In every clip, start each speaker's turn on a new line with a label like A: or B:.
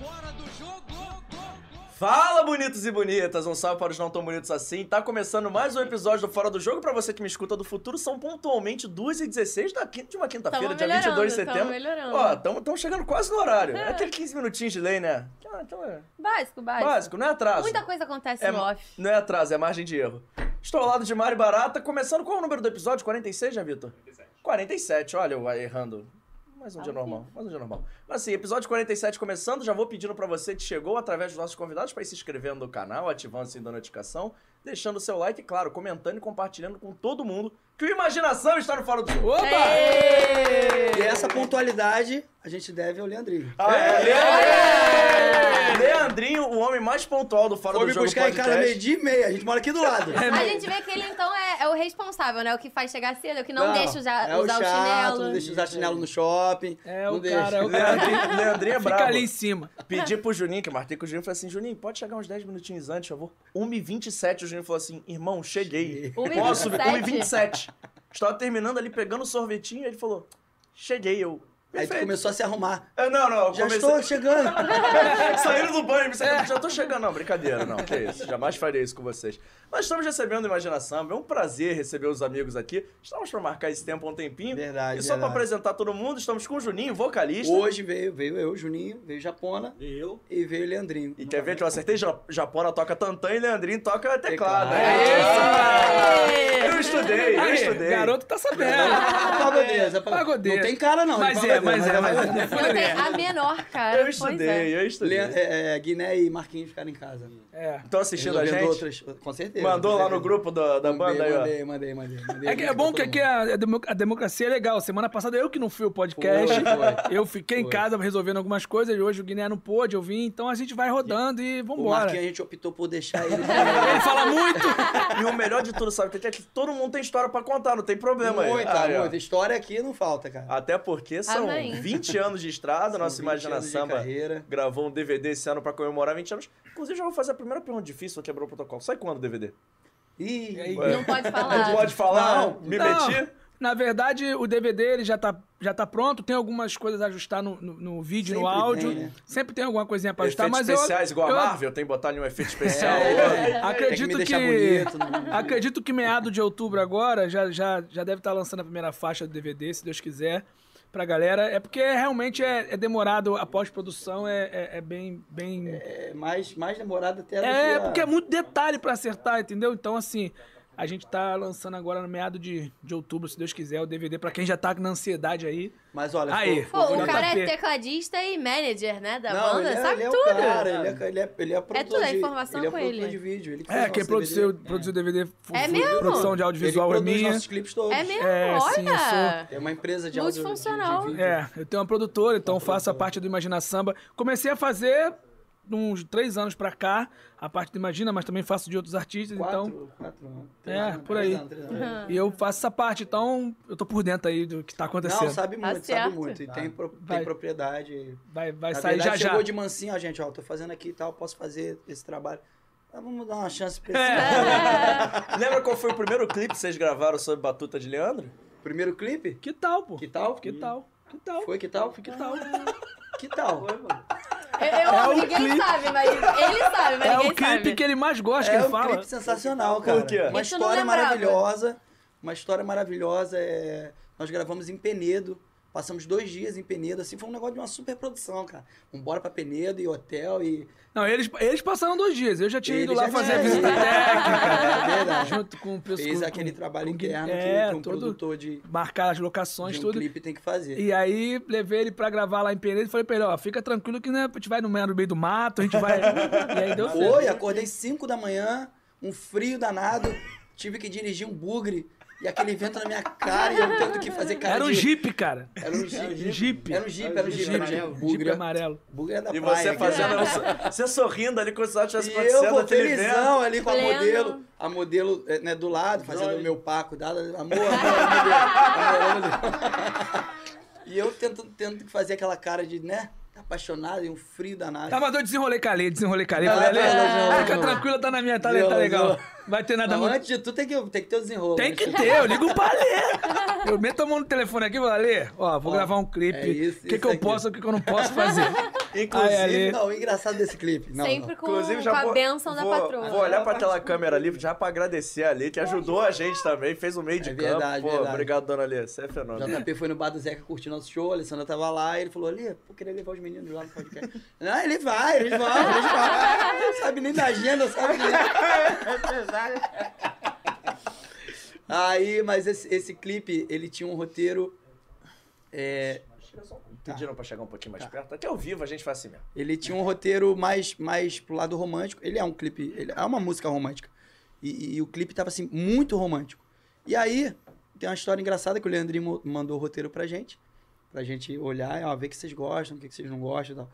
A: fora do jogo.
B: Fala, bonitos e bonitas! Um salve para os não tão bonitos assim. Tá começando mais um episódio do Fora do Jogo. Para você que me escuta do futuro, são pontualmente 2h16 da quinta, de uma quinta-feira,
C: Tamo
B: dia 22 de
C: melhorando, tamo
B: setembro.
C: melhorando.
B: Ó, estamos chegando quase no horário. É aquele 15 minutinhos de lei, né? Ah, então é
C: Básico, básico.
B: básico, não é atraso.
C: Muita coisa acontece
B: É,
C: no off.
B: Não é atraso, é margem de erro. Estou ao lado de Mário Barata, começando qual é o número do episódio? 46, já, Vitor? 47. 47, olha eu errando. Mais um
C: Ao
B: dia normal, mais um dia normal. Mas assim, episódio 47 começando, já vou pedindo pra você que chegou através dos nossos convidados para ir se inscrevendo no canal, ativando o sininho da notificação, deixando o seu like, e, claro, comentando e compartilhando com todo mundo que o Imaginação está no Fora do Jogo.
A: Opa!
C: Êêê!
D: E essa pontualidade a gente deve ao Leandrinho.
B: Aê!
C: Aê!
B: Leandrinho, o homem mais pontual do Fora
D: Foi
B: do
D: me
B: Jogo
D: buscar em casa
B: podcast.
D: meio-dia e meia, a gente mora aqui do lado.
C: A gente vê que ele, então, é, é o responsável, né? O que faz chegar cedo, o que não, deixa usar,
D: é
C: usar o,
D: chato,
C: chinelo.
D: Não deixa usar chinelo no shopping.
A: É
D: não
A: o
D: deixa.
A: cara, é o cara.
B: Leandrinho, Leandrinho é
A: Fica
B: brabo.
A: ali em cima.
B: Pedi pro Juninho, que eu marquei com o Juninho, falei assim, Juninho, pode chegar uns 10 minutinhos antes, por favor. 1h27, o Juninho falou assim, irmão, cheguei. Posso? 1h27. Estava terminando ali, pegando o sorvetinho, ele falou, cheguei, eu.
D: Aí tu
B: Perfeito.
D: começou a se arrumar.
B: Eu, não, não, eu
D: Já
B: comecei...
D: estou chegando.
B: Saindo do banho, me saindo, já tô chegando. Não, brincadeira, não. Que isso, jamais faria isso com vocês. Mas estamos recebendo Imaginação, é um prazer receber os amigos aqui. Estamos pra marcar esse tempo há um tempinho.
D: Verdade,
B: E só pra
D: verdade.
B: apresentar todo mundo, estamos com o Juninho, vocalista.
D: Hoje veio, veio eu, Juninho, veio Japona
E: Eu?
D: e veio Leandrinho.
B: E quer ver que eu acertei? Ja- Japona toca tantã e Leandrinho toca teclado. É
C: Aê!
D: Teclado.
B: isso! Eu estudei, eu
A: Aí,
B: estudei.
A: garoto tá sabendo. É,
D: Pagodeiro,
A: Pagodeiro.
D: Não tem cara, não.
A: Mas
D: de
A: é,
D: pagodeiro,
A: mas é, mas
D: um.
A: é.
C: Não tem a menor, cara.
B: Eu
C: Pois é.
B: estudei, eu estudei.
D: Leandro- é, é, Guiné e Marquinhos ficaram em casa.
A: É.
B: Estão assistindo a
D: Resolvendo
B: gente?
D: outras- né? com certeza.
B: Mandou
D: com
B: lá no
D: certeza.
B: grupo da, da
D: Mandei,
B: banda aí, ó.
D: mandei, mandei, mandei, mandei.
A: É, que é
D: mandei
A: bom que
D: pra todo
A: aqui
D: mundo.
A: a, a demo- a democracia é legal. Semana passada eu que não fui o podcast.
D: Foi, foi.
A: eu fiquei em
D: Foi.
A: casa resolvendo algumas coisas. e Hoje o Guiné não pôde, eu vim. Então a gente vai rodando e
D: O
A: vambora. É
D: Marquinhos a gente optou por deixar ele.
A: Ele fala muito.
B: E o melhor de tudo, sabe, que é que todo mundo tem história pra contar, não tem problema aí.
D: Muita,
B: Aí, ó.
D: muita. História aqui não falta, cara.
B: Até porque são
C: Amém.
B: 20 anos de estrada, nossa
D: 20 anos de
B: Imaginação
D: carreira.
B: gravou um DVD esse ano pra comemorar 20 anos. Inclusive, já vou fazer a primeira pergunta difícil, vou quebrar o protocolo. Sai quando o DVD?
D: Ih,
B: Ué.
C: Não pode falar.
B: É. Não pode falar,
D: Não,
B: me
A: Não,
B: meti.
A: Na verdade, o DVD ele já tá, já tá pronto. Tem algumas coisas a ajustar no, no- no vídeo, no
D: Sempre
A: áudio.
D: tem, né?
A: Sempre tem alguma coisinha pra ajustar,
B: Efeitos
A: mas eu-
B: especiais igual
A: eu
B: a Marvel, tem que botar ali um efeito especial.
D: É,
A: É, acredito
D: né? tem que me
A: que,
D: deixar bonito, não-
A: acredito que meado de outubro agora já, já, já deve estar lançando a primeira faixa do DVD, se Deus quiser, pra galera. É porque realmente é, é demorado, a pós-produção é, é, é bem... bem... É,
D: é mais, mais demorado até do que a-
A: porque é muito detalhe pra acertar, entendeu? Então, assim, a gente tá lançando agora no meado de, de outubro, se Deus quiser, o DVD, pra quem já tá na ansiedade aí.
D: Mas olha,
A: Aí.
D: pô,
C: Pô, o
A: JP.
C: cara é tecladista e manager, né? Da
D: não,
C: banda,
D: ele é-
C: sabe
D: ele é o
C: tudo.
D: cara, ele é, ele é, ele é produtor
C: tudo, é
D: de-
C: informação
D: ele é
C: com
D: produtor
C: ele.
D: de vídeo. Ele que
A: É,
D: fez
A: quem
D: nosso
A: produziu,
D: DVD.
A: produziu DVD foi
C: É mesmo?
A: produção de
D: Ele
A: audiovisual é
D: produz
A: minha.
D: nossos clipes todos.
C: É mesmo?
A: É,
C: Olha!
A: sim, eu sou-
D: É uma empresa de áudio de- de- de
C: Multifuncional.
D: vídeo.
A: É, eu tenho uma produtora, então faço a parte do Imagina Samba. Comecei a fazer uns três anos pra cá, a parte do Imagina, mas também faço de outros artistas, então.
D: Quatro, quatro anos. Três anos,
A: por
D: três
A: aí. Uhum.
D: anos, três anos.
C: Ah.
A: E eu faço essa parte, então eu tô por dentro aí do que tá acontecendo.
D: Não, sabe
C: Tá
D: muito,
C: certo.
D: sabe muito. E tem, pro-
A: Vai.
D: tem propriedade.
A: Vai, vai
D: Na
A: sair já
D: verdade,
A: já.
D: chegou de mansinho, ó, gente, ó, tô fazendo aqui e tal, posso fazer esse trabalho. Ah, vamos dar uma chance
A: É,
D: pra esse cara.
B: Lembra qual foi o primeiro clipe que vocês gravaram sobre Batuta de Leandro?
D: Primeiro clipe?
A: Que tal, pô?
D: Que tal?
A: Que tal? Que tal?
D: Foi que tal? Que tal?
C: Ah,
D: Que tal?
C: Eu, eu-
A: É o
C: ninguém
A: clipe.
C: sabe, mas ele sabe, mas
A: É
C: ninguém
A: o clipe
C: sabe.
A: que ele mais gosta, que
D: É
A: ele
D: um
A: fala.
D: clipe sensacional, cara.
B: Por quê?
D: Uma
C: Esse eu não
D: história
C: lembrava.
D: maravilhosa. Uma história maravilhosa. é, Nós gravamos em Penedo. Passamos dois dias em Penedo. Assim, foi um negócio de uma super produção, cara. Vambora pra Penedo e hotel e...
A: Não, eles, eles passaram dois dias. Eu já tinha
D: Ele
A: ido lá
D: já
A: fazer
D: tinha
A: a visita
D: ido.
A: técnica.
D: É verdade.
A: Junto com o pessoal.
D: Fez
A: com-
D: aquele
A: com-
D: trabalho
A: com-
D: interno
A: é,
D: que, que um
A: todo-
D: produtor de,
A: Marcar as
D: de um
A: locações, tudo.
D: clipe tem que fazer.
A: E aí levei ele pra gravar lá em Penedo e falei pra ele, ó, fica tranquilo que né, a gente vai no meio no meio do mato, a gente vai. e aí deu certo.
D: Foi, acordei 5 da manhã, um frio danado, tive que dirigir um bugre e aquele vento na minha cara e eu tendo que fazer cara
A: Era um
D: de-
A: jipe, cara.
D: Era um jeep.
A: Jeep.
D: Era um jeep, era um jeep.
E: Jeep
D: Era um
E: amarelo.
A: Jipe
D: bugre.
A: amarelo.
D: Bugre é da
B: E
D: praia,
B: você
D: cara.
B: fazendo. um Você sorrindo ali como se nada tivesse
D: E
B: acontecendo
D: eu vou
B: naquele evento.
D: felizão ali com a
C: Pleno.
D: modelo, a modelo eh, né, do lado, fazendo o meu paco, dada, amor, amor, amor, amor, amor. E eu tento, tento fazer aquela cara de, né, apaixonado e um frio danado.
A: Tá, mas eu desenrolei com a Lê, desenrolei com a Lê.
D: Ah,
A: Falei, Lê,
D: não, não, não,
A: fica
D: não.
A: tranquila, tá na minha, tá, Lê, tá
D: Não,
A: legal.
D: não.
A: Vai ter nada
D: Não,
A: muito.
D: antes de tudo tem que, tem que ter o desenrolo.
A: Tem
D: né?
A: que ter, eu ligo pra Lê. Eu meto a mão no telefone aqui e falo, Alê, ó, vou
D: Ó,
A: gravar um clipe.
D: é isso,
A: o que,
D: isso
A: que eu
D: aqui.
A: posso, o que, que eu não posso fazer?
B: Inclusive,
A: Aí, Ale-
D: Não, o engraçado desse clipe. Não,
C: Sempre
D: não.
C: com, com a benção da
B: vou-
C: patroa.
B: Vou olhar pra aquela câmera ali já pra agradecer a Lê, que ajudou a gente também, fez um meio de
D: É
B: campo.
D: verdade,
B: Pô,
D: verdade.
B: obrigado, dona Lê, você é fenômeno.
D: JP foi no bar do Zeca curtir nosso show, a Alessandra tava lá, e ele falou, ali, pô, queria levar os meninos lá no podcast. Não, ele vai, eles vão, eles vão. Não sabe nem da agenda, sabe nem... Aí, mas esse, esse clipe, ele tinha um roteiro... é,
B: Pediram pra chegar um pouquinho mais perto, até ao vivo a gente faz assim mesmo.
D: Ele tinha um roteiro mais, mais pro lado romântico. Ele é um clipe, ele é uma música romântica. E, e- e o clipe tava assim, muito romântico. E aí, tem uma história engraçada que o Leandrinho mo- mandou o roteiro pra gente. Pra gente olhar, ó, ver o que vocês gostam, o que que vocês não gostam e tal.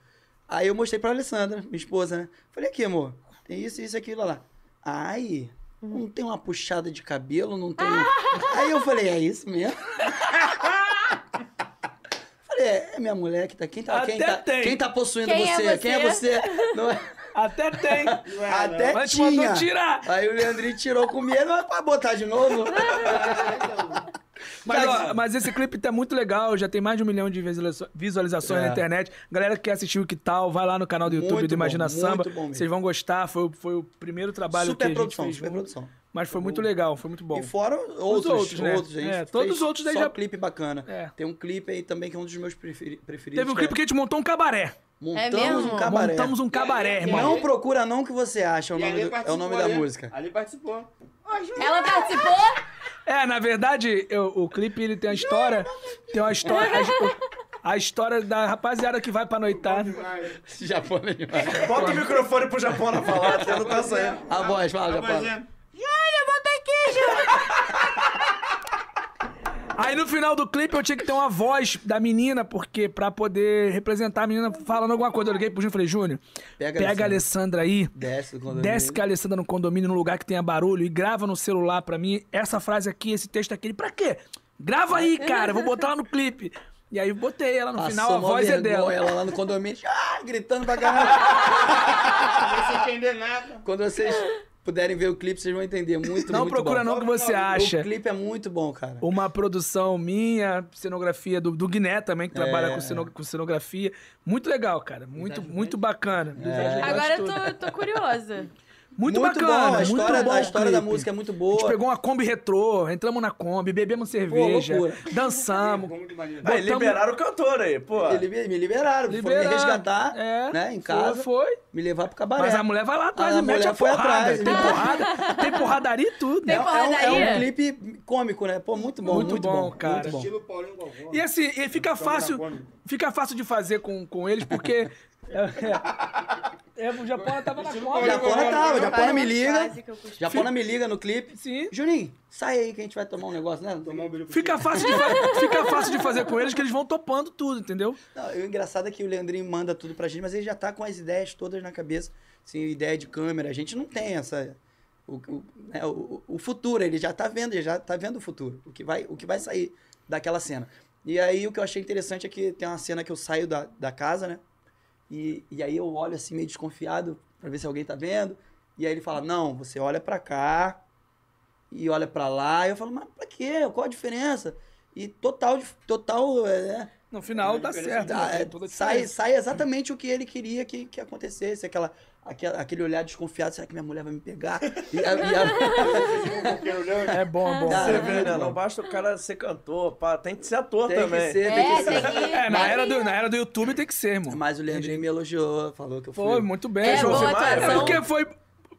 D: Aí eu mostrei pra Alessandra, minha esposa, né? Falei, aqui, amor, tem isso, isso, aquilo, olha lá. Ai,
A: Uhum.
D: não tem uma puxada de cabelo, não tem. Aí eu falei, é isso mesmo? falei, é, é minha mulher que tá. Quem tá, quem
A: Até
D: tá,
A: tem.
D: quem tá possuindo
C: Quem é
D: você?
C: você?
D: Quem é você? Não é-
A: Até tem.
D: Até
A: Mas te mandou
D: tinha.
A: tirar.
D: Aí o Leandrinho tirou com medo, mas pra botar de novo.
A: Mas,
D: Já-
A: ó, mas esse clipe tá muito legal, já tem mais de um milhão de visualiza- visualizações
D: É.
A: na internet. Galera que quer assistir o que tal, vai lá no canal do YouTube
D: Muito
A: do Imagina
D: bom,
A: Samba.
D: muito bom mesmo.
A: Vocês vão gostar, foi, o- foi o primeiro trabalho
D: super
A: que a gente
D: produção,
A: fez.
D: super produção.
A: Mas foi muito legal, foi muito bom.
D: E fora outros,
A: outros,
D: outros,
A: né?
D: a gente
A: É, todos
D: fez
A: os outros daí
D: só
A: já-
D: clipe bacana.
A: É.
D: Tem um clipe aí também que é um dos meus preferi- preferidos.
A: Teve um clipe
D: que
A: que a gente montou um cabaré.
D: montamos
C: É mesmo?
D: um é. cabaré. É,
A: Montamos um cabaré, irmão.
D: Não procura não que você acha, é o
E: E a
D: nome,
E: Lê
D: do- é o nome
E: participou,
D: da
E: a Lê-
D: música.
E: A Lê participou.
C: Ela participou?
A: É, na verdade, eu- o clipe ele tem a história. Tem uma história. A, a história da rapaziada que vai pra noitar.
D: Japonês.
B: Bota o microfone pro Japona falar, até não tá saindo.
D: A voz, fala, Japão.
A: Aí no final do clipe eu tinha que ter uma voz da menina, porque pra poder representar a menina falando alguma coisa. Eu liguei pro Júnior e falei, Júnior,
D: Pega
A: pega,
D: a
A: a Alessandra aí,
D: Desce do condomínio.
A: desce com a Alessandra no condomínio, num lugar que tenha barulho, e grava no celular pra mim essa frase aqui, esse texto aqui. Ele, Pra quê? Grava aí, cara, eu vou botar lá no clipe. E aí eu botei ela no
D: Passou
A: final, a
D: mó
A: voz é
D: vergonha,
A: dela.
D: Ela lá no condomínio, ah, gritando pra caralho.
E: Não sei entender nada.
D: Quando vocês puderem ver o clipe, vocês vão entender muito,
A: Não
D: muito
A: procura
D: bom.
A: não o que você acha.
D: O clipe é muito bom, cara.
A: Uma produção minha, cenografia do, do Guiné também, que
D: É.
A: trabalha com, ceno- com cenografia. Muito legal, cara. Muito, muito bacana.
D: É.
C: Agora eu tô, tô curiosa.
A: Muito, bacana.
D: bom, a história,
A: muito bom
D: a
A: o
D: história da
A: clipe.
D: música é muito
A: A
D: boa.
A: gente pegou uma Kombi retrô, entramos na Kombi, bebemos cerveja,
D: loucura.
A: dançamos.
E: Ficou muito maneiro.
B: Aí,
A: Botamos-
B: é, liberaram o cantor aí, pô.
D: Ele me- me liberaram,
A: Liberaram.
D: foram me resgatar,
A: É,
D: né, em
A: foi,
D: casa,
A: foi.
D: me levar pro cabaré.
A: Mas a mulher vai lá atrás
D: A
A: e mete
D: mulher
A: a
D: foi
A: porrada.
D: atrás,
A: tem
D: né?
A: porrada, tem porradaria e tudo.
D: é,
A: né?
D: é um, é um
C: porradaria?
D: clipe cômico, né? Pô, muito bom,
A: Muito
D: muito,
A: bom,
D: bom,
A: cara.
D: Muito bom.
E: Estilo Paulinho Galvão.
A: E assim, e fica fácil,
E: Kombi.
A: fica fácil de fazer com, com eles, porque... é, é, o Japão tava na Kombi.
D: Japona tava, Japona me
C: Quase
D: liga.
C: que eu cuspi.
D: Japona me liga no clipe.
A: Sim.
D: Juninho, sai aí que a gente vai tomar um negócio, né?
E: Tomar um brilho pro
A: Fica fácil, de fa- fica fácil de fazer com eles, que eles vão topando tudo, entendeu?
D: Não, e o engraçado é que o Leandrinho manda tudo pra gente, mas ele já tá com as ideias todas na cabeça. Assim, ideia de câmera, a gente não tem essa. O, o, né, o- o futuro, ele já tá vendo, ele já tá vendo o futuro, o que vai, o que vai sair daquela cena. E aí o que eu achei interessante é que tem uma cena que eu saio da, da casa, né? E, e aí eu olho assim meio desconfiado pra ver se alguém tá vendo. E aí ele fala: "Não, você olha pra cá e olha pra lá". E eu falo: "Mas pra quê? Qual a diferença?" E total dif- total, é, né?
A: No final dá certo.
D: Dá,
A: né?
D: é,
A: Tem toda a
D: sai,
A: diferença.
D: sai exatamente o que ele queria que, que acontecesse. Aquela, aquela- aquele olhar desconfiado, será que minha mulher vai me pegar? E a- e a-
E: Porque eu lembro-
A: É bom, é bom.
D: Dá.
B: Você
D: Cara,
B: vê,
D: muito
B: né?
D: bom.
B: Não basta o cara ser cantor, pá, tem que ser ator
D: tem
B: também.
D: que ser, tem
C: É,
D: que ser.
C: tem que...
A: É, na
C: vai-
A: era, do, na era do YouTube tem que ser, irmão.
D: Mas o Leandrinho me elogiou, falou que eu fui.
A: Foi, muito bem.
C: É,
A: João
C: boa
A: Simar.
C: atuação.
A: É porque foi,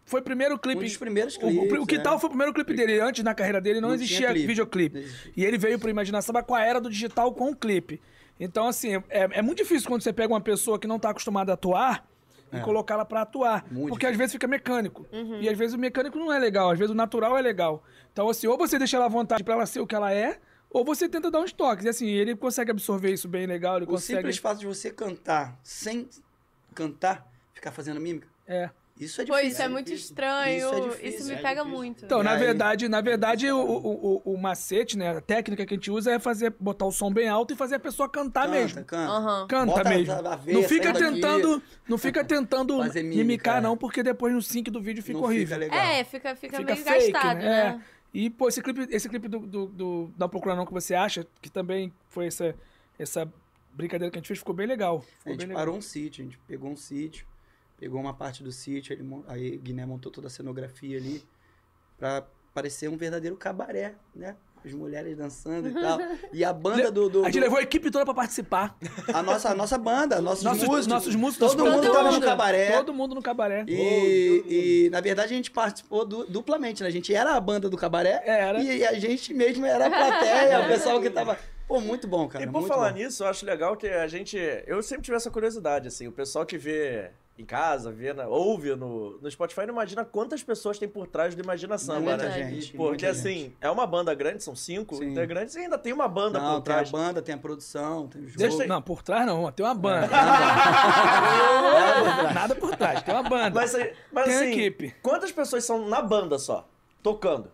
A: foi o primeiro clipe.
D: Um dos primeiros
A: o-
D: clipes,
A: O, o que
D: é.
A: tal foi o primeiro clipe dele. Antes, na carreira dele, não,
D: Não tinha
A: existia
D: clipe.
A: videoclipe.
D: Não existia.
A: E ele veio pro Imagina Samba com a era do digital com o clipe. Então, assim, é, é muito difícil quando você pega uma pessoa que não tá acostumada a atuar e colocá-la pra atuar.
D: É. Muito
A: porque às vezes fica mecânico.
C: Uhum.
A: E às vezes o mecânico não é legal, às vezes o natural é legal. Então, assim, ou você deixa ela à vontade pra ela ser o que ela é, ou você tenta dar uns toques. E assim, ele consegue absorver isso bem legal, ele
D: O
A: consegue.
D: simples fato de você cantar sem cantar, ficar fazendo mímica,
A: É.
D: isso é
C: Pô,
D: difícil.
C: isso é muito
D: difícil.
C: estranho. Isso,
D: Isso é difícil.
C: me
D: É
C: pega
E: difícil.
C: muito.
A: Então,
D: E
A: na
D: aí?
A: verdade, na verdade, o, o, o- o macete, né? A técnica que a gente usa é fazer, botar o som bem alto e fazer a pessoa cantar
D: Canta,
A: Ah, mesmo.
D: canta.
C: Aham.
A: Canta
D: Bota
A: mesmo.
D: a- a veia
A: não fica
D: saindo daqui.
A: tentando, não fica tentando
D: Fazer mímica,
A: mimicar
D: é.
A: não, porque depois no sync do vídeo fica
D: Não
A: horrível.
D: legal.
C: É, fica, fica,
A: Fica
C: meio
A: fake,
C: gastado,
A: né?
C: né?
A: É. E, pô, esse clipe, esse clipe do, do, do Não Procura Não que você acha, que também foi essa, essa brincadeira que a gente fez, ficou bem legal.
D: A
A: Ficou
D: gente
A: bem legal.
D: parou um sítio, a gente pegou um sítio, pegou uma parte do sítio, ele, mon- aí Guiné montou toda a cenografia ali pra parecer um verdadeiro cabaré, né? As mulheres dançando e tal. E a banda do. do-
A: A gente
D: do-
A: levou a equipe toda pra participar.
D: a nossa, a nossa banda, nossos,
A: Nossos
D: músicos.
A: nossos músicos.
D: Todo mundo tava no
A: mundo.
D: cabaré.
A: Todo mundo no cabaré.
D: E, e, na verdade a gente participou du- duplamente, né? A gente era a banda do cabaré
A: Era.
D: e a gente mesmo era a plateia, o pessoal que tava. Pô, muito bom, cara.
B: e por
D: muito
B: falar
D: bom.
B: nisso, eu acho legal que a gente. Eu sempre tive essa curiosidade, assim. O pessoal que vê em casa, vê na- ouve no, no Spotify, não imagina quantas pessoas tem por trás do Imagina Samba,
D: muita
B: né?
D: gente.
B: Porque
D: muita
B: assim,
D: gente.
B: é uma banda grande, são cinco
D: Sim.
B: integrantes, e ainda tem uma banda
D: Não,
B: por
D: tem a
B: trás.
D: banda, tem a produção, tem o jogo.
A: Deixa- Não, por trás não, tem uma
E: É.
A: banda. Nada por trás, tem uma banda.
B: Mas, mas
A: Tem a
B: assim,
A: equipe.
B: quantas pessoas são na banda só? Tocando.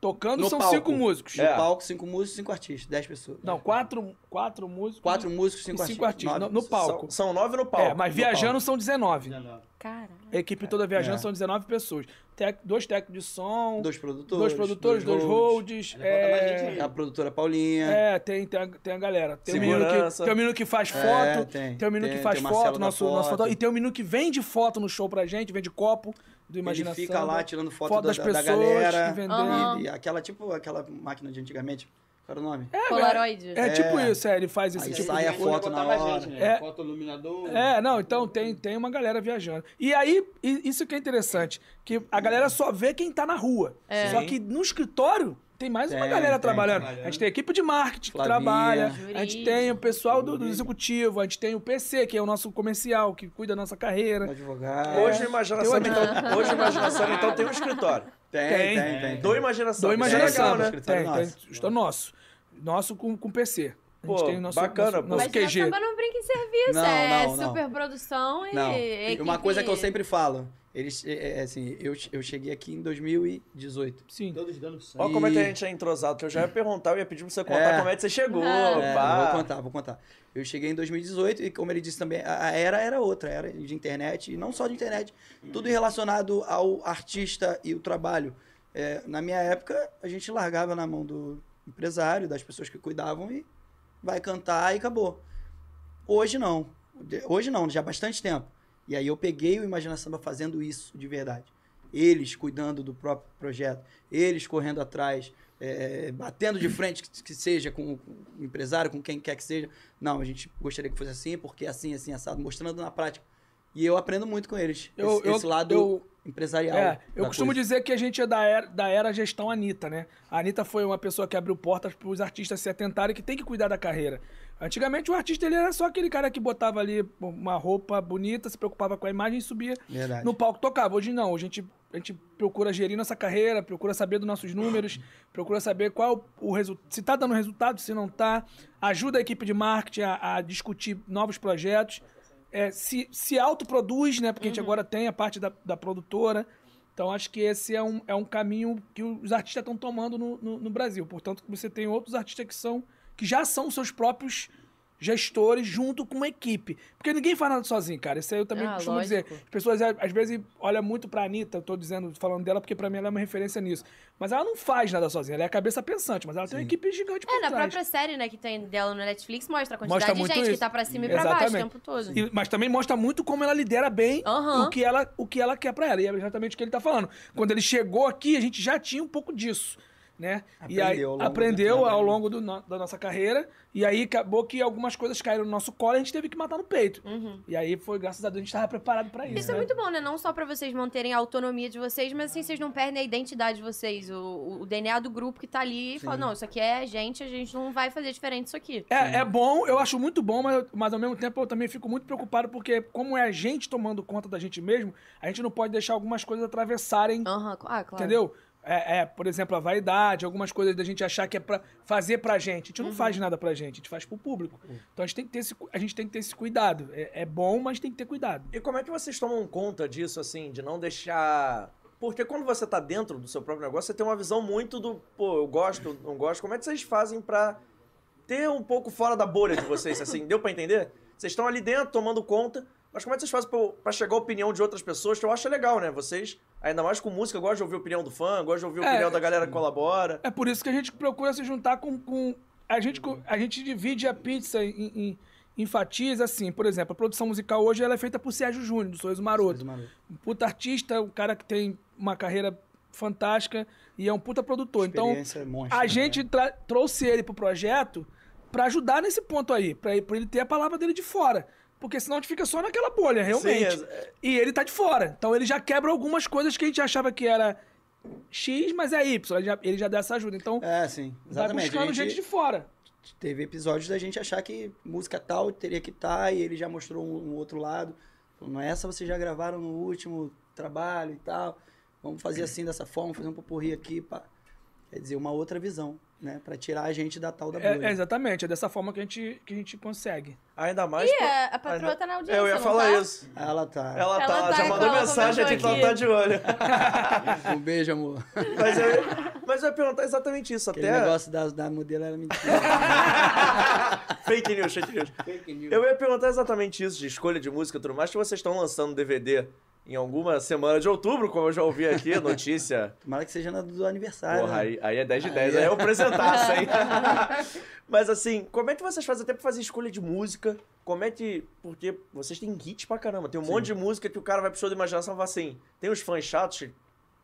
A: Tocando
D: No
A: são
D: palco.
A: cinco músicos.
D: No
B: É.
D: palco, cinco músicos, cinco artistas, dez pessoas.
A: Não, quatro, quatro músicos.
D: Quatro músicos,
A: e
D: cinco,
A: cinco artistas.
D: nove
A: no, no
D: pessoas.
A: palco.
B: São, são nove no palco.
A: É, mas
D: no
A: viajando são 19.
C: Caralho.
A: A equipe toda viajando
D: É.
A: são 19 pessoas. Tec- dois técnicos de som, dois,
D: Dois produtores.
A: produtores, dois, holds.
E: Aí bota mais gente né?
A: É,
E: aí.
D: A produtora Paulinha.
A: é, tem, tem, a, tem a galera. Tem o menino que,
B: Segurança.
A: tem o menino que faz foto.
D: É, tem.
A: Tem o menino
D: Tem-
A: que faz
D: tem o Marcelo
A: foto,
D: da
A: nosso, nosso
D: foto.
A: foto. E tem o menino que vende foto no show pra gente, vende copo do
D: Ele
A: Imaginação. né?
D: fica lá tipo, tirando foto,
A: foto
D: da,
A: das
D: da- da
A: pessoas
D: galera.
A: que vendeu.
C: Aham.
D: E, e aquela, tipo, aquela máquina de antigamente. Qual era o nome?
C: Polaroid.
A: É, tipo
D: É.
A: isso, é, ele faz esse
D: Aí
A: tipo
D: sai
A: de
D: a
A: coisa.
D: foto na hora.
A: É.
E: Foto iluminador.
A: É, não, então tem, tem uma galera viajando. E aí, i- isso que é interessante, que a galera só vê quem tá na rua.
C: É.
A: Só que no escritório tem mais uma
D: Tem,
A: galera
D: tem,
A: trabalhando.
E: trabalhando.
A: A gente tem a equipe de marketing
D: Flavinha.
A: que trabalha, a gente
C: Jurídico.
A: tem o pessoal do, do executivo, a gente tem o PC, que é o nosso comercial, que cuida da nossa carreira.
D: Advogado.
B: Hoje o
D: É.
B: Imagina
A: Tem uma-
B: Samba, então, hoje o Imagina Samba, então, tem um escritório.
D: Tem,
A: Tem. É.
D: tem, tem. tem.
B: Do Imagina Samba.
A: Do Imagina
D: legal,
B: Isso é
A: Samba.
D: né?
A: Tem,
D: Escritório
A: tem.
D: nosso.
A: Estou nosso. Nosso com, com PC. A gente
B: Pô,
A: tem o nosso,
B: bacana,
A: nosso,
B: pô.
A: nosso
C: Mas
A: QG.
C: samba não brinca em serviço,
D: Não,
C: é
D: não, não.
C: super produção e.
D: Não. E
C: equipe-
D: uma coisa que eu sempre falo. Eles, é, é, assim, eu, eu cheguei aqui em 2018.
A: Sim.
E: Todos dando sangue.
B: Olha como é que a
D: E-
B: gente é entrosado, que eu já ia perguntar, eu ia pedir pra você contar
D: É.
B: como é que você chegou,
C: É,
D: É,
B: pá.
D: vou contar, vou contar. Eu cheguei em 2018 e, como ele disse também, a a era era outra, a era de internet, e não só de internet, tudo relacionado ao artista e o trabalho. É, na minha época, a gente largava na mão do empresário, das pessoas que cuidavam e vai cantar e acabou. Hoje não. De- Hoje não, já há bastante tempo. E aí eu peguei o Imagina Samba fazendo isso de verdade. Eles cuidando do próprio projeto, eles correndo atrás, é, batendo de frente, que, que seja com o empresário, com quem quer que seja. Não, a gente gostaria que fosse assim, porque assim, assim, assado, mostrando na prática. E eu aprendo muito com eles,
A: Eu,
D: esse, esse
A: eu,
D: lado
A: eu,
D: empresarial.
A: É, eu
D: da
A: costumo
D: coisa.
A: dizer que a gente é da era, da era gestão Anitta, né? A Anitta foi uma pessoa que abriu portas para os artistas se atentarem que tem que cuidar da carreira. Antigamente o artista ele era só aquele cara que botava ali uma roupa bonita, se preocupava com a imagem e subia
D: Verdade.
A: no palco tocava. Hoje não, hoje a gente, a gente procura gerir nossa carreira, procura saber dos nossos números, procura saber qual o resultado, se tá dando resultado, se não tá. Ajuda a equipe de marketing a, a discutir novos projetos. É, se, se autoproduz, né?
C: Uhum.
A: Porque a gente agora tem a parte da, da produtora. Então, acho que esse é um, é um caminho que os artistas estão tomando no, no, no Brasil. Portanto, você tem outros artistas que são que já são seus próprios gestores junto com uma equipe. Porque ninguém faz nada sozinho, cara. Isso aí eu também
C: Ah,
A: costumo
C: lógico.
A: dizer. As pessoas a- às vezes olham muito pra Anitta, eu tô dizendo, falando dela, porque pra mim ela é uma referência nisso. Mas ela não faz nada sozinha, ela é a cabeça pensante, mas ela tem uma equipe gigante por
C: É, na
A: trás.
C: própria série, né, que tem dela no Netflix, mostra a quantidade
A: Mostra
C: de
A: muito
C: gente que
A: isso.
C: tá pra cima e pra baixo o
A: Exatamente.
C: tempo todo.
A: E- mas também mostra muito como ela lidera bem
C: Aham.
A: o, que ela, o que ela quer pra ela. E é exatamente o que ele tá falando. Quando ele chegou aqui, a gente já tinha um pouco disso. Né? e aí,
D: Aprendeu ao longo do
A: aprendeu
D: tempo,
A: ao
D: né?
A: longo do no- da nossa carreira. E aí acabou que algumas coisas caíram no nosso colo e a gente teve que matar no peito. E aí foi, graças a Deus, a gente tava preparado pra isso.
C: Uhum. Isso é
A: né?
C: muito bom, né? Não só pra vocês manterem a autonomia de vocês, mas assim, vocês não perdem a identidade de vocês, o, o- o DNA do grupo que tá ali e fala, não, isso aqui é gente, a gente não vai fazer diferente isso aqui.
A: É, é bom, eu acho muito bom, mas, mas ao mesmo tempo eu também fico muito preocupado porque, como é a gente tomando conta da gente mesmo, a gente não pode deixar algumas coisas atravessarem,
C: Aham, ah, claro.
A: entendeu? É, é, por exemplo, a vaidade, algumas coisas da gente achar que é pra fazer pra gente. A gente não faz nada pra gente, a gente faz pro público. Então a gente tem que ter esse, cu- a gente tem que ter esse cuidado. É, é bom, mas tem que ter cuidado.
B: E como é que vocês tomam conta disso, assim, de não deixar. Porque quando você tá dentro do seu próprio negócio, você tem uma visão muito do, pô, eu gosto, eu não gosto. Como é que vocês fazem pra ter um pouco fora da bolha de vocês, assim? Deu pra entender? Vocês estão ali dentro, tomando conta, Mas como é que vocês fazem pra- pra chegar à opinião de outras pessoas? Que eu acho legal, né? Vocês, ainda mais com música, gostam de ouvir a opinião do fã, gostam de ouvir a
A: É.
B: opinião da galera que colabora.
A: É por isso que a gente procura se juntar com. com- a, gente, co- a gente divide a pizza em. em- Enfatiza assim, por exemplo, a produção musical hoje ela é feita por Sérgio Júnior, do Sorriso Maroto. Um puta artista, um cara que tem uma carreira fantástica e é um puta produtor. Então,
D: Experiência monstra,
A: a
D: né?
A: gente tra- trouxe ele pro projeto pra ajudar nesse ponto aí, pra pra ele ter a palavra dele de fora. Porque senão a gente fica só naquela bolha, realmente.
B: Sim, é-
A: E ele tá de fora. Então ele já quebra algumas coisas que a gente achava que era X, mas é Y. Ele já, ele já dá essa ajuda. Então,
D: É, sim.
A: vai
D: Exatamente.
A: buscando
D: a gente
A: gente de fora.
D: Teve episódios da gente achar que música tal teria que estar e ele já mostrou um, um outro lado. Falou, não, é essa vocês já gravaram no último trabalho e tal. Vamos fazer assim, dessa forma, fazer um popurri aqui. Pá. Quer dizer, uma outra visão, né? Pra tirar a gente da tal da
A: É,
D: bolha.
A: é exatamente, é dessa forma que a gente, que a gente consegue.
B: Ainda mais.
C: Ih,
B: pra-
C: é, a patroa tá na
B: É,
C: audiência.
B: eu ia
C: não
B: falar
C: tá?
B: isso.
D: Ela tá.
B: Ela, tá,
C: Ela tá,
B: já
C: ela
B: mandou
C: comentou
B: mensagem aqui que ela
C: aqui.
B: tá de olho.
D: Um beijo, amor.
B: Mas eu, mas eu ia perguntar exatamente isso,
D: Aquele
B: até.
D: negócio da, da modelo era mentira.
B: Fake news, fake news.
E: Fake news.
B: Eu ia perguntar exatamente isso, de escolha de música e tudo mais, que vocês estão lançando DVD em alguma semana de outubro, como eu já ouvi aqui, notícia.
D: Tomara que seja na do aniversário.
B: Porra,
D: né?
B: aí, aí é 10 de
D: Aí
B: 10,
D: é.
B: aí é o presentaço, hein? Mas assim, como é que vocês fazem até pra fazer escolha de música? Como é que. Porque vocês têm hits pra caramba. Tem um monte de música que o cara vai pro show da imaginação e fala assim: tem uns fãs chatos, que-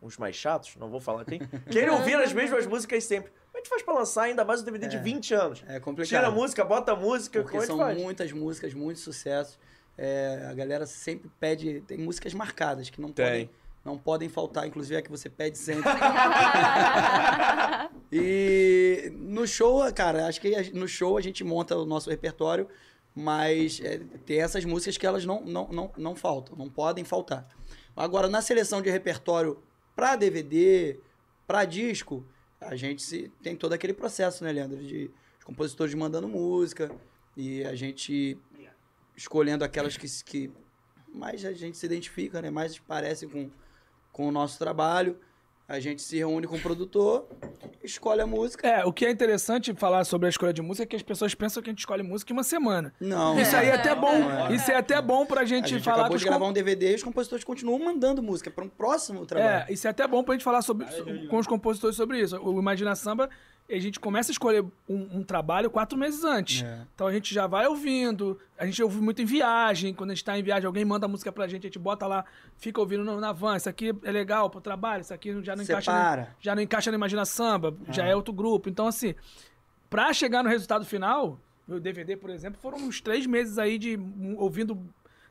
B: uns mais chatos, não vou falar quem, querem ouvir as mesmas músicas sempre. Como é que faz pra lançar ainda mais um DVD de
D: É.
B: 20 anos?
D: É complicado.
B: Tira a música, bota a música,
D: Porque
B: como é que
D: são
B: faz?
D: muitas músicas, muitos sucessos. É, a galera sempre pede. Tem músicas marcadas que não
B: Tem.
D: podem. Não podem faltar, inclusive é a que você pede sempre. e no show, cara, acho que a- no show a gente monta o nosso repertório, mas é, tem essas músicas que elas não, não, não, não faltam, não podem faltar. Agora, na seleção de repertório pra DVD, pra disco, a gente se- tem todo aquele processo, né, Leandro? De os compositores mandando música e a gente escolhendo aquelas que, se- que mais a gente se identifica, né? Mais parecem com, com o nosso trabalho. A gente se reúne com o produtor, escolhe a música.
A: É, o que é interessante falar sobre a escolha de música é que as pessoas pensam que a gente escolhe música em uma semana.
D: Não.
A: Isso aí é
D: não.
A: até bom.
D: Não, é.
A: Isso é até bom pra
D: A
A: gente,
D: gente
A: falar com
D: acabou
A: os
D: de gravar
A: com-
D: um DVD e os compositores continuam mandando música para um próximo trabalho.
A: É, isso é até bom pra gente falar sobre, com os compositores sobre isso. O Imagina Samba, a gente começa a escolher um, um trabalho quatro meses antes.
D: É.
A: Então a gente já vai ouvindo, a gente ouve muito em viagem, quando a gente tá em viagem, alguém manda a música pra gente, a gente bota lá, fica ouvindo no- na van, isso aqui é legal pro trabalho, isso aqui já não encaixa... nem-
D: Separa.
A: já não encaixa na Imagina Samba, já é outro grupo. Então, assim, pra chegar no resultado final, meu DVD, por exemplo, foram uns três meses aí de mu- ouvindo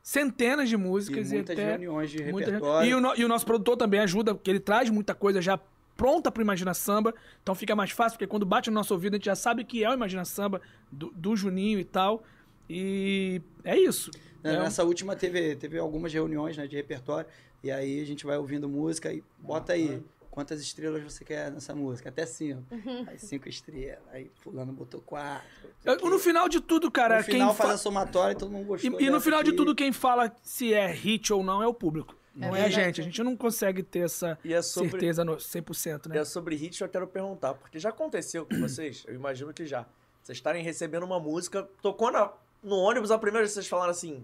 A: centenas de
D: E
A: músicas e,
D: muitas
A: até...
D: reuniões de
A: muita gente.
D: repertório.
A: E, o no- e o nosso produtor também ajuda, porque ele traz muita coisa já pronta pro Imagina Samba, então fica mais fácil, porque quando bate no nosso ouvido, a gente já sabe que é o Imagina Samba, do, do Juninho e tal, e é isso.
D: Né,
A: É um-
D: Nessa última teve, teve algumas reuniões né, de repertório, e aí a gente vai ouvindo música e bota aí. Quantas estrelas você quer nessa música? Até cinco. Aí cinco estrelas. Aí fulano botou quatro. não sei o
A: Eu-
D: quê.
A: no final de tudo, cara,
D: no final
A: quem fa-
D: faz a somatória e todo mundo gostou. né?
A: E, e no
D: dessa
A: final de
D: aqui.
A: tudo, quem fala se é hit ou não é o público. Não é, a
C: verdade.
A: gente. A gente não consegue ter essa
B: E é sobre-
A: certeza no 100%, né?
B: É sobre hit eu quero perguntar, porque já aconteceu com vocês, eu imagino que já. Vocês estarem recebendo uma música, tocou na- no ônibus a primeira vez vocês falaram assim,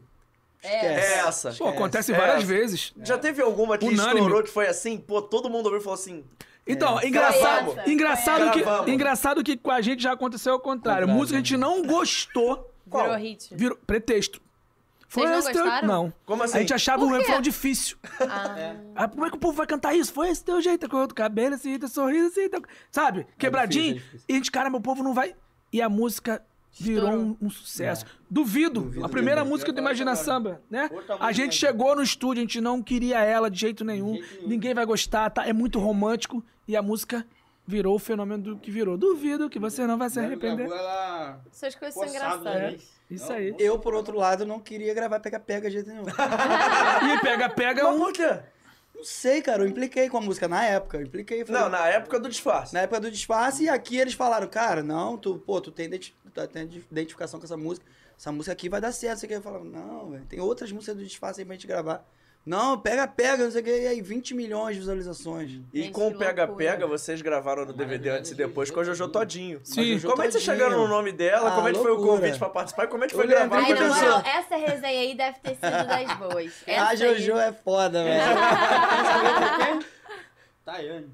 B: é
D: Esquece.
B: essa.
A: Pô, acontece
B: É.
A: várias vezes.
B: Já teve alguma que
A: Unânime.
B: estourou que foi assim? Pô, todo mundo ouviu e falou assim.
A: Então, engraçado,
C: Foi essa,
A: engraçado,
B: foi
A: que,
B: essa. Gravamos.
A: engraçado que com a gente já aconteceu ao contrário.
D: Contrário.
A: Música que a gente não gostou,
B: Qual?
C: Virou hit.
A: virou pretexto.
C: não
A: esse teu...
C: gostaram?
A: Não.
B: Como assim?
A: A gente achava o
C: Por quê?
A: refrão difícil.
C: Ah.
A: Ah, como é que o povo vai cantar isso? Foi esse teu jeito, a cor do cabelo, esse teu sorriso, esse teu... Sabe? Quebradinho.
D: difícil, é difícil.
A: e a gente, cara, meu povo não vai... E a música virou um, um sucesso. Duvido,
D: Duvido
A: a primeira
D: também.
A: música do Imagina
E: Agora,
A: Samba, né?
E: Outra
A: A
E: música.
A: gente chegou no estúdio, a gente não queria ela de jeito nenhum.
E: De jeito nenhum.
A: Ninguém vai gostar, tá? É muito romântico. E a música virou o fenômeno do que virou. Duvido que você não vai se
E: Ela
A: arrepender.
E: gravou ela
C: Essas coisas são
E: forçado, né?
C: engraçadas.
A: Isso
E: Não,
A: aí.
E: não.
D: É, Eu, por outro lado, não queria gravar pega-pega de jeito nenhum.
A: E pega, pega
B: Mas
A: um...
B: por quê?
D: não sei, cara. Eu impliquei com a música na época. Eu impliquei. falei,
B: Não, na época do disfarce.
D: Na época do disfarce, e aqui eles falaram, cara, não, tu, pô, tu tem, identi- tu tem identificação com essa música, essa música aqui vai dar certo. Você quer falar, não, velho, tem outras músicas do disfarce aí pra gente gravar. Não, pega, pega, não sei o que. E aí, 20 milhões de visualizações.
B: E
C: Gente,
B: com
C: que
B: o Pega Pega,
C: loucura.
B: vocês gravaram no DVD antes e depois com a Jojo Todinho.
A: Sim.
D: Jojo
B: Como é que vocês
D: Todinho.
B: chegaram no nome dela?
D: Ah,
B: como é que foi o
D: loucura.
B: convite pra participar? E Como é que
D: Eu
B: foi
D: lembro,
B: gravar
D: hein,
C: Ai, na
B: com a
D: professor?
C: moral,
B: Jojo?
C: essa resenha aí deve ter sido das boas. Essa
D: A
C: aí-
D: Jojo é foda, velho.
E: Tayane.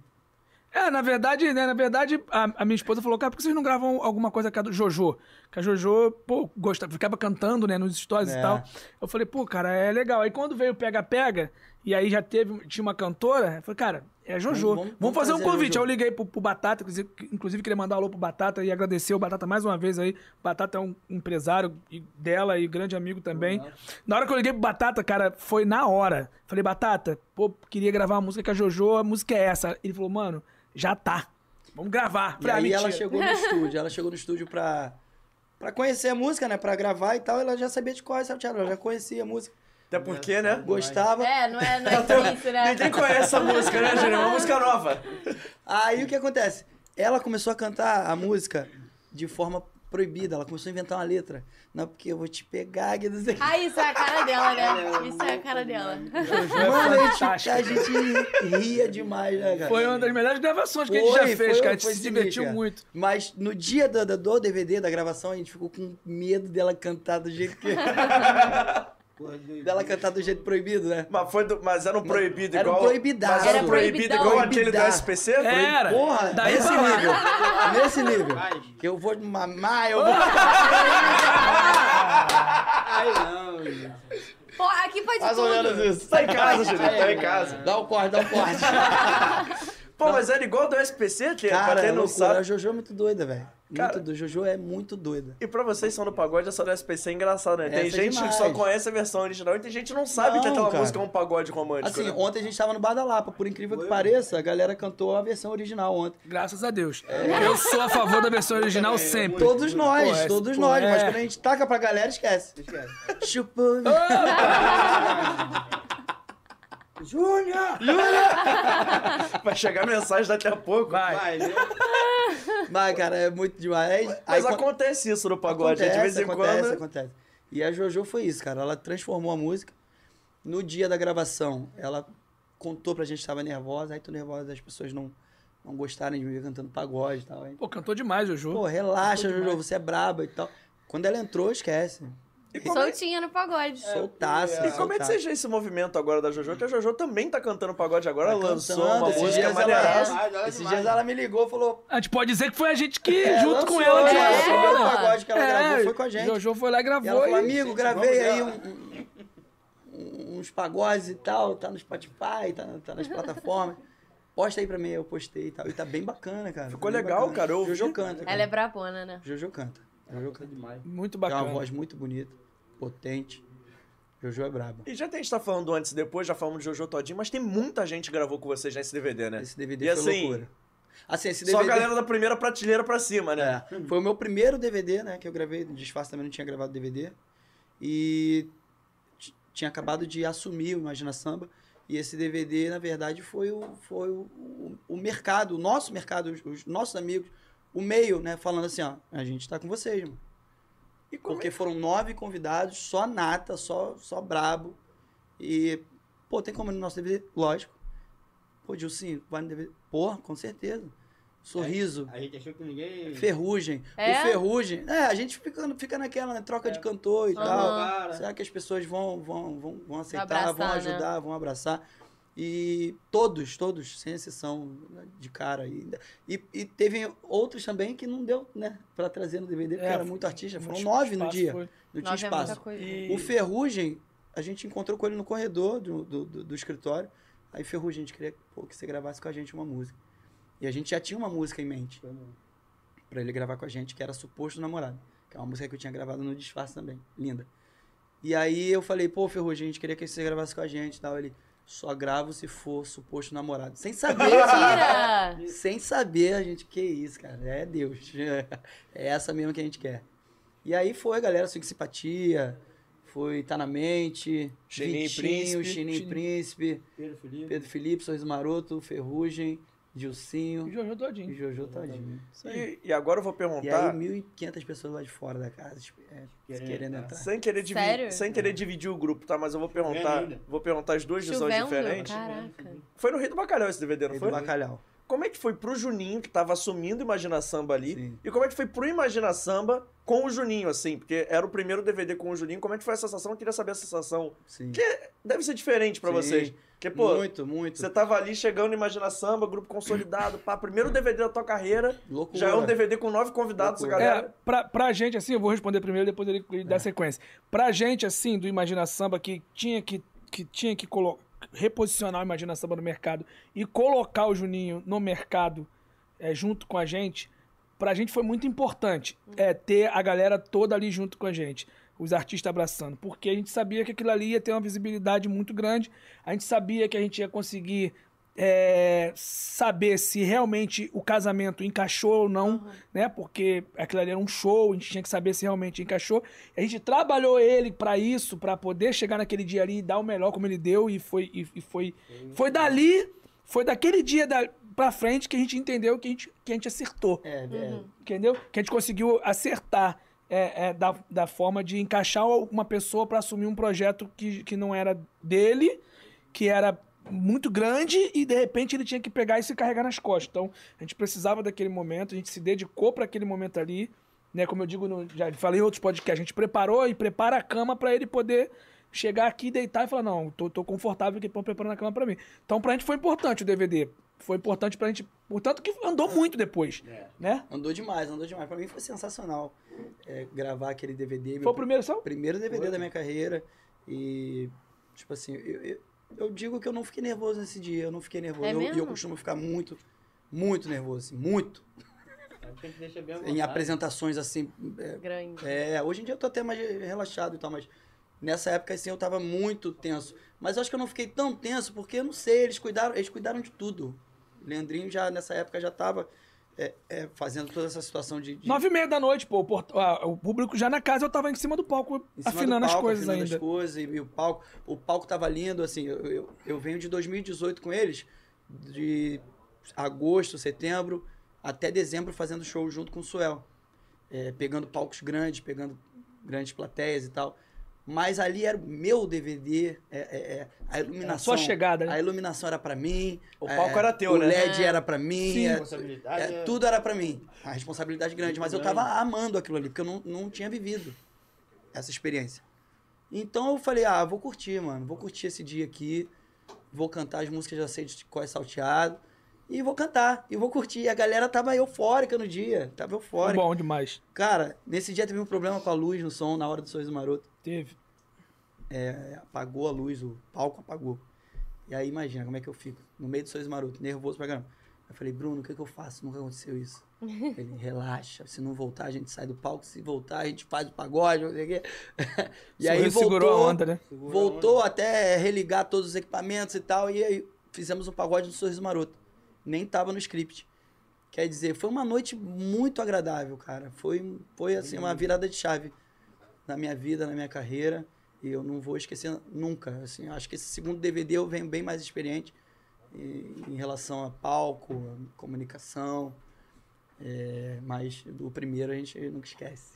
A: É, na verdade, né? Na verdade, a, a minha esposa falou, cara, por que vocês não gravam alguma coisa que a do Jojo? Que a Jojo, pô, gostava, ficava cantando, né, nos stories
D: É.
A: e tal. Eu falei, pô, cara, é legal. Aí quando veio o Pega Pega, e aí já teve, tinha uma cantora, eu falei, cara, é a Jojo.
D: Vamos-
A: Vamos,
D: vamos- vamos
A: fazer, um
D: fazer a
A: convite.
D: Jojo.
A: Aí eu liguei pro, pro Batata, inclusive, inclusive queria mandar um alô pro Batata e agradecer o Batata mais uma vez aí. Batata é um empresário e- dela e grande amigo também. Na hora que eu liguei pro Batata, cara, foi na hora. Falei, Batata, pô, queria gravar uma música com a Jojo, a música é essa. Ele falou, mano, já tá. Vamos gravar.
D: E
A: Falei, ah,
D: aí ela
A: mentira.
D: chegou no estúdio, ela chegou no estúdio pra, pra conhecer a música, né? Pra gravar e tal, ela já sabia de qual, sabe? Ela já conhecia a música,
B: Até porque, né?
D: gostava.
C: É, não é, não é difícil, né?
B: Ninguém conhece a música, né, Júnior? É uma música nova.
D: Aí o que acontece? Ela começou a cantar a música de forma proibida, ela começou a inventar uma letra. Não, porque eu vou te pegar, que não sei o quê.
C: Ah, isso é a cara dela, né? Isso é a cara dela.
D: Mano, a gente,
A: fantástica.
D: a gente ria demais, né, cara?
A: Foi uma das melhores gravações que a gente
D: Foi,
A: já fez,
D: foi,
A: cara. A gente
D: foi
A: se
D: sinistro,
A: divertiu
D: cara.
A: muito.
D: Mas no dia do, do- do DVD, da gravação, a gente ficou com medo dela cantar do jeito que.
E: Porra, doido.
D: dela cantar do jeito proibido, né?
B: Mas, foi do- mas era um proibido
D: era um
B: igual.
D: proibidaço.
B: Mas era um
C: Era
B: proibido
C: proibidão.
B: igual aquele do
D: Proibidá.
B: SPC?
A: Era.
D: Porra,
A: Daí
D: nesse
A: pra lá.
D: nível. nesse nível.
E: Vai.
D: Que eu vou mamar, eu vou.
E: Ai, não, gente.
C: Pô, aqui pode
D: Mais ou
C: tudo.
D: menos isso.
B: Tá em casa, Júnior. Tá
E: É.
B: em casa.
D: Dá o corte, dá o corte.
B: Pô, mas era igual do SPC, que pra
D: Cara,
B: quem
D: é
B: não
D: loucura.
B: sabe.
D: A Jojo é muito doida, velho.
B: Cara-
D: Muito doida. Jojo é muito doida.
B: E pra vocês que são do pagode, essa do SPC é engraçado, né? Tem
D: Essa é
B: gente que
D: demais.
B: só conhece a versão original e tem gente que não sabe que
D: Não,
B: aquela
D: cara.
B: música é um pagode romântico,
D: Assim,
B: né?
D: ontem a gente tava no Bar da Lapa. Por incrível que
E: Foi.
D: pareça, a galera cantou a versão original ontem.
A: Graças a Deus.
D: É.
A: Eu sou a favor da versão original sempre.
D: Todos nós,
A: Pô, é-
D: todos
A: pô,
D: nós.
A: é.
D: Mas quando a gente taca pra galera, esquece.
E: Esquece.
D: Chupa.
B: Ah!
E: Júnior!
B: Vai chegar mensagem daqui a pouco.
A: Vai.
E: Vai, né?
D: Mas, cara, é muito demais. Aí,
B: Mas
D: quando-
B: acontece isso no pagode, né? de vez em
D: acontece,
B: quando.
D: acontece. E a Jojo foi isso, cara. Ela transformou a música. No dia da gravação, ela contou pra gente que tava nervosa. Aí tô nervosa das pessoas não, não gostarem de me ver cantando pagode e tal. Aí,
A: Pô, cantou demais, Jojo.
B: Uhum.
D: Pô, relaxa, Jojo, você é braba e tal. Quando ela entrou, esquece.
C: Soltinha no pagode.
D: Soltasse.
B: é E como é que
D: soltasse.
B: vocês veem esse movimento agora da Jojo? Que a Jojo também tá cantando pagode agora,
D: Tá
B: lançou
D: cantando,
B: uma
D: esses
B: música
D: dias ela- tá
B: maneiraça.
E: Vai, vai
D: Esses
E: demais.
D: dias ela me ligou e falou.
A: A gente pode dizer que foi a gente que,
D: é,
A: junto
D: lançou,
A: com ela, É. que
D: né?
C: lançou.
D: O primeiro
A: lançou.
D: pagode que ela gravou foi com a gente.
A: Jojo foi lá e
D: E ela
A: gravou.
D: falou,
A: e-
D: amigo,
E: gente,
D: gravei
E: vamos
D: aí
E: lá."
D: um- um- uns pagodes e tal, tá no Spotify, tá, na- tá nas plataformas. Posta aí pra mim, eu postei e tal. E tá bem bacana, cara.
B: Ficou
D: Bem
B: legal,
D: bacana.
B: cara, eu ouvi.
D: Jojo canta.
C: Ela é
D: Cara.
C: brabona, né?
D: Jojo canta. Jojo canta.
E: demais.
A: Muito
D: Tem
A: bacana.
D: uma voz muito bonita, potente. Jojo é braba.
B: E já que a gente tá falando do antes e depois, já falamos de Jojo Todinho, mas tem muita gente que gravou com vocês nesse DVD, né?
D: Esse DVD
B: E
D: foi
B: assim,
D: loucura. Assim, esse
B: Só a
D: DVD
B: galera da primeira prateleira pra cima, né?
D: É, foi o meu primeiro DVD, né? Que eu gravei. no Disfarce também não tinha gravado DVD. E t- tinha acabado de assumir o Imagina Samba. E esse DVD, na verdade, foi o, foi o, o- o mercado, o nosso mercado, os, os nossos amigos, o meio, né? Falando assim, ó, a gente tá com vocês, mano.
B: E como é
D: Porque foram nove convidados, só nata, só, só brabo. E, pô, tem como ir no nosso DVD? Lógico. Pô, Dilcinho, vai no DVD? Pô, com
B: É,
D: certeza. Sorriso.
E: A gente achou que ninguém.
D: Ferrugem.
C: É?
D: O Ferrugem. É, a gente fica, fica naquela, né? Troca de cantor e
C: Aham.
D: tal.
E: Cara.
D: Será que as pessoas vão, vão, vão, vão aceitar,
C: abraçar,
D: vão
C: né?
D: ajudar, vão abraçar? E todos, todos, sem exceção, né, de cara. ainda. E, e teve outros também que não deu, né? Pra trazer no DVD, porque
A: É,
D: era muito artista. Foram
A: Muito
D: nove no
A: espaço
D: dia.
A: foi.
D: Não tinha
C: Nove é muita
D: espaço.
C: coisa.
B: E-
D: O Ferrugem, a gente encontrou com ele no corredor do, do, do- do escritório. Aí, Ferrugem, a gente queria pô, que você gravasse com a gente uma música. E a gente já tinha uma música em mente pra ele gravar com a gente, que era Suposto Namorado, que é uma música que eu tinha gravado no Disfarce também, linda. E aí eu falei, pô, Ferrugem, a gente queria que você gravasse com a gente e tal. Ele, só gravo se for Suposto Namorado. Sem saber, cara.
C: Mentira!
D: Sem saber, a gente, que isso, cara, é Deus. É essa mesmo que a gente quer. E aí foi, galera, Swing Simpatia, foi Tá Na Mente,
B: Chininho
D: Chininho
B: Príncipe.
D: Príncipe, Chininho
A: Chininho.
D: Príncipe,
E: Pedro Felipe.
D: Pedro Felipe, Sorriso Maroto, Ferrugem,
A: E
D: Gilcinho
A: Jojo é
D: e
A: todinho.
D: Jojo Todinho.
A: Isso aí.
B: E, e agora eu vou
D: E
B: perguntar,
D: aí 1.500 pessoas lá de fora da casa é,
E: Querendo
D: querendo
E: entrar.
D: entrar.
B: sem querer, divi-
C: Sério?
B: sem querer dividir o grupo, tá? Mas eu vou perguntar,
E: ainda.
B: vou perguntar as duas visões
C: Chovendo?
B: diferentes.
C: Caraca.
B: Foi no Rei do Bacalhau esse DVD, não
D: Rei
B: foi?
D: do bacalhau.
B: Como é que foi pro Juninho, que tava assumindo Imagina Samba ali,
D: Sim.
B: e como é que foi pro Imagina Samba com o Juninho, assim? Porque era o primeiro DVD com o Juninho, como é que foi a sensação? Eu queria saber a sensação.
D: Sim.
B: Deve ser diferente pra
D: Sim.
B: vocês. Porque, pô,
D: muito, muito.
B: você tava ali chegando no Imagina Samba, grupo consolidado, pá, primeiro DVD da tua carreira,
D: Loucura.
B: já é um DVD com nove convidados,
D: Loucura.
A: É,
B: galera.
A: pra, pra gente, assim, eu vou responder primeiro, depois ele, ele
D: É.
A: dá sequência. Pra gente, assim, do Imagina Samba, que tinha que, que, tinha que colo- reposicionar o Imagina Samba no mercado e colocar o Juninho no mercado é, junto com a gente, pra gente foi muito importante é, ter a galera toda ali junto com a gente. Os artistas abraçando, porque a gente sabia que aquilo ali ia ter uma visibilidade muito grande, a gente sabia que a gente ia conseguir é, saber se realmente o casamento encaixou ou não, né? Porque aquilo ali era um show, a gente tinha que saber se realmente encaixou. A gente trabalhou ele pra isso, pra poder chegar naquele dia ali e dar o melhor como ele deu e foi e, e foi foi dali, foi daquele dia da, pra frente que a gente entendeu que a gente, que a gente acertou,
D: É, é,
A: entendeu? Que a gente conseguiu acertar é, é, da, da forma de encaixar uma pessoa pra assumir um projeto que, que não era dele, que era muito grande e de repente ele tinha que pegar e se carregar nas costas. Então, a gente precisava daquele momento, a gente se dedicou para aquele momento ali, né? Como eu digo, no- já falei em outros podcasts, a gente preparou e prepara a cama para ele poder chegar aqui, deitar e falar: "Não, tô, tô confortável que estão preparando a cama para mim". Então, pra gente foi importante o DVD. Foi importante pra gente, portanto que andou muito depois,
E: É.
A: né?
D: Andou demais, andou demais. Pra mim foi sensacional é, gravar aquele DVD. meu
A: Foi o primeiro seu?
D: primeiro DVD
E: Foi.
D: da minha carreira. E, tipo assim, eu, eu, eu digo que eu não fiquei nervoso nesse dia. Eu não fiquei nervoso.
C: É
D: eu, e eu
C: mesmo?
D: costumo ficar muito, muito nervoso. assim, muito.
E: Tem que deixar bem à
D: Em
E: vontade.
D: apresentações, assim,
C: Grande.
D: É, hoje em dia eu tô até mais relaxado e tal, mas nessa época assim eu tava muito tenso. Mas eu acho que eu não fiquei tão tenso porque eu não sei, eles cuidaram, eles cuidaram de tudo. O Leandrinho já nessa época já tava é, é, fazendo toda essa situação de, de
A: Nove e meia da noite, pô. O, port- ah, o público já na casa, eu tava em cima do palco
D: em cima do
A: afinando as
D: palco,
A: coisas
D: afinando
A: ainda.
D: as coisas e, e o palco, o palco tava lindo assim. Eu, eu, eu venho de 2018 com eles de agosto, setembro até dezembro fazendo show junto com o Suel. É, pegando palcos grandes, pegando grandes plateias e tal. Mas ali era o meu DVD, é, é, é, a
A: Era
D: iluminação.
A: Só a chegada, né?
D: A iluminação era pra mim.
B: O
D: é,
B: palco era teu,
D: o
B: né?
D: LED era pra mim.
A: Sim.
D: é,
E: Responsabilidade
D: é,
E: é-
D: tudo era pra mim. A responsabilidade grande. Mas eu
E: Grande.
D: tava amando aquilo ali, porque eu não, não tinha vivido essa experiência. Então eu falei, ah, vou curtir, mano. Vou curtir esse dia aqui. Vou cantar as músicas, já sei de qual é salteado. E vou cantar, e vou curtir. E a galera tava eufórica no dia. Tava
A: Foi
D: eufórica.
A: bom demais.
D: Cara, nesse dia teve um problema com a luz no som, na hora do Sorriso Maroto.
A: Teve.
D: É, apagou a luz, o palco apagou. E aí, imagina como é que eu fico, no meio do Sorriso Maroto, nervoso pra caramba. Eu falei, Bruno, o que, que eu faço? Nunca aconteceu isso. Ele, relaxa, se não voltar, a gente sai do palco, se voltar, a gente faz o pagode, não sei o quê. E aí
A: Sorriso
D: voltou,
A: segurou a onda, né?
E: Segura
D: voltou até religar todos os equipamentos e tal, e aí fizemos um pagode do Sorriso Maroto. Nem tava no script. Quer dizer, foi uma noite muito agradável, cara. Foi, foi assim, uma virada de chave na minha vida, na minha carreira. E eu não vou esquecer nunca. Assim, acho que esse segundo DVD eu venho bem mais experiente e- em relação a palco, a comunicação. É, mas do primeiro a gente nunca esquece.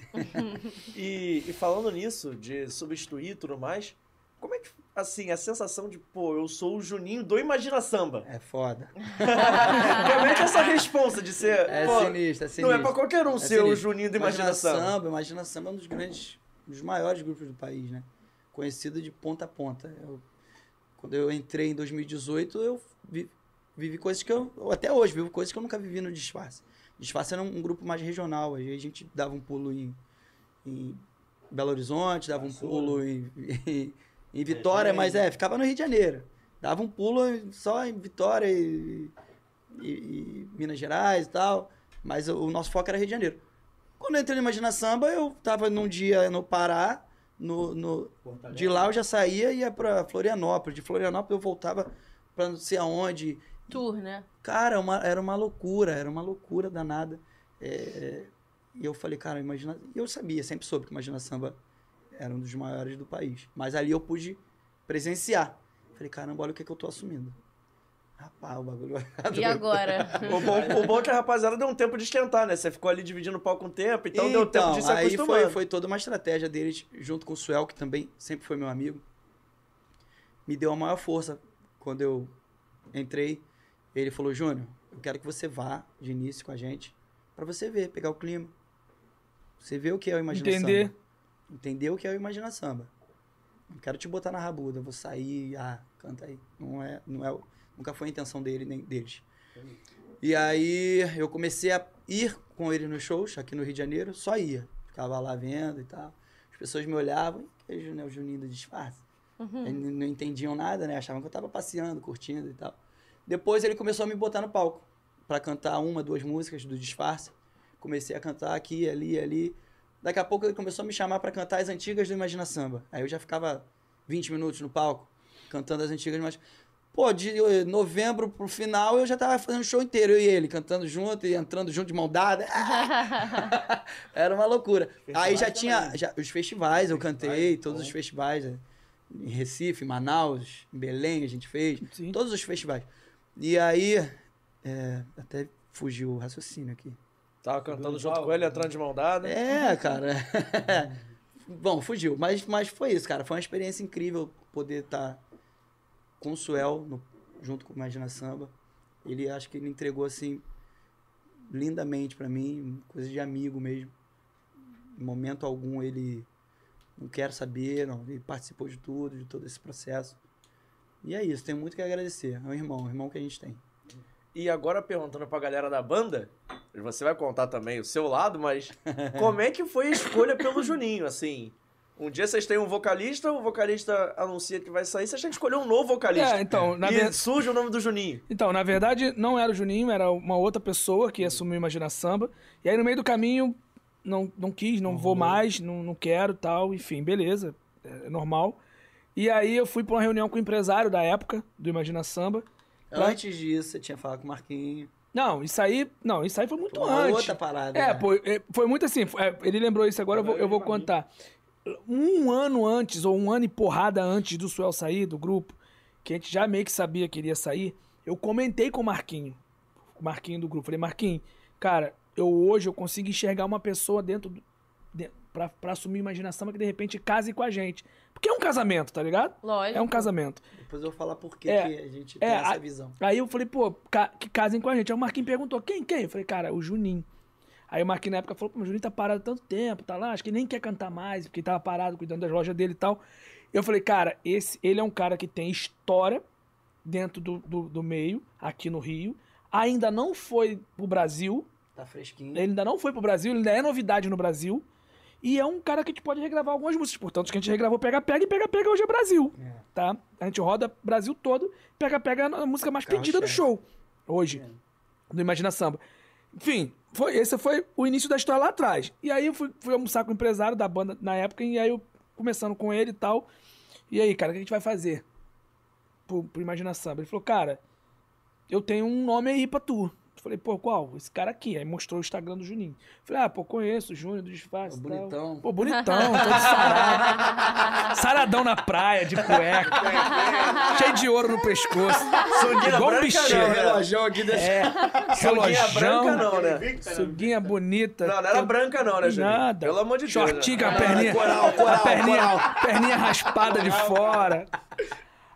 B: E, e falando nisso, de substituir e tudo mais, como é que, assim, a sensação de, pô, eu sou o Juninho do Imagina Samba?
D: É foda.
B: Realmente essa responsa de ser,
D: É
B: pô,
D: sinistro, é
B: não
D: sinistro.
B: é pra qualquer um
D: É
B: ser o
D: sinistro.
B: Juninho do Imagina Samba.
D: Imagina Samba é um dos grandes, um dos maiores grupos do país, né? Conhecido de ponta a ponta. Eu- quando eu entrei em 2018, eu vi- vivi coisas que eu, eu até hoje vivo coisas que eu nunca vivi no Disfarce. Disfarce era um grupo mais regional, aí a gente dava um pulo em, em Belo Horizonte, dava um
E: Açores.
D: pulo em, em, em Vitória,
E: Janeiro.
D: mas é, ficava no Rio de Janeiro. Dava um pulo em- só em Vitória e, e- e Minas Gerais e tal, mas o o nosso foco era Rio de Janeiro. Quando eu entrei no Imagina Samba, eu tava num dia no Pará, no, no-
E: Fortaleza.
D: de lá eu já saía e ia pra Florianópolis. De Florianópolis eu voltava pra não sei aonde.
C: Tour, né?
D: Cara, uma- era uma loucura, era uma loucura danada. É, e eu falei, cara, imagina. e Eu sabia, sempre soube que Imagina Samba era um dos maiores do país. Mas ali eu pude presenciar. Falei, caramba, olha o que, que eu tô assumindo. Rapaz, o bagulho vai ficar
C: E
D: doido.
C: agora?
B: O bom, o bom é que a rapaziada deu um tempo de esquentar, né? Você ficou ali dividindo o pau com o tempo, então, deu tempo de se
D: aí
B: acostumar.
D: foi, foi toda uma estratégia deles, junto com o Suel, que também sempre foi meu amigo. Me deu a maior força quando eu entrei. Ele falou, Júnior, eu quero que você vá de início com a gente, pra você ver, pegar o clima. Você vê o que é o Imagina
A: Entender.
D: Samba. Entender o que é o Imagina Samba. Não quero te botar na rabuda, vou sair, ah, canta aí. Não é, não é, o- nunca foi a intenção dele nem deles. E aí eu comecei a ir com ele nos shows aqui no Rio de Janeiro, só ia. Ficava lá vendo e tal. As pessoas me olhavam, e aí, né, o Juninho do disfarce. Eles não entendiam nada, né? Achavam que eu tava passeando, curtindo e tal. Depois ele começou a me botar no palco pra cantar uma, duas músicas do disfarce. Comecei a cantar aqui, ali, ali. Daqui a pouco ele começou a me chamar pra cantar as antigas do Imagina Samba. Aí eu já ficava 20 minutos no palco cantando as antigas, mas pô, de eh, novembro pro final eu já tava fazendo o show inteiro, eu e ele, cantando junto e entrando junto de mão dada. Era uma loucura. Aí já tinha já- os festivais, eu cantei, todos os festivais, né? em Recife, em Manaus, em Belém a gente fez,
A: Sim.
D: todos os festivais. E aí, é, até fugiu o raciocínio aqui.
B: Tava cantando junto com ele, entrando de mão dada.
A: Uhum.
D: É, cara. Bom, fugiu. Mas, mas foi isso, cara. Foi uma experiência incrível poder estar com o Suel, no- junto com o Imagina Samba. Ele acho que ele entregou assim lindamente pra mim, coisa de amigo mesmo. Em momento algum ele não quer saber, não. Ele participou de tudo, de todo esse processo. E é isso, tenho muito que agradecer. É um irmão, um irmão que a gente tem.
B: E agora perguntando pra galera da banda, você vai contar também o seu lado, mas como é que foi a escolha pelo Juninho, assim? Um dia vocês têm um vocalista, o vocalista anuncia que vai sair, vocês têm que escolher um novo vocalista.
A: É, então, na
B: e
A: verdade.
B: surge o nome do Juninho.
A: Então, na verdade, não era o Juninho, era uma outra pessoa que assumiu Imagina Samba. E aí, no meio do caminho, não, não quis, não
D: Uhum.
A: vou mais, não, não quero tal. Enfim, beleza, é normal. E aí, eu fui pra uma reunião com o empresário da época, do Imagina Samba. Pra-
D: Antes disso, você tinha falado com o Marquinhos.
A: Não, isso aí, não, isso aí foi muito
D: Foi uma
A: antes.
D: outra parada.
A: É,
D: né?
A: pô, é, foi muito assim. foi- é, Ele lembrou isso agora, eu vou, eu vou contar. Um ano antes, ou um ano e porrada antes do Suel sair do grupo, que a gente já meio que sabia que ele ia sair, eu comentei com o Marquinho. O Marquinho do grupo. Falei, Marquinho, cara, eu hoje eu consigo enxergar uma pessoa dentro do. de- pra, pra assumir imaginação, mas que de repente case com a gente. Porque é um casamento, tá ligado?
C: Lógico.
A: É um casamento.
D: Depois eu vou falar por que,
A: É,
D: que a gente
A: é,
D: tem essa
A: a-
D: visão.
A: Aí eu falei, pô, ca- que casem com a gente. Aí o Marquinhos perguntou, quem, quem? Eu falei, cara, o Juninho. Aí o Marquinhos na época falou, pô, mas o Juninho tá parado tanto tempo, tá lá, acho que nem quer cantar mais, porque tava parado cuidando das lojas dele e tal. Eu falei, cara, esse, ele é um cara que tem história dentro do, do, do meio, aqui no Rio, ainda não foi pro Brasil,
D: Tá fresquinho.
A: ele ainda não foi pro Brasil, ele ainda é novidade no Brasil, e é um cara que a gente pode regravar algumas músicas, portanto, que a gente regravou Pega Pega e Pega Pega hoje é Brasil
D: É.
A: tá? A gente roda Brasil todo, pega, pega é a música mais
D: Carro
A: pedida do
D: chefe.
A: show hoje, do Imagina Samba. Enfim, foi, esse foi o início da história lá atrás. E aí eu fui, fui almoçar com o empresário da banda na época, e aí eu começando com ele e tal. E aí, cara, o que a gente vai fazer pro, pro Imagina Samba? Ele falou, cara, eu tenho um nome aí pra tu. Eu Falei, pô, qual? Esse cara aqui. Aí mostrou o Instagram do Juninho. Eu Falei, ah, pô, conheço o Júnior do Disfarce. e tal.
D: tá bonitão.
A: Pô, bonitão, todo sarado. Saradão na praia, de cueca. cheio de ouro no pescoço.
B: Sunguinha
A: Igual um
B: branca
A: bicheiro.
B: não, né?
D: relógio aqui desse...
A: É,
B: Sunguinha
A: relojão.
B: branca não, né?
A: Suguinha bonita.
B: Não, não era branca não, né, Juninho?
A: Nada.
B: Pelo amor de Deus.
A: Shortinho com
B: né?
A: a perninha.
D: coral, coral,
A: a perninha,
D: coral.
A: perninha raspada de fora.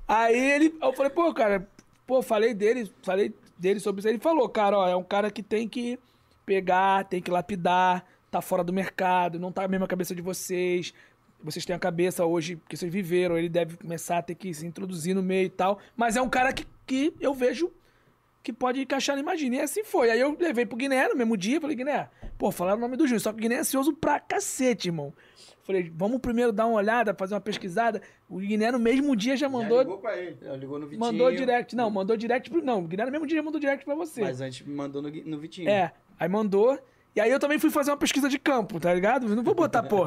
A: Aí ele. Eu falei, pô, cara, pô, falei dele, falei dele sobre isso. Ele falou, cara, ó, é um cara que tem que pegar, tem que lapidar, tá fora do mercado, não tá a mesma cabeça de vocês. Vocês têm a cabeça hoje que vocês viveram, ele deve começar a ter que se introduzir no meio e tal. Mas é um cara que, que eu vejo que pode encaixar no Imagina. E assim foi. Aí eu levei pro Guiné no mesmo dia, falei, Guiné, pô, falaram o nome do Júnior, só que o Guiné é ansioso pra cacete, irmão. Falei, vamos primeiro dar uma olhada, fazer uma pesquisada. O Guiné no mesmo dia já mandou.
E: Ligou pra ele.
D: Ela Ligou no Vitinho.
A: mandou direct. Não, mandou direct pro. Não, o Guiné no mesmo dia já mandou direct pra você.
D: Mas antes me mandou no, Gui- no Vitinho.
A: É, aí mandou. E aí eu também fui fazer uma pesquisa de campo, tá ligado? Não vou botar, pô,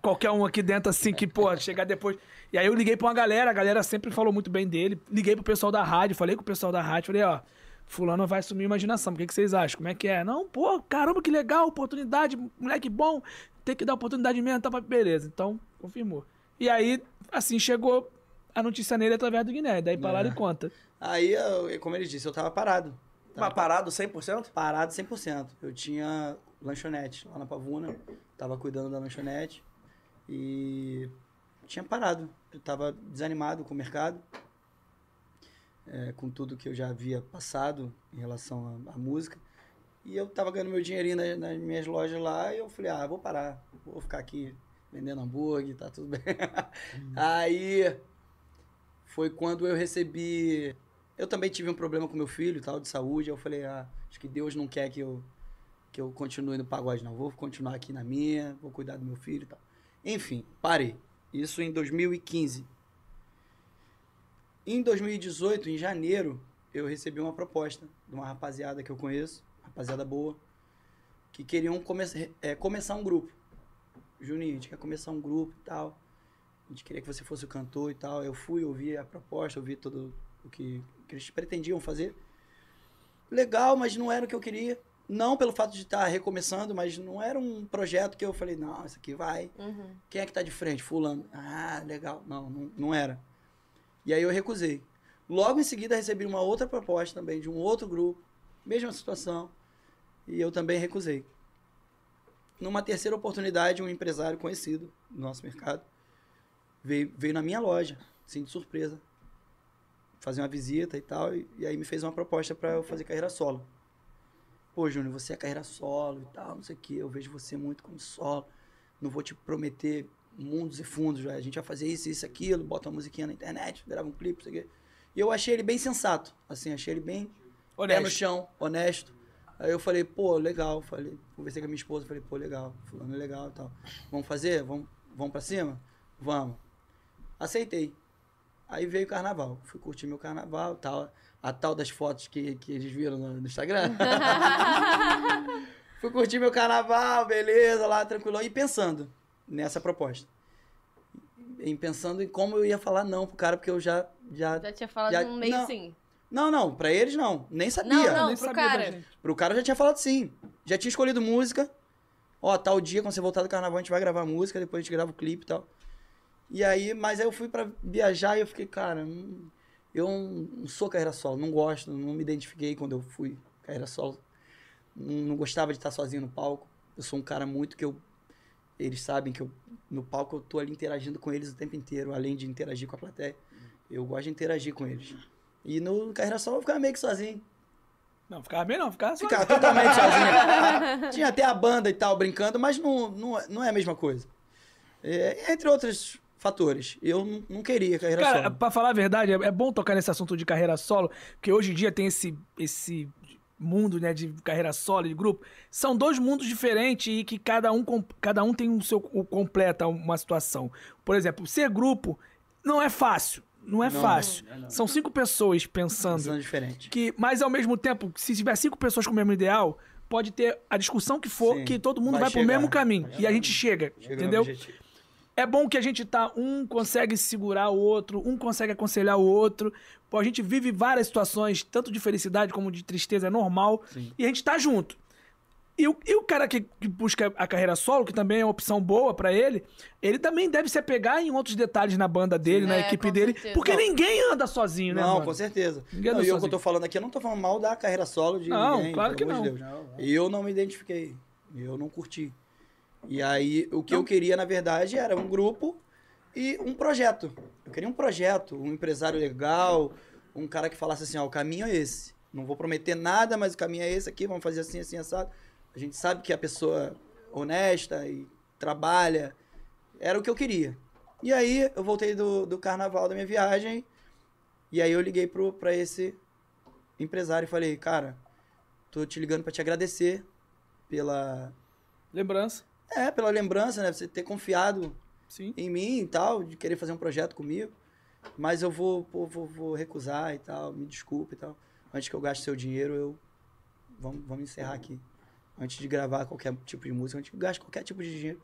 A: qualquer um aqui dentro assim que, pô, chegar depois. E aí eu liguei pra uma galera, a galera sempre falou muito bem dele. Liguei pro pessoal da rádio, falei com o pessoal da rádio, falei, ó, fulano vai sumir imaginação, o que, que vocês acham? Como é que é? Não, pô, caramba, que legal, oportunidade, moleque bom, tem que dar oportunidade mesmo, tá? Beleza, então, confirmou. E aí, assim, chegou a notícia nele através do Guiné. Daí pra lá ele conta.
D: Aí, eu- como ele disse, eu tava parado.
B: Mas parado 100%?
D: Parado 100%. Eu tinha lanchonete lá na Pavuna, tava cuidando da lanchonete e tinha parado. Eu tava desanimado com o mercado, é, com tudo que eu já havia passado em relação à, à música. E eu tava ganhando meu dinheirinho na- nas minhas lojas lá e eu falei, ah, vou parar, vou ficar aqui vendendo hambúrguer, tá tudo bem. Aí foi quando eu recebi eu também tive um problema com meu filho, tal, de saúde. Eu falei, ah, acho que Deus não quer que eu, que eu continue no pagode, não. Vou continuar aqui na minha, vou cuidar do meu filho e tal. Enfim, parei. Isso em 2015. Em 2018, em janeiro, eu recebi uma proposta de uma rapaziada que eu conheço, rapaziada boa, que queriam come eh, começar um grupo. Juninho, a gente quer começar um grupo e tal. A gente queria que você fosse o cantor e tal. Eu fui, ouvi a proposta, ouvi todo o que, que eles pretendiam fazer. Legal, mas não era o que eu queria. Não pelo fato de estar recomeçando, mas não era um projeto que eu falei, não, isso aqui vai.
C: Uhum.
D: Quem é que tá de frente? Fulano. Ah, legal. Não, não, não era. E aí eu recusei. Logo em seguida recebi uma outra proposta também de um outro grupo, mesma situação, e eu também recusei. Numa terceira oportunidade, um empresário conhecido do nosso mercado veio, veio na minha loja, assim, de surpresa, fazer uma visita e tal, e, e aí me fez uma proposta para eu fazer carreira solo. Pô, Júnior, você é carreira solo e tal, não sei o quê, eu vejo você muito como solo não vou te prometer mundos e fundos, a gente vai fazer isso, isso, aquilo, bota uma musiquinha na internet, grava um clipe, isso aqui. E eu achei ele bem sensato, assim, achei ele bem pé no
A: Honesto.
D: chão, honesto. Aí eu falei, pô, legal, falei, conversei com a minha esposa, falei, pô, legal, fulano é legal e tal. Vamos fazer? Vamos, vamos pra cima? Vamos. Aceitei. Aí veio o carnaval, fui curtir meu carnaval e tal, a tal das fotos que, que eles viram no- no Instagram. Fui curtir meu carnaval, beleza, lá tranquilão. E pensando nessa proposta. E pensando em como eu ia falar não pro cara, porque eu já. já...
C: Já tinha falado
D: Já-
C: um meio
D: não.
C: sim.
D: Não, não, pra eles não. Nem sabia.
C: Não, não,
A: Nem
C: pro
A: sabia da
C: cara.
A: gente.
D: Pro cara eu já tinha falado sim. Já tinha escolhido música. Ó, tal dia, quando você voltar do carnaval, a gente vai gravar música, depois a gente grava o clipe e tal. E aí, mas aí eu fui pra viajar e eu fiquei, cara, hum, eu não não sou carreira solo, não gosto, não me identifiquei quando eu fui carreira solo. Não, não gostava de estar sozinho no palco. Eu sou um cara muito que eu. Eles sabem que eu, no palco eu tô ali interagindo com eles o tempo inteiro, além de interagir com a plateia. Eu gosto de interagir com eles. E no carreira solo eu ficava meio que sozinho.
A: Não, ficava bem não, ficava só.
D: Ficava é totalmente sozinho. Tinha até a banda e tal brincando, mas não, não, é- não é a mesma coisa. É, entre outros fatores. Eu n- não queria carreira
A: Cara,
D: solo.
A: pra falar a verdade, é é bom tocar nesse assunto de carreira solo, porque hoje em dia tem esse, esse mundo, né, de carreira solo, de grupo. São dois mundos diferentes e que cada um, com- cada um tem um seu, o- completa uma situação. Por exemplo, ser grupo não é fácil. Não é
D: Não,
A: fácil.
D: não é não.
A: São cinco pessoas pensando
D: São diferente.
A: que, mas ao mesmo tempo, se tiver cinco pessoas com o mesmo ideal, pode ter a discussão que for,
D: Sim,
A: que todo mundo vai,
D: vai
A: pro
D: chegar.
A: mesmo caminho. E a gente chega,
D: Chega no
A: entendeu?
D: objetivo.
A: É bom que a gente tá, um consegue segurar o outro, um consegue aconselhar o outro. Pô, a gente vive várias situações, tanto de felicidade como de tristeza, é normal. E a gente tá junto. E o, e o cara que, que busca a carreira solo, que também é uma opção boa pra ele, ele também deve se apegar em outros detalhes na banda dele, na
C: É,
A: equipe
C: com
A: dele.
C: certeza.
A: Porque
D: Não.
A: ninguém anda sozinho, né?
D: Não,
A: mano?
D: com certeza.
A: Ninguém
D: Não,
A: anda
D: e eu que eu
A: sozinho.
D: tô falando aqui, eu não tô falando mal da carreira solo de
A: Não,
D: ninguém,
A: claro
D: pelo
A: que
D: amor de
E: Não, não.
D: Deus. Eu não me identifiquei. Eu não curti. E aí, o que eu queria, na verdade, era um grupo e um projeto. Eu queria um projeto, um empresário legal, um cara que falasse assim, ó, o caminho é esse. Não vou prometer nada, mas o caminho é esse aqui, vamos fazer assim, assim, assado. A gente sabe que a pessoa é honesta e trabalha. Era o que eu queria. E aí, eu voltei do, do carnaval da minha viagem, e aí eu liguei pro, pra esse empresário e falei, cara, tô te ligando pra te agradecer pela...
A: Lembrança,
D: É, pela lembrança, né? Você ter confiado
A: sim.
D: em mim e tal, de querer fazer um projeto comigo, mas eu vou, pô, vou, vou recusar e tal, me desculpe e tal. Antes que eu gaste seu dinheiro, eu. Vamos, vamos encerrar aqui. Antes de gravar qualquer tipo de música, antes que eu gaste qualquer tipo de dinheiro.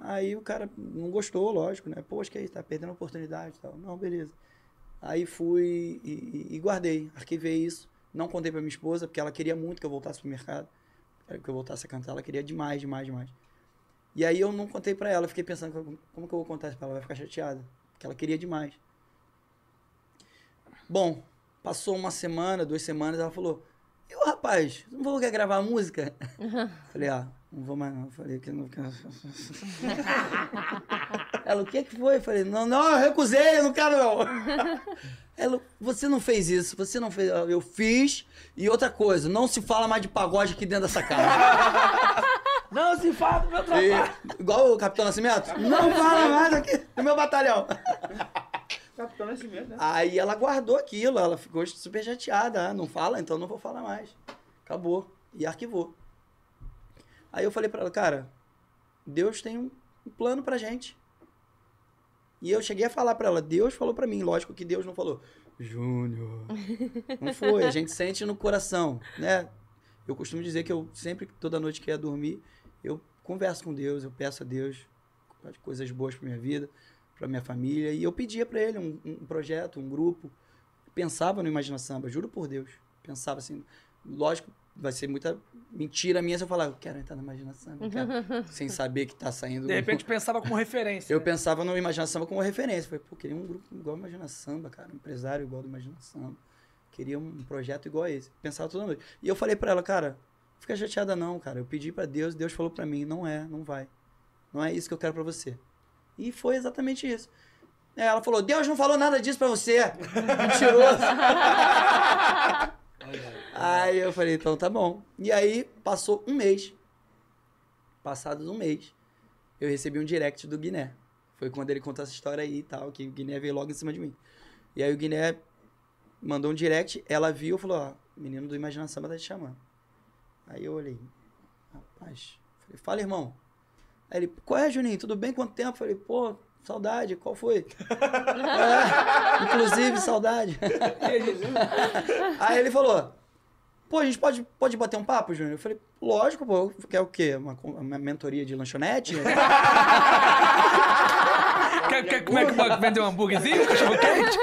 D: Aí o cara não gostou, lógico, né? Pô, acho que aí tá perdendo a oportunidade e tal. Não, beleza. Aí fui e, e- e guardei, arquivei isso. Não contei pra minha esposa, porque ela queria muito que eu voltasse pro mercado. Era que eu voltasse a cantar, ela queria demais, demais, demais. E aí eu não contei pra ela, eu fiquei pensando, como, como que eu vou contar isso pra ela? Ela Vai ficar chateada. Porque ela queria demais. Bom, passou uma semana, duas semanas, ela falou: E o rapaz, não vou quer gravar música? falei, ah, não vou mais não. Falei que não. quero." ela, o que que foi? Falei, não, não, eu recusei, eu não quero não. Ela, você não fez isso, você não fez. Eu fiz. E outra coisa, não se fala mais de pagode aqui dentro dessa casa.
A: Não se fala do meu trabalho.
D: E- igual o Capitão Nascimento, não fala mais aqui do meu batalhão.
E: Capitão Nascimento, né?
D: Aí ela guardou aquilo, ela ficou super chateada. Ah, não fala, então não vou falar mais. Acabou. E arquivou. Aí eu falei pra ela, cara, Deus tem um um plano pra gente. E eu cheguei a falar pra ela, Deus falou pra mim, lógico que Deus não falou. Júnior. Não foi, a gente sente no coração, né? Eu costumo dizer que eu sempre, toda noite que ia dormir, eu converso com Deus, eu peço a Deus as coisas boas pra minha vida para minha família e eu pedia para ele um, um projeto, um grupo. Pensava no Imagina Samba, juro por Deus. Pensava assim, lógico, vai ser muita mentira minha se eu falar, eu quero entrar no Imagina Samba, eu quero", sem saber que tá saindo.
A: Uhum. De repente pensava como referência. né?
D: Eu pensava no Imagina Samba como referência. Falei, pô, queria um grupo igual ao Imagina Samba, cara. Um empresário igual ao do Imagina Samba. Queria um projeto igual a esse. Pensava toda noite. E eu falei pra ela, cara, não fica chateada não, cara. Eu pedi pra Deus, Deus falou pra mim, não é, não vai. Não é isso que eu quero pra você. E foi exatamente isso. É, Ela falou, Deus não falou nada disso pra você. Mentiroso. aí eu falei, então tá bom. E aí passou um mês. Passados um mês, eu recebi um direct do Guiné. Foi quando ele contou essa história aí e tal, que o Guiné veio logo em cima de mim. E aí o Guiné mandou um direct, ela viu e falou, ó, o menino do Imagina Samba tá te chamando. Aí eu olhei, rapaz, falei, fala, irmão. Aí ele, qual é, Juninho? Tudo bem? Quanto tempo? Falei, pô, saudade, qual foi? É, inclusive, saudade. Aí ele falou: Pô, a gente pode, pode bater um papo, Júnior? Eu falei: Lógico, pô. Quer o quê? Uma, con- uma mentoria de lanchonete?
A: Quer, quer, como é que pode vender um hambúrguerzinho, um cachorro quente?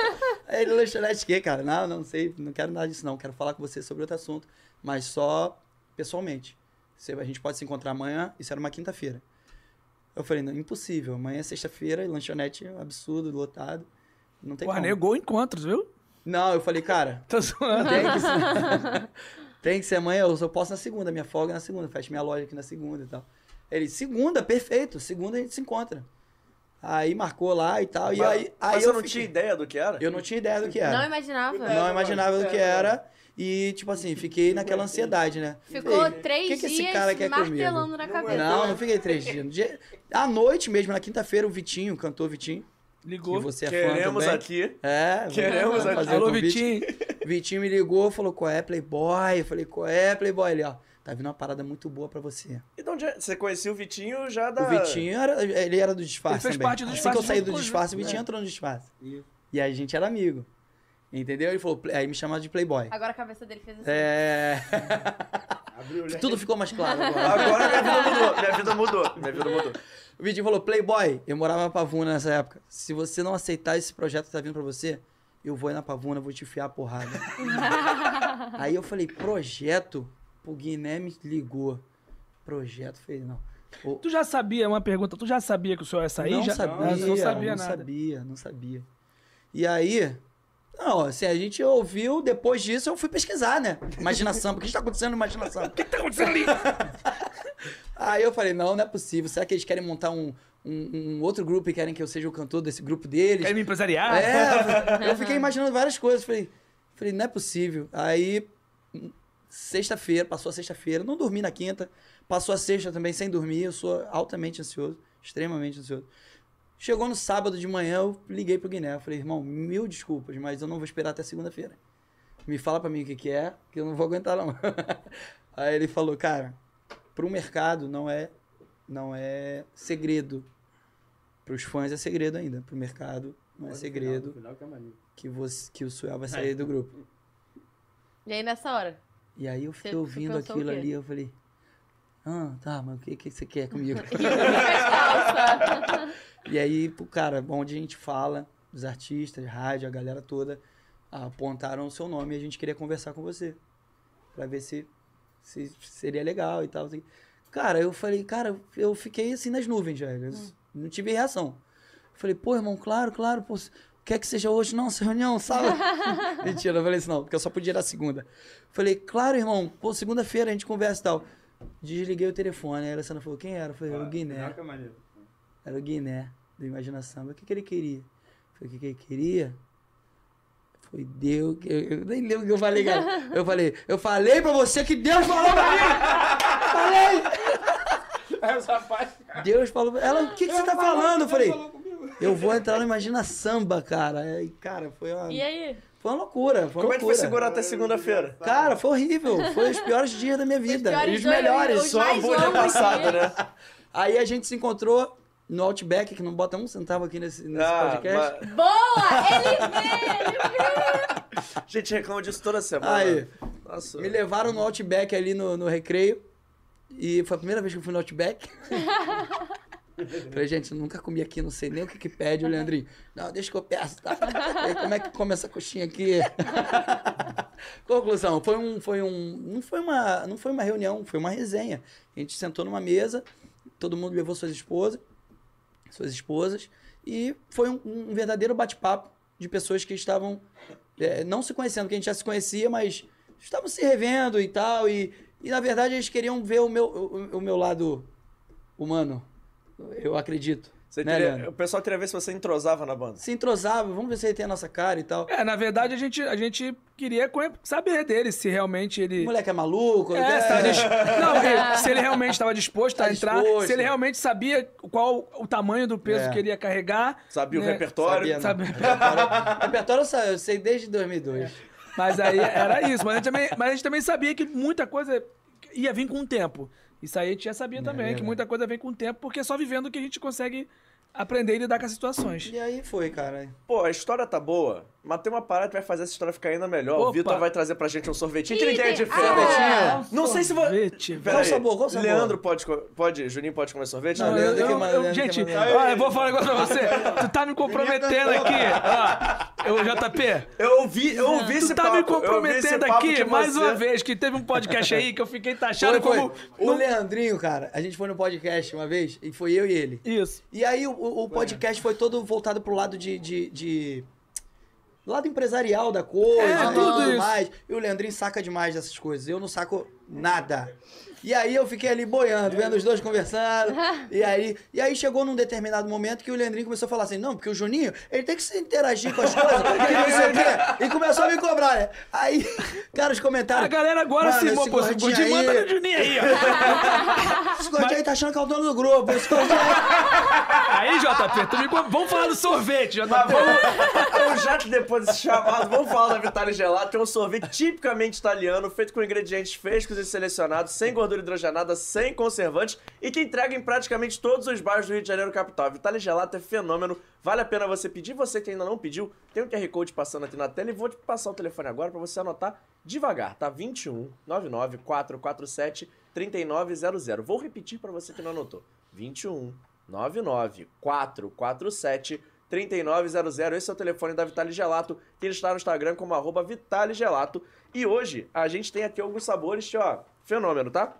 D: Aí É, ele, lanchonete, que, cara? Não, não sei, não quero nada disso, não. Quero falar com você sobre outro assunto, mas só pessoalmente. Você- a gente pode se encontrar amanhã. Isso era uma quinta-feira. Eu falei: Não, impossível. Amanhã é sexta-feira, e lanchonete absurdo, lotado. Não tem
A: Porra,
D: como.
A: negou encontros, viu?
D: Não, eu falei: Cara,
A: Tô zoando.
D: Tem que ser, tem que ser amanhã, eu só posso na segunda, minha folga é na segunda, fecho minha loja aqui na segunda e tal. Ele, segunda, perfeito, segunda a gente se encontra. Aí marcou lá e tal, e
B: Mas-
D: aí,
B: Mas
D: aí
B: você
D: eu
B: não
D: fiquei-
B: tinha ideia do que era?
D: Eu não tinha ideia do que
C: Não
D: era. Não,
C: imaginava.
E: Não,
D: imaginava do que
E: não.
D: era. E, tipo assim, fiquei naquela ansiedade, né?
C: Ficou
D: Ei,
C: três
D: que que esse
C: dias
D: cara quer comigo?
C: martelando na cabeça.
D: Não,
C: né?
D: não fiquei três dias. No dia- à noite mesmo, na quinta-feira, o Vitinho, o cantor Vitinho, que
A: Ligou.
D: você é
B: Queremos
D: fã também.
B: aqui.
D: É, vamos-
B: Queremos
D: vamos
B: aqui.
D: fazer o
A: Alô,
D: convite.
A: Vitinho.
D: Vitinho me ligou, falou, qual é, Playboy? Eu falei, qual é, Playboy? Ele, ó, tá vindo uma parada muito boa pra você.
B: Então já- você conhecia o Vitinho já da.
D: O Vitinho, era, ele era do disfarce
A: Ele fez
D: também.
A: parte do
D: assim
A: disfarce um
D: que eu saí
A: junto
D: do
A: com o
D: disfarce, o
A: Ju-
D: Vitinho entrou no disfarce.
E: Isso.
D: E aí a gente era amigo. Entendeu? Ele falou, "Play-" aí me chamava de Playboy.
C: Agora a cabeça dele fez assim.
D: É...
E: Abriu o leque.
D: Tudo ficou mais claro agora.
B: Agora minha vida mudou. Minha vida mudou. Minha vida mudou.
D: O Vitinho falou, Playboy, eu morava na Pavuna nessa época. Se você não aceitar esse projeto que tá vindo pra você, eu vou ir na Pavuna, vou te enfiar a porrada. Aí eu falei, projeto? O Guiné me ligou. Projeto? Eu Falei, não. O-
A: Tu já sabia, uma pergunta, tu já sabia que o senhor ia sair?
D: não
A: já? Ah,
D: sabia,
A: não sabia
D: não
A: nada.
D: sabia, não sabia. E aí, não, assim, a gente ouviu, depois disso eu fui pesquisar, né? Imagina samba, o que está acontecendo no Imagina Samba?
A: O que tá acontecendo ali?
D: Aí eu falei, não, não é possível, será que eles querem montar um, um, um outro grupo e querem que eu seja o cantor desse grupo deles?
A: Quer me empresariar?
D: É, eu fiquei imaginando várias coisas. Falei, falei não é possível. Aí, sexta-feira, passou a sexta-feira, não dormi na quinta, passou a sexta também sem dormir. Eu sou altamente ansioso, extremamente ansioso. Chegou no sábado de manhã, eu liguei pro Guiné. Eu falei, irmão, mil desculpas, mas eu não vou esperar até segunda-feira. Me fala pra mim o que, que é, que eu não vou aguentar, não. Aí ele falou, cara, pro mercado não é, não é segredo. Pros fãs é segredo ainda. Pro mercado não
E: Mas
D: é
E: no
F: né?
D: segredo
E: final, no final que é maneiro.
D: que, você, que o Suel vai sair do grupo.
C: E aí nessa hora?
D: E aí eu fiquei
C: Você- você
D: ouvindo
C: pensou o
D: aquilo
C: quê?
D: ali, eu falei, ah, tá, mas o que, que você quer comigo? e aí, pô, cara, é onde a gente fala, os artistas, rádio, a galera toda, apontaram o seu nome e a gente queria conversar com você. Pra ver se, se seria legal e tal. assim. Cara, eu falei, cara, eu fiquei assim nas nuvens, velho. Eu Não tive reação. Falei, pô, irmão, claro, claro, pô, quer que seja hoje? Não, essa reunião, sábado. Mentira, eu falei isso não, porque eu só podia ir na segunda. Falei, claro, irmão, pô, segunda-feira a gente conversa e tal. Desliguei o telefone, aí a Alessandra falou, quem era? Eu falei, o Guiné.
E: Caraca, é maneiro.
D: Era o Guiné, do Imagina Samba. O que, que ele queria? Eu falei, o que, que ele queria? Foi Deus. que- Eu, eu nem lembro o que eu falei, cara. Eu falei, eu falei pra você que Deus falou pra mim! Falei!
B: É,
E: Essa parte.
D: Deus falou. Ela, o que, que você tá falando? Eu falei,
E: Falou comigo.
D: eu vou entrar no Imagina Samba, cara. E, cara, foi uma,
C: E é- aí?
D: foi uma loucura. Foi uma
B: Como é que foi
D: loucura.
B: segurar até segunda-feira?
D: Cara, foi horrível. Foi os piores dias da minha vida.
C: piores
D: E os
C: dois,
D: melhores.
C: os
B: Só a
C: mais
B: bolha
C: longos
B: passada,
C: dias.
B: né?
D: Aí a gente se encontrou no Outback, que não bota um centavo aqui nesse, nesse
B: Ah,
D: podcast.
B: mas
C: Boa! Ele vê! Ele
B: a gente reclama disso toda semana.
D: Aí.
B: Nossa.
D: Me levaram no Outback ali no, no recreio. E foi a primeira vez que eu fui no Outback. Falei, gente, eu nunca comi aqui, não sei nem o que que pede, o Leandrinho. Não, deixa que eu peço, tá? E aí, como é que come essa coxinha aqui? Conclusão, foi um, foi um, não foi uma, não foi uma reunião, foi uma resenha. A gente sentou numa mesa, todo mundo levou suas esposas, suas esposas, e foi um, um verdadeiro bate-papo de pessoas que estavam é, não se conhecendo, que a gente já se conhecia, mas estavam se revendo e tal, e, e na verdade eles queriam ver o meu, o, o meu lado humano, eu acredito.
B: Você
D: né,
B: queria-
D: Leandro?
B: o pessoal queria ver se você entrosava na banda.
D: Se entrosava, vamos ver se ele tem a nossa cara e tal.
A: É, na verdade, a gente, a gente queria conhe- saber dele se realmente ele.
D: O moleque é maluco,
A: É, se tava dis- Não, ele- se ele realmente estava disposto
D: Tá
A: a entrar,
D: disposto.
A: se ele realmente sabia qual o tamanho do peso
D: É.
A: que ele ia carregar.
B: Sabia o
A: né?
B: repertório.
D: Sabia, não.
A: Sabe-
D: Repertório, repertório eu sa- eu sei desde 2002.
A: Mas aí era isso. Mas a, gente também, mas a gente também sabia que muita coisa ia vir com o tempo. Isso aí a gente já sabia também, que
D: É verdade.
A: muita coisa vem com o tempo, porque é só vivendo que a gente consegue aprender e lidar com as situações.
D: E aí foi, cara.
B: Pô, a história tá boa, mas tem uma parada que vai fazer essa história ficar ainda melhor. O
A: Opa.
B: Vitor vai trazer pra gente um sorvetinho que
C: Ih,
B: ninguém é
C: tem-
B: de
C: Ah!
B: feira. Não sei se vou.
A: um Sorvete,
B: Pera
D: Qual
B: aí.
D: sabor? Qual sabor?
B: Leandro pode, co- pode. Juninho pode comer sorvete?
D: Não,
A: Não,
B: Não,
A: eu,
D: Leandro
A: eu-
D: que manda,
A: eu-
D: Leandro que
A: gente,
D: manda.
A: ó, eu vou falar um negócio pra você. Tu tá me comprometendo aqui. Ó, eu, JP,
B: Eu ouvi, eu ouvi esse
A: tu tá me
B: papo, eu ouvi esse
A: comprometendo
B: papo
A: aqui
B: de
A: mais
B: você.
A: uma vez, que teve um podcast aí que eu fiquei taxado
D: Foi, foi.
A: como.
D: O Leandrinho, cara, a gente foi no podcast uma vez, e foi eu e ele.
A: Isso.
D: E aí o, o-
A: é.
D: o podcast foi todo voltado pro lado de. de- de- Lado empresarial da coisa
A: É,
D: e
A: tudo
D: tudo
A: isso.
D: mais. E o Leandrinho saca demais dessas coisas. Eu não saco nada. E aí eu fiquei ali boiando, vendo os dois conversando. E aí, e aí chegou num determinado momento que o Leandrinho começou a falar assim: não, porque o Juninho, ele tem que se interagir com as coisas, que não sei o quê. E começou a me cobrar, né? Aí, cara, os comentários.
A: A galera agora
D: "Mano,
A: se
D: esse
A: mopou. O
D: gordinho
A: Gordinho manda
D: aí-
A: no Juninho aí, ó.
D: esse gordinho aí tá achando que é o dono do grupo. Esse gordinho aí.
A: Aí, JP, tu me. com- Vamos falar do sorvete, JP.
B: Mas vamos, eu já que depois desse chamado, vamos falar da Vitale Gelato, que é um sorvete tipicamente italiano, feito com ingredientes frescos e selecionados, sem gordura hidrogenada, sem conservantes e que entrega em praticamente todos os bairros do Rio de Janeiro capital. A Vitale Gelato é fenômeno, vale a pena você pedir. Você que ainda não pediu, tem um QR Code passando aqui na tela e vou te passar o telefone agora pra você anotar devagar, tá? 21 99 447 3900. Vou repetir pra você que não anotou. 21 99 447 3900. Esse é o telefone da Vitale Gelato, que ele está no Instagram como arroba Vitale Gelato. E hoje a gente tem aqui alguns sabores, que, ó, fenômeno, tá?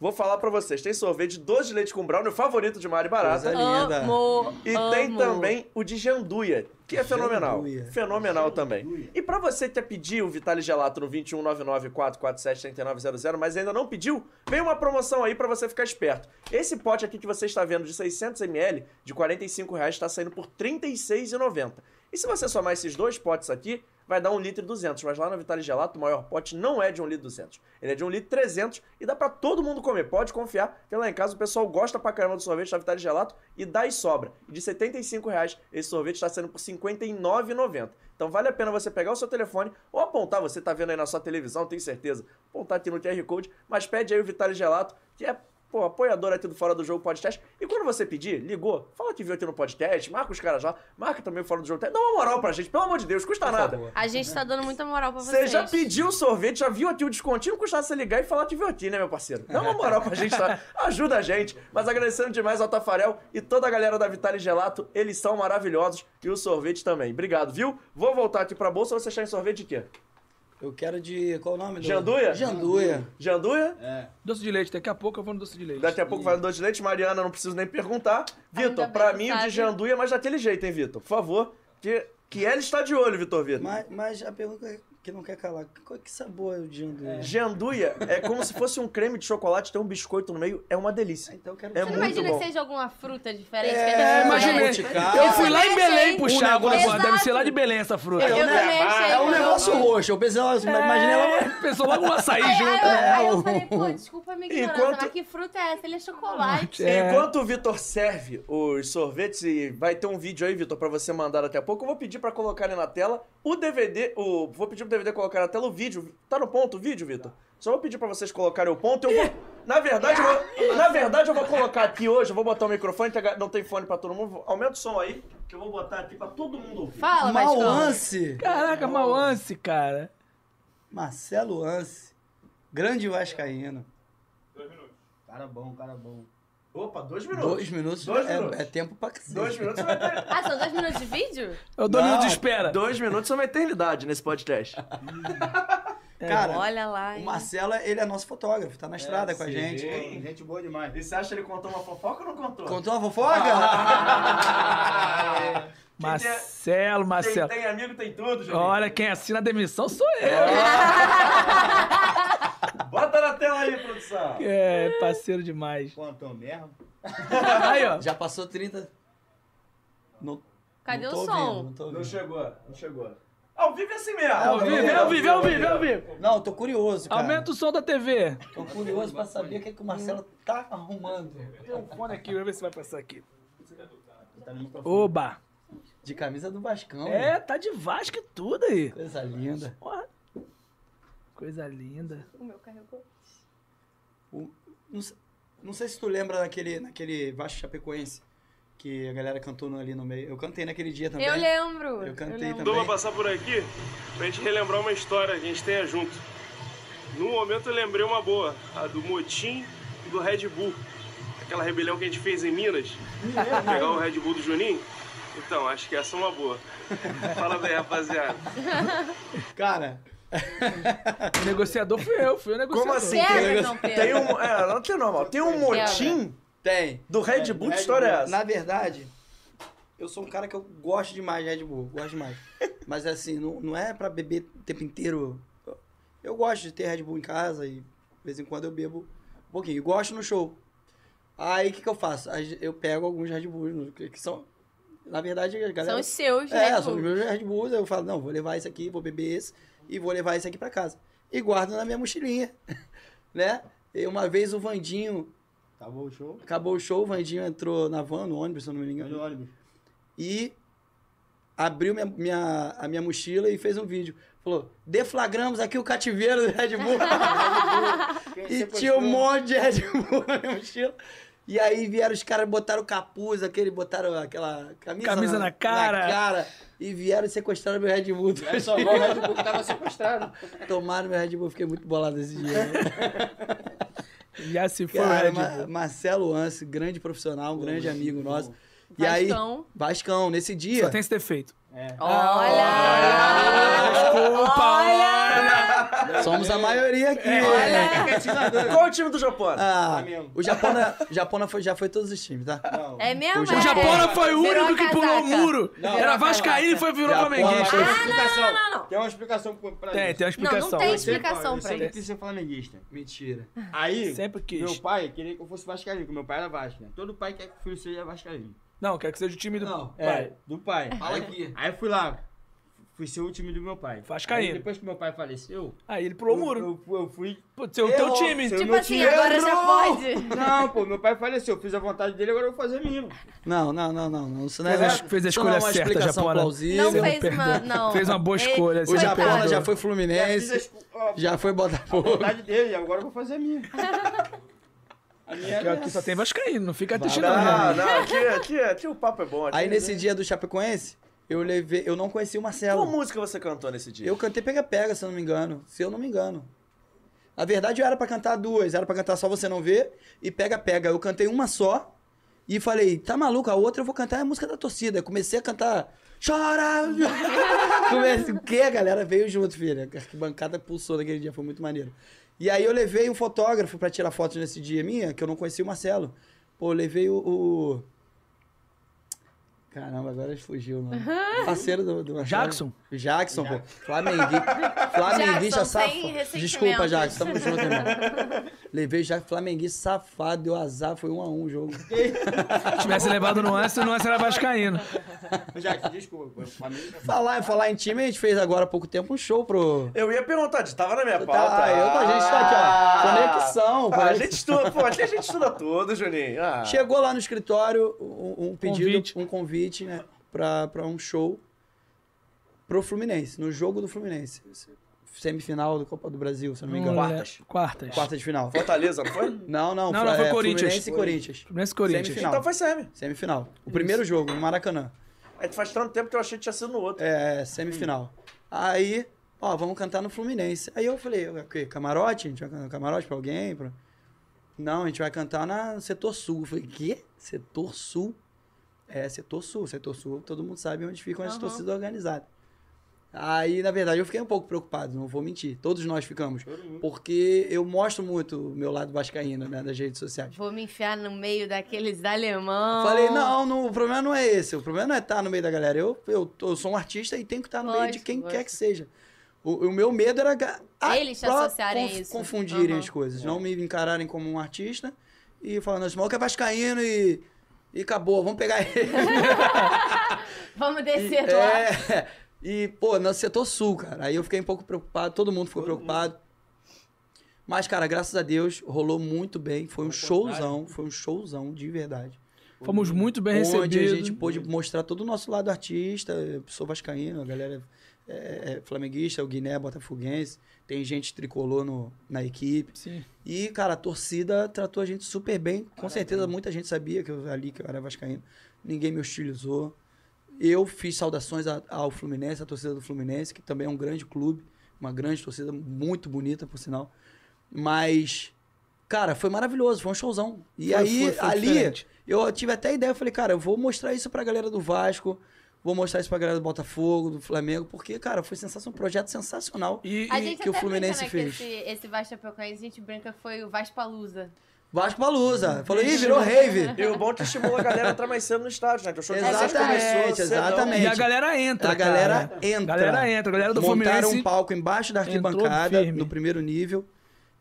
B: Vou falar pra vocês. Tem sorvete de doce de leite com brownie, o favorito de Mari Barata.
D: Coisa linda.
C: Amo,
B: E
C: amo.
B: tem também o de janduia, que é fenomenal.
D: Janduia.
B: Fenomenal também. E pra você que quer pedir o Vitale Gelato no 21994473900, mas ainda não pediu, vem uma promoção aí pra você ficar esperto. Esse pote aqui que você está vendo de 600ml, de R$ 45 reais, está saindo por R$ 36,90. E se você somar esses dois potes aqui, vai dar 1 litro e 200, mas lá na Vitale Gelato o maior pote não é de 1 litro e 200. Ele é de 1 litro e 300 e dá pra todo mundo comer. Pode confiar, que lá em casa o pessoal gosta pra caramba do sorvete da Vitale Gelato e dá e sobra. E de R$ 75 reais, esse sorvete tá saindo por R$ 59,90. Então vale a pena você pegar o seu telefone ou apontar, você tá vendo aí na sua televisão, tenho certeza, apontar aqui no QR Code, mas pede aí o Vitale Gelato, que é pô, apoiador aqui do Fora do Jogo Podcast. E quando você pedir, ligou, fala que viu aqui no podcast, marca os caras lá, marca também o Fora do Jogo, dá uma moral pra gente, pelo amor de Deus, custa nada.
D: favor.
C: A gente tá dando muita moral pra
B: Você
C: vocês.
B: já pediu o sorvete, já viu aqui o descontinho, não custava você ligar e falar que viu aqui, né, meu parceiro? Dá uma moral pra gente, tá? ajuda a gente. Mas agradecendo demais ao Tafarel e toda a galera da Vitale Gelato, eles são maravilhosos e o sorvete também. Obrigado, viu? Vou voltar aqui pra bolsa, você está em sorvete de quê?
D: Eu quero de. Qual o nome? do-
B: Janduia?
D: Janduia.
B: Janduia?
E: É.
A: Doce de leite, daqui a pouco eu vou no doce de leite.
B: Daqui a pouco vai no doce de leite, Mariana, não preciso nem perguntar.
C: Ainda
B: Vitor,
C: bem,
B: pra mim o de é
C: sabe?
B: janduia, mas daquele jeito, hein, Vitor? Por favor, que Que ela está de olho, Vitor Vitor.
D: Mas, mas a pergunta que não quer calar, qual- que sabor é o de anduia?
B: Janduia é como se fosse um creme de chocolate, tem um biscoito no meio, é uma delícia.
D: Então eu quero
B: É
C: Você
B: muito
C: não imagina
B: bom.
C: que seja alguma fruta diferente?
D: É,
C: que a gente não
A: imaginei.
C: conhece?
D: Jabuticaba.
A: Eu fui lá em
C: Eu
A: Belém
C: também.
A: puxar
D: Um
A: agora.
C: negócio-
A: pô, Deve ser lá de Belém essa fruta.
C: Eu, também achei.
D: É um
C: mas eu-
D: negócio roxo, eu pensei, eu imaginei ela...
A: É, Pensou logo um açaí
C: Aí, aí,
A: junto.
C: eu-
D: né?
C: aí eu falei, pô, desculpa a minha ignorância,
B: Enquanto-
C: mas que fruta é essa? Ele é chocolate.
A: É.
B: Enquanto o Vitor serve os sorvetes, e vai ter um vídeo aí, Vitor, pra você mandar daqui a pouco, eu vou pedir pra colocarem na tela o DVD, o, vou pedir pro DVD colocar na tela o vídeo. Tá no ponto o vídeo, Vitor? Só vou pedir pra vocês colocarem o ponto, eu vou... Na verdade, eu vou, na verdade, eu vou colocar aqui hoje, eu vou botar o microfone, que não tem fone pra todo mundo, aumenta o som aí, que eu vou botar aqui pra todo mundo ouvir.
C: Fala, Vascão.
D: Mauance,
A: Caraca, Mauance, cara.
D: Marcelo Anse, grande vascaíno.
F: Cara bom, cara bom.
B: Opa, dois minutos.
D: Dois minutos,
B: Dois
D: é,
B: minutos.
D: é tempo pra cacete.
B: Dois minutos vai ter...
C: Ah, são dois minutos de vídeo?
A: É o domínio
D: Não.
A: de espera.
B: Dois minutos é uma eternidade nesse podcast.
D: É. Cara,
C: Olha lá,
D: o
C: hein.
D: Marcelo, ele é nosso fotógrafo, tá na estrada com a
F: Sim,
D: gente.
F: Gente, gente boa demais.
B: E você acha que ele contou uma fofoca ou não contou?
D: Contou uma fofoca?
A: Marcelo,
B: Quem
A: Marcelo.
B: tem amigo tem tudo, gente.
A: Olha, quem assina a demissão sou eu.
B: Bota na tela aí, produção.
A: É, parceiro demais.
F: Contou mesmo.
A: Aí, ó.
D: Já passou 30. Não,
C: Cadê
D: não
C: o
D: tô
C: som?
D: ouvindo, não tô
B: Não
D: ouvindo.
B: chegou, não chegou. Ao vivo é assim mesmo.
A: Ao vivo, é ao vivo, é ao vivo, é ao vivo.
D: Não, eu tô curioso, cara.
A: Aumenta o som da TV.
D: Tô curioso pra saber o que, é que o Marcelo tá arrumando.
A: Tem um fone aqui, vamos ver se vai passar aqui.
F: Tá no microfone.
A: Oba.
D: De camisa do Vascão.
A: É, tá de Vasco e tudo aí.
D: Coisa linda.
A: Porra. Coisa linda.
C: O meu carregou.
D: O- não, se- não sei se tu lembra daquele, naquele Vasco Chapecoense que a galera cantou no- ali no meio. Eu cantei naquele dia também.
C: Eu lembro.
D: Eu cantei
C: lembro.
D: também.
G: Doa passar por aqui pra gente relembrar uma história que a gente tenha junto. No momento eu lembrei uma boa, a do Motim e do Red Bull. Aquela rebelião que a gente fez em Minas.
B: É.
G: Pegar o Red Bull do Juninho. Então, acho que essa é uma boa. Fala bem, rapaziada.
D: Cara,
A: O negociador fui eu, fui o negociador.
B: Como assim?
C: Pedras,
B: Tem,
C: não pedras.
B: tem um. É, não tem normal. Tem um motim
D: tem.
B: do Red Bull, que história é essa?
D: Na verdade, eu sou um cara que eu gosto demais de Red Bull. Gosto demais. Mas assim, não, não é pra beber o tempo inteiro. Eu gosto de ter Red Bull em casa e de vez em quando eu bebo um pouquinho. E gosto no show. Aí o que, que eu faço? Aí Eu pego alguns Red Bulls, no- que que são. Na verdade, a galera.
C: São os seus, né?
D: É,
C: Lu?
D: são os meus Red Bulls. Eu falo, não, vou levar esse aqui, vou beber esse e vou levar esse aqui pra casa. E guardo na minha mochilinha, né? E uma vez o Vandinho,
F: Acabou o show. Tá
D: acabou o show, o Vandinho entrou na van, no ônibus, se eu não me
F: Eu no
D: engano,
F: ônibus.
D: e abriu minha, minha- a minha mochila e fez um vídeo. Falou, deflagramos aqui o cativeiro do Red Bull. e tinha um monte de Red Bull na minha mochila. E aí vieram os caras, botaram o capuz, aquele, botaram aquela camisa,
A: Camisa na cara.
D: cara, e vieram e sequestraram meu Red Bull.
E: Aí só igual o Red Bull que tava sequestrado.
D: Tomaram meu Red Bull, fiquei muito bolado esse dia.
A: Já se É, foi o
D: Cara,
A: Red
D: Ma-
A: Bull.
D: Marcelo Anse, grande profissional, um grande amigo nosso. E aí,
C: Vascão.
D: Vascão, nesse
A: Só
D: dia,
A: tem esse defeito.
C: Olha!
A: Desculpa,
D: somos a maioria aqui. né?
B: Qual é o time do Japão?
D: Ah,
F: Flamengo.
D: o Japona, o Japona foi- já foi todos os times, tá?
F: Não.
C: É mesmo?
D: O
A: O
C: é?
A: Japona foi o
C: Virou
A: único
C: a
A: que pulou o
C: casaca.
A: muro. Era
C: a
A: Vascaíno e foi virou
D: Japona
A: flamenguista.
D: foi-
F: Explicação.
C: Ah, não, não, não.
F: Tem uma explicação pra- pra
A: É, Tem, tem
F: isso.
C: Não, não
A: uma explicação. né?
C: tem
F: Eu sempre-
C: explicação
F: eu
C: pra
F: sempre
C: isso.
F: quis ser flamenguista.
D: Mentira.
F: Aí,
A: Sempre quis.
F: meu pai queria que eu fosse vascaíno, porque meu pai era vasco, né? Todo pai quer que o filho seja vascaíno.
A: Não, quer que seja o time do.
D: Não.
F: É,
A: Vai.
F: do pai.
D: Fala
F: Aí-
D: aqui.
F: Aí fui lá. Fui ser o time do meu pai.
A: Vascaíno.
F: Aí Depois que meu pai faleceu,
A: Aí ele
F: eu,
A: pulou o muro.
F: eu, eu fui.
A: Putz, é o
D: Errou.
A: teu time.
F: Seu-
C: Tipo
F: não
C: assim,
F: tinha-
C: agora já
F: Errou!
C: pode.
F: Não, pô, meu pai faleceu. Eu fiz a vontade dele, agora eu vou fazer a minha.
D: Não, não, não, não. não isso não é,
A: Fez a- fez a
D: isso não é
A: escolha
D: uma
A: certa, né?
D: explicação
C: Não
A: Japona.
D: plausível.
C: fez uma.
A: perdão.
C: Não.
A: Fez uma boa
C: Ei,
D: O
A: escolha, assim.
C: coitado.
D: Japona já foi
F: Eu fiz a,
D: Fluminense,
F: esco- a
D: É
F: Tá
D: já foi Botafogo.
F: vontade dele, agora eu vou fazer a minha. A minha era
A: Aqui só
F: essa.
A: tem Vascaíno, não fica
D: Vai,
A: triste, não.
D: vai,
A: né?
B: Não, não, aqui, aqui, aqui o papo é bom. aqui-
D: Aí nesse dia do Chapecoense, eu levei, eu não conheci o Marcelo.
B: Qual música você cantou nesse dia?
D: Eu cantei pega-pega, se eu não me engano. Se eu não me engano. Na verdade, eu era pra cantar duas. Era pra cantar Só Você Não Vê e Pega-Pega. Eu cantei uma só e falei, tá maluco? A outra eu vou cantar é a música da torcida. Eu comecei a cantar. Chora! comecei, o quê, galera? Veio junto, filha. A arquibancada pulsou naquele dia, foi muito maneiro. E aí eu levei um fotógrafo pra tirar fotos nesse dia minha, que eu não conhecia o Marcelo. Pô, eu levei o. o... Caramba, agora ele fugiu, mano. Parceiro do, do Machado.
A: Jackson?
D: Jackson, pô. Flamenguista. Flamenguista
C: Jackson, sem
D: safado.
C: ressentimentos.
D: Desculpa, Jackson. Tamo junto, irmão. Levei já Flamenguista safado, deu azar, foi um a um o jogo.
A: Se tivesse levado no Anson, o Nuance era vascaíno.
F: Jackson, desculpa. Flamengo já
D: falar, falar em time, a gente fez agora há pouco tempo um show pro.
B: Eu ia perguntar, tava na minha pauta.
D: Tá, eu, a gente tá aqui, ó. Conexão.
B: Ah, a
D: parece-
B: gente estuda, pô, aqui a gente estuda tudo, Juninho. Ah.
D: Chegou lá no escritório um, um pedido,
A: Convite.
D: um convite, né? Pra, pra um show pro Fluminense, no jogo do Fluminense. Semifinal da Copa do Brasil, se eu não me engano.
A: Quartas. Quartas.
D: Quarta de final.
B: Fortaleza, não foi?
D: Não, não.
A: Não, não, foi
D: é,
A: Corinthians.
D: Fluminense e Corinthians.
A: Fluminense e Corinthians.
D: Semifinal.
B: Então foi Semi.
D: Semifinal. O primeiro jogo, no Maracanã.
B: É que faz tanto tempo que eu achei que tinha sido no outro.
D: É, semifinal. Aí, ó, vamos cantar no Fluminense. Aí eu falei, o quê? Camarote? A gente vai cantar no camarote pra alguém? Pra... Não, a gente vai cantar na, no setor sul. Eu falei, quê? Setor sul? É, setor sul. Setor sul, todo mundo sabe onde ficam as
C: Aham.
D: torcidas organizadas. Aí, na verdade, eu fiquei um pouco preocupado, não vou mentir. Todos nós ficamos. Porque eu mostro muito o meu lado vascaíno, né, das redes sociais.
C: Vou me enfiar no meio daqueles alemão.
D: Falei, não, não, o problema não é esse. O problema não é estar no meio da galera. Eu, eu, eu sou um artista e tenho que estar no meio de
C: Lógico,
D: quem
C: lógico.
D: quer que seja. O, o meu medo era ga- a-
C: Eles te
D: pra
C: associarem a isso.
D: Confundirem
C: Aham.
D: as coisas, não me encararem como um artista e falando assim, maluco é vascaíno e, e acabou, vamos pegar ele.
C: Vamos
D: E-
C: descer do lá.
D: é, e, pô, no setor sul, cara. Aí eu fiquei um pouco preocupado, todo mundo ficou preocupado. Mas, cara, graças a Deus, rolou muito bem. Foi um showzão, foi um showzão de verdade.
A: Fomos muito bem
D: Onde a gente
A: recebidos.
D: pôde mostrar todo o nosso lado artista. Eu sou vascaíno, a galera é, é flamenguista, o Guiné, botafoguense. Tem gente tricolor no, na equipe.
A: Sim.
D: E, cara, a torcida tratou a gente super bem. Com certeza, muita gente sabia que eu ali que eu era vascaíno. Ninguém me hostilizou. Eu fiz saudações a- ao Fluminense, à torcida do Fluminense, que também é um grande clube, uma grande torcida, muito bonita, por sinal. Mas, cara, foi maravilhoso, foi um showzão. E
A: Foi-
D: aí,
A: foi- foi
D: ali,
A: diferente.
D: eu tive até a ideia, eu falei, cara, eu vou mostrar isso pra galera do Vasco, vou mostrar isso pra galera do Botafogo, do Flamengo, porque, cara, foi sensacional, um projeto sensacional.
A: E,
C: A
A: e-
C: gente
D: que o
C: até
D: Fluminense
C: brinca, né,
D: fez.
C: que esse, esse Vasco Chapecoense, a gente brinca que foi o Vaspalusa.
D: Vasco Balusa. Falou, ih, virou rave.
B: E o bom é que estimula a galera a entrar mais cedo no estádio, né? Que o show de vocês começou
D: Exatamente,
B: cedão.
D: exatamente.
A: e a galera entra.
D: A galera
A: cara.
D: entra.
A: A galera entra. A galera do
D: Montaram
A: Fluminense.
D: um palco embaixo da
A: entrou
D: arquibancada,
A: firme.
D: no primeiro nível.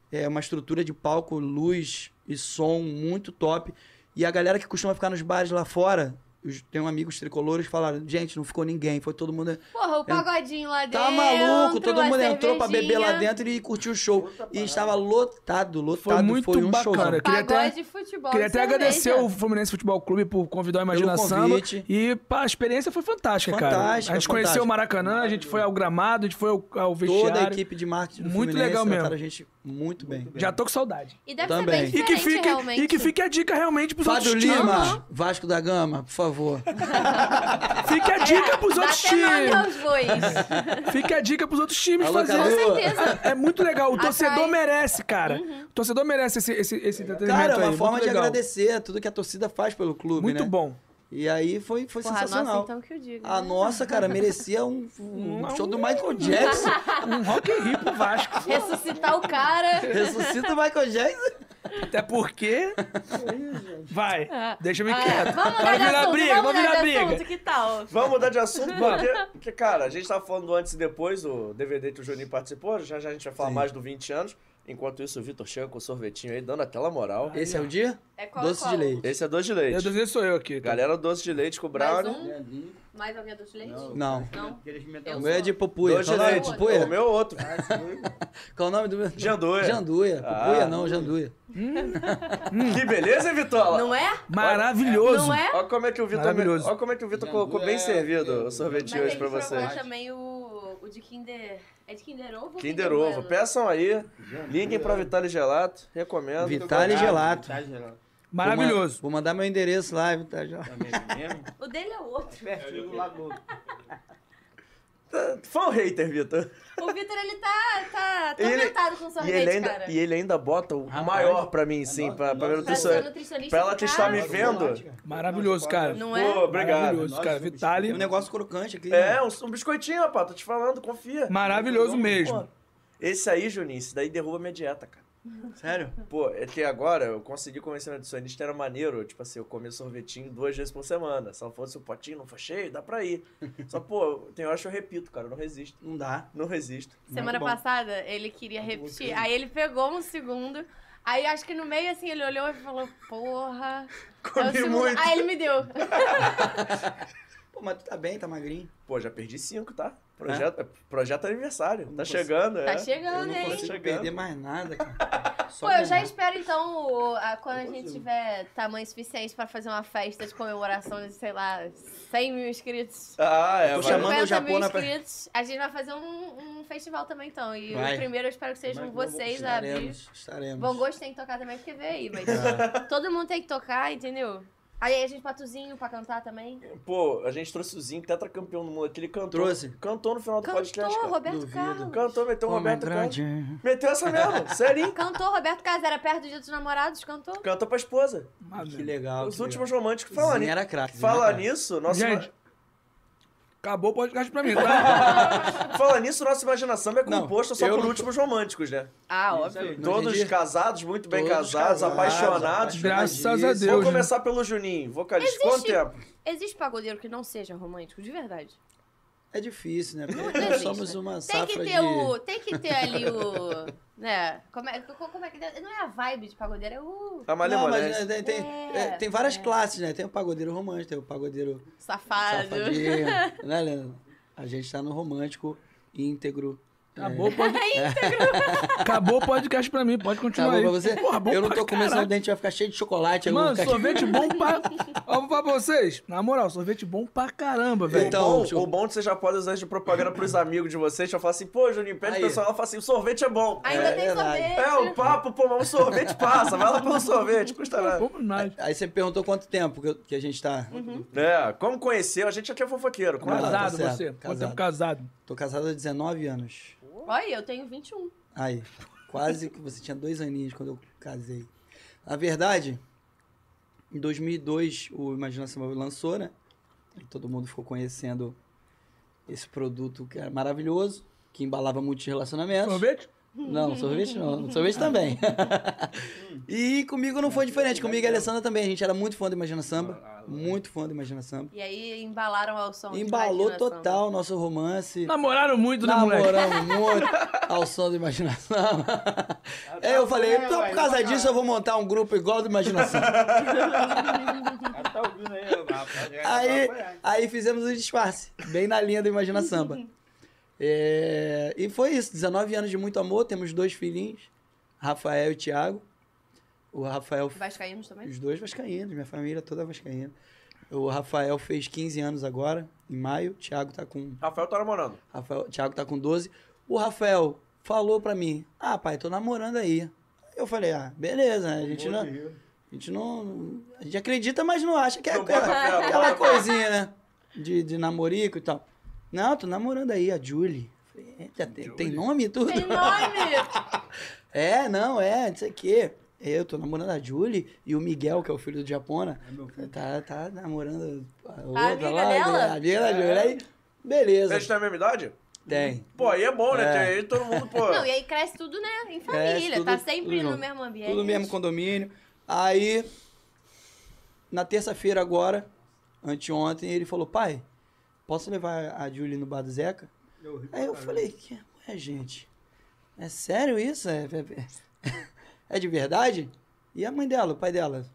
D: É uma estrutura de palco, luz e som muito top. E a galera que costuma ficar nos bares lá fora, os- tem um amigos tricolores que falaram, gente, não ficou ninguém, foi todo mundo...
C: Porra, o pagodinho lá dentro.
D: Tá maluco, todo
C: a
D: mundo entrou pra beber lá
C: cervejinha.
D: dentro e curtiu o show. E estava lotado, lotado.
A: Foi muito
D: um
A: bacana.
D: showzão.
A: Queria até-
C: Pagode, futebol.
A: Queria até
C: cerveja.
A: agradecer o Fluminense Futebol Clube por convidar a Imagina
D: Pelo
A: Samba.
D: convite.
A: E pá, a experiência foi fantástica, cara. A gente
D: Fantástica,
A: conheceu
D: fantástica.
A: o Maracanã, a gente foi ao gramado, a gente foi ao, ao vestiário.
D: Toda a equipe de marketing do
A: Muito
D: Fluminense
A: legal mesmo.
D: trataram a gente muito bem.
A: Já tô com saudade.
C: E deve ser
D: Também.
A: E
C: bem
A: que,
C: diferente,
A: fique,
C: realmente.
A: e que fique a dica realmente pros
D: Fábio
A: outros
D: Lima,
A: times.
D: Vasco da Gama, por favor.
A: Fique a dica
C: É,
A: pros
C: Dá
A: outros
C: até nome
A: times.
C: aos bois.
A: Fique a dica pros outros times
D: Alô,
A: fazerem.
D: Cadu?
C: Com certeza.
A: É muito legal. O
C: Atrai.
A: torcedor merece, cara.
C: Uhum.
A: O torcedor merece esse, esse, esse entretenimento
D: Cara, é
A: aí.
D: uma
A: Muito
D: forma de
A: legal.
D: agradecer tudo que a torcida faz pelo clube,
A: Muito
D: né?
A: bom.
D: E aí foi, foi
C: Porra,
D: sensacional.
C: nossa, então que eu digo.
D: A
C: né?
D: nossa, cara, merecia um, um
A: Um-
D: show do Michael Jackson.
A: Um Rock in Rio pro Vasco.
C: Ressuscitar o cara.
D: Ressuscita o Michael Jackson.
A: Até porque... Vai, deixa-me
C: Ah,
A: quieto.
C: Vamos mudar
A: Vai
C: de
A: virar
C: assunto,
A: briga,
C: vamos
A: vai
C: mudar
A: virar
C: de
A: briga.
C: assunto, que tal?
B: Vamos mudar de assunto, porque, porque, cara, a gente tava falando do antes e depois, o DVD que o Juninho participou, já já a gente vai falar mais do 20 anos. Enquanto isso, o Vitor chega com o sorvetinho aí, dando aquela moral.
D: Esse é o dia?
C: É qual,
D: Doce de leite.
B: Esse é doce de
A: Eu
B: leite.
A: desejo sou eu aqui. Tá?
B: Galera, doce de leite com
C: Mais
B: brownie.
C: um?
F: ali.
C: Mais alguém do leite?
D: Não.
C: Não.
F: Queria experimentar
C: Eu
D: O
F: um
D: meu né? é
C: sou-
D: de Pupuia.
B: doce
D: Qual
B: de
D: o nome?
B: leite.
C: outro.
D: Pupuia?
B: O meu é outro.
D: Qual o nome do meu?
B: Janduia.
D: Janduia.
B: Ah.
D: Pupuia não, Janduia.
B: Que beleza, hein, Vitola?
C: Não é?
A: Maravilhoso.
C: Não é?
B: Olha como é que o Vitor,
A: Maravilhoso.
B: olha como é que o Vitor
F: Janduia
B: colocou bem
F: é-
B: servido o
C: Mas
B: sorvetinho
C: tem
B: hoje
C: que
B: pra
C: provar
B: vocês.
C: também o, o de Kinder... É de Kinder Ovo ou
B: Kinder Ovo, peçam aí, liguem pra Vitale Gelato, recomendo.
D: Vitale Gelato.
F: Vitale Gelato.
A: Maravilhoso.
D: Vou mandar meu endereço lá, tá, Vitale Gelato.
F: Também mesmo.
C: O dele é o outro.
F: Perto do lado
D: é
F: do outro.
B: Tá- Fã ou hater, Vitor?
C: O Vitor, ele tá, tá
B: E ele-
C: atormentado com
B: E
C: sorvete,
B: ele ainda,
C: cara.
B: e ele ainda bota o
F: Rapaz.
B: maior pra mim, sim, pra, pra minha
F: Pra
C: Pra
F: isso
C: ser
B: nutrição.
C: nutricionista
B: pra ela
C: do
B: que está
C: cara,
B: me vendo.
A: Tá Maravilhoso, cara.
C: Não é?
B: Pô, obrigado.
A: Maravilhoso, cara.
F: Nós somos
D: Tem um
A: Vitale,
D: negócio crocante aqui.
B: É,
D: né?
B: um, um biscoitinho, rapaz, tô te falando, confia.
A: maravilhoso
B: Pô,
A: mesmo.
B: Esse aí, Juninho, esse daí derruba minha dieta, cara.
D: Sério?
B: Pô, é que agora eu consegui convencer meu nutricionista, era maneiro, tipo assim, eu comia sorvetinho duas vezes por semana. Se não fosse o potinho, não for cheio, dá pra ir. Só, pô, tem horas que eu repito, cara, eu não resisto.
D: Não dá.
B: Não resisto.
C: Semana
D: bom.
C: passada, ele queria repetir. Aí ele pegou um segundo. Aí acho que no meio, assim, ele olhou e falou, porra. Aí o
B: Comi
C: segundo-
B: muito.
C: Aí ele me deu.
D: Pô, mas tu tá bem, tá magrinho.
B: Pô, já perdi cinco, tá? Projeto, projeto aniversário. Tá chegando, é.
C: Tá
D: Eu
C: chegando,
D: não
C: hein?
D: consigo
B: Chegando.
D: perder mais nada, cara. Só
C: Pô, eu já
D: ganhar.
C: espero, então, o- a- quando a
D: Não
C: gente
D: consigo.
C: tiver tamanho suficiente pra fazer uma festa de comemoração de, sei lá, 100 mil inscritos.
B: Ah, é,
D: Tô
B: vai.
D: chamando- o
C: 50 mil
D: Japão na pra-
C: inscritos. A gente vai fazer um, um festival também, então. E
D: Vai. é
C: o primeiro eu espero que sejam vocês a abrir.
D: Estaremos, estaremos.
C: Bom gosto tem que tocar também, porque veio aí, mas
D: É.
C: todo mundo tem que tocar, entendeu? Aí a gente patuzinho pra cantar também.
B: Pô, a gente trouxe o Zinho, tetracampeão do mundo aqui, ele cantou.
D: Trouxe.
B: Cantou no final do podcast,
C: Cantou
B: cara.
C: Roberto
D: Duvido.
C: Carlos.
B: Cantou, meteu o
D: Como é
B: Roberto Carlos.
D: grande.
B: Meteu essa mesmo, sério.
C: Cantou Roberto Carlos, era perto do dia dos namorados, cantou.
B: Cantou pra esposa.
D: Que legal.
B: Os
D: que
B: últimos românticos. Fala,
D: Zinho
B: ni-
D: era craque, né, Zinho
B: fala
D: era craque.
B: nisso, nosso.
A: Gente, acabou o podcast pra mim, tá?
B: Fala nisso, nossa imaginação é
D: Não,
B: composta só
D: eu
B: por
D: não-
B: últimos românticos, né?
C: Ah,
F: Isso aí.
C: óbvio.
D: Não
B: Todos
D: entendi.
B: casados, muito bem
D: Todos né?
B: casados, apaixonados.
A: Graças a
D: apaixonadíssimos.
A: Deus.
B: Vamos começar pelo Juninho, vocalista. Quanto
C: Existe-
B: tempo?
C: Existe pagodeiro que não seja romântico, de verdade.
D: É difícil, né? Porque
C: Não
D: nós
C: existe,
D: somos
C: né?
D: uma
C: Tem que
D: safra
C: ter
D: de...
C: o. Tem que ter ali o. Né? Como é, co- como é que. Não é a vibe de pagodeiro, é o
B: A Malha
D: Não, mas
B: Moleste.
D: né, tem, tem,
C: É,
D: é, tem várias classes, né? Tem o pagodeiro romântico, tem o pagodeiro
C: safado.
D: safadinho, né, Leandro? A gente tá no romântico íntegro.
A: Acabou o
C: É
A: podcast. acabou o podcast pra mim, pode continuar
D: Acabou
A: aí.
D: Tá pra você?
A: Porra, bom
D: eu não
A: pra
D: tô começando o
A: caralho.
D: dente, vai ficar cheio de chocolate. aí eu vou
A: Mano,
D: ficar-
A: sorvete bom pra... Ó, vou falar pra vocês. Na moral, sorvete bom pra caramba, velho.
D: Então,
B: o, bom,
D: tipo-
B: o bom é que você já pode usar isso de propaganda pros amigos de vocês. Já fala assim, pô, Juninho, pede
D: Aí.
B: pro pessoal. Ela fala assim, o sorvete é bom.
C: Ainda
D: É
C: tem
D: verdade.
C: sorvete.
B: É, o papo, pô, mas o sorvete passa. Vai lá pelo sorvete, custa nada.
A: Bom pra nós.
D: Aí você perguntou quanto tempo que, eu- que a gente tá.
C: Uhum.
B: É, como conheceu? A gente aqui é fofoqueiro.
D: Como é
B: Conta.
D: lá? tá
A: Casado,
D: certo,
A: você. Quanto tempo
D: casado.
A: casado?
D: Tô casado há 19 anos.
C: Olha, eu tenho 21.
D: Aí, quase que você tinha dois aninhos quando eu casei. Na verdade, em 2002 o Imaginação Móvel lançou, né? E todo mundo ficou conhecendo esse produto que era maravilhoso, que embalava muitos relacionamentos.
A: Sorvete?
D: Não, sorvete não. Sorvete também. e comigo não foi diferente. Comigo e a Alessandra também. A gente era muito fã do Imagina Samba. Muito fã do Imagina Samba.
C: E aí embalaram ao som. de
D: Embalou
C: Imaginação.
D: total o nosso romance.
A: Namoraram muito, né, moleque?
D: Namoramos muito ao som do Imaginação. Aí eu falei, então por causa disso eu vou montar um grupo igual do Imaginação.
F: Ela tá ouvindo aí, ó, rapaz, tá ela
D: Aí,
F: vai apanhar.
D: aí fizemos um disfarce, bem na linha do Imagina Samba. É, e foi isso, 19 anos de muito amor, temos dois filhinhos, Rafael e Thiago. O Rafael,
C: Vascaínos também?
D: os dois vascaínos, minha família toda vascaína. O Rafael fez 15 anos agora, em maio, o Thiago tá com
B: Rafael tá namorando.
D: Rafael, o Thiago tá com 12. O Rafael falou pra mim: "Ah, pai, tô namorando aí". Eu falei: "Ah, beleza, né? a gente não a gente não a gente acredita, mas não acha que é
B: Não
D: aquela,
B: bota fé, não
D: aquela
B: bota fé.
D: coisinha, né? De, de namorico e tal. Não, tô namorando aí a Julie. Eu falei, "Eita, tem, tem nome e tudo?
C: Tem nome!
D: É, não, é, não sei o quê. Eu tô namorando a Julie e o Miguel, que é o filho do Japona, tá, tá namorando a outra
C: amiga
D: lá,
C: dela?
D: A amiga da
B: É.
D: Julie. Aí, beleza.
B: Eles têm a mesma idade?
D: Tem.
B: Pô, aí é bom, né?
D: É.
B: Tem aí todo mundo, pô.
C: Não, e aí cresce tudo, né? Em
D: Cresce
C: família.
D: tudo-
C: tá sempre
D: tudo
C: no
D: junto.
C: mesmo ambiente.
D: Tudo no mesmo condomínio. Aí, na terça-feira agora, anteontem, ele falou, pai, posso levar a Julie no bar do Zeca?
F: Eu ri pra
D: Aí eu
F: caralho.
D: falei, que é, gente? É sério isso? É, é- é- é de verdade? E a mãe dela, o pai dela?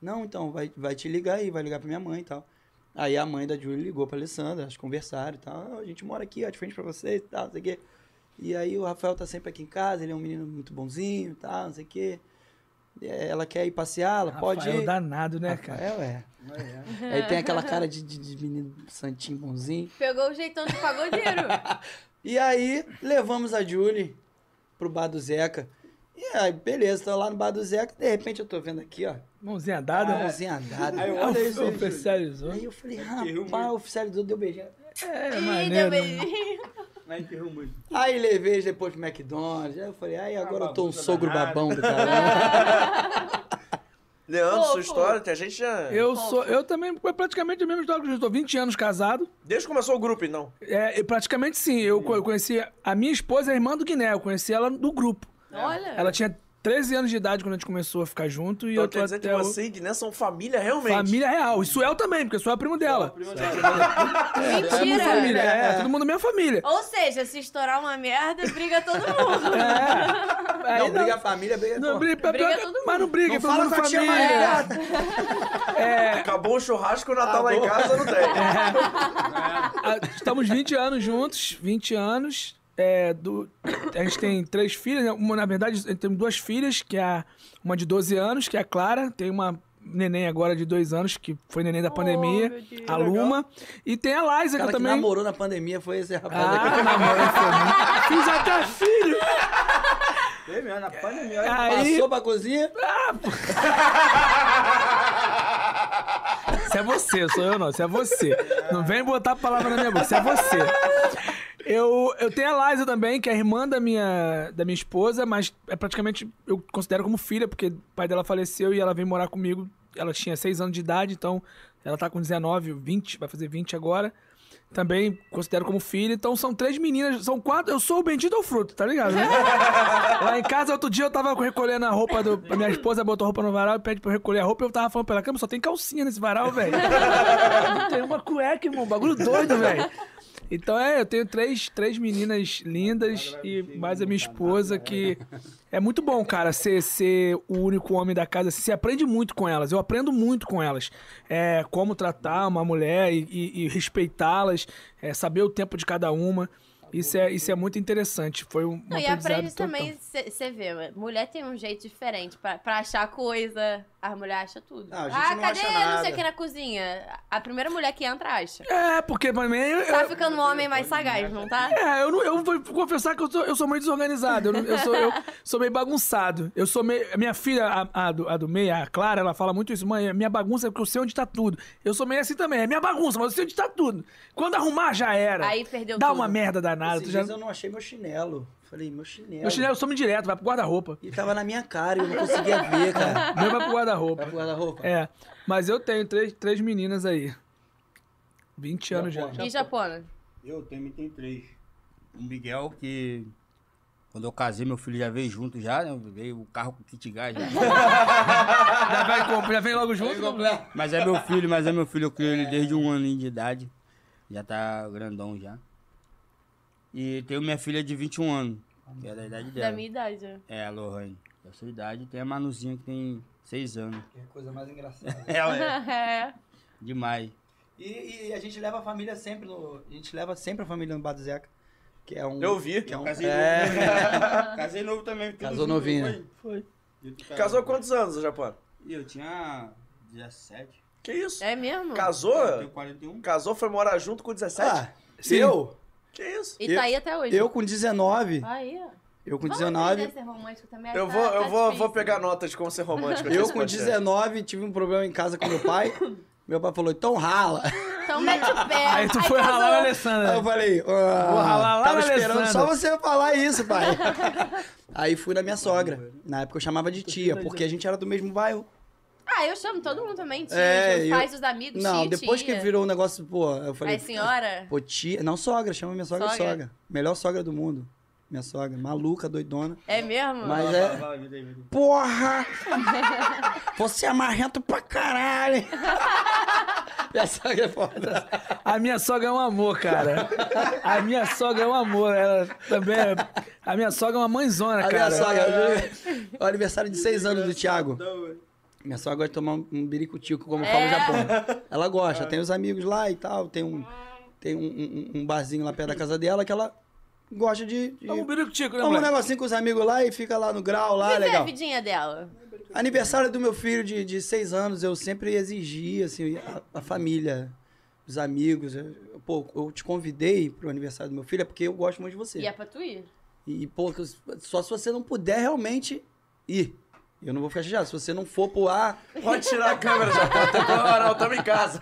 D: Não, então, vai, vai te ligar aí, vai ligar pra minha mãe e tal. Aí a mãe da Julie ligou pra Alessandra, elas conversaram e tal. "Ah, A gente mora aqui, ó, de frente pra vocês e tal, não sei o quê. E aí o Rafael tá sempre aqui em casa, ele é um menino muito bonzinho e tal, não sei o quê. E Ela quer ir passear, ela pode
A: Rafael
D: ir.
A: danado, né, cara?
D: Rafael, é. Aí tem aquela cara de, de- de menino santinho bonzinho.
C: Pegou o jeitão de pagodeiro.
D: E aí, levamos a Julie pro bar do Zeca. E aí, beleza, tô lá no bar do Zeca. De repente, eu tô vendo aqui, ó,
A: Mãozinha dada.
D: a mãozinha dada.
F: Aí eu-
A: Ah,
F: Olha isso aí,
A: oficializou.
D: Aí eu falei,
F: Que riu
D: rapaz,
F: muito.
D: o oficializou, deu um beijinho.
A: É,
C: Ih, deu
A: maneiro. né?
C: beijinho.
F: Aí que riu muito.
D: Aí levei depois pro McDonald's. Aí eu falei, aí
A: Ah,
D: agora eu tô um
F: bagunça
D: sogro
F: danada.
D: babão do cara.
B: Leandro,
C: Pô,
B: sua história, tem a gente já.
A: Eu sou, eu também, é praticamente a mesma história que eu estou 20 anos casado.
B: Desde que começou o grupo, então.
A: É, e
D: né?
A: praticamente sim. Eu, co- eu conheci a minha esposa, é a irmã do Guiné. Eu conheci ela do grupo.
C: Olha.
A: Ela tinha 13 anos de idade quando a gente começou a ficar junto e
B: Então
A: eu tô
B: quer dizer que
A: até o-
B: você e Guiné são família realmente.
A: família real. E Suel também, porque Suel é primo dela.
D: é
C: Mentira!
A: Família, é, todo mundo minha família.
C: Ou seja, se estourar uma merda, briga todo mundo.
A: Aí
D: Não, briga a família, briga.
A: Não,
D: pô.
A: briga, pior
C: Briga
A: que-
C: todo mundo.
A: Mas não briga,
D: Não
A: é todo mundo é,
D: fala com a tia
A: família.
D: Maria.
B: Acabou o churrasco, o Natal lá em casa não tem.
A: Ah, Estamos 20 anos juntos, 20 anos. é, do- a gente tem três filhas, né? Uma, na verdade, temos duas filhas, que é a- uma de 12 anos, que é a Clara, tem uma neném agora de dois anos, que foi neném da pandemia,
C: Oh, meu Deus.
A: a Luma, e tem a Liza,
D: O cara
A: que
D: que
A: também...
D: namorou na pandemia foi esse rapaz aqui.
A: Ah, namorou, foi, né? Fiz até filho!
F: Teve, né? Na pandemia. olha.
A: Aí,
D: Passou pra cozinha.
A: Isso é você, sou eu não, isso é você. Não vem botar a palavra na minha boca, isso é você. Eu, eu tenho a Liza também, que é irmã da minha, da minha esposa, mas é praticamente, eu considero como filha, porque o pai dela faleceu e ela veio morar comigo. Ela tinha 6 anos de idade, então ela tá com 19, 20, vai fazer 20 agora. Também considero como filha. Então são três meninas, são quatro. Eu sou o bendito ao fruto, tá ligado? né? Lá em casa, outro dia eu tava recolhendo a roupa do. a Minha esposa botou a roupa no varal e pede pra eu recolher a roupa. Eu tava falando pra ela, cama, só tem calcinha nesse varal, velho. Não tem uma cueca, irmão. um Bagulho doido, velho. Então é, eu tenho três, três meninas lindas e mais a minha esposa, que é muito bom, cara, ser, ser o único homem da casa. Você aprende muito com elas. Eu aprendo muito com elas. É, como tratar uma mulher e, e- e respeitá-las, é, saber o tempo de cada uma. Isso é, isso é muito interessante. Foi um. um
C: Não, e
A: aprendizado
C: aprende
A: total.
C: também, você vê, ué, mulher tem um jeito diferente pra, pra achar coisa. A mulher acha tudo.
D: Ah, a gente
C: ah,
D: não
C: cadê
D: acha
C: não sei
D: nada.
C: o que na cozinha? A primeira mulher que entra acha.
A: É, porque pra mim. Eu,
C: Tá ficando um homem mais sagaz, não tá?
A: é, eu, não- eu vou confessar que eu sou, eu sou meio desorganizado. Eu, não- eu sou, eu sou meio bagunçado. Eu sou meio. a Minha filha, a, a do, a do meio, a Clara, ela fala muito isso. Mãe, a minha bagunça é porque eu sei onde tá tudo. Eu sou meio assim também. É minha bagunça, mas eu sei onde tá tudo. Quando arrumar, já era.
C: Aí perdeu
A: Dá
C: tudo.
A: uma merda danada. Tu
D: Esses
A: já...
D: dias eu não achei meu chinelo. Falei, meu chinelo.
A: Meu chinelo some direto, vai pro guarda-roupa.
D: E tava na minha cara e eu não conseguia ver, cara.
A: Meu vai pro guarda-roupa.
D: Vai pro guarda-roupa.
A: É. Mas eu tenho três, três meninas aí. 20 anos já.
C: E japona?
F: Eu também tenho três. O Miguel, que quando eu casei, meu filho já veio junto já, né? Veio o carro com kit gás né? já.
A: Já, vai, compra, já vem logo junto.
F: mas é meu filho, mas é meu filho, eu crio ele desde um ano de idade. Já tá grandão já. E tenho minha filha de 21 anos, que é da idade dela.
C: Da minha idade. ó.
F: É, a Lohane, da sua idade. Tem a Manuzinha, que tem 6 anos.
D: Que coisa mais engraçada.
F: Ela é
C: É.
F: demais.
D: E, e a gente leva a família sempre no. A gente leva sempre a família no Bar do Zeca. Que é um.
B: Eu vi.
D: Que é um.
F: Casei
D: É.
F: novo também. Casei novo também. tudo
D: Casou
F: junto,
D: novinho,
F: foi?
D: né?
A: Foi.
F: Eu
A: É.
F: tô
B: Casou
F: casado.
B: quantos anos, Japão?
F: E eu tinha 17.
B: Que isso?
C: É mesmo?
B: Casou?
F: Eu tenho 41.
B: Casou, foi morar junto com 17?
D: Ah,
A: Sim.
D: eu?
B: Que isso?
C: E tá aí até hoje.
D: Eu com 19.
C: Aí, ó.
D: Eu com
C: Vamos
D: 19.
C: aprender a ser romântico também,
B: Eu
C: tá-
B: vou,
C: tá
B: eu vou,
C: difícil.
B: vou pegar notas de como ser romântico.
D: Eu
B: nesse
D: com
B: podcast.
D: 19 tive um problema em casa com meu pai. Meu pai falou, então rala.
C: Então mete o pé.
A: Aí tu foi
C: casou.
A: ralar o
D: Aí eu
A: Alessandra.
D: falei,
A: Vou ralar
D: ah,
A: lá
D: tava
A: na
D: esperando só
A: Alessandra."
D: você falar isso, pai. Aí fui na minha sogra. Na época eu chamava de tia, porque a gente era do mesmo bairro.
C: Ah, eu chamo todo mundo também. Tia,
D: É,
C: os
D: eu-
C: pais, os amigos,
D: Não,
C: tia,
D: depois que
C: tia.
D: virou um negócio, pô, eu falei,
C: Aí,
F: É.
C: senhora.
D: pô, tia, não sogra, chama minha sogra, de
C: Sogra.
D: sogra. Melhor sogra do mundo. Minha sogra, maluca, doidona.
C: É mesmo?
D: Mas é,
F: Vai, vai, vai, vai.
D: Porra! Você é marrento pra caralho! Minha sogra é foda.
A: A minha sogra é um amor, cara. A minha sogra é um amor. Ela também é... A minha sogra é uma mãezona,
D: A minha
A: cara.
D: sogra. é O aniversário de seis anos do Thiago.
F: Então, velho.
D: Minha sogra gosta de tomar um um biricutico, como fala
F: É.
D: o Japão. Ela
A: É.
D: gosta, tem os amigos lá e tal, tem um, tem um, um- um barzinho lá perto da casa dela que ela gosta de. de...
A: É um birutico, né,
D: Toma um
A: moleque?
D: negocinho com os amigos lá e fica lá no grau, lá,
F: é
C: Viver é a
D: Ah, legal.
C: vidinha dela.
D: Aniversário do meu filho de, de seis anos, eu sempre exigi, assim, a, a família, os amigos. eu- eu- pô, eu te convidei pro aniversário do meu filho é porque eu gosto muito de você.
C: E é pra tu ir?
D: E, pô, que os- só se você não puder realmente ir. Eu não vou ficar chateado. Se você não for pro ar,
B: Pode tirar a câmera, Japão. Tem moral, tamo em casa.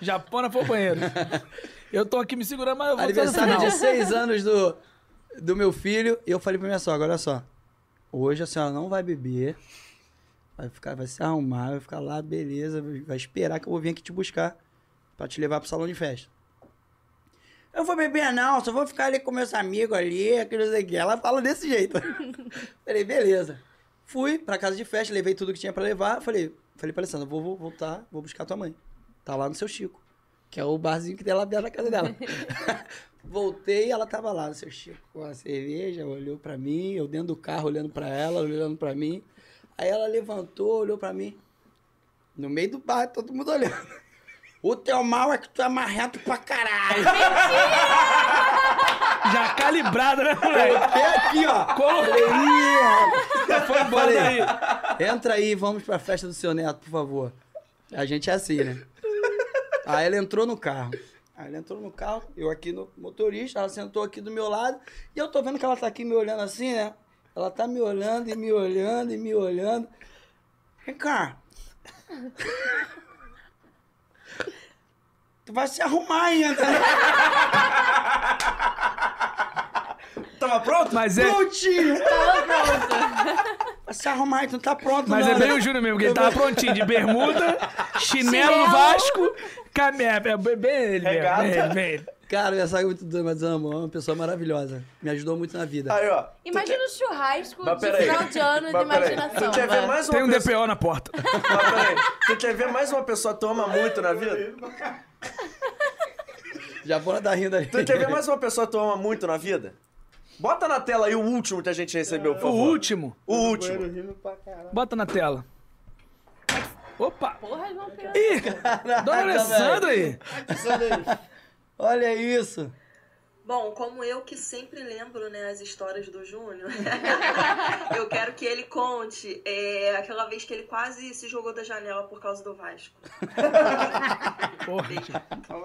A: Japona foi ao banheiro. Eu tô aqui me segurando, mas eu vou
D: aniversário
A: até
D: de
A: no final.
D: seis anos do, do meu filho, eu falei pra minha sogra, olha só, hoje a senhora não vai beber, vai, ficar, vai se arrumar, vai ficar lá, beleza, vai esperar que eu vou vir aqui te buscar pra te levar pro salão de festa. Eu vou beber não, só vou ficar ali com meus amigos ali, que não sei o que. Ela fala desse jeito. Falei, beleza. Fui pra casa de festa, levei tudo que tinha pra levar. Falei, falei pra Alessandra, vou, vou voltar, vou buscar tua mãe. Tá lá no seu Chico, que é o barzinho que tem lá dentro da casa dela. Voltei, ela tava lá no seu Chico com a cerveja, olhou pra mim, eu dentro do carro olhando pra ela, olhando pra mim. Aí ela levantou, olhou pra mim. No meio do bar, todo mundo olhando. O teu mal é que tu é marrento pra caralho.
A: Já calibrado, né, moleque?
D: Coloquei aqui, ó. Falei, "Ih, rapaz."
A: Foi embora
D: Falei,
A: daí.
D: Entra aí, vamos pra festa do seu neto, por favor. A gente é assim, né? Aí ela entrou no carro. Aí ela entrou no carro, eu aqui no motorista, ela sentou aqui do meu lado. E eu tô vendo que ela tá aqui me olhando assim, né? Ela tá me olhando e me olhando e me olhando. Vem cá. Tu vai se arrumar ainda, né?
B: Tava pronto?
A: Mas é,
D: Prontinho. Vai se arrumar aí, tu não tá pronto
A: mas
D: não,
A: é
D: né?
A: bem o Júnior mesmo, que
B: tá-
A: ele tava prontinho, de bermuda, chinelo no
C: Chinelo.
A: Vasco, camé, é bem- bem ele mesmo,
B: Regata.
A: bem ele, bem ele.
D: Cara, eu saio muito doido, mas amo. É uma pessoa maravilhosa. Me ajudou muito na vida.
B: Aí, ó.
C: Imagina o churrasco
B: Mas
C: de
B: peraí.
C: final de ano de
B: Mas peraí.
C: imaginação. É. né?
B: Tu quer ver mais uma
A: Tem um
B: pessoa...
A: DPO na porta.
B: Mas peraí, tu quer ver mais uma pessoa que tu ama muito na vida?
D: Já vou dar rindo aí.
B: Tu quer ver mais uma pessoa que tu ama muito na vida? Bota na tela aí o último que a gente recebeu, por
A: O
B: favor.
A: último,
B: O último.
A: bota na tela. Opa!
C: Porra, tá, João Pedro.
A: Ih, Dona Alessandra aí!
F: é
D: Olha isso.
H: Bom, como eu que sempre lembro né, as histórias do Júnior, eu quero que ele conte é, aquela vez que ele quase se jogou da janela por causa do Vasco.
A: Porra,
F: Tá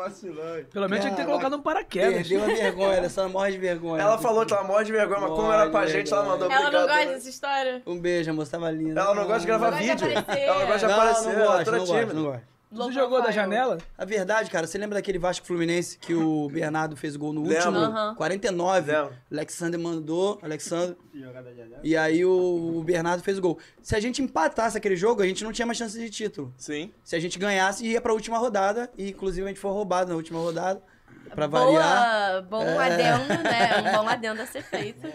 A: Pelo menos tinha que ter colocado um paraquedas.
D: Perdeu a vergonha, Alessandra morre de vergonha.
B: é, Ela falou que ela morre de vergonha, mas como era pra
D: Olha,
B: gente, ela mandou
C: Ela
B: obrigado.
C: não gosta
B: né?
C: dessa história?
D: Um beijo, amor, tava linda.
B: Ela não gosta de gravar
C: Não gosta de
B: vídeo.
C: aparecer.
B: Ela gosta de
D: Não,
B: aparecer.
D: não
B: ela é
D: gosto,
B: toda
D: não gosto,
B: tímida.
D: não gosto.
A: Você jogou da janela?
D: A verdade, cara, você lembra daquele Vasco Fluminense que o Bernardo fez o gol no último?
B: Lembro.
C: Aham.
D: 49.
B: Lembro.
D: Alexander mandou, Alexander. E aí o, o Bernardo fez o gol. Se a gente empatasse aquele jogo, a gente não tinha mais chance de título.
B: Sim.
D: Se a gente ganhasse, ia pra última rodada. E inclusive a gente foi roubado na última rodada. Pra
C: Boa,
D: variar.
C: Bom adendo, né? Um bom adendo a ser feito.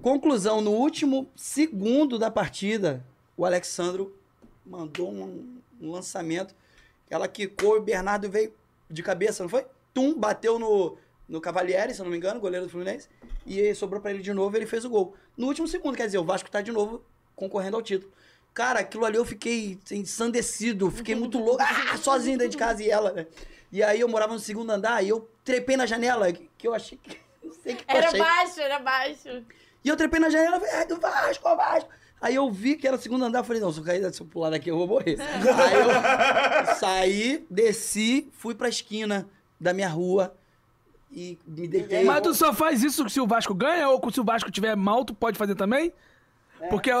D: Conclusão, no último segundo da partida, o Alexandro mandou um, um lançamento. Ela quicou e o Bernardo veio de cabeça, não foi? Tum, bateu no, no Cavalieri, se eu não me engano, goleiro do Fluminense. E aí sobrou pra ele de novo e ele fez o gol. No último segundo, quer dizer, o Vasco tá de novo concorrendo ao título. Cara, aquilo ali eu fiquei assim, ensandecido, fiquei muito louco, ah, sozinho dentro de casa e ela, né? E aí eu morava no segundo andar e eu trepei na janela, que que eu achei que. Não sei o que eu
C: Era
D: achei.
C: baixo, era baixo.
D: E eu trepei na janela, falei, é do Vasco, é o Vasco. Aí eu vi que era o segundo andar, falei, não, se eu cair, se eu pular daqui, eu vou morrer. Aí
A: É.
D: eu saí, desci, fui pra esquina da minha rua e me deitei.
A: Mas tu só faz isso se o Vasco ganha ou se o Vasco tiver mal, tu pode fazer também? Porque, ô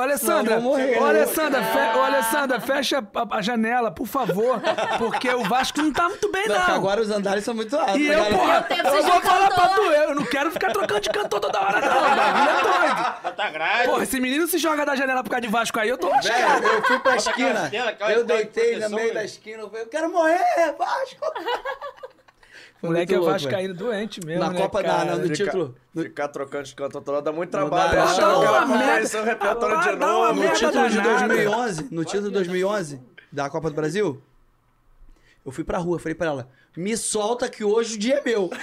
D: Não, É.
A: Alessandra,
D: eu vou morrer. né?
A: ô Alessandra, fe-
C: Ah.
A: ô Alessandra, fecha a, a janela, por favor, porque o Vasco não tá muito bem,
D: Não,
A: não.
D: porque agora os andares são muito altos.
A: E
D: né,
A: eu,
D: galera?
A: porra,
C: Eu tenho
A: eu
C: que ser
A: vou falar
C: cantor.
A: pra tu, eu não quero ficar trocando de cantor toda hora, não, o bagulho é doido.
E: Bota grade.
A: Porra, esse menino se joga da janela por causa de Vasco aí, eu tô achando.
D: Velho, É, eu
E: Bota
D: fui pra
E: aquela é
D: esquina,
E: esquina, aquela
D: eu
E: escola de
D: deitei no
E: proteção,
D: meio
E: né?
D: da esquina, eu falei, eu quero morrer, Vasco. Foi
A: Moleque,
D: muito
A: é
D: louco,
A: Vasco
D: velho.
A: caindo doente mesmo,
D: Na
A: né,
D: Copa da,
A: cara?
D: na, no
B: Fica-
D: título, no,
B: Ficar trocando de canto toda hora dá muito
D: dá,
B: trabalho.
D: dá
B: Achar o
D: uma
B: cara pra
A: merda.
B: conhecer o repertório
A: Dá
B: de
A: uma
B: novo.
D: no
A: merda
D: título de
A: danada.
D: 2011, no título de 2011 da Copa do Brasil, eu fui pra rua, falei pra ela, me solta que hoje o dia é meu.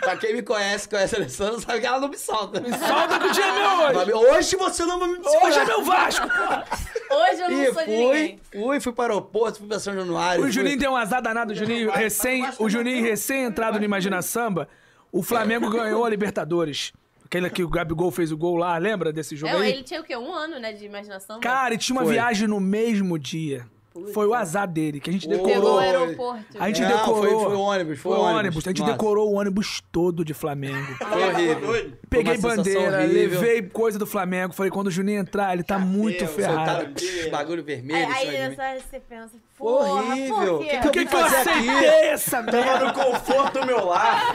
D: pra quem me conhece, conhece a Alessandra, sabe que ela não me solta.
A: Solta que o dia é meu hoje.
D: Ela, Hoje você não vai me segurar.
A: Hoje é meu Vasco.
C: Hoje eu não
D: E
C: sou de ninguém.
D: fui, fui, fui para o aeroporto, fui pra São Januário.
A: O
D: fui-
A: Juninho tem um azar danado, o Juninho recém, o Juninho recém entrado no Imagina Samba, o Flamengo ganhou a Libertadores. Aquele que o Gabigol fez o gol lá, lembra desse jogo
C: Não,
A: aí?
C: ele tinha o quê? Um ano, né, de imaginação?
A: Cara, e tinha uma
D: Foi.
A: viagem no mesmo dia. Foi o azar dele, que a gente
C: Pegou o
A: decorou.
C: aeroporto.
A: A gente
D: Não,
A: decorou.
D: É, foi- foi ônibus, foi ônibus.
A: A gente
D: Nossa.
A: decorou o ônibus todo de Flamengo.
F: Tá
D: Foi horrível.
A: Peguei
D: sensação
A: bandeira,
D: horrível.
A: levei coisa do Flamengo. Falei, quando o Juninho entrar, ele tá muito ferrado.
D: Soltaram psh, bagulho vermelho.
C: Aí,
D: em cima
C: aí
D: de mim.
C: nessa hora você pensa, porra,
D: horrível.
C: por quê?
A: Por
D: eu
A: que,
D: vim
A: que eu
D: fazer aqui?
A: aceitei essa merda?
B: Tava no conforto do meu lar.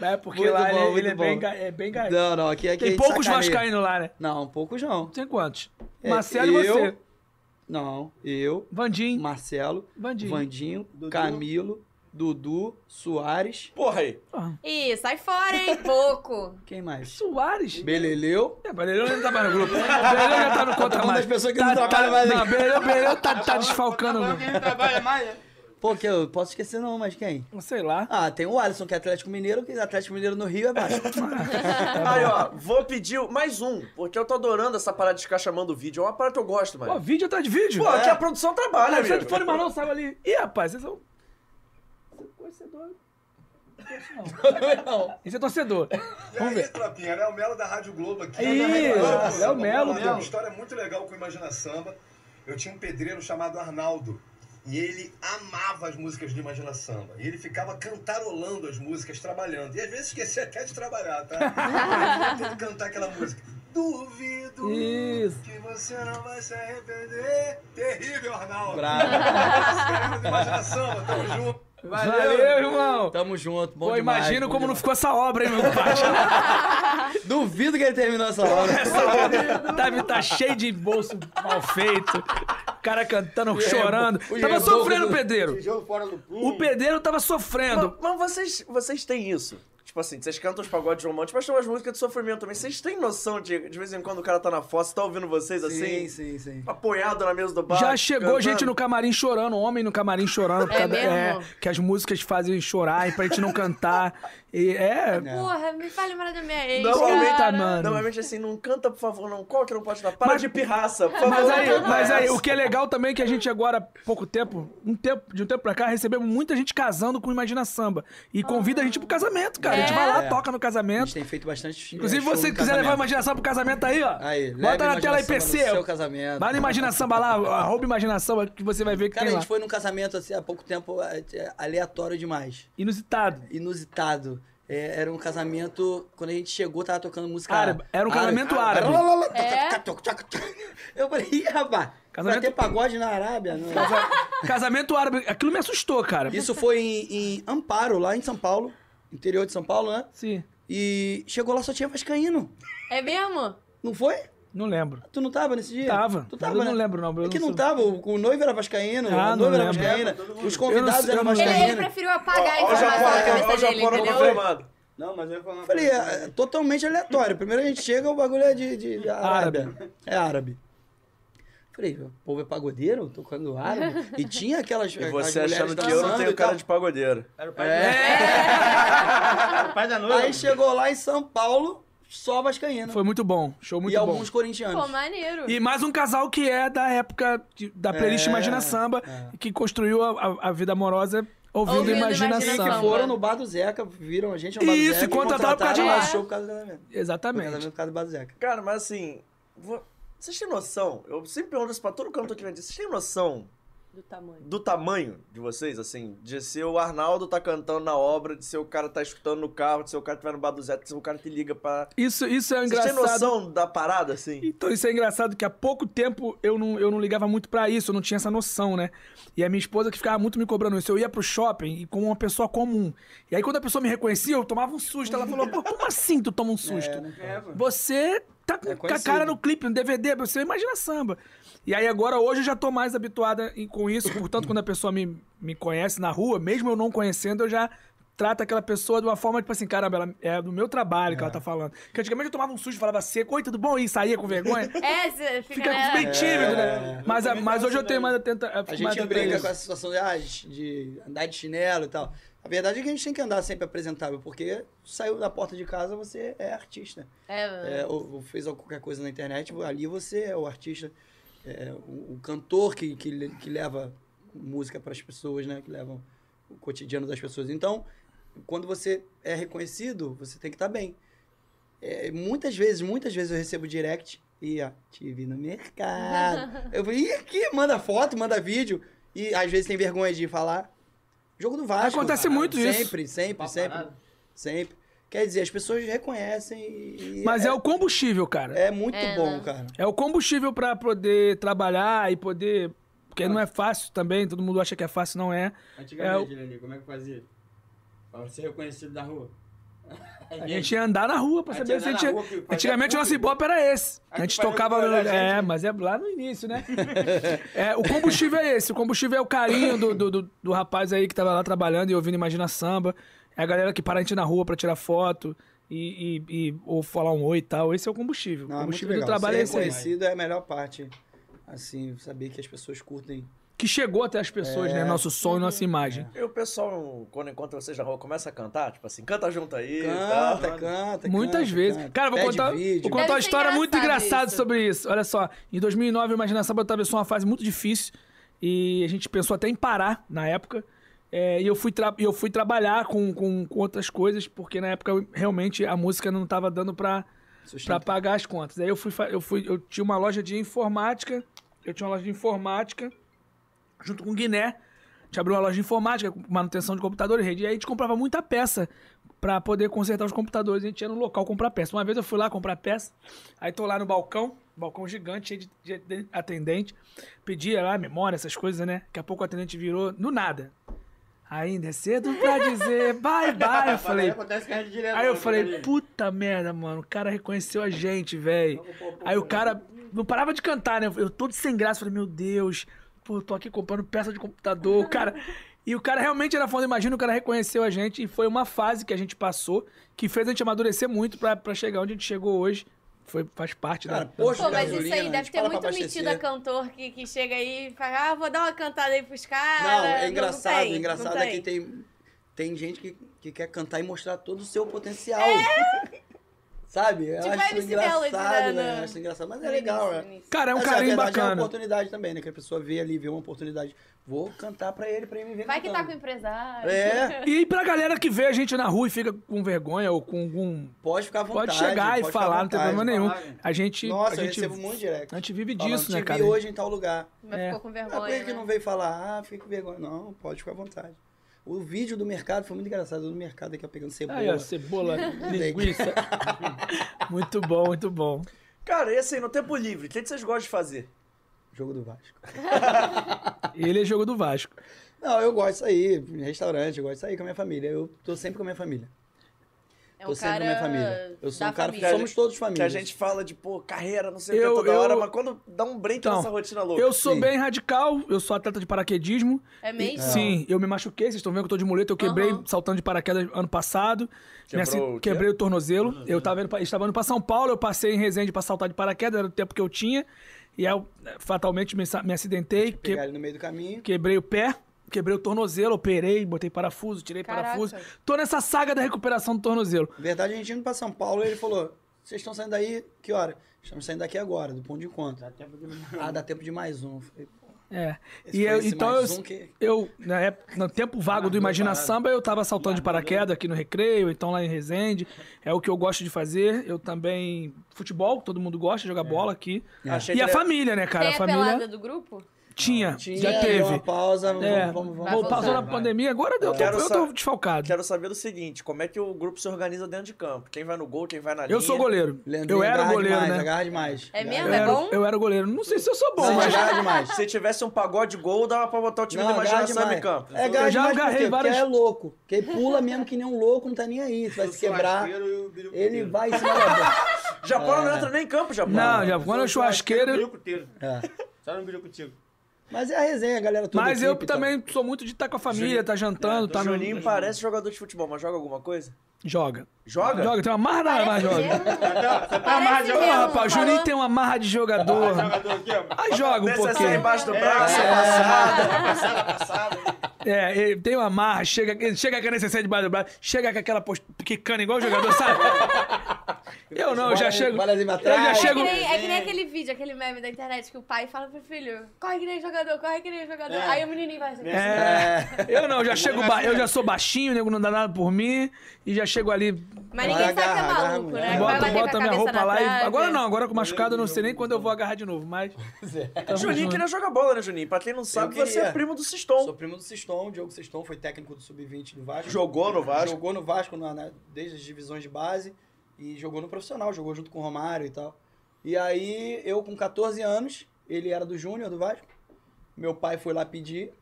A: É, porque
D: Muito
A: lá
D: bom,
A: ele-
D: muito
A: ele é bem,
D: bom.
A: ga- é bem garoto.
D: Não, não, aqui, aqui a
A: Tem
D: gente
A: poucos
D: sacaneia.
A: vascaínos lá, né?
D: Não, poucos não.
A: Tem quantos?
D: É,
A: Marcelo e
D: eu-
A: você.
D: Não, eu,
A: Vandim.
D: Marcelo,
A: Vandinho.
D: Vandinho, Camilo, Dudu, Soares.
B: Porra aí.
C: Ih, sai fora, hein? Pouco.
D: Quem mais?
A: Soares?
D: Beleleu. É
A: É, Beleleu não tá mais no grupo. Beleleu já tá no contra
D: Uma
A: mais.
D: das pessoas que
A: tá,
D: não trabalha mais
A: Não,
D: aqui.
A: Beleleu, Beleleu tá, tá desfalcando.
F: Agora
A: né?
F: quem não trabalha mais, é?
D: Pô, que eu posso esquecer não, mas quem?
A: Não sei lá.
D: Ah, tem o Alisson, que é Atlético Mineiro, que Atlético Mineiro no Rio é baixo. Ah,
A: Tá
B: Aí, ó, vou pedir mais um, porque eu tô adorando essa parada de ficar chamando o vídeo. É uma parada que eu gosto,
A: Pô,
B: mano.
A: vídeo atrás de vídeo. É.
B: Pô, aqui a produção trabalha,
A: Olha,
B: amigo.
A: sai de fone, mas não saiu ali. Ih, rapaz, vocês são. Vocês são torcedor. Não conheço, Não, esse é torcedor. Vamos
I: E aí,
A: ver.
I: tropinha, Léo né? Melo da Rádio Globo aqui.
A: Ih,
I: Vamos lá,
A: Léo Melo,
I: Tem uma
A: Melo.
I: história muito legal com o Imagina Samba. Eu tinha um pedreiro chamado Arnaldo. E ele amava as músicas do Imagina Samba. E ele ficava cantarolando as músicas, trabalhando. E às vezes esquecia até de trabalhar, tá? Tendo que cantar aquela música. Duvido
A: Isso.
I: que você não vai se arrepender. Terrível, Arnaldo.
D: Bravo.
I: Pedreiro do Imagina Samba, tamo junto.
A: Valeu, irmão.
D: Tamo junto, Tá bom
A: Pô,
D: demais.
A: imagino
D: bom
A: como não
D: demais.
A: ficou essa obra, hein, meu pai?
D: Duvido que ele terminou essa hora.
A: Deve tá cheio de bolso mal feito. O cara cantando, chorando.
D: o
A: Tava
D: reboco
A: sofrendo o
D: do-
A: pedreiro.
E: Tijolo fora do
A: O
E: clube.
A: pedreiro tava sofrendo.
B: Mas, mas vocês, vocês têm isso. Tipo assim, vocês cantam os pagodes românticos, mas tem umas músicas de sofrimento também. Vocês têm noção de, de vez em quando o cara tá na fossa, tá ouvindo vocês assim,
D: Sim, sim, sim.
B: apoiado na mesa do bar.
A: Já chegou
B: cantando?
A: gente no camarim chorando, homem no camarim chorando. por
C: É
A: causa-
C: mesmo?
A: que as músicas fazem chorar e pra gente não cantar. E é.
C: Porra, me fale mais da minha ex,
B: Normalmente,
A: Eita,
C: cara.
A: mano.
B: normalmente assim, não canta, por favor, não. Qual que não pode dar? Para
A: Mas-
B: de pirraça, por favor.
A: Mas aí,
B: não canta
A: mas aí,
B: essa.
A: o que é legal também é que a gente agora, há pouco tempo, um tempo, de um tempo pra cá, recebemos muita gente casando com Imagina Samba. E convida a gente pro casamento, cara. A gente
C: É.
A: vai lá,
D: É.
A: toca no
D: A gente
A: casamento.
D: tem feito bastante.
A: Inclusive,
D: é show no
A: você quiser levar a
D: casamento.
A: Imagina Samba pro casamento aí, ó.
D: Aí, leva
A: Bota na
D: Imagina
A: tela aí,
D: Samba no
A: PC.
D: seu casamento.
A: Vai no Imagina Samba lá, arroba Imagina Samba, que você vai ver que
D: Cara, a
A: tem
D: gente
A: lá.
D: foi num casamento assim há pouco tempo é, é, aleatório demais.
A: Inusitado.
D: Inusitado. É, era um casamento. Quando a gente chegou, tava tocando música. Ah,
A: Árabe. Era um casamento árabe.
D: Eu falei, ih, rapaz,
A: Casamento-
D: vai ter pagode na Arábia? Não.
A: Casamento árabe. Aquilo me assustou, cara.
D: Isso foi em, em Amparo, lá em São Paulo, interior de São Paulo, né?
A: Sim,
D: E chegou lá só tinha Vascaíno.
C: É mesmo?
D: Não foi?
A: não lembro.
D: Tu não tava nesse dia?
A: Tava.
D: Tu
A: Eu
D: tava,
A: não
D: né?
A: lembro, não. Eu
D: É que não
A: sou-
D: tava, o, o noivo era vascaíno,
A: Ah,
D: a
A: não
D: noiva era
A: lembro.
D: vascaína, os convidados
A: Eu não-
D: eram
A: eu não-
C: Ele, ele
D: vascaínos.
C: preferiu apagar a
B: Ó, o
C: informação da
B: Japão, ó,
C: cabeça
B: o
C: dele,
B: Japão não
C: entendeu?
B: confirmado.
F: Não, mas eu ia falar uma
D: Falei,
F: coisa.
D: é, é totalmente aleatório. Primeiro a gente chega, o bagulho é de, de, de Arábia. É árabe. Falei, o povo é pagodeiro, tocando árabe. E tinha aquelas.
B: E você
D: aquelas mulheres
B: achando que eu não
D: dançando
B: tenho
D: e tal.
B: cara de pagodeiro.
F: Era o
D: É.
F: pai
A: É.
F: da Era o pai Tá da noiva.
D: Aí chegou lá em São Paulo, só vascaíno.
A: Foi muito bom. Show muito
D: e
A: bom.
D: alguns corintianos.
C: Pô, maneiro.
A: E mais um casal que é da época de- da playlist
D: É,
A: Imagina Samba, que construiu a, a- a vida amorosa ouvindo,
C: Ouvindo
A: Imagina,
C: Imagina
A: Samba.
D: que foram no bar do Zeca, viram a gente no
A: E
D: bar do
A: isso,
D: Zeca.
A: e contrataram por causa de
D: contrataram
C: lá.
D: nosso show por causa do casamento. Foi
A: Exatamente.
D: casamento por causa do bar do Zeca.
B: Cara, mas assim, vo- vocês têm noção? Eu sempre pergunto isso pra todo canto aqui na Vocês têm noção
C: Do tamanho.
B: do tamanho de vocês, assim? De ser o Arnaldo tá cantando na obra, de ser o cara tá escutando no carro, de ser o cara que vai no bar do Zé, de ser o cara que liga pra.
A: Isso, isso é
B: Vocês têm
A: engraçado.
B: noção da parada, assim?
A: Então, isso é engraçado que há pouco tempo eu não, eu não ligava muito pra isso, eu não tinha essa noção, né? E a minha esposa que ficava muito me cobrando isso. Eu ia pro shopping e como uma pessoa comum. E aí, quando a pessoa me reconhecia, eu tomava um susto. Ela falou, pô, como assim tu toma um susto?
F: É,
A: Você tá com
D: É
A: com a
D: conhecido.
A: cara no clipe, no DVD, você imagina samba. E aí agora, hoje eu já tô mais habituada em- com isso, portanto, quando a pessoa me, me conhece na rua, mesmo eu não conhecendo, eu já trato aquela pessoa de uma forma, tipo assim, caramba, ela, é do meu trabalho que ela tá falando. Porque antigamente eu tomava um susto, falava seco, oi, tudo bom? E saía com vergonha.
C: É, cê fica,
A: Fica
C: né?
A: meio tímido,
D: É.
A: né? Mas, a-
F: também
A: mas
F: tava
A: hoje eu
F: assim,
A: tenho
F: né?
A: mais atenta. eu fico
D: A
A: mais
D: gente
A: atento
D: brinca
A: isso.
D: com essa situação de, ah, de andar de chinelo e tal. A verdade é que a gente tem que andar sempre apresentável, porque saiu da porta de casa, você é artista.
C: É, mano.
D: É, ou, ou fez qualquer coisa na internet, ali você é o artista, é, o, o cantor que, que, le- que leva música para as pessoas, né? Que levam o cotidiano das pessoas. Então, quando você é reconhecido, você tem que estar bem. É, muitas vezes, muitas vezes eu recebo direct e ó, te vi no mercado. eu falei, "Ih, aqui, manda foto, manda vídeo. E às vezes tem vergonha de falar. Jogo do Vasco.
A: Acontece
D: cara.
A: muito isso.
D: Sempre, sempre, sempre.
A: É
E: Paparada.
D: Sempre. Quer dizer, as pessoas reconhecem e. e
A: Mas é o combustível, cara.
D: é muito
C: É,
D: bom,
C: né?
D: cara.
A: É o combustível pra poder trabalhar e poder. Porque não é fácil também, todo mundo acha que é fácil, não é.
F: Antigamente, Leni, como é que fazia? Pra você ser reconhecido da rua.
A: A gente ia andar na rua pra
E: Tá A gente
A: saber
E: ia
A: se a
E: andar
A: gente.
E: na rua, que fazia
A: Antigamente o nosso
E: público.
A: ibope era esse. A
E: Aí
A: gente
E: tu fazia
A: tocava.
E: público da
A: É,
E: gente.
A: mas é lá no início, né? É, o combustível é esse. O combustível é o carinho do, do, do- do rapaz aí que tava lá trabalhando e ouvindo Imagina Samba. É a galera que para a gente na rua pra tirar foto e, e- e- ou falar um oi e tal. Esse é o combustível.
D: Não,
A: o
D: é muito
A: combustível
D: legal.
A: do trabalho
D: Ser
A: é esse aí.
D: reconhecido é a melhor parte. Assim, saber que as pessoas curtem.
A: Que chegou até as pessoas,
D: É.
A: né? Nosso som e nossa imagem.
B: E o pessoal, quando encontra vocês na rua, começa a cantar? Tipo assim, canta junto aí. tá?
D: Canta, canta,
A: Muitas
D: canta,
A: vezes.
D: canta.
A: Cara, vou
D: Pede
A: contar,
D: vídeo.
A: vou contar uma
C: Deve ser
A: história muito
C: engraçado
A: engraçada
C: isso.
A: sobre isso. Olha só, em 2009, a Imagina Samba atravessou uma fase muito difícil e a gente pensou até em parar na época. É, e eu fui, tra- e eu fui trabalhar com, com, com outras coisas, porque na época eu- realmente a música não estava dando pra, pra
D: Sustenta.
A: pagar as contas. Aí eu fui, fa- eu fui, eu tinha uma loja de informática, eu tinha uma loja de informática junto com o Guiné. A gente abriu uma loja de informática, com manutenção de computador e rede. E aí a gente comprava muita peça pra poder consertar os computadores. A gente ia no local comprar peça. Uma vez eu fui lá comprar peça, aí tô lá no balcão, balcão gigante, cheio de, de atendente. Pedia lá memória, essas coisas, né? Daqui a pouco o atendente virou, no nada. Ainda é cedo pra dizer bye bye. Eu falei,
E: Acontece com a gente direto.
A: Aí eu
E: né,
A: falei,
E: Fernandinho?
A: puta merda, mano, o cara reconheceu a gente, velho. Aí o cara não parava de cantar, né? Eu todo sem graça, falei, meu Deus, pô, eu tô aqui comprando peça de computador, o cara. E o cara realmente era fã, imagina, o cara reconheceu a gente e foi uma fase que a gente passou que fez a gente amadurecer muito pra, pra chegar onde a gente chegou hoje. Foi, faz parte
D: Cara,
A: da.
D: posto
C: Pô,
D: de
C: mas isso
D: gasolina,
C: aí
D: a
C: deve
D: gente
C: ter
D: para
C: muito
D: pra
C: metido
D: abastecer.
C: a cantor que, que chega aí e fala, ah, vou dar uma cantada aí pros caras.
D: Não, é engraçado.
C: Não tem,
D: o engraçado
C: não
D: é que tem, tem gente que, que quer cantar e mostrar todo o seu potencial. Sabe? Eu
C: É? Tipo
D: acho
C: MC Belo,
D: engraçado,
C: esse da-
D: né?
C: na-
D: Eu acho engraçado, mas é
C: No
D: legal,
C: início, no
D: né?
C: início.
A: Cara, é um
D: Mas a
A: carinho
D: verdade é uma
A: bacana.
D: oportunidade também, né? Que a pessoa vê ali, vê uma oportunidade. Vou cantar pra ele, pra ele me ver
C: Vai que tá com
D: cantando.
C: empresário.
D: É,
A: E pra galera que vê a gente na rua e fica com vergonha ou com algum.
D: pode ficar à vontade.
A: Pode chegar e
D: ficar à
A: falar, não tem
D: vontade. né?
A: problema nenhum.
E: falar.
A: A gente.
D: Nossa,
A: a gente,
D: eu recebo muito direct.
A: a gente vive
D: Falando,
A: disso, né,
D: "Te
A: cara?
D: vi hoje em tal lugar.
C: Mas
A: É.
C: ficou com
D: Ah, por
C: vergonha.
D: que, que
C: né?
D: não veio falar? Ah, fiquei com vergonha. Não, pode ficar à vontade. O vídeo do mercado foi muito engraçado. O do mercado aqui, ó, pegando cebola.
A: Aí, ó, cebola, linguiça. muito bom, muito bom.
B: Cara, e assim, no tempo livre, o que que vocês gostam de fazer?
D: Jogo do Vasco.
A: Ele é jogo do Vasco.
D: Não, eu gosto de sair, em restaurante, eu gosto de sair com a minha família. Eu tô sempre com a minha família.
C: É
D: tô sempre com a minha família. Eu sou
C: da
D: um cara
C: família.
D: que somos todos
B: Que
D: família.
B: a gente fala de, pô, carreira, não sei o
A: Eu-
B: que toda
A: eu-
B: hora, mas quando dá um break
A: Então,
B: nessa rotina louca.
A: Eu sou
D: Sim.
A: bem radical, eu sou atleta de paraquedismo.
C: É mesmo?
A: Sim, eu me machuquei, vocês estão vendo que eu tô de muleta, eu quebrei
C: Aham.
A: saltando de paraquedas ano passado.
B: Quebrou
A: Nesse-
B: o quê?
A: quebrei o tornozelo. Eu tava indo, pra, estava indo pra São Paulo, eu passei em Resende pra saltar de paraquedas, era o tempo que eu tinha. E aí eu eh, fatalmente me, sa- me acidentei, que-
D: Pegar ele no meio do caminho.
A: quebrei o pé, quebrei o tornozelo, operei, botei parafuso, tirei
C: Caraca.
A: parafuso. Tô nessa saga da recuperação do tornozelo.
D: Na verdade, a gente indo pra São Paulo, ele falou, vocês estão saindo daí, que hora? Estamos saindo daqui agora, do ponto de encontro. Ah, dá tempo de mais um. Eu falei, pô,
A: É.
D: Esse
A: E
D: foi
A: eu,
D: esse
A: então
D: mais
A: eu,
D: um que-
A: eu, na época, no tempo vago do Imagina Samba, eu tava saltando de paraquedas aqui no Recreio, então lá em Resende. É o que eu gosto de fazer. Eu também. Futebol, todo mundo gosta, de jogar bola aqui.
B: Achei
A: E a
B: que-
A: família, né, cara?
C: Tem
A: A
C: a
A: família
C: pelada do grupo?
A: tinha,
D: tinha, deu
A: já
D: uma
A: teve.
D: pausa, vamos,
A: É,
D: vamos, vamos.
C: Vai
A: Bom, passou na
C: voltar.
A: pandemia, agora eu tô,
B: Quero
A: eu tô
B: saber-
A: desfalcado.
B: Quero saber o seguinte, como é que o grupo se organiza dentro de campo? Quem vai no gol, quem vai na linha?
A: Eu sou goleiro.
D: Leandrinho,
A: eu era
D: agarra
A: goleiro,
D: demais,
A: né?
D: agarra demais.
C: É mesmo?
A: Eu
C: É
A: era,
C: bom?
A: eu era goleiro. Não sei se eu sou bom,
D: Não,
A: mas.
D: agarra demais.
B: Se tivesse um pagode gol, dava pra botar o time da
D: agarra
B: imaginação em
D: demais.
B: campo.
D: É
A: Eu
D: gás
A: já
D: demais por
A: agarrei
D: quê? Porque
A: várias-
D: é louco. Porque pula mesmo que nem um louco, não tá nem aí. Se
F: um
D: vai se quebrar, ele vai se matar. É.
B: Japão não entra nem em campo, Japão.
A: Não, já quando eu
F: um
A: churrasqueiro. É.
E: Só não briga contigo.
D: Mas é a resenha, a galera toda
A: Mas eu
D: equipe e tal.
A: também sou muito de estar com a família, tá jantando, tá
B: O
A: no.
B: Juninho parece jogador de futebol, mas joga alguma coisa?
A: Joga.
B: Joga?
A: Joga, tem uma marra da mas
C: Parece é
A: joga.
C: mesmo.
A: Ah,
C: Parece mesmo.
A: rapaz, o Juninho
C: Falou-
A: tem uma marra de jogador. Aí joga um
B: Desce assim
A: pouquinho.
B: embaixo do braço,
D: é,
A: É, ele tem uma marra, chega, ele chega com a necessidade de do braço, chega com aquela postura quicando igual o jogador, sabe? Eu não, eu já
D: Vai-
A: chego.
D: vai lá em cima
A: Eu já
D: atrás.
C: É que,
A: chego.
C: nem, é que nem aquele vídeo, aquele meme da internet que o pai fala pro filho: corre que nem jogador, corre que nem jogador. Aí o menininho vai assim.
A: É, eu não, eu já chego, ba- eu já sou baixinho, o nego não dá nada por mim, e já chego ali,
C: Mas ninguém sabe que é
D: Agarra, agarra
C: maluco,
D: muito.
C: né? Que vai
A: boto,
C: bater com a
A: boto a minha
C: cabeça
A: roupa
C: na
A: lá e.
C: trave.
A: Agora não, agora com machucado eu não sei nem quando eu vou agarrar de novo, mas. Tamo
B: Juninho
A: junto.
B: queria jogar bola, né, Juninho? Pra quem não sabe,
D: Eu
B: você é
D: queria.
B: primo do Siston.
D: Sou primo do Siston, o Diogo Siston foi técnico do Sub-20 do Vasco.
B: Jogou no Vasco.
D: Jogou no Vasco na- na- desde as divisões de base e jogou no profissional, jogou junto com o Romário e tal. E aí, eu com 14 anos, ele era do Júnior do Vasco. Meu pai foi lá pedir,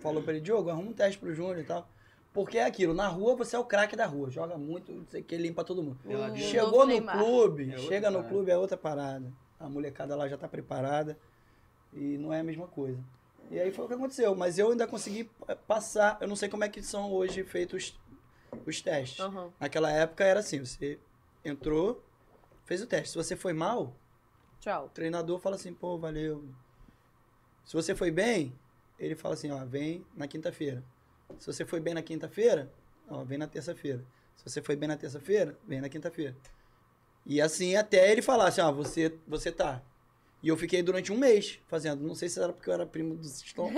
D: falou pra ele, Diogo, arruma um teste pro Júnior e tal. Porque é aquilo, na rua você é o craque da rua, joga muito, não sei o que, limpa todo mundo.
C: O
D: Chegou
C: É novo
D: no
C: Neymar.
D: clube,
E: É outra
D: chega no
E: parada.
D: clube é outra parada. A molecada lá já tá preparada e não é a mesma coisa. E aí foi o que aconteceu, mas eu ainda consegui pa- passar, eu não sei como é que são hoje feitos os testes.
C: Aham.
D: Naquela época era assim, você entrou, fez o teste. Se você foi mal,
C: Tchau.
D: o treinador fala assim, pô, valeu. Se você foi bem, ele fala assim, ó, vem na quinta-feira. Se você foi bem na quinta-feira, ó, vem na terça-feira. Se você foi bem na terça-feira, vem na quinta-feira. E assim até ele falar assim, ó, você, você tá. E eu fiquei durante um mês fazendo. Não sei se era porque eu era primo do Siston.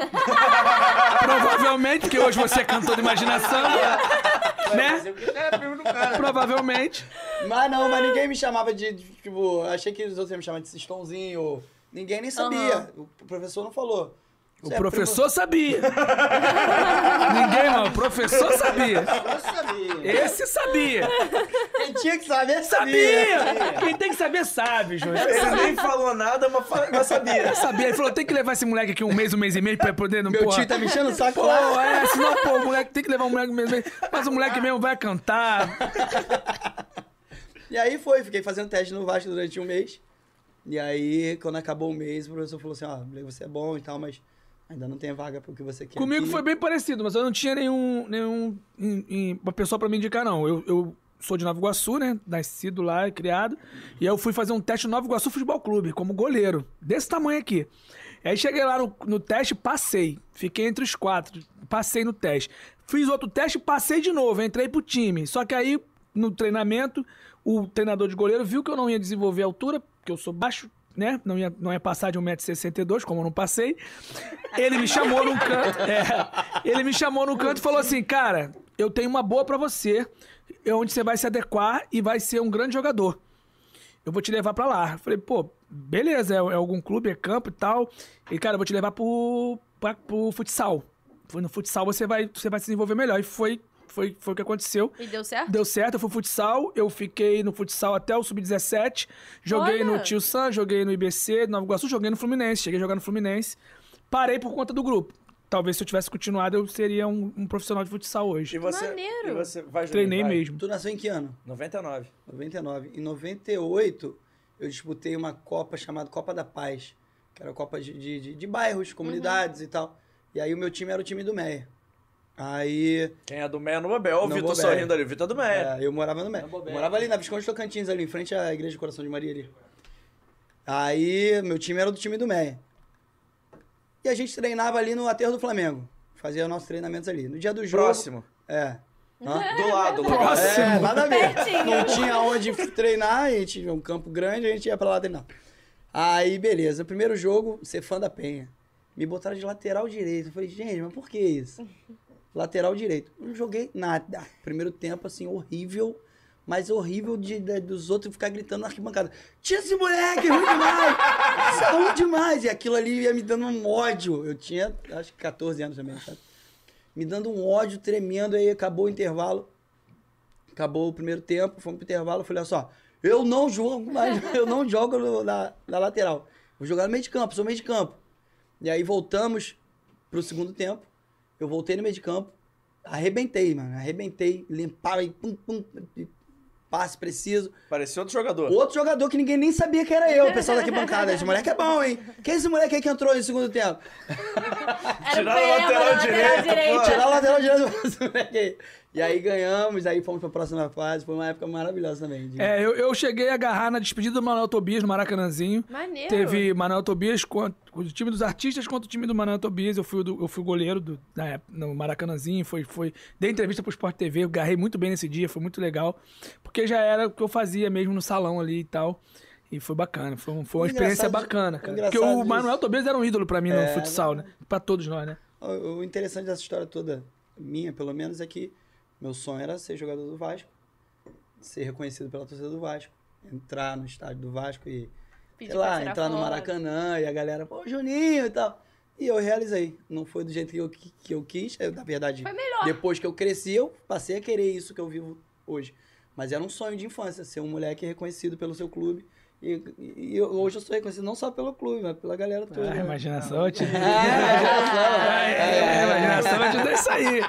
A: é- Provavelmente, que hoje você é cantor de imaginação, né?
E: Fazer o que
F: tá-
E: é primo do cara.
A: Provavelmente.
D: mas não, mas ninguém me chamava de, de, tipo, achei que os outros iam me chamavam de Sistonzinho. ou- Ninguém nem sabia. O professor não falou.
A: O
D: Você é primo-
A: professor sabia. Ninguém, não. O professor sabia.
E: Eu sabia.
A: Esse sabia.
D: Quem tinha que saber,
A: Sabia! Quem tem que saber sabe, João.
B: Ele nem falou nada, mas fa- mas sabia.
A: Eu sabia. Ele falou: tem que levar esse moleque aqui um mês, um mês e meio pra poder não
D: Meu
A: porra.
D: tio tá me enchendo o saco
A: Pô,
D: lá.
A: é, senão, pô, o moleque tem que levar o moleque um mesmo. Mas o moleque mesmo vai cantar.
D: E aí foi, fiquei fazendo teste no Vasco durante um mês. E aí, quando acabou o mês, o professor falou assim, ó, você é bom e tal, mas ainda não tem vaga pro que você quer.
A: Comigo
D: aqui."
A: foi bem parecido, mas eu não tinha nenhum, nenhum em- em- uma pessoa pra me indicar, não. Eu, eu sou de Nova Iguaçu, né? Nascido lá, e criado. E aí eu fui fazer um teste no Nova Iguaçu Futebol Clube, como goleiro. Desse tamanho aqui. E aí cheguei lá no, no teste, passei. Fiquei entre os quatro. Passei no teste. Fiz outro teste, passei de novo. Entrei pro time. Só que aí, no treinamento, o treinador de goleiro viu que eu não ia desenvolver a altura, porque eu sou baixo, né? Não ia, não ia passar de 1,62m, como eu não passei. Ele me chamou num canto. é. ele me chamou num canto e falou assim: Cara, eu tenho uma boa pra você, é onde você vai se adequar e vai ser um grande jogador. Eu vou te levar pra lá. Eu falei, pô, beleza, é, é algum clube, é campo e tal. E, cara, eu vou te levar pro, pra, pro futsal. Foi No futsal você vai, você vai se desenvolver melhor. E foi, foi, foi o que aconteceu.
C: E deu certo?
A: Deu certo, eu fui futsal, eu fiquei no futsal até o sub-17. Joguei
C: Olha!
A: no Tio Sam, joguei no IBC, no Nova Iguaçu, joguei no Fluminense, cheguei a jogar no Fluminense. Parei por conta do grupo. Talvez se eu tivesse continuado, eu seria um, um profissional de futsal
B: E
A: hoje.
B: você,
C: Maneiro.
B: E você vai, Juninho,
A: Treinei
B: vai.
A: mesmo.
D: Tu nasceu em que ano?
B: 99.
D: 99. Em 98, eu disputei uma Copa chamada Copa da Paz, que era a Copa de, de, de- de bairros, comunidades e tal. E aí o meu time era o time do Meia. Aí
B: Quem é do Meia no Bobel, o
D: No
B: Vitor
D: Bobel.
B: sorrindo ali, o Vitor é do Meia.
D: É, eu morava no México. Morava ali na Visconde Tocantins, ali em frente à Igreja do Coração de Maria ali. Aí, meu time era do time do Meia. E a gente treinava ali no aterro do Flamengo. Fazia nossos treinamentos ali. No dia do jogo.
B: Próximo.
D: É. Hã?
B: Do lado, do lado.
A: Próximo.
D: É, nada a ver.
C: Pertinho.
D: Não tinha onde treinar, a gente tinha um campo grande, a gente ia pra lá treinar. Aí, beleza. No primeiro jogo, ser fã da Penha. Me botaram de lateral direito. Eu falei, gente, mas por que isso? Lateral direito. Não joguei nada. Primeiro tempo, assim, horrível. Mas horrível de, de- dos outros ficar gritando na arquibancada. Tira esse moleque, é ruim demais! Isso é ruim demais! E aquilo ali ia me dando um ódio. Eu tinha, acho que 14 anos também, sabe? Me dando um ódio tremendo. Aí acabou o intervalo. Acabou o primeiro tempo, fomos pro intervalo. Eu falei, olha só, eu não jogo, mas eu não jogo no- na, na lateral. Vou jogar no meio de campo, sou meio de campo. E aí voltamos pro segundo tempo. Eu voltei no meio de campo. Arrebentei, mano. Arrebentei, limpava e pum, pum, e passe preciso.
B: Parecia outro jogador.
D: Outro jogador que ninguém nem sabia que era eu, o pessoal daqui bancada. Esse moleque é bom, hein? Quem é esse moleque aí que entrou no segundo tempo?
C: Era
B: Tirar
C: o
B: a
C: Pema
B: lateral
C: na
B: direita,
C: direita.
D: Tirar o lateral direito do esse moleque aí. E aí ganhamos, aí fomos pra próxima fase. Foi uma época maravilhosa também. de-
A: É, eu, eu cheguei a agarrar na despedida do Manuel Tobias no Maracanãzinho.
C: Maneiro.
A: Teve Manuel Tobias contra o time dos artistas contra o time do Manuel Tobias. Eu fui, o do- eu fui o goleiro do, na época, no Maracanãzinho. Foi, foi, dei entrevista pro Sport TV, eu garrei muito bem nesse dia, foi muito legal. Porque já era o que eu fazia mesmo no salão ali e tal. E foi bacana, foi, um- foi
D: O
A: uma experiência
D: engraçado de-
A: bacana,
D: o
A: cara.
D: engraçado
A: Porque o
D: disso- É,
A: Manuel Tobias era um ídolo pra mim no futsal, né? Pra todos nós, né?
D: O o interessante dessa história toda, minha pelo menos, é que meu sonho era ser jogador do Vasco, ser reconhecido pela torcida do Vasco, entrar no estádio do Vasco e,
C: Pedir
D: sei
C: pra
D: lá,
C: tirar
D: entrar no
C: foto.
D: Maracanã e a galera, pô, Juninho e tal. E eu realizei. Não foi do jeito que eu, qui- que eu quis, eu, na verdade,
C: Foi melhor.
D: depois que eu cresci, eu passei a querer isso que eu vivo hoje. Mas era um sonho de infância, ser um moleque reconhecido pelo seu clube. E, e- e eu- hoje eu sou reconhecido não só pelo clube, mas pela galera toda.
A: Ah,
D: né?
A: imaginação, eu te...
D: É, imaginação. Tá
A: É, é, é, imaginação, eu te dei isso aí.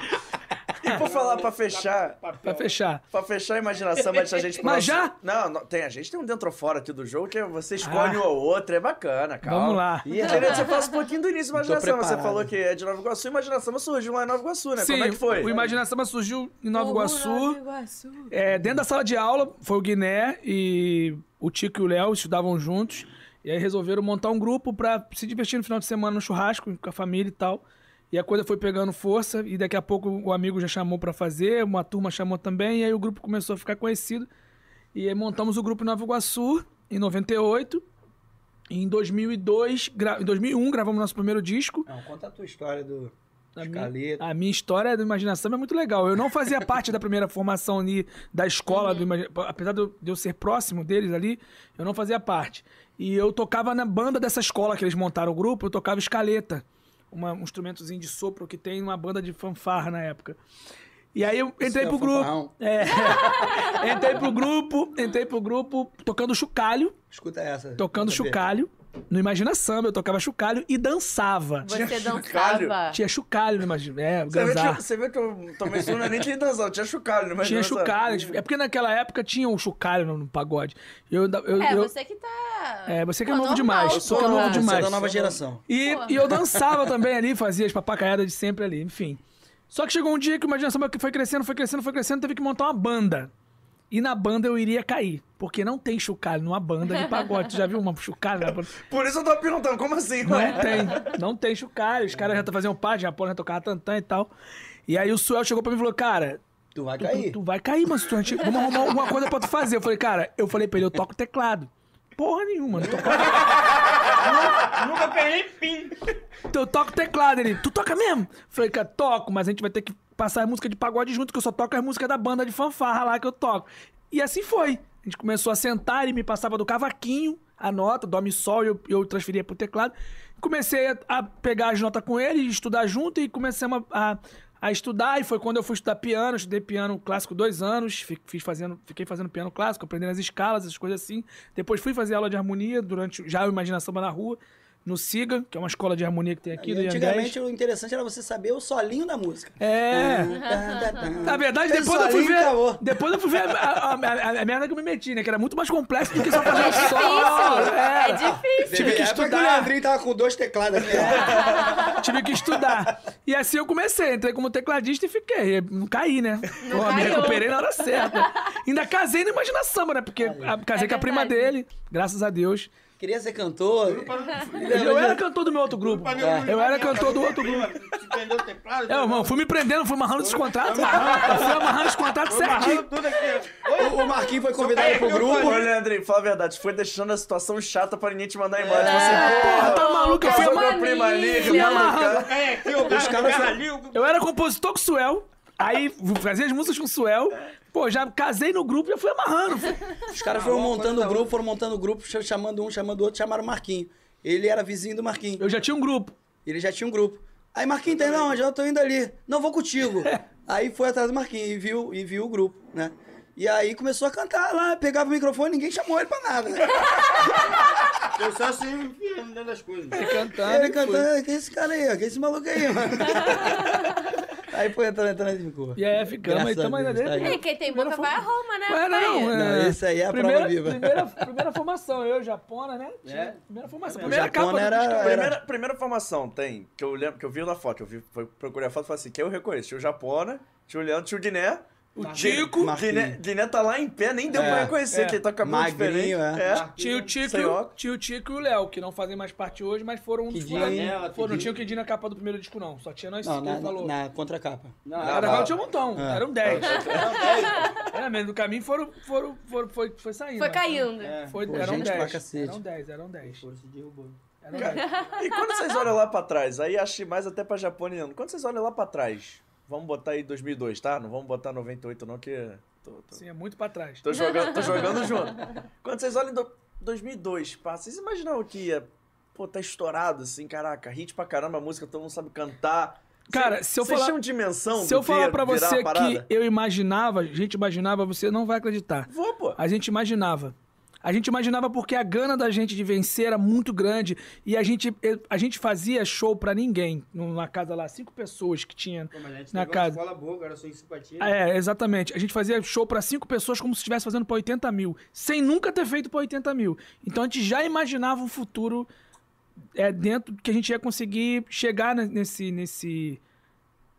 B: E por falar pra fechar.
A: Pra fechar.
B: Pra fechar a imaginação, mas a gente.
A: Mas já?
B: Não, não, tem, a gente tem um dentro ou fora aqui do jogo que você escolhe um ou outro, é bacana, cara.
A: Ah. Vamos lá.
B: E eu queria que você falasse um pouquinho do início da
D: Tô
B: imaginação. Você
D: preparado.
B: falou que é de Nova Iguaçu, imaginação surgiu lá em Nova Iguaçu, né? Como é que foi?
A: o Imaginação surgiu em Nova
C: Nova
A: Iguaçu.
C: Iguaçu.
A: É, dentro da sala de aula, foi o Guiné e o Tico e o Léo estudavam juntos. E aí resolveram montar um grupo pra se divertir no final de semana no churrasco com a família e tal. E a coisa foi pegando força e daqui a pouco o amigo já chamou pra fazer, uma turma chamou também, e aí o grupo começou a ficar conhecido. E aí montamos o grupo em Nova Iguaçu em 98. E em 2002, gra- em 2001 gravamos nosso primeiro disco.
D: Não, conta a tua história do
A: A minha- Ah,
D: escaleta.
A: A minha história do Imaginação é muito legal. Eu não fazia parte da primeira formação ali da escola,
D: Uhum.
A: do Imagina- apesar de eu- de eu ser próximo deles ali, eu não fazia parte. E eu tocava na banda dessa escola que eles montaram o grupo, eu tocava escaleta, uma- um instrumentozinho de sopro que tem uma banda de fanfarra na época. E aí eu entrei
D: é
A: pro grupo.
D: fanfarrão.
A: É. entrei pro grupo, entrei pro grupo tocando chocalho,
D: Escuta essa.
A: tocando
D: Quer ver?
A: chocalho. No Imagina Samba, eu tocava chocalho e dançava.
C: Você
B: chocalho.
C: dançava.
A: Tinha chocalho no Imagina. É,
B: Você vê,
A: ganzar.
B: que, você vê que eu tomei isso, não é nem tinha dançado, tinha chocalho, mas.
A: Tinha chocalho. É porque naquela época tinha um chocalho no, no pagode. Eu, ainda- eu,
C: É,
A: eu-
C: você que tá.
A: é, você que é
C: Pô,
A: novo
C: normal,
A: demais.
C: pô.
A: Você que é novo
C: Você é
A: demais.
D: Você é da nova geração.
A: E,
C: Pô.
A: e eu dançava também ali, fazia as papacaiadas de sempre ali, enfim. Só que chegou um dia que o Imaginação foi crescendo, foi crescendo, foi crescendo, teve que montar uma banda. E na banda eu iria cair, porque não tem chocalho numa banda de pagode. Tu já viu uma chocalho na banda?
B: Por isso eu tô perguntando, como assim?
A: Não é?
B: ué?
A: tem, não tem chocalho. Os caras já faziam parte, a porra já tocava tantã e tal. E aí o Suel chegou pra mim e falou, cara,
D: Tu vai
A: Tu- tu-
D: cair.
A: Tu, vai cair, mas tu, a gente- vamos arrumar alguma coisa pra tu fazer. Eu falei, cara, eu falei pra ele, eu toco teclado. Porra nenhuma, não toco.
E: Nunca peguei pin.
A: Então eu toco teclado. Ele, tu toca mesmo? Eu falei, cara, toco, mas a gente vai ter que passar as músicas de pagode junto, que eu só toco as músicas da banda de fanfarra lá que eu toco. E assim foi. A gente começou a sentar, ele me passava do cavaquinho a nota, dó, mi, sol, e eu, eu transferia pro teclado. Comecei a, a pegar as notas com ele, estudar junto e começamos a, a, a estudar. E foi quando eu fui estudar piano, eu estudei piano clássico dois anos, fi- fiz fazendo, fiquei fazendo piano clássico, aprendendo as escalas, essas coisas assim. Depois fui fazer aula de harmonia durante já o Imaginação na Rua, no SIGA, que é uma escola de harmonia que tem aqui. do
D: E
A: Ian
D: antigamente
A: 10.
D: o interessante era você saber o solinho da música.
A: É. Tá Na verdade, depois eu fui ver. Depois eu fui ver a, a- a- a merda que eu me meti, né? Que era muito mais complexo do que só fazer
C: É
A: solo.
C: difícil. É difícil.
D: Tive que estudar. O Leandrinho tava com dois teclados aqui.
A: É. Tive que estudar. E assim eu comecei. Entrei como tecladista e fiquei. Não caí, né?
C: Não
A: Pô, me
C: caiu.
A: recuperei na hora certa. Ainda casei no Imagina Samba, né? Porque a- casei
C: É
A: com a prima
C: verdade.
A: dele, graças a Deus.
D: Queria ser cantor.
A: Eu era cantor do meu outro grupo. É, Eu era cantor do outro grupo.
E: Se prendeu o teclado. tá
A: É, irmão, fui me prendendo, fui amarrando os contratos. Fui amarrando os contratos certinho.
E: Amarrando tudo aqui.
D: O, o Marquinhos foi convidado pro grupo.
B: Ô, Leandrinho, fala a verdade, foi deixando a situação chata pra ninguém te mandar tipo assim. imagem.
A: Porra,
B: Você,
A: tá maluco? Eu fui
B: porra,
C: Casou
A: amarrando.
C: com
B: meu primo ali,
C: família.
B: que maluca.
E: Cai aqui, o
D: Os
E: cara
D: caras
E: agarra
D: são-
E: ali. o-
A: Eu era compositor com o Suel. Aí fazia as músicas com o Suel. Pô, já casei no grupo, já fui amarrando.
D: Os caras
A: Tá
D: foram montando o
A: um.
D: grupo, foram montando o grupo, ch- chamando um, chamando o outro, chamaram o Marquinhos. Ele era vizinho do Marquinhos.
A: Eu já tinha um grupo.
D: Ele já tinha um grupo. Aí Marquinhos tá indo aonde? Eu tô indo ali. Não, vou contigo. aí foi atrás do Marquinhos e viu, e viu o grupo, né? E aí começou a cantar lá, pegava o microfone, ninguém chamou ele pra nada. Né?
E: Eu só se enfiando dentro das coisas.
D: Cantando, ele cantando, quem é esse cara aí? ó? Quem é esse maluco aí, mano? aí foi entrando, entrando e ficou.
A: E aí ficamos, aí
D: Graças a
A: estamos ainda
D: Deus, tá
A: dentro.
D: aí.
C: É, quem tem boca vai a Roma, né?
A: Não era, não.
C: pai?
A: é.
D: Não, esse aí é a
A: primeira,
D: prova viva.
A: Primeira, primeira formação, eu, Japona, né? Tinha- Primeira formação. Primeira
D: É, Japona
A: capa
D: era-
A: do disco.
D: era-
B: Primeira, primeira formação tem, que eu lembro, que eu vi na foto, eu vi, foi, procurei a foto e falei assim, que eu reconheço, tinha o Japona, tinha o Leandro, tinha o Guiné, o Tico,
D: Marquinhos.
B: Guiné, Guiné tá lá em pé, nem deu
D: É,
B: pra reconhecer,
A: é.
B: que ele tá com cabelo
D: Magrinho,
B: diferente.
D: é.
A: Tinha o Tico, e
B: Sem
A: o-
B: óculos.
A: tinha o Tico e o Léo, que não fazem mais parte hoje, mas foram um dos
D: Kidinho,
A: fundamentos.
E: né?
A: Pô, Não tinha o Kidin na capa do primeiro disco, não. Só tinha nós
D: Não,
A: cinco,
D: na,
A: ele falou.
D: na, na contracapa.
A: Na Carnaval tinha um montão,
D: É.
A: eram 10. Era mesmo, do caminho foram, foram, foram, foi, foi saindo.
C: Foi
A: né?
C: caindo.
A: Foi,
D: Pô,
A: eram,
D: gente
A: 10,
D: pra
A: eram 10.
D: cacete.
A: Eram 10, eram 10. Eram
B: Cara,
A: 10.
B: E quando vocês olham lá pra trás, aí achei mais até pra Japão, Leandro, quando vocês olham lá pra trás, vamos botar aí 2002, tá? Não vamos botar 98 não, que... Tô, tô-
A: Sim, é muito pra trás.
B: Tô jogando, tô jogando junto. Quando vocês olham do 2002, pá, vocês imaginam que ia... Pô, tá estourado assim, caraca, hit pra caramba, a música, todo mundo sabe cantar.
A: Cara,
B: Vocês-
A: se eu
B: vocês
A: falar-
B: tinham dimensão
A: Se eu
B: do que
A: falar
B: ia
A: pra
B: virar a
A: você
B: parada?
A: que eu imaginava, a gente imaginava, você não vai acreditar.
B: Vou, pô.
A: A gente imaginava. A gente imaginava porque a gana da gente de vencer era muito grande e a gente, a gente fazia show pra ninguém numa casa lá, cinco pessoas que tinha
E: Pô, mas a gente
A: na
E: teve
A: casa.
E: uma escola boa, garoto, em simpatia.
A: Ah, É, exatamente. A gente fazia show pra cinco pessoas como se estivesse fazendo pra 80 mil, sem nunca ter feito pra 80 mil. Então a gente já imaginava um futuro é, dentro que a gente ia conseguir chegar ne- nesse. nesse,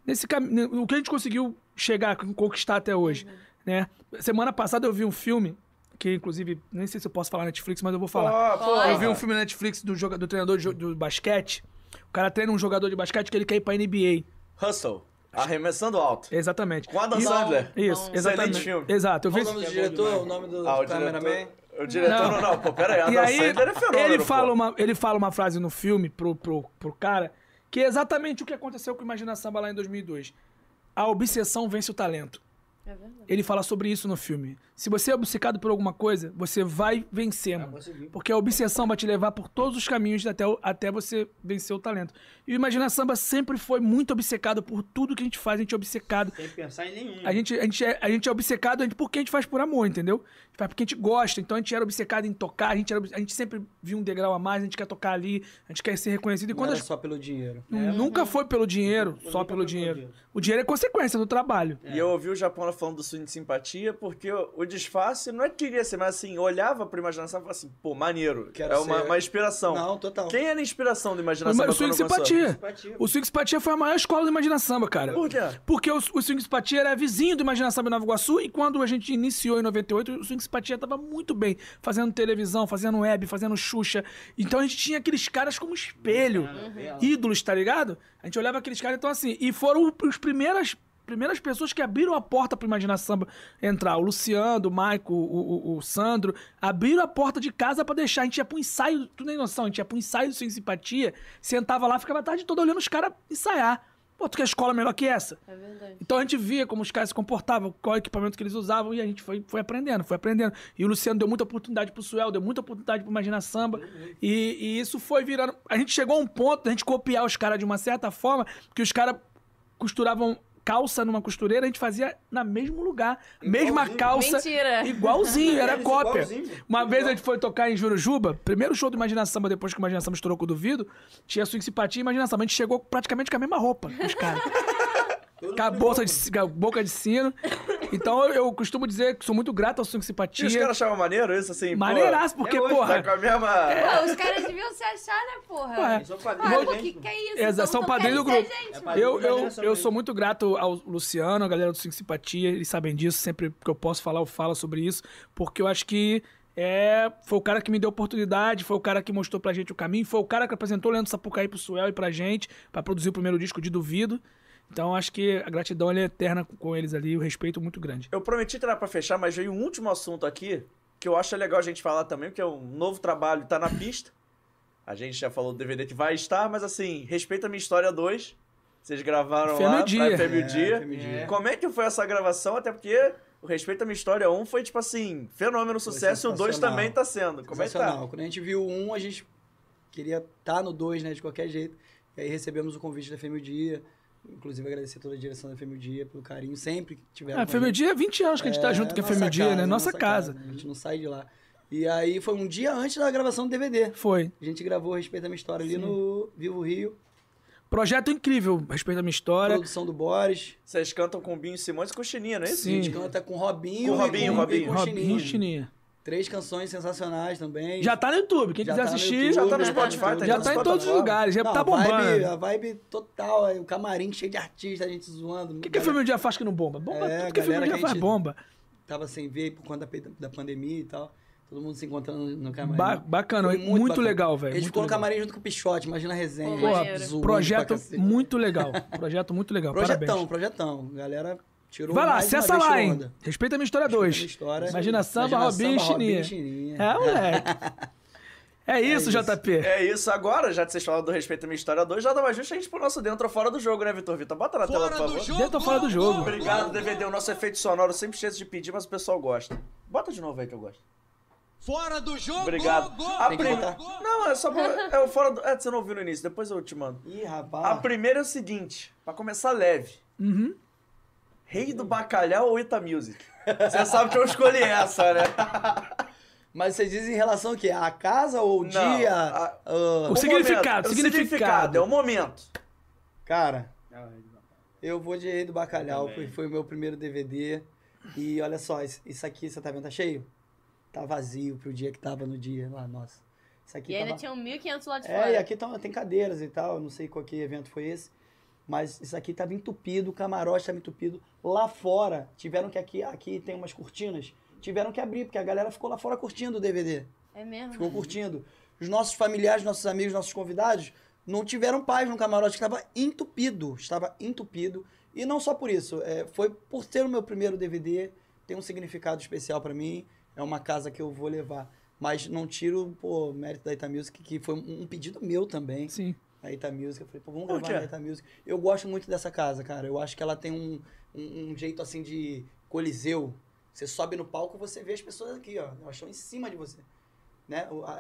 A: nesse caminho. O que a gente conseguiu chegar, conquistar até hoje. Né? Semana passada eu vi um filme, que inclusive, nem sei se eu posso falar na Netflix, mas eu vou falar.
E: Ó, pô,
A: Eu vi um filme na Netflix do, joga- do treinador de, jo- do basquete. O cara treina um jogador de basquete que ele quer ir pra NBA.
B: Hustle. Arremessando alto.
A: Exatamente.
B: Com Adam
A: E-
B: Sandler.
A: Isso,
B: Excelente
A: exatamente.
B: filme.
A: Exato, eu
D: Qual
A: vi
D: o nome do diretor, o nome do
B: Ah, o
D: cameraman?
B: diretor. O diretor não,
A: Não.
B: não pô, pera aí.
A: E
B: Adam
A: aí,
B: Sandler é fenômeno.
A: ele
B: pô.
A: fala, um- uma, ele fala uma frase no filme pro, pro, pro cara que é exatamente o que aconteceu com o Imagina Samba lá em 2002. A obsessão vence o talento.
C: É verdade.
A: Ele fala sobre isso no filme. Se você é obcecado por alguma coisa, você vai
B: Ah,
A: vencer, mano. Porque a obsessão vai te levar por todos os caminhos até, o- até você vencer o talento. E o Imagina Samba sempre foi muito obcecado por tudo que a gente faz, a gente é obcecado.
E: Sem pensar em nenhum.
A: A gente, a, gente é, a gente é obcecado a gente, porque a gente faz por amor, entendeu? A gente faz porque a gente gosta. Então a gente era obcecado em tocar, a gente, era ob- a gente sempre viu um degrau a mais, a gente quer tocar ali, a gente quer ser reconhecido. E
D: Não
A: quando
D: era
A: as-
D: só pelo dinheiro.
A: Nun- Nunca foi pelo dinheiro, só pelo dinheiro. O dinheiro é consequência do trabalho.
B: E eu ouvi o Japão falando do swing de simpatia, porque o, o disfarce não é que queria ser, mas assim, eu olhava pra imaginação e falava assim, pô, maneiro.
D: Quero
B: é uma,
D: ser.
B: uma inspiração.
D: Não, total.
B: Quem era a inspiração do
A: O,
B: imaginação?
A: ma- o Swing Simpatia. O Swing Simpatia foi a maior escola do Imagina Samba, cara.
B: Por quê?
A: Porque o, o Swing Simpatia era vizinho do Imagina Samba em Nova Iguaçu e quando a gente iniciou em 98, o Swing Simpatia tava muito bem, fazendo televisão, fazendo web, fazendo Xuxa. Então a gente tinha aqueles caras como espelho, ídolos, tá ligado? A gente olhava aqueles caras, então assim, e foram os primeiras primeiras pessoas que abriram a porta pro Imagina Samba entrar. O Luciano, o Maico, o, o- o Sandro, abriram a porta de casa pra deixar. A gente ia pro ensaio, tu nem noção, a gente ia pro ensaio do Swing Simpatia, sentava lá, ficava a tarde toda olhando os caras ensaiar. Pô, tu quer escola melhor que essa?
C: É verdade.
A: Então a gente via como os caras se comportavam, qual é o equipamento que eles usavam, e a gente foi, foi aprendendo, foi aprendendo. E o Luciano deu muita oportunidade pro Suel, deu muita oportunidade pro Imagina Samba. E, e isso foi virando. A gente chegou a um ponto da gente copiar os caras de uma certa forma, que os caras costuravam calça numa costureira, a gente fazia na mesmo lugar. Mesma calça.
C: Mentira.
A: Igualzinho, era
E: Eles
A: cópia.
E: igualzinho.
A: Uma vez a gente foi tocar em Jurujuba, primeiro show do Imagina Samba, depois que o Imagina Samba estourou com o Duvido, tinha Swing Simpatia e Imagina Samba. A gente chegou praticamente com a mesma roupa, os caras. Com a bolsa de, ci- com a boca de sino. Então eu, eu costumo dizer que sou muito grato ao Swing
B: E os
A: Simpatia.
B: caras achavam maneiro isso, assim, pô,
A: Maneiraço, porque,
E: é hoje,
A: porra.
B: Tá com a mesma...
C: Pô, os caras deviam se achar, né, porra?
A: É. Ué,
E: Sou
C: Olha,
E: padrinho,
C: pô,
E: né?
C: que que é isso?
A: Exa-
C: Então
A: são
C: não
A: padrinho do
C: querem
A: grupo.
C: ser gente,
E: É
C: mano.
E: padrinho.
A: Eu, eu,
E: Imaginação
A: eu
E: mesmo.
A: sou muito grato ao Luciano, a galera do Cinco Simpatia, eles sabem disso, sempre que eu posso falar, eu falo sobre isso, porque eu acho que é, foi o cara que me deu oportunidade, foi o cara que mostrou pra gente o caminho, foi o cara que apresentou o Leandro Sapucaí pro Suel e pra gente, pra produzir o primeiro disco de Duvido. Então acho que a gratidão ela é eterna com- com eles ali, o respeito muito grande.
B: Eu prometi que era pra fechar, mas veio um último assunto aqui que eu acho legal a gente falar também, que é um novo trabalho, tá na pista. A gente já falou do DVD que vai estar, mas assim, respeita a minha história 2. Vocês gravaram
A: Fêmea
B: lá
A: o Dia.
B: pra Fêmea o
D: É,
B: Dia.
D: Fêmea o Dia.
B: Como é que foi essa gravação? Até porque o Respeita a Minha História 1 foi, tipo assim, fenômeno, sucesso, e o 2
D: sensacional.
B: também tá sendo. Como é que tá?
D: Sensacional. Quando a gente viu o um, a gente queria estar no dois, né, de qualquer jeito. E aí recebemos o convite da Fêmea Dia. Inclusive agradecer toda a direção da Fêmea Dia pelo carinho sempre que tiveram.
A: É,
D: com a
A: Fêmea
D: gente.
A: Dia é 20 anos que a gente tá junto, que é
D: um nossa
A: Fêmea Dia,
D: casa,
A: né? Nossa casa.
D: né? A gente não sai de lá. E aí foi um dia antes da gravação do DVD.
A: Foi.
D: A gente gravou Respeita a Minha História ali no Vivo Rio,
A: Projeto incrível, respeito à minha história.
D: produção do Boris.
B: Vocês cantam com o Binho Simões e com o Chininha, não é isso?
D: A gente
A: Sim.
D: canta com Robinho,
B: Com
D: e
B: Robinho,
D: e
B: Robinho.
D: com Chininho.
A: Robinho Chininha.
D: Três canções sensacionais também.
A: Já tá no YouTube, quem
D: Já
A: quiser
D: tá no
A: assistir.
D: YouTube,
B: Já tá no
D: né?
B: Spotify, tá
A: Já
B: nas
A: tá em todos os
B: plataformas.
A: lugares, já
D: Não,
A: tá
D: a vibe-
A: bombando.
D: A vibe total, aí o camarim cheio de artistas, a gente zoando.
A: O que, é que a Filme Dia faz que não bomba? Bomba
D: É,
A: tudo que
D: galera
A: a Filme Dia
D: que a
A: faz
D: gente-
A: bomba.
D: Tava sem ver por conta da- da pandemia e tal. Todo mundo se encontrando no camarim.
A: Ba- bacana,
D: Foi
A: muito, legal, velho.
D: Eles
A: muito
D: ficou no
A: legal.
D: camarim junto com o Pichote, imagina a resenha.
C: Pô,
A: Porra,
C: Maneiro.
D: zoando
A: projeto
D: pra cacete.
A: muito legal. Projeto muito legal,
D: Projetão,
A: parabéns.
D: projetão. Galera tirou
A: Vai lá,
D: mais uma
A: acessa
D: vez,
A: lá,
D: tirou
A: hein?
D: onda.
A: Respeita a minha história
D: Respeita a
A: 2.
D: Minha História.
A: Imagina samba,
D: Imagina
A: Robinho e
D: Samba, Robinho e
A: Chininha.
D: Chininha.
A: É, moleque. É isso, JP.
B: É isso, agora, já que vocês falaram do Respeita a Minha História 2, já dá mais justo a gente pro nosso dentro ou fora do jogo, né, Vitor Vitor? Bota na tela, por favor.
A: Dentro ou fora do jogo.
B: Obrigado, DVD. O nosso efeito sonoro eu sempre esqueço de pedir, mas o pessoal gosta. Bota de novo aí que eu gosto.
J: Fora do jogo!
B: Obrigado. A
D: Tem que
B: primeira.
D: botar.
B: Não, é só pra... é o fora do. É, você não ouviu no início, depois eu te mando.
D: Ih,
A: Ah.
B: A
D: rapaz.
B: primeira é o seguinte, pra começar leve.
A: Uhum.
B: Rei do Bacalhau ou Ita Music? Você sabe que eu escolhi essa, né?
D: Mas vocês dizem em relação ao quê? A casa ou o
B: Não,
D: dia?
B: a-
D: Ah,
A: O
B: momento, é
A: significado,
B: o
A: significado.
B: significado, é o momento.
D: Cara,
E: Ah, é,
D: eu vou de Rei do Bacalhau, foi, foi o meu primeiro DVD. E olha só, isso isso aqui, você tá vendo, tá cheio? Tá vazio pro dia que tava no dia lá, nossa. Isso aqui
C: E ainda
D: tava-
C: tinham 1.500 lá de fora.
D: É, e aqui tá, tem cadeiras e tal, eu não sei qual que evento foi esse. Mas isso aqui tava entupido, o camarote tava entupido. Lá fora, tiveram que aqui, aqui tem umas cortinas, tiveram que abrir, porque a galera ficou lá fora curtindo o DVD.
C: É mesmo?
D: Ficou curtindo. Os nossos familiares, nossos amigos, nossos convidados não tiveram paz no camarote, que estava entupido. Estava entupido. E não só por isso, é, foi por ter o meu primeiro DVD, tem um significado especial para mim, é uma casa que eu vou levar. Mas não tiro pô, o mérito da Ita Music, que foi um um pedido meu também.
A: Sim.
D: A Ita Music, eu falei, pô, vamos
B: Por
D: gravar na
B: quê?
D: Ita Music. Eu gosto muito dessa casa, cara. Eu acho que ela tem um, um, um jeito assim de coliseu. Você sobe no palco, você vê as pessoas aqui, ó. Elas estão em cima de você né? O, a- a-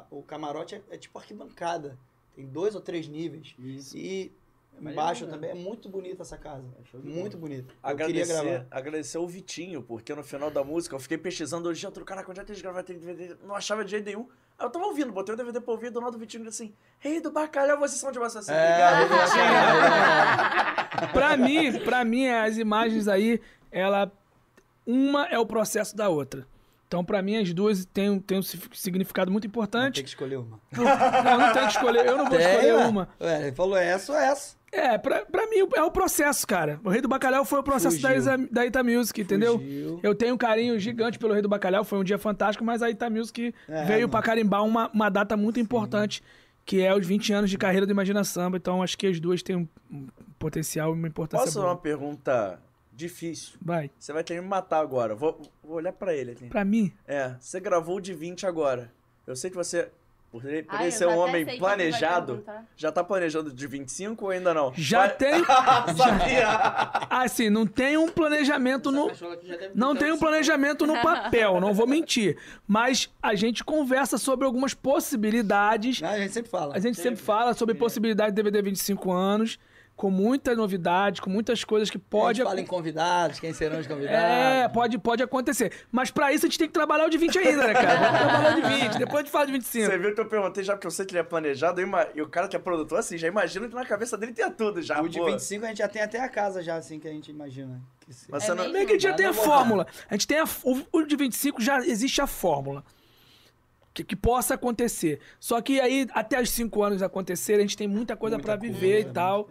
D: a- o camarote é, é tipo arquibancada. Tem dois ou três níveis. E embaixo
E: Maneiro,
B: né?
D: também. É muito bonita essa casa.
B: É
E: de
D: muito bonita. Eu queria
B: Agradecer,
D: gravar.
B: agradecer o Vitinho, porque no final da música eu fiquei pesquisando hoje, outro caraca, onde é que eles gravaram aquele DVD? Não achava de jeito nenhum. Aí eu tava ouvindo, botei o DVD pra ouvir, do nada o Vitinho disse assim, Rei do Bacalhau, vocês são de massa assim.
D: É,
B: Obrigado,
A: pra mim, pra mim, as imagens aí, ela. Uma é o processo da outra. Então, pra mim, as duas têm, têm um significado muito importante.
D: Tem que escolher uma.
A: Por- Não, não tem que escolher. Eu não vou
D: Tem,
A: escolher
D: ué.
A: uma.
D: Ué, ele falou essa ou essa.
A: É, pra, pra mim é o processo, cara. O Rei do Bacalhau foi o processo da,
D: Fugiu.
A: Isa- da Ita Music, entendeu? Eu tenho um carinho gigante pelo Rei do Bacalhau, foi um dia fantástico, mas a Ita Music
D: É,
A: veio
D: mano.
A: pra carimbar uma, uma data muito importante, que é os 20 anos de carreira do Imagina Samba. Então acho que as duas têm um, um potencial e uma
D: Tá
A: importância
B: Posso fazer
A: boa.
B: uma pergunta difícil?
A: Vai.
B: Você vai ter que me matar agora. Vou, vou olhar pra ele aqui.
A: Pra mim,
B: É, você gravou o de 20 agora. Eu sei que você, por, por
C: Ai, eu
B: ele ser um
C: até sei
B: homem
C: quem
B: planejado,
C: que vai um, perguntar.
B: já tá planejando de 25 ou ainda não?
A: já
B: Vai-
A: tem.
B: Sabia!
A: Assim, não tem um planejamento no. Não tem um planejamento no papel, não vou mentir. Mas a gente conversa sobre algumas possibilidades
D: Ah, A gente sempre fala.
A: A gente sempre fala sobre possibilidade de DVD 25 anos, com muita novidade, com muitas coisas que pode.
D: A gente fala em convidados, quem serão os convidados.
A: É, pode, pode acontecer. Mas pra isso a gente tem que trabalhar o de 20 ainda, né, cara? Vamos trabalhar o de 20, depois a gente fala de 25.
B: Você viu que eu perguntei já porque eu sei que ele é planejado eu ima- e o cara que é produtor, assim, já imagina que na cabeça dele tem tudo já.
D: o de
B: Tá, pô.
D: 25 a gente já tem até a casa já, assim, que a gente imagina. Que se...
B: Mas você
C: É
B: não-
C: mesmo?
A: Meio que a gente já
D: Mas
A: tem a
D: não vou
A: fórmula. A gente tem a, f- o, o de 25 já existe a fórmula. Que, que possa acontecer. Só que aí, até os 5 anos acontecerem, a gente tem muita coisa pra viver
D: né?
A: e tal.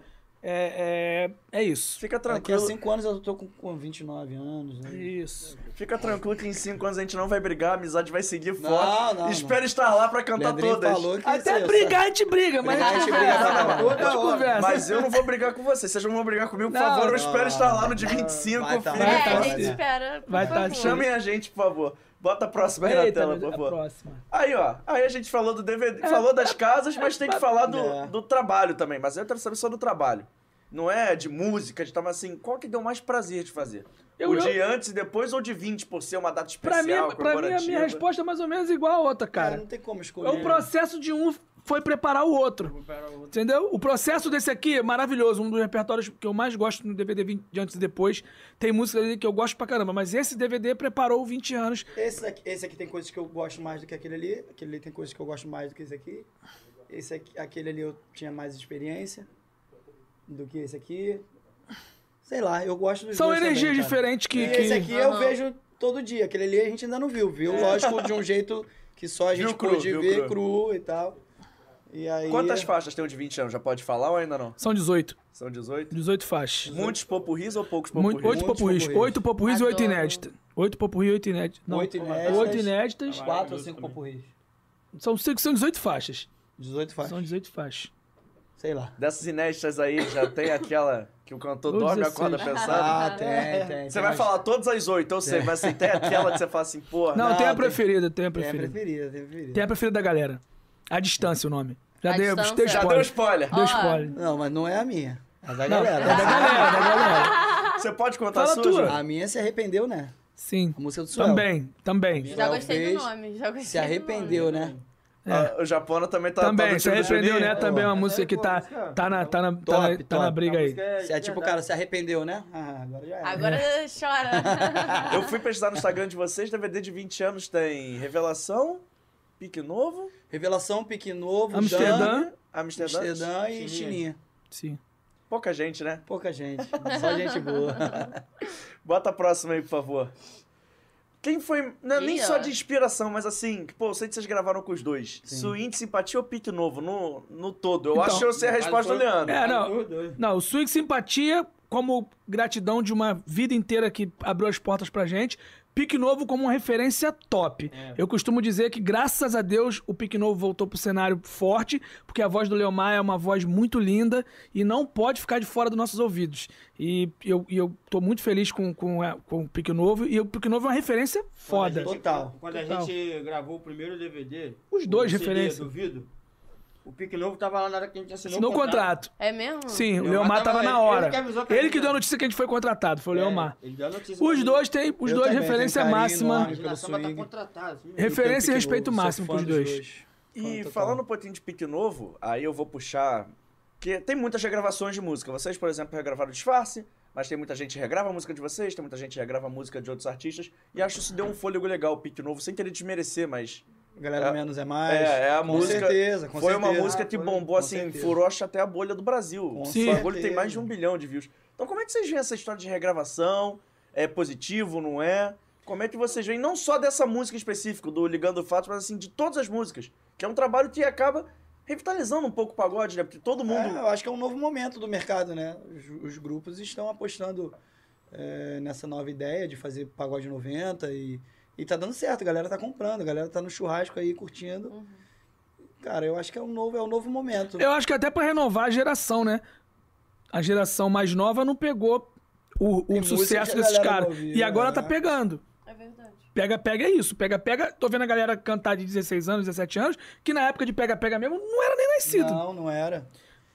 A: É, é, é isso.
B: Fica
D: Daqui a
B: tá tranquilo,
D: 5 anos eu tô com, com 29 anos. Né?
A: Isso.
B: fica tranquilo que em 5 anos a gente não vai brigar, a amizade vai seguir
D: Não,
B: forte.
D: não,
B: Espero estar lá pra cantar
D: Leandrinho
B: todas.
D: falou que é
A: Até
D: isso,
A: brigar, a gente briga, mas
D: Brigar, a gente briga
A: conversa.
D: toda hora.
A: A gente conversa.
B: Mas eu não vou brigar com vocês, vocês não vão brigar comigo, por
A: Não,
B: favor.
A: não,
B: eu espero
D: não,
B: estar lá
D: não,
B: no de
D: não.
B: 25,
D: Vai tá
B: filho.
C: É,
D: lá. Vai
C: a
D: tá
C: gente
D: lá.
C: espera. por
A: Vai tá
C: favor.
A: achando-
B: Chamem a gente, por favor. Bota a próxima aí na
A: Eita,
B: tela,
A: mas
B: por
A: a
B: favor.
A: próxima.
B: Aí, ó. Aí a gente falou do DVD, falou das casas, mas tem que falar do,
D: É.
B: do trabalho também. Mas eu quero saber só do trabalho. Não é de música, de tal, mas assim, qual que deu mais prazer de fazer?
A: Eu-
B: o
A: eu-
B: de antes e depois ou de 20, por ser uma data
A: Pra
B: especial,
A: mim, pra mim, a minha
B: comemorativa?
A: resposta é mais ou menos igual a outra,
D: Cara,
A: cara.
D: não tem como escolher. né?
A: É o processo de um foi preparar o outro. Entendeu? O processo desse aqui é maravilhoso. Um dos repertórios que eu mais gosto no DVD 20 de antes e depois. Tem música dele que eu gosto pra caramba, mas esse DVD preparou 20 anos.
D: Esse aqui, esse aqui tem coisas que eu gosto mais do que aquele ali. Aquele ali tem coisas que eu gosto mais do que esse aqui. Esse aqui, aquele ali eu tinha mais experiência do que esse aqui. Sei lá, eu gosto dos
A: São
D: dois também,
A: energias
D: cara.
A: diferentes que.
D: E
A: que-
D: esse aqui eu vejo todo dia. Aquele ali a gente ainda não viu. Viu, lógico, de um jeito que só a
B: É. Viu
D: gente
B: cru,
D: pôde
B: viu
D: ver
B: cru.
D: cru. e tal. E aí... é
B: Quantas faixas tem o de 20 anos? Já pode falar ou ainda não?
A: São 18.
B: São 18?
A: 18 faixas.
B: Muitos popurris ou poucos popurris?
A: Muito, oito
D: Muitos
A: popurris.
D: popurris.
A: Oito popurris e oito
C: Adoro.
A: inéditas. Oito popurris e oito inéditas. Não,
D: Oito inéditas.
A: Oito inéditas.
D: Quatro ou cinco papurris.
A: São, cinco, são 18 faixas.
D: 18 faixas.
A: São 18 faixas.
D: Sei lá.
B: Dessas inéditas aí, já tem aquela que o cantor
A: Ou
B: dorme e
A: 16.
B: acorda pensando?
D: Ah, tem, tem.
B: Você
D: tem
B: vai
D: mais-
B: falar todas as oito, eu sei, mas assim, tem aquela que você fala assim, porra.
A: É. Não, tem a
D: tem-
A: preferida,
D: Tem
A: tem a
D: a
A: preferida.
D: preferida, tem a preferida.
A: Tem a preferida da galera. A distância, o nome. Já
C: A
A: deu,
C: Distância.
A: deu
B: Já deu
A: spoiler.
B: spoiler.
A: Deu spoiler.
D: Não, mas não é a minha. A da
A: Não,
D: galera.
A: é da galera, da galera.
B: Você pode contar
A: Ah, Fala
B: a sua,
A: tua.
B: Ju?
D: A minha se arrependeu, né?
A: Sim.
D: A música do Suel.
A: Também, também.
C: Já
D: Rafael
C: gostei
D: fez,
C: do nome. Já gostei
D: Se arrependeu,
C: do nome.
D: né?
B: Ah, o Japona também tá. tá
A: É. Também,
B: do
A: se
B: time do
A: arrependeu,
B: Juninho.
A: né? Também é uma música que tá, tá, na, tá, na, tá, na, tá na briga aí.
D: Se é tipo, cara, se arrependeu, né? Ah, agora já era.
C: Agora chora.
B: Eu fui pesquisar no Instagram de vocês, DVD de 20 anos tem Revelação, Pique Novo.
D: Revelação, Pique Novo,
A: Amsterdã.
D: Dame,
B: Amsterdã.
D: Amsterdã e Chininha.
A: Sim.
B: Pouca gente, né?
D: Pouca gente. Só gente boa.
B: Bota a próxima aí, por favor. Quem foi. não, é nem
C: Ih, ó.
B: só de inspiração, mas assim, que, pô, eu sei que vocês gravaram com os dois. Swing, simpatia ou pique novo? No, no todo. Eu
A: Então.
B: acho que eu sei a resposta do
E: Tá
B: Leandro.
A: É, não.
E: Dois, dois.
A: Não, o Swing Simpatia como gratidão de uma vida inteira que abriu as portas pra gente. Pique Novo como uma referência top.
E: É.
A: Eu costumo dizer que, graças a Deus, o Pique Novo voltou pro cenário forte, porque a voz do Leo Maia é uma voz muito linda e não pode ficar de fora dos nossos ouvidos. E eu, e eu tô muito feliz com, com, a- com o Pique Novo, e o Pique Novo é uma referência foda.
D: Total.
E: Quando a
A: Total.
E: gente gravou o primeiro DVD,
A: Os dois
E: o CD
A: referência.
E: do Vido, o Pique Novo tava lá na hora que a gente assinou,
A: Assinou o contrato.
C: É mesmo?
A: Sim, o
E: Leomar
A: Leomar
E: tava-
A: tava na
E: ele
A: hora.
E: que avisou pra
A: Ele
E: gente,
A: que deu a
E: né?
A: notícia que a gente foi contratado, foi o
E: É,
A: Leomar.
E: Ele deu a notícia pra
A: Os
E: gente.
A: dois têm, os
D: Eu
A: dois
D: também,
A: referência
D: tenho um carinho
A: máxima.
E: A
D: enorme. pelo
E: samba tá
D: swing.
E: contratada. assim,
A: Re- Referência e
D: Pique
A: respeito
D: Novo, sou
A: máximo
D: fã
A: pros
D: dos
A: dois.
B: E
D: Total.
B: falando um pouquinho de pique novo, aí eu vou puxar. Porque tem muitas regravações de música. Vocês, por exemplo, regravaram Disfarce, mas tem muita gente que regrava a música de vocês, tem muita gente que regrava a música de outros artistas. E acho que isso deu um fôlego legal, o pique novo, sem querer desmerecer, mas.
D: Galera
B: É.
D: menos é mais.
B: É, é a
D: com
B: música-
D: Certeza, com
B: foi
D: certeza.
B: uma música que
E: Foi,
B: bombou,
D: com
B: assim,
D: certeza.
B: furou acho, até a bolha do Brasil. O
D: Com
B: bagulho tem
D: certeza.
B: mais de um bilhão de views. Então, como é que vocês veem essa história de regravação? É positivo, não é? Como é que vocês veem, não só dessa música específica, do Ligando Fatos, mas assim, de todas as músicas? Que é um trabalho que acaba revitalizando um pouco o pagode, né? Porque todo mundo.
D: É, eu acho que é um novo momento do mercado, né? Os, os grupos estão apostando é, nessa nova ideia de fazer pagode 90 e, e tá dando certo, a galera tá comprando, a galera tá no churrasco aí curtindo. Cara, eu acho que é um novo, é um novo momento.
A: Eu acho que até pra renovar a geração, né? A geração mais nova não pegou o, o
D: Tem música
A: sucesso
D: que a
A: desses
D: galera
A: caras.
D: não ouvia,
A: E agora
D: né?
A: tá pegando.
C: É verdade.
A: Pega, pega é isso. Pega, pega. Tô vendo a galera cantar de 16 anos, 17 anos, que na época de pega, pega mesmo não era nem nascido.
D: Não, não era.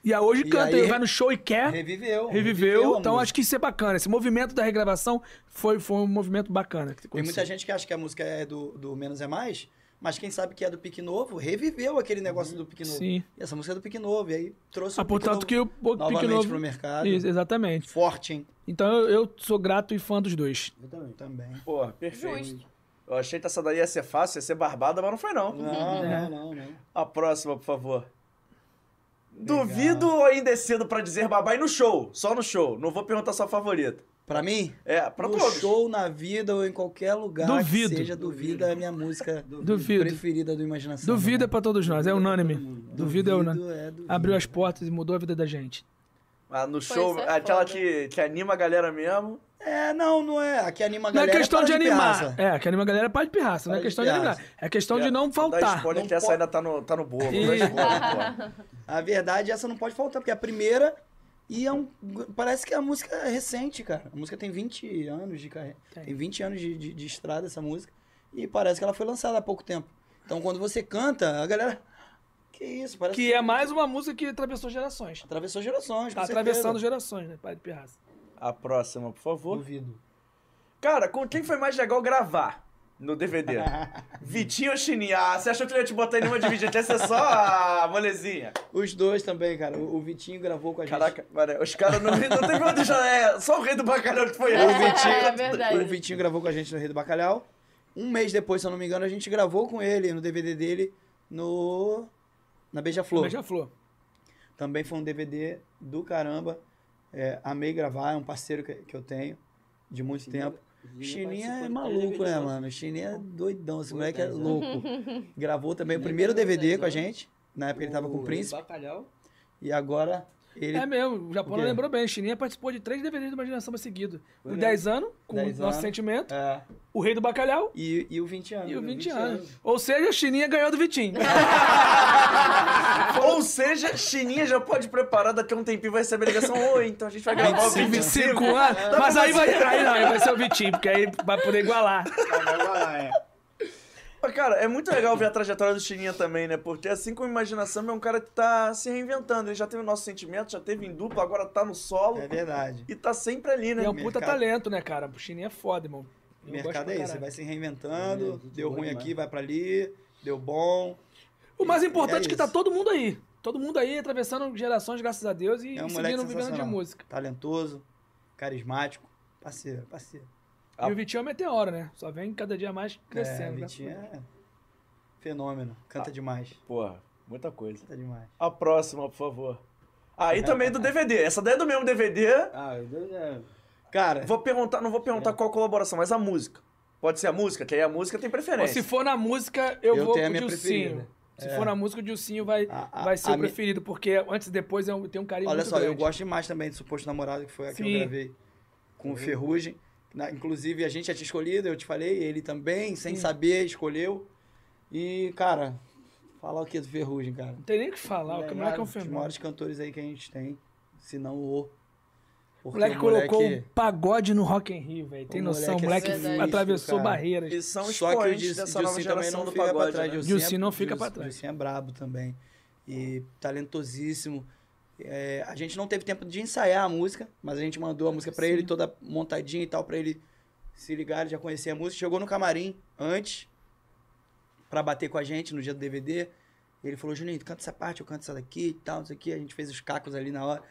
A: E a hoje
D: E
A: canta,
D: aí-
A: e vai no show e quer.
D: Reviveu.
A: É. Reviveu,
D: a
A: então
D: música.
A: acho que isso é bacana. Esse movimento da regravação foi, foi um movimento bacana. que
D: Tem muita
A: aconteceu.
D: gente que acha que a música é do, do Menos é Mais, mas quem sabe que é do Pique Novo, reviveu aquele negócio do Pique Novo.
A: Uhum. Sim.
D: E essa música é do Pique Novo, e aí trouxe
A: Ah,
D: o Pique
A: portanto,
D: Novo
A: que o o
D: novamente
A: Pique
D: pro
A: Novo.
D: mercado.
A: Isso, exatamente.
D: Forte, hein?
A: Então eu, eu sou grato e fã dos dois.
E: Eu também.
D: Também.
B: Pô, perfeito.
C: Justo.
B: Eu achei que essa daí ia ser fácil, ia ser barbada, mas não foi não.
D: Não,
A: né?
D: não, não, não.
B: A próxima, por favor. Duvido ou ainda é cedo pra dizer babai no show? Só no show. Não vou perguntar sua favorita.
D: Pra mim,
B: É, pra
D: no
B: todos.
D: show, na vida ou em qualquer lugar
A: Duvido.
D: que seja duvida é a minha música
A: Duvido.
D: preferida do Imaginação.
A: Duvida pra todos nós, é unânime.
D: né?
A: Duvida é unânime.
D: é duvida.
A: Abriu as portas e mudou a vida da gente.
B: Ah, no
C: Pô,
B: show,
C: isso é
B: aquela
C: foda.
B: que, que anima a galera mesmo.
D: É, não, não é. Aqui anima a
A: Não é
D: galera.
A: questão
D: para
A: de animar.
D: pirraça.
A: É, que anima a galera é para de pirraça. Não é
D: Para de
A: questão de animar.
D: pirraça.
A: É questão de
B: É,
A: não
B: Dá
A: faltar.
B: spoiler
D: Não
B: que essa
D: pode-
B: ainda tá no, tá no bolo.
A: Ih.
B: Dá spoiler, pô.
D: A verdade, essa não pode faltar, porque é a primeira e é um. Parece que a música é recente, cara. A música tem 20 anos de carreira.
A: Tem.
D: Tem, 20 anos de, de, de estrada essa música. E parece que ela foi lançada há pouco tempo. Então quando você canta, a galera. Que isso, parece
A: Que é mais uma música que atravessou gerações.
D: Atravessou gerações, com
A: Tá
D: certeza.
A: atravessando gerações, né? Pai de pirraça.
B: A próxima, por favor.
D: Duvido.
B: Cara, com quem foi mais legal gravar no DVD? Vitinho ou Chininha? Ah, você achou que eu ia te botar em nenhuma de vídeo? Essa é só a molezinha.
D: Os dois também, cara. O, o Vitinho gravou com a
B: Caraca, mano, os caras não, não tem como deixar. É, só o rei do bacalhau que foi esse.
C: É
D: gente. O
C: verdade.
D: Vitinho gravou com a gente no Rei do Bacalhau. Um mês depois, se eu não me engano, a gente gravou com ele no DVD dele no. Na Beija-Flor.
A: Beija-flor.
D: Também foi um DVD do caramba. É, amei gravar, é um parceiro que, que eu tenho de muito tempo. Chininha é maluco, né, mano? Chininha é doidão, esse moleque é louco. Gravou também o primeiro DVD com a gente. Na época ele tava com o Príncipe.
E: Bacalhau.
D: E agora ele.
A: É mesmo, o Japão
D: O quê?
A: lembrou bem. Chininha participou de três DVDs do Imaginação Samba seguido. O
D: né?
A: 10 anos, com o
D: 10
A: nosso
D: anos.
A: sentimento,
D: É.
A: o Rei do Bacalhau
D: E, e o 20 anos.
A: e o
D: né?
A: 20 anos. Ou seja, Chininha ganhou do Vitinho.
B: Ou seja, Chininha já pode preparar, daqui a um tempinho vai receber a ligação. Oi, então a gente vai gravar o
A: 25
B: vídeo.
A: anos. Mas aí vai, aí não, aí vai ser o Vitinho, porque aí vai poder igualar.
B: Mas, Cara, é muito legal ver a trajetória do Chininha também, né? Porque assim como Imaginação, é um cara que tá se reinventando. Ele já teve o nosso sentimento, já teve em dupla, agora tá no solo
D: É verdade.
B: e tá sempre ali, né?
A: E é um
D: Mercado.
A: puta talento, né, cara? O Chininha é foda, irmão.
D: O
A: Eu
D: mercado
A: gosto pra
D: é isso,
A: caralho.
D: vai se reinventando,
E: É, gente
D: deu
E: boa
D: ruim
E: demais.
D: aqui, vai pra ali, deu bom.
A: O O mais importante é que tá
D: isso.
A: todo mundo aí. Todo mundo aí atravessando gerações, graças a Deus, e
D: É um moleque
A: seguindo vivendo de
D: sensacional.
A: música.
D: Talentoso, carismático, parceiro, parceiro.
A: E o Vitinho é um meteoro, né? Só vem cada dia mais
D: Ah. É,
A: crescendo. né? Ah.
D: Vitinho é fenômeno. Canta demais.
B: Porra, muita coisa.
D: Canta demais.
B: A próxima, por favor. Aí também do DVD. Essa daí é do mesmo DVD.
F: Ah,
D: Cara.
B: Vou perguntar, não vou perguntar qual colaboração, mas a música. Pode ser a música, que aí a música tem
A: Ou
B: preferência.
A: se for na música, eu,
D: Eu
A: vou
D: tenho
A: com
D: a
A: o
D: minha
A: Dilcinho.
D: preferida.
A: Se
D: É.
A: for na música, o Dilcinho vai,
D: A- a-
A: vai ser
D: a
A: o
D: minha-
A: preferido, porque antes e depois eu tenho um carinho
D: Olha
A: muito
D: só, eu
A: grande.
D: gosto demais também do Suposto Namorado, que foi a que
A: Sim.
D: eu gravei com o Ferrugem. Na- inclusive, a gente já tinha escolhido, eu te falei, ele também, sem saber, escolheu. E, cara, falar o que do Ferrugem, cara?
A: Não tem nem o que falar, o moleque é um
D: Os
A: fenômeno.
D: maiores cantores aí que a gente tem, se não o.
A: O
D: Porque
A: moleque
D: o
A: colocou um o pagode no Rock in Rio, velho. Tem
D: O
A: noção, o
D: moleque
A: moleque
D: é sinistro,
A: atravessou
D: cara.
A: barreiras.
B: E são
D: Só que o
B: expoentes
D: Dilci-
B: dessa nova
D: Dilcinho também
B: geração
D: não
B: do
D: fica pra
B: pagode.
D: trás.
B: né?
A: Dilcinho não fica
D: Dilcinho-
A: pra trás.
D: Dilcinho é brabo também. E talentosíssimo. É, a gente não teve tempo de ensaiar a música, mas a gente mandou a música pra ele, toda montadinha e tal, pra ele se ligar, ele já conhecia a música. Chegou no camarim antes pra bater com a gente no dia do DVD. Ele falou, Juninho, tu canta essa parte, eu canto essa daqui e tal, não sei o que. A gente fez os cacos ali na hora.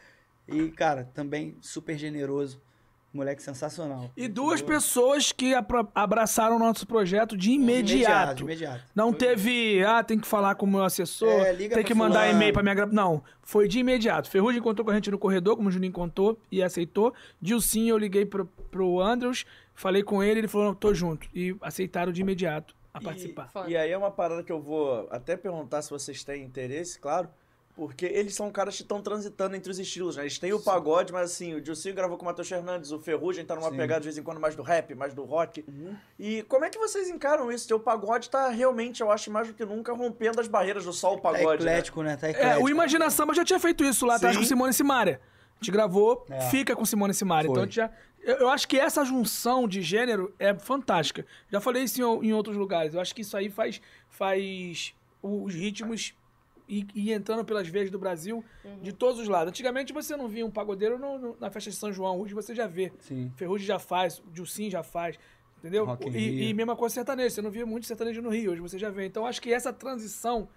D: E, cara, também super generoso. Moleque sensacional.
A: E duas pessoas que apra- abraçaram o nosso projeto de imediato.
D: imediato.
A: Não teve, ah, tem que falar com o meu assessor,
D: É, liga pra
A: tem que mandar
D: fulano.
A: e-mail pra minha gra... Não, foi de imediato. Ferrugem encontrou com a gente no corredor, como o Juninho contou, e aceitou. Dilcinho, eu liguei pro, pro Andrews, falei com ele, ele falou, não, tô junto. E aceitaram de imediato a participar.
C: Foda.
B: E aí é uma parada que eu vou até perguntar se vocês têm interesse, claro. Porque eles são caras que estão transitando entre os estilos, né? Eles têm o pagode, mas assim, o Dilcinho gravou com o Matheus Fernandes, o Ferrugem tá numa
D: Sim. Uhum.
B: pegada de vez em quando mais do rap, mais do rock. E como é que vocês encaram isso? Teu pagode tá realmente, eu acho, mais do que nunca rompendo as barreiras do sol
D: Tá
B: pagode. né?
D: eclético, né? Tá
A: É,
D: eclético.
A: o Imagina Samba já tinha feito isso lá atrás
B: Sim.
A: com Simone Simaria. A gente gravou,
D: É.
A: fica com Simone Simaria.
D: Foi.
A: Então a gente já. Eu, eu acho que essa junção de gênero é fantástica. Já falei isso em, o- em outros lugares. Eu acho que isso aí faz, faz os ritmos ir, ir entrando pelas veias do Brasil de todos os lados. Antigamente você não via um pagodeiro no- no- na festa de São João, hoje você já vê.
D: Sim.
A: Ferrugem já faz, Dilcim já faz, entendeu?
D: Rock in Rio.
A: E, e mesma coisa sertanejo. Você não via muito sertanejo no Rio, hoje você já vê. Então eu acho que essa transição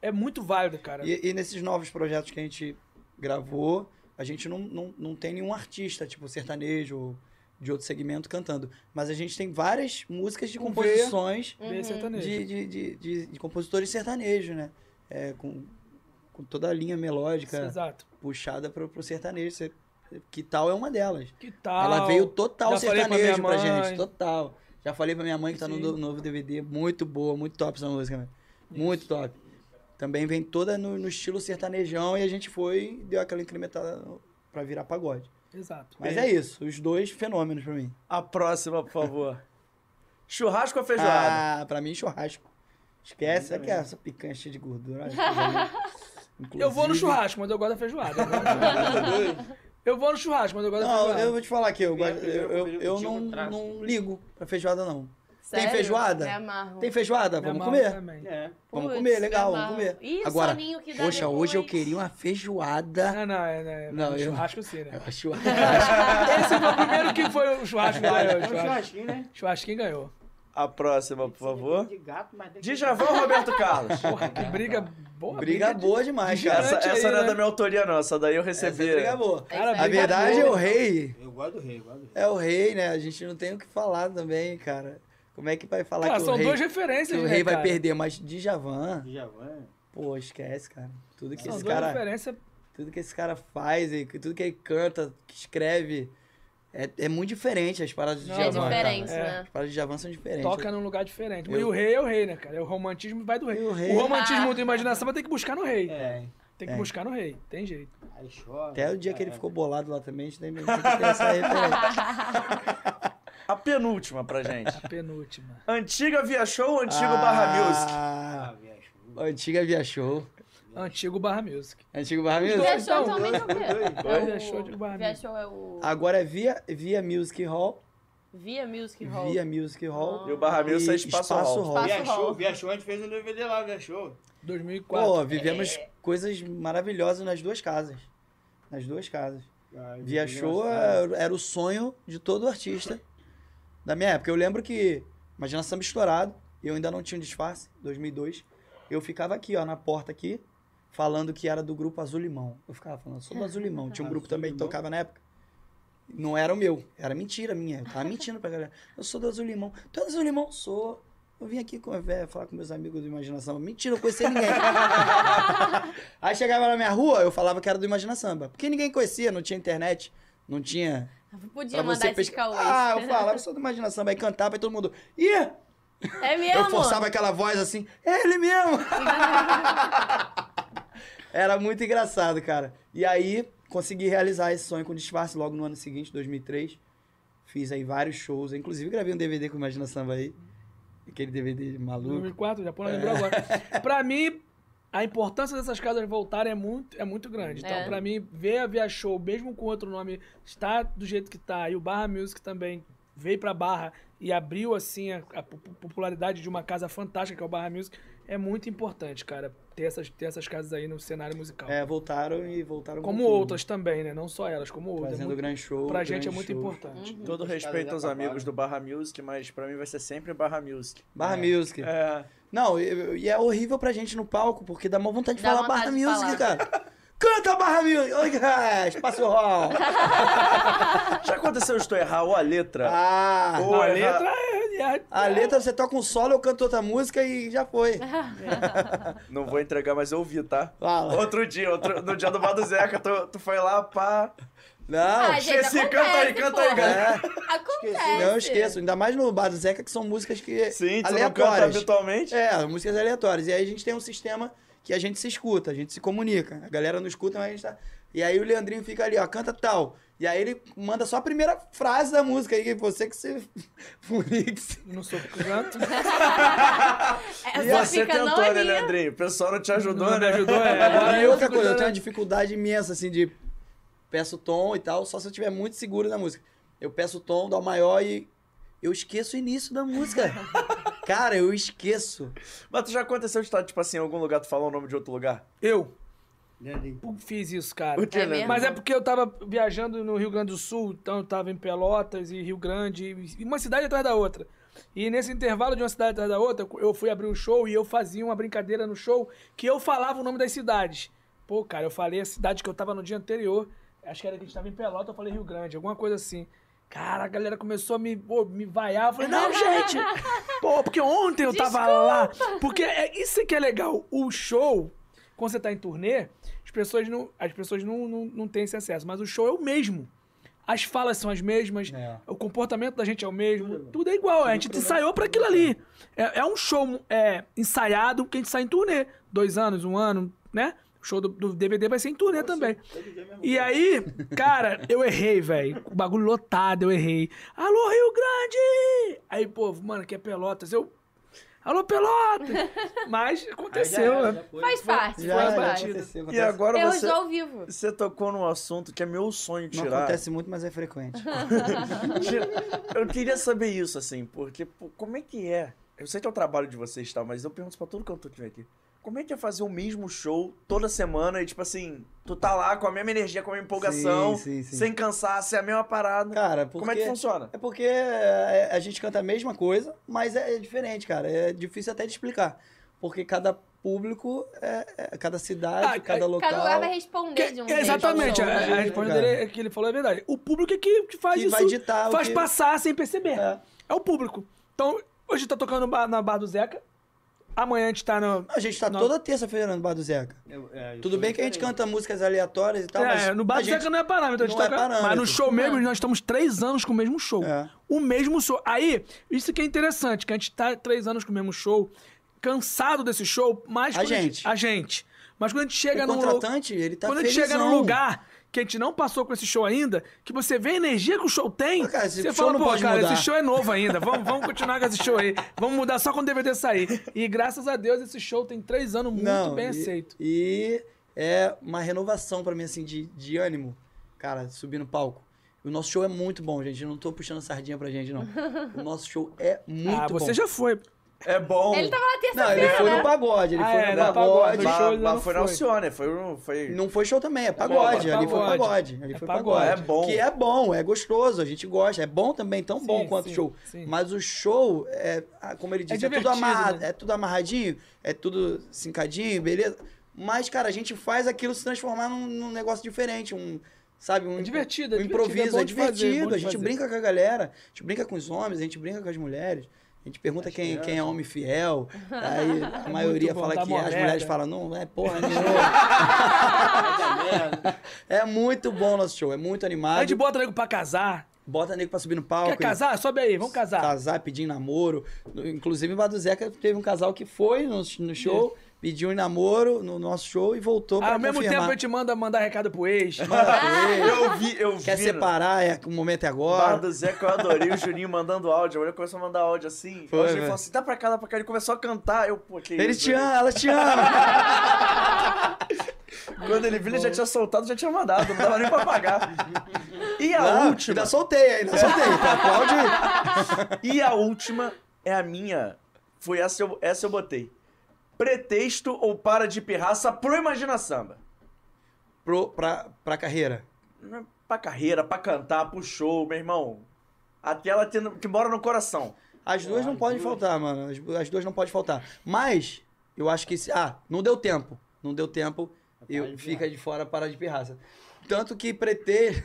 A: é muito válida, cara.
D: E, e nesses novos projetos que a gente gravou, a gente não, não, não tem nenhum artista, tipo sertanejo ou de outro segmento cantando. Mas a gente tem várias músicas de
A: Com V.
D: composições
A: Bem sertanejo.
D: de, de, de, de- de compositores sertanejos, né? É, com, com toda a linha melódica
A: Exato.
D: puxada pro, pro sertanejo. Você- que tal é uma delas.
A: Que tal?
D: Ela veio total
A: Já falei pra minha
D: sertanejo pra,
A: mãe.
D: gente, total. Já falei pra minha mãe que tá no
A: Sim.
D: do- novo DVD, muito boa, muito top essa música, né? Muito top. Também vem toda no, no estilo sertanejão e a gente foi e deu aquela incrementada pra virar pagode.
A: Exato.
D: Mas é isso, os dois fenômenos pra mim.
B: A próxima, por favor. Churrasco ou feijoada?
D: Ah, pra mim churrasco. Esquece, é que é essa picanha cheia de gordura. olha que coisa linda.
A: Eu vou no
D: Inclusive-
A: churrasco, mas eu gosto da feijoada. Eu vou no churrasco. Eu vou no churrasco, mas eu gosto da
D: Não, eu
A: feijoada.
D: vou te falar aqui, eu,
E: Minha
D: gosto-
E: primeira
D: eu, eu,
E: comida
D: eu
E: tinha
D: não,
E: um traço.
D: não ligo pra feijoada, não.
C: Sério?
D: feijoada?
C: Me amarro.
D: Tem feijoada? Vamos
A: Me amarro
D: comer?
A: também.
E: É.
D: Vamos
C: Putz,
D: comer, legal,
C: me
D: vamos
C: amarro.
D: comer.
C: Ih,
D: Agora,
C: soninho que dá
D: poxa, hoje eu
C: depois.
D: queria uma feijoada.
A: Não, não, é, né?
D: Não, eu-
A: Churrasco sim, né?
D: Eu acho- acho-
A: Esse foi o primeiro que foi o churrasco que ganhou. o
E: É um
A: Churrasco.
E: churrasquinho, né?
A: Churrasquinho ganhou.
B: A próxima, por favor.
E: De gato, mas tem que-
B: Djavan ou Roberto Carlos?
A: Porra, que briga boa.
D: briga boa demais,
B: Essa,
D: cara.
A: Gigante
B: essa
A: aí,
B: não é
A: né?
B: da minha autoria, não. Essa daí eu
D: Essa
A: é.
B: recebi.
D: briga boa.
A: Cara,
D: A
A: briga
D: verdade é
A: boa.
D: o rei.
E: Eu gosto do rei, eu gosto do rei.
D: É o rei, né? A gente não tem o que falar também, cara. Como é que vai falar
A: Cara,
D: que, o
A: são
D: rei,
A: duas
D: que
A: referências,
D: o
A: né,
D: rei vai
A: cara?
D: perder? Mas Djavan,
E: Djavan.
D: pô, esquece, cara. Tudo que
A: São
D: esse
A: duas
D: cara,
A: referências.
D: tudo que esse cara faz, e que- tudo que ele canta, que escreve, é, é muito diferente as paradas de
A: Não,
C: É
D: Djavan. cara.
C: diferente,
A: É.
C: né?
D: As paradas de Djavan são diferentes.
A: Toca num lugar diferente. E
D: Eu-
A: o rei é o rei, né, cara? O romantismo vai do rei.
D: E o
A: O,
D: rei-
A: romantismo do imaginação vai ter que buscar no rei.
E: É.
A: Tem que
D: É.
A: buscar no rei. Tem jeito.
E: Aí chora.
D: Até o dia que ele
B: Ah,
E: É.
D: ficou bolado lá também, a gente tem tem que ter essa referência.
B: A penúltima pra gente.
A: Penúltima.
B: Antiga Via Show, antigo Barra Music.
E: Ah,
D: Ah,
E: viagem.
D: Antiga Via Show.
A: Antigo Barra Music.
D: Antigo Barra
A: Os
D: Music.
A: dois.
C: Viajou
A: Então,
C: também não
A: Oi?
C: é?
A: Viajou de barba.
C: Viajou é o...
D: Agora é via, via Music Hall.
C: Via Music Hall.
D: Via Music Hall.
B: E o Barra Music é Espaço Hall.
E: Viajou,
C: Hall.
E: viajou, a gente fez um DVD lá, viajou.
A: 2004.
D: Pô, vivemos coisas maravilhosas nas duas casas. Nas duas casas. Via Show era, era o sonho de todo artista da minha época. Eu lembro que, imagina samba estourado, eu ainda não tinha um disfarce, 2002. eu ficava aqui, ó, na porta aqui, falando que era do grupo Azul Limão. Eu ficava falando, sou do Azul Limão. Tinha um grupo também que tocava na época. Não era o meu, era mentira minha. Eu tava mentindo pra galera. Eu sou do Azul Limão. Tu é do Azul Limão? Sou. Eu vim aqui com, é, falar com meus amigos do Imaginação. Mentira, eu conhecia ninguém. Aí chegava na minha rua, eu falava que era do Imaginação. Porque ninguém conhecia, não tinha internet, não tinha.
C: Podia
D: pra você
C: mandar esse
D: pesquisar.
C: caô.
D: Ah, eu falava, eu sou do Imaginação. Aí cantava e todo mundo. Ih!
C: É mesmo?
D: Eu forçava aquela voz assim, é ele mesmo! Era muito engraçado, cara. E aí, consegui realizar esse sonho com disfarce logo no ano seguinte, 2003. Fiz aí vários shows, inclusive gravei um DVD com o Imagina Samba aí. Aquele DVD maluco.
A: 2004, o Japão
D: É.
A: não lembrou agora. Pra mim, a importância dessas casas voltarem é muito, é muito grande. Então,
C: É.
A: pra mim, ver a Via Show, mesmo com outro nome, está do jeito que tá, e o Barra Music também veio pra Barra e abriu, assim, a, a po- popularidade de uma casa fantástica, que é o Barra Music, é muito importante, cara, ter essas, ter essas casas aí no cenário musical.
D: É, voltaram e voltaram com
A: Como
D: tudo.
A: outras também, né? Não só elas, como outras.
D: Fazendo
A: muito-
D: grande show, Uhum.
A: Pra gente é
D: grandes
A: muito
D: shows.
A: importante.
B: Todo respeito aos amigos do Barra Music, mas pra mim vai ser sempre Barra Music.
D: Barra
B: É.
D: Music.
B: É.
D: Não, e, e é horrível pra gente no palco, porque dá uma vontade de
C: Dá
D: falar Barra
C: vontade de
D: Music,
C: falar.
D: cara. Canta Barra Music! Oi, cara, Espaço Hall!
B: Já aconteceu de tu errar ou a letra?
D: Ah,
B: Ou
A: Não, a
B: errar-
A: letra é... é-
D: a letra você toca um solo, eu canto outra música e já foi.
B: Não vou entregar, mas eu ouvi, tá?
D: Fala.
B: Outro dia, outro, no dia do Bar do Zeca, tu, tu foi lá, pá.
D: Não, é.
C: Ah, gente,
B: esqueci,
C: acontece,
B: canta aí, canta aí,
C: pô.
B: galera.
C: Acontece.
D: não esqueço. Ainda mais no Bar do Zeca, que são músicas que
B: Sim, tu não canta
D: aleatórias.
B: habitualmente.
D: É, músicas aleatórias. E aí a gente tem um sistema que a gente se escuta, a gente se comunica. A galera não escuta, mas a gente tá. E aí o Leandrinho fica ali, ó, canta tal. E aí ele manda só a primeira frase da música aí, que você que se. Funique-se.
A: Não sou canto.
C: Essa
B: Você
C: fica não
B: tentou,
C: é
B: né,
C: minha.
B: Leandrinho? O pessoal não te ajudou,
A: Não me
B: né?
A: ajudou, é. Agora
D: E
A: eu
D: outra coisa,
A: fico
D: eu
A: olhando.
D: tenho uma dificuldade imensa, assim, de. Peço o tom e tal, só se eu estiver muito seguro na música. Eu peço o tom, dó maior e. Eu esqueço o início da música. Cara, eu esqueço.
B: Mas tu já aconteceu de estar, tipo assim, em algum lugar, tu falar o nome de outro lugar?
A: Eu
F: Leandrinho.
A: fiz isso, cara.
C: É mesmo?
A: Mas é porque eu tava viajando no Rio Grande do Sul, então eu tava em Pelotas e Rio Grande, e uma cidade atrás da outra. E nesse intervalo de uma cidade atrás da outra, eu fui abrir um show e eu fazia uma brincadeira no show que eu falava o nome das cidades. Pô, cara, eu falei a cidade que eu tava no dia anterior, acho que era que a gente tava em Pelotas, eu falei Rio Grande, alguma coisa assim. Cara, a galera começou a me, pô, me vaiar. Eu falei, não, gente! Pô, porque ontem eu tava lá. Porque é, isso é que é legal. O show, quando você tá em turnê, as pessoas não, as pessoas não, não, não têm esse acesso. Mas o show é o mesmo. As falas são as mesmas, o comportamento da gente é o mesmo, tudo, é igual. a gente ensaiou pra aquilo ali. É, é um show é, ensaiado que a gente sai em turnê. Dois anos, um ano, né? O show do, do DVD vai ser em turnê também. E aí, cara, eu errei, velho. O bagulho lotado, eu errei. Alô, Rio Grande! Aí, pô, mano, que é Pelotas. Eu. Alô, Pelotas! Mas aconteceu, né?
C: Faz parte.
D: Já,
C: faz
D: já
C: parte.
D: aconteceu,
B: E
D: acontece.
B: agora
C: Erros
B: você,
C: ao vivo.
B: você tocou num assunto que é meu sonho
D: Não
B: tirar.
D: acontece muito, mas é frequente.
B: Eu queria saber isso, assim, porque pô, como é que é? Eu sei que é o trabalho de vocês, tá? Mas eu pergunto pra todo cantor que vem aqui. Como é que é fazer o mesmo show toda semana e, tipo assim, tu tá lá com a mesma energia, com a mesma empolgação,
D: Sim, sim, sim.
B: sem cansaço, é a mesma parada.
D: Cara, porque...
B: Como é que funciona?
D: É porque é, a gente canta a mesma coisa, mas é diferente, cara. É difícil até de explicar. Porque cada público, é, é- cada cidade,
A: Ah,
D: cada local...
C: Cada lugar vai responder de um
A: Que-
C: jeito.
A: exatamente, a,
C: ou de outro.
A: a resposta dele é que ele falou é verdade. O público é que, que faz
D: Que
A: isso.
D: vai ditar o
A: faz
D: que-
A: passar sem perceber.
D: É.
A: É. o público. Então, hoje tá tocando ba- na Bar do Zeca. Amanhã a gente tá no.
D: A gente tá
A: Não.
D: toda terça-feira no Bar do Zeca.
F: é,
D: Tudo bem que a gente canta músicas aleatórias e tal,
A: é,
D: tá, mas...
A: no Bar
D: a
A: do Zeca
D: gente-
A: não é parâmetro. A gente
D: não é
A: toca,
D: parâmetro.
A: Mas no show mesmo, nós estamos três anos com o mesmo show.
D: É.
A: O mesmo show. Aí, isso que é interessante, que a gente tá três anos com o mesmo show, cansado desse show, mas.
D: A
A: quando
D: gente.
A: A gente. Mas quando a gente chega
D: O
A: num. lo-
D: é contratante, ele tá
A: quando a gente chega
D: felizão.
A: num lugar que a gente não passou com esse show ainda, que você vê a energia que o show tem,
D: Pô, cara, esse
A: você
D: show
A: fala,
D: não
A: pô,
D: pode
A: cara,
D: mudar."
A: esse show é novo ainda, vamos, vamos continuar com esse show aí. Vamos mudar só quando o DVD sair. E graças a Deus, esse show tem três anos muito
D: Não,
A: bem
D: e-
A: aceito.
D: E é uma renovação pra mim, assim, de, de ânimo, cara, subir no palco. O nosso show é muito bom, gente. Eu não tô puxando sardinha pra gente, não. O nosso show é muito
A: ah,
D: bom.
A: você já foi.
B: É bom.
C: Ele tá tava lá
D: Não, ele
C: terça-feira,
D: foi
C: né?
D: no pagode,
A: Ah,
D: ele
A: é,
D: foi no pagode.
B: Mas- mas foi na Alcione, foi, um- foi...
D: Não foi show também, é pagode.
B: É
D: ali foi
B: pagode.
D: pagode. Ali
B: É
D: foi
B: pagode.
D: pagode.
B: É bom.
D: Que é bom, é gostoso, a gente gosta. É bom também, tão bom quanto
A: sim,
D: o show.
A: sim.
D: Mas o show, é, ah, como ele disse, é, tudo
A: divertido,
D: amarrado,
A: né?
D: é tudo amarradinho, é tudo cincadinho, beleza? Mas, cara, a gente faz aquilo se transformar num, num negócio diferente, um. Sabe, um,
A: É divertido, é
D: um
A: divertido,
D: improviso,
A: é bom
D: é
A: de fazer, é
D: divertido.
A: bom de
D: a gente
A: fazer.
D: brinca com a galera, a gente brinca com os homens, a gente brinca com as mulheres, a gente pergunta quem, quem é homem fiel. Aí a
A: Muito
D: maioria
A: bom,
D: fala
A: dá
D: que
A: mó
D: é, as
A: merda.
D: mulheres falam, não, é porra nenhuma. É muito bom o nosso show, é muito animado.
A: A gente bota nego pra casar.
D: Bota nego pra subir no palco.
A: Quer casar? Sobe aí, vamos casar.
D: Casar, pedir namoro. Inclusive, o Bar do Zeca teve um casal que foi no, no show, pediu em namoro no nosso show e voltou pra
A: É. Ah, Ao mesmo
D: confirmar.
A: tempo, a gente manda mandar recado pro ex.
B: Eu vi, eu vi.
D: Quer
B: né?
D: separar, é, o momento é
B: Bar
D: agora.
B: do Zeca, eu adorei o Juninho mandando áudio. A mulher começou a mandar áudio assim.
D: Foi,
B: o Juninho
D: né?
B: falou assim: dá pra cá, dá pra cá. Ele começou a cantar. Eu, pô, que
D: Ele
B: isso,
D: te
B: né?
D: ama, ela te ama.
B: Quando ele viu, ele já tinha soltado, já tinha mandado. Não dava nem pra pagar. E a
D: Não,
B: última.
D: Ainda soltei, ainda soltei. Aplaude.
B: E a última é a minha. Foi essa eu, essa eu botei. Pretexto ou para de pirraça pro Imagina Samba?
D: Pro, pra, pra carreira.
B: Pra carreira, pra cantar, pro show, meu irmão. Até ela que, que mora no coração.
D: As duas não podem faltar, mano. As, as duas não podem faltar. Mas, eu acho que. Se, ah, não deu tempo. Não deu tempo.
A: É
D: Eu, fica de fora, para de pirraça. Tanto que pretexto.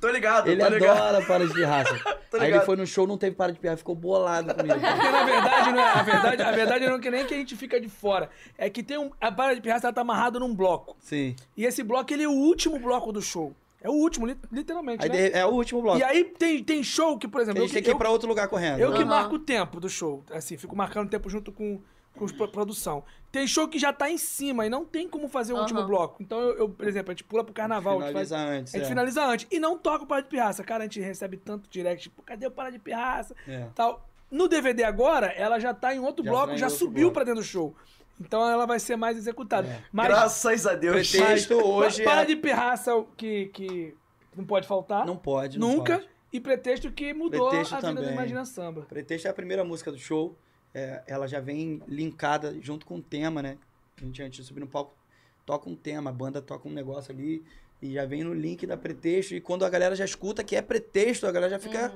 B: Tô
A: Tá
B: ligado,
D: Ele
B: tô ligado.
D: adora para de pirraça.
B: Tô
D: Aí ele
B: ligado.
D: foi no show, não teve para de pirraça, ficou bolado comigo.
A: Porque na verdade, não é, a verdade, a verdade não é que nem que a gente fica de fora. É que tem um. A barra de pirraça ela tá amarrada num bloco.
D: Sim.
A: E esse bloco, ele é o último bloco do show. É o último, li- literalmente.
D: Aí
A: né?
D: de- é o último bloco.
A: E aí tem, tem show que, por
D: a
A: exemplo, eu
D: gente tem
A: que,
D: que ir
A: eu,
D: pra outro lugar correndo.
A: eu que
C: Aham.
A: marco o tempo do show. Assim, fico marcando o tempo junto com, com os pro- produção. Tem show que já tá em cima e não tem como fazer o último
C: Aham.
A: bloco. Então, eu, eu, por exemplo, a gente pula pro carnaval. a gente faz-
D: Finaliza antes,
A: a gente
D: é.
A: finaliza antes. E não toca o Para de Pirraça. Cara, a gente recebe tanto direct, tipo, cadê o Para de Pirraça?
D: É.
A: Tal. No DVD agora, ela já tá em outro
D: Já tá
A: bloco,
D: em
A: já
D: outro
A: subiu
D: bloco. É.
A: pra dentro do show. Então ela vai ser mais executada. Mas,
B: Graças a Deus.
D: Pretexto
A: mas
D: hoje.
A: Para
D: é-
A: de Pirraça, o que, que não pode faltar.
D: Não pode, não
A: Nunca.
D: pode.
A: E pretexto que mudou
D: Pretexto
A: a vida
D: também.
A: do Imagina Samba.
D: Pretexto é a primeira música do show. É, ela já vem linkada junto com o tema, né? A gente antes de subir no palco toca um tema, a banda toca um negócio ali e já vem no link da pretexto. E quando a galera já escuta que é pretexto, a galera já fica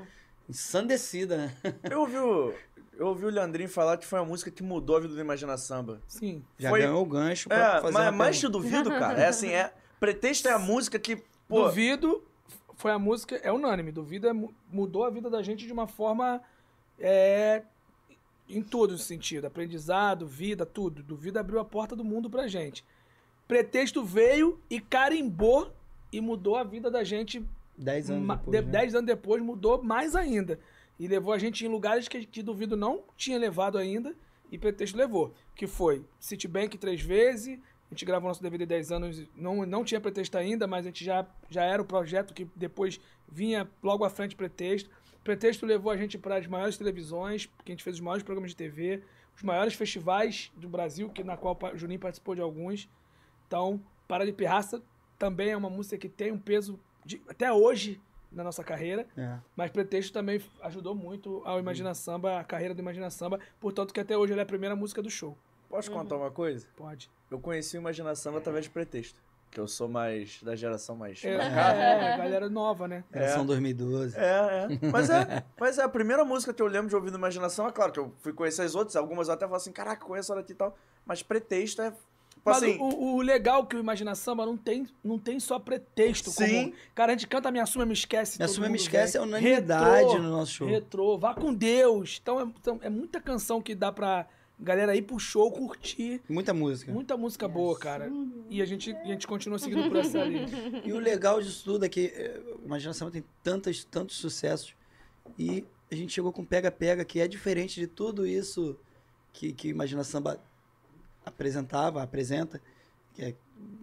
A: Hum.
D: ensandecida, né?
B: Eu ouvi, o, eu ouvi o Leandrinho falar que foi uma música que mudou a vida do Imagina Samba.
A: Sim.
D: Já
B: Foi-
D: ganhou o gancho pra
B: É,
D: fazer
B: mas,
D: uma
B: mas
D: pergunta.
B: te duvido, cara. É assim, é. Pretexto é a música que. Pô,
A: Duvido foi a música, é unânime. Duvido é mu- mudou a vida da gente de uma forma. É, em todo sentido. Aprendizado, vida, tudo. Duvido abriu a porta do mundo pra gente. Pretexto veio e carimbou e mudou a vida da gente.
D: Dez anos
A: ma-
D: depois,
A: de-
D: né?
A: dez anos depois mudou mais ainda. E levou a gente em lugares que, que Duvido não tinha levado ainda. E Pretexto levou. Que foi Citibank três vezes. A gente gravou nosso DVD 10 anos, e não, não tinha pretexto ainda, mas a gente já, já era o projeto que depois vinha logo à frente pretexto. Pretexto levou a gente para as maiores televisões, porque a gente fez os maiores programas de TV, os maiores festivais do Brasil, que na qual o Juninho participou de alguns. Então, Para de Pirraça também é uma música que tem um peso de- até hoje na nossa carreira,
D: É.
A: mas Pretexto também ajudou muito ao Imagina Samba, a carreira do Imagina Samba, portanto que até hoje ela é a primeira música do show.
B: posso
A: Uhum.
B: contar uma coisa?
A: Pode.
B: Eu conheci o Imagina Samba através de pretexto. Que eu sou mais. da geração mais.
A: É,
B: marcada.
A: é, galera nova, né?
D: São 2012.
B: É, é. Mas é, mas é a primeira música que eu lembro de ouvir no Imaginação. É claro que eu fui conhecer as outras, algumas eu até falo assim, caraca, conheço ela aqui e tal. Mas pretexto é. Tipo
A: Mas
B: assim,
A: o, o legal é que o Imagina Samba não tem, não tem só pretexto
B: Sim.
A: comum. Cara, a gente canta Me Assuma, Me Esquece.
D: Me
A: todo
D: Assuma,
A: mundo
D: Me Esquece
A: vem.
D: é unanimidade
A: Retrô,
D: no nosso show.
A: Retrô, Vá Com Deus. Então é, então é muita canção que dá pra galera ir pro show, curtir.
D: Muita música.
A: Muita música boa, cara. E a gente, a gente continua seguindo por essa linha.
D: E o legal disso tudo é que eh, o Imaginação tem tantas, tantos sucessos e a gente chegou com Pega-Pega, que é diferente de tudo isso que, que o Imagina Samba apresentava, apresenta, que é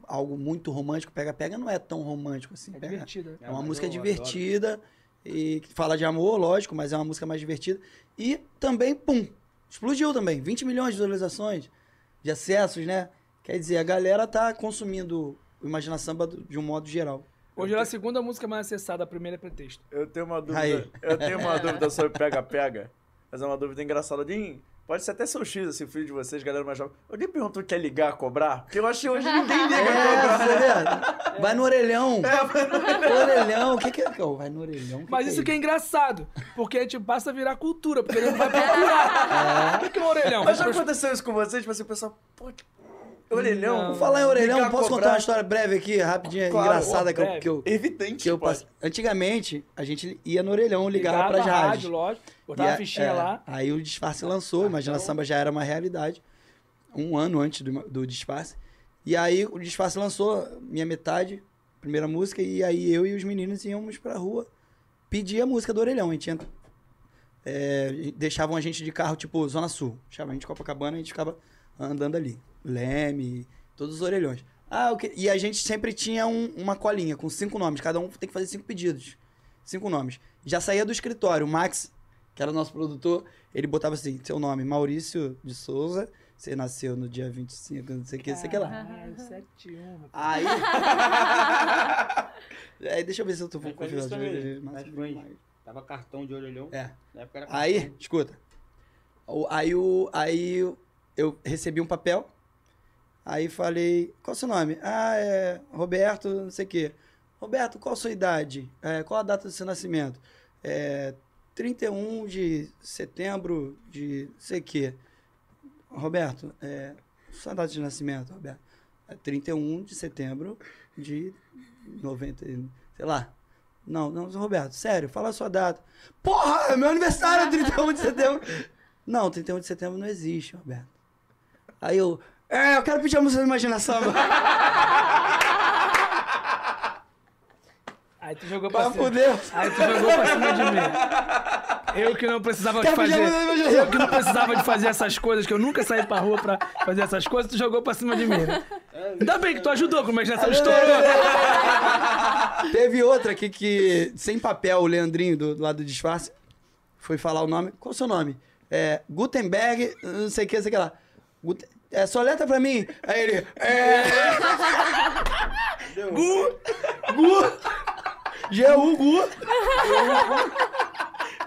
D: algo muito romântico. Pega-Pega não é tão romântico assim.
A: É
D: Pega-
A: divertida.
D: é
E: Ah,
D: uma
E: mas
D: música
E: eu adoro.
D: divertida e que fala de amor, lógico, mas é uma música mais divertida. E também, pum, explodiu também. 20 milhões de visualizações, de acessos, né? Quer dizer, a galera tá consumindo o Imagina Samba do- de um modo geral.
A: Hoje ela é a segunda música mais acessada, a primeira é pretexto.
B: eu tenho uma dúvida.
D: Aí.
B: Eu tenho uma dúvida sobre pega-pega. Mas é uma dúvida engraçada. Alguém, pode ser até seu X, assim, filho de vocês, galera mais jovem. Alguém perguntou que é ligar, cobrar? Porque eu acho que hoje ninguém liga
D: É,
B: cobrar.
D: você vê? Vai no orelhão. orelhão. O que que é? que- Vai no orelhão.
A: Mas isso que é
D: é
A: engraçado, porque a gente passa a virar cultura, porque ele vai procurar. O que que é um orelhão?
B: Mas já aconteceu isso com vocês? Tipo assim, o pessoal, pô, que... orelhão.
D: Por falar em orelhão,
B: Ligar,
D: posso
B: cobrar.
D: contar uma história breve aqui, rapidinha,
B: é Claro,
D: engraçada
B: ó,
D: que eu,
B: breve.
D: que eu.
B: Evidente,
D: que eu
B: pode.
D: passe- Antigamente, a gente ia no orelhão, ligava,
A: Ligava
D: pras
A: a rádio,
D: rádios.
A: lógico, botava
D: E é,
A: a fichinha lá. Então
D: Aí o disfarce lançou, Imagina Samba já era uma realidade. Um ano antes do, do disfarce. E aí o disfarce lançou minha metade, primeira música, e aí eu e os meninos íamos pra rua pedir a música do orelhão. A gente entra, é, deixavam a gente de carro, tipo, Zona Sul. Chama a gente de Copacabana e a gente ficava andando ali. Leme, todos os orelhões. Ah, o que- E a gente sempre tinha um- uma colinha com cinco nomes. Cada um tem que fazer cinco pedidos. Cinco nomes. Já saía do escritório. O Max, que era o nosso produtor, ele botava assim, seu nome, Maurício de Souza. Você nasceu no dia 25, não sei o que, não sei o que lá.
A: Caralho, Ah, sete e um, rapaz.
D: Aí. Aí deixa eu ver se eu tô com
F: Faz isso também.
D: Mas-
F: Faz grunge. Tava cartão de orelhão.
D: É.
F: Na época era cartão.
D: Aí, escuta. O- Aí, o, aí eu- eu recebi um papel. Aí falei, qual o seu nome? Ah, é Roberto, não sei o quê. Roberto, qual a sua idade? É, qual a data do seu nascimento? É, 31 de setembro de não sei o quê. Roberto, é, sua data de nascimento, Roberto? É 31 de setembro de 90, e- sei lá. Não, não, Roberto, sério, fala a sua data. Porra, é meu aniversário, 31 de setembro. Não, 31 de setembro não existe, Roberto. Aí eu, é, eu quero pedir a música da imaginação.
A: Aí tu jogou pra
D: Pra
A: cima.
D: fuder.
A: Aí tu jogou pra cima de mim. Eu que não precisava de
D: Quero pedir
A: fazer.
D: a música da imaginação.
A: Eu que não precisava de fazer essas coisas, que eu nunca saí pra rua pra fazer essas coisas, tu jogou pra cima de mim. né? Ainda bem que tu ajudou com a imaginação estourou.
D: Teve outra aqui que, sem papel, o Leandrinho, do, do lado do disfarce, foi falar o nome. Qual o seu nome? É, Gutenberg, não sei o que, não sei o que lá. Gut- é, soleta pra mim. Aí ele, é... Gu... Gu... G-U, Gu...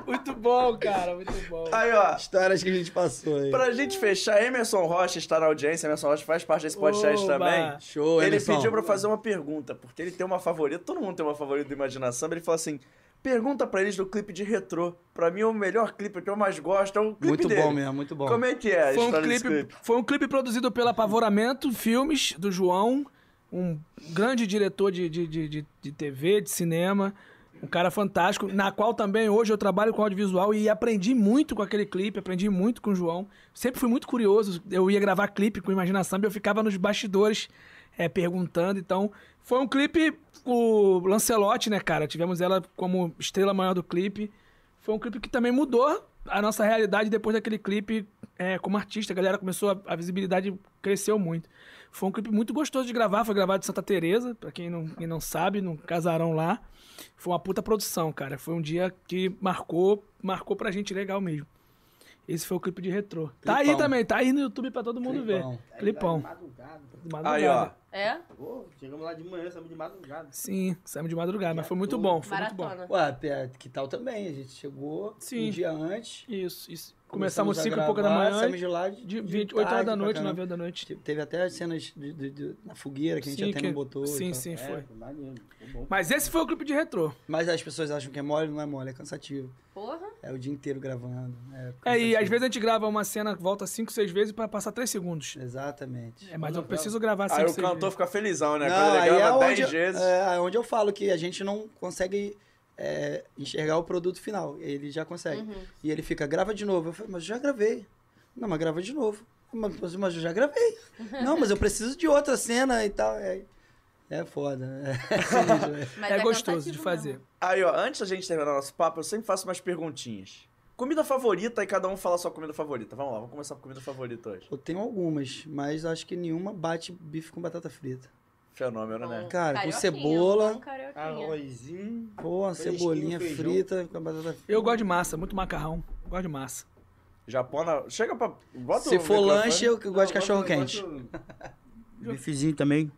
A: Muito bom, cara, muito bom.
B: Aí, ó.
D: Histórias que a gente passou aí.
B: Pra gente fechar, Emerson Rocha está na audiência. Emerson Rocha faz parte desse podcast
A: Oba!
B: também.
D: Show,
B: Ele
D: Emerson.
B: pediu pra eu fazer uma pergunta, porque ele tem uma favorita. Todo mundo tem uma favorita do Imaginação. Ele falou assim: pergunta pra eles do clipe de retrô. Pra mim, é o melhor clipe, o que eu mais gosto é o clipe
D: Muito
B: dele.
D: bom mesmo, muito bom.
B: Como é que é a
A: Foi um,
B: história desse
A: clipe,
B: clipe?
A: foi um clipe produzido pela Apavoramento Filmes, do João, um grande diretor de, de, de, de, de TV, de cinema, um cara fantástico, na qual também hoje eu trabalho com audiovisual e aprendi muito com aquele clipe, aprendi muito com o João. Sempre fui muito curioso, eu ia gravar clipe com Imaginação e eu ficava nos bastidores é, perguntando, então foi um clipe, o Lancelotti, né, cara, tivemos ela como estrela maior do clipe, foi um clipe que também mudou a nossa realidade depois daquele clipe é, como artista. A galera começou, a, a visibilidade cresceu muito. Foi um clipe muito gostoso de gravar, foi gravado em Santa Teresa, pra quem não, quem não sabe, num casarão lá. Foi uma puta produção, cara. Foi um dia que marcou, marcou pra gente legal mesmo. Esse foi o clipe de retrô. Tá aí
D: Clipão.
A: também, tá aí no YouTube pra todo mundo
D: Clipão.
A: ver. Clipão.
F: Tá de madrugada.
A: De madrugada.
B: Aí, ó.
C: É?
F: Pô, chegamos lá de manhã, saímos de madrugada.
A: Sim, saímos de madrugada, mas foi muito bom, foi muito bom.
C: Maratona.
D: Ué, Pé, que tal também? A gente chegou
A: Sim.
D: um dia antes.
A: Isso, isso.
D: começamos
A: Começamos
D: a
A: 5 e pouca um da
D: gravar,
A: manhã,
D: Saímos de lá de,
A: de
D: de
A: 20, 8 horas
D: tarde
A: da
D: pra
A: noite,
D: caramba.
A: 9 horas da noite. tipo,
D: Te- Teve até as cenas de, de- de- na fogueira que a gente
A: Sim,
D: até
A: que-
D: não botou. então. e
A: Sim,
D: tal.
A: sim, foi.
F: É, foi maneiro. Foi bom.
A: Mas esse foi o clipe de retrô.
D: Mas as pessoas acham que é mole, não é mole, é cansativo.
C: Porra.
D: É o dia inteiro gravando. É,
A: É, e
D: cansativo.
A: às vezes a gente grava uma cena, volta 5, 6 vezes pra passar 3 segundos.
D: Exatamente.
A: É, mas eu preciso gravar 5,
B: Aí
A: 6
B: o cantor
A: vezes.
B: fica felizão, né?
D: Não,
B: Quando ele
D: aí é
B: grava
D: onde,
B: 10 vezes.
D: é onde eu falo que a gente não consegue é, enxergar o produto final. Ele já consegue.
C: Uhum.
D: E ele fica, grava de novo. Eu falo, mas eu já gravei. Não, mas grava de novo. Mas, mas eu já gravei. Não, mas eu preciso de outra cena e tal. É, é foda. né? É, sinistro, né?
C: Mas
A: é gostoso de
C: cansativo
A: fazer.
C: mesmo.
B: Aí, ó, antes da gente terminar nosso papo, eu sempre faço umas perguntinhas. Comida favorita e cada um fala a sua comida favorita. Vamos lá, vamos começar com comida favorita hoje.
D: eu tenho algumas, mas acho que nenhuma bate bife com batata frita.
B: Fenômeno,
C: É.
B: né?
D: Cara, com
C: Carioquinha,
D: cebola. Ah,
C: bom carioquinha.
F: Arrozinho.
D: Pô, uma
F: Fresquinho,
D: cebolinha
F: feijão.
D: frita com a batata frita.
A: Eu gosto de massa, muito macarrão. Gosto de massa.
B: Japona. Chega pra. Bota
D: Se
B: o
D: for
B: microfone.
D: lanche, eu gosto de cachorro quente.
F: Bifezinho também.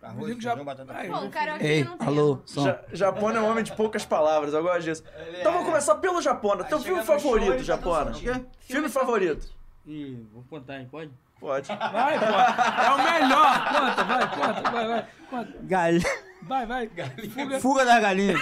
F: Arroz,
A: Digo
F: feijão,
A: já-
F: batata
A: Ai,
F: frita.
C: Bom, carioca
D: Ei,
C: não tem. né?
D: alô, som.
B: Ja- Japona é um homem de poucas palavras, eu gosto disso. Então vamos começar pelo Japona. Teu filme favorito, Japona? Filme favorito?
F: Ih, vou contar, hein? Pode?
B: Pode.
A: Vai, pô. É o melhor. Conta, vai, conta, vai, vai. Conta.
F: Galinha.
A: Vai, vai. Fuga.
F: Fuga das galinhas.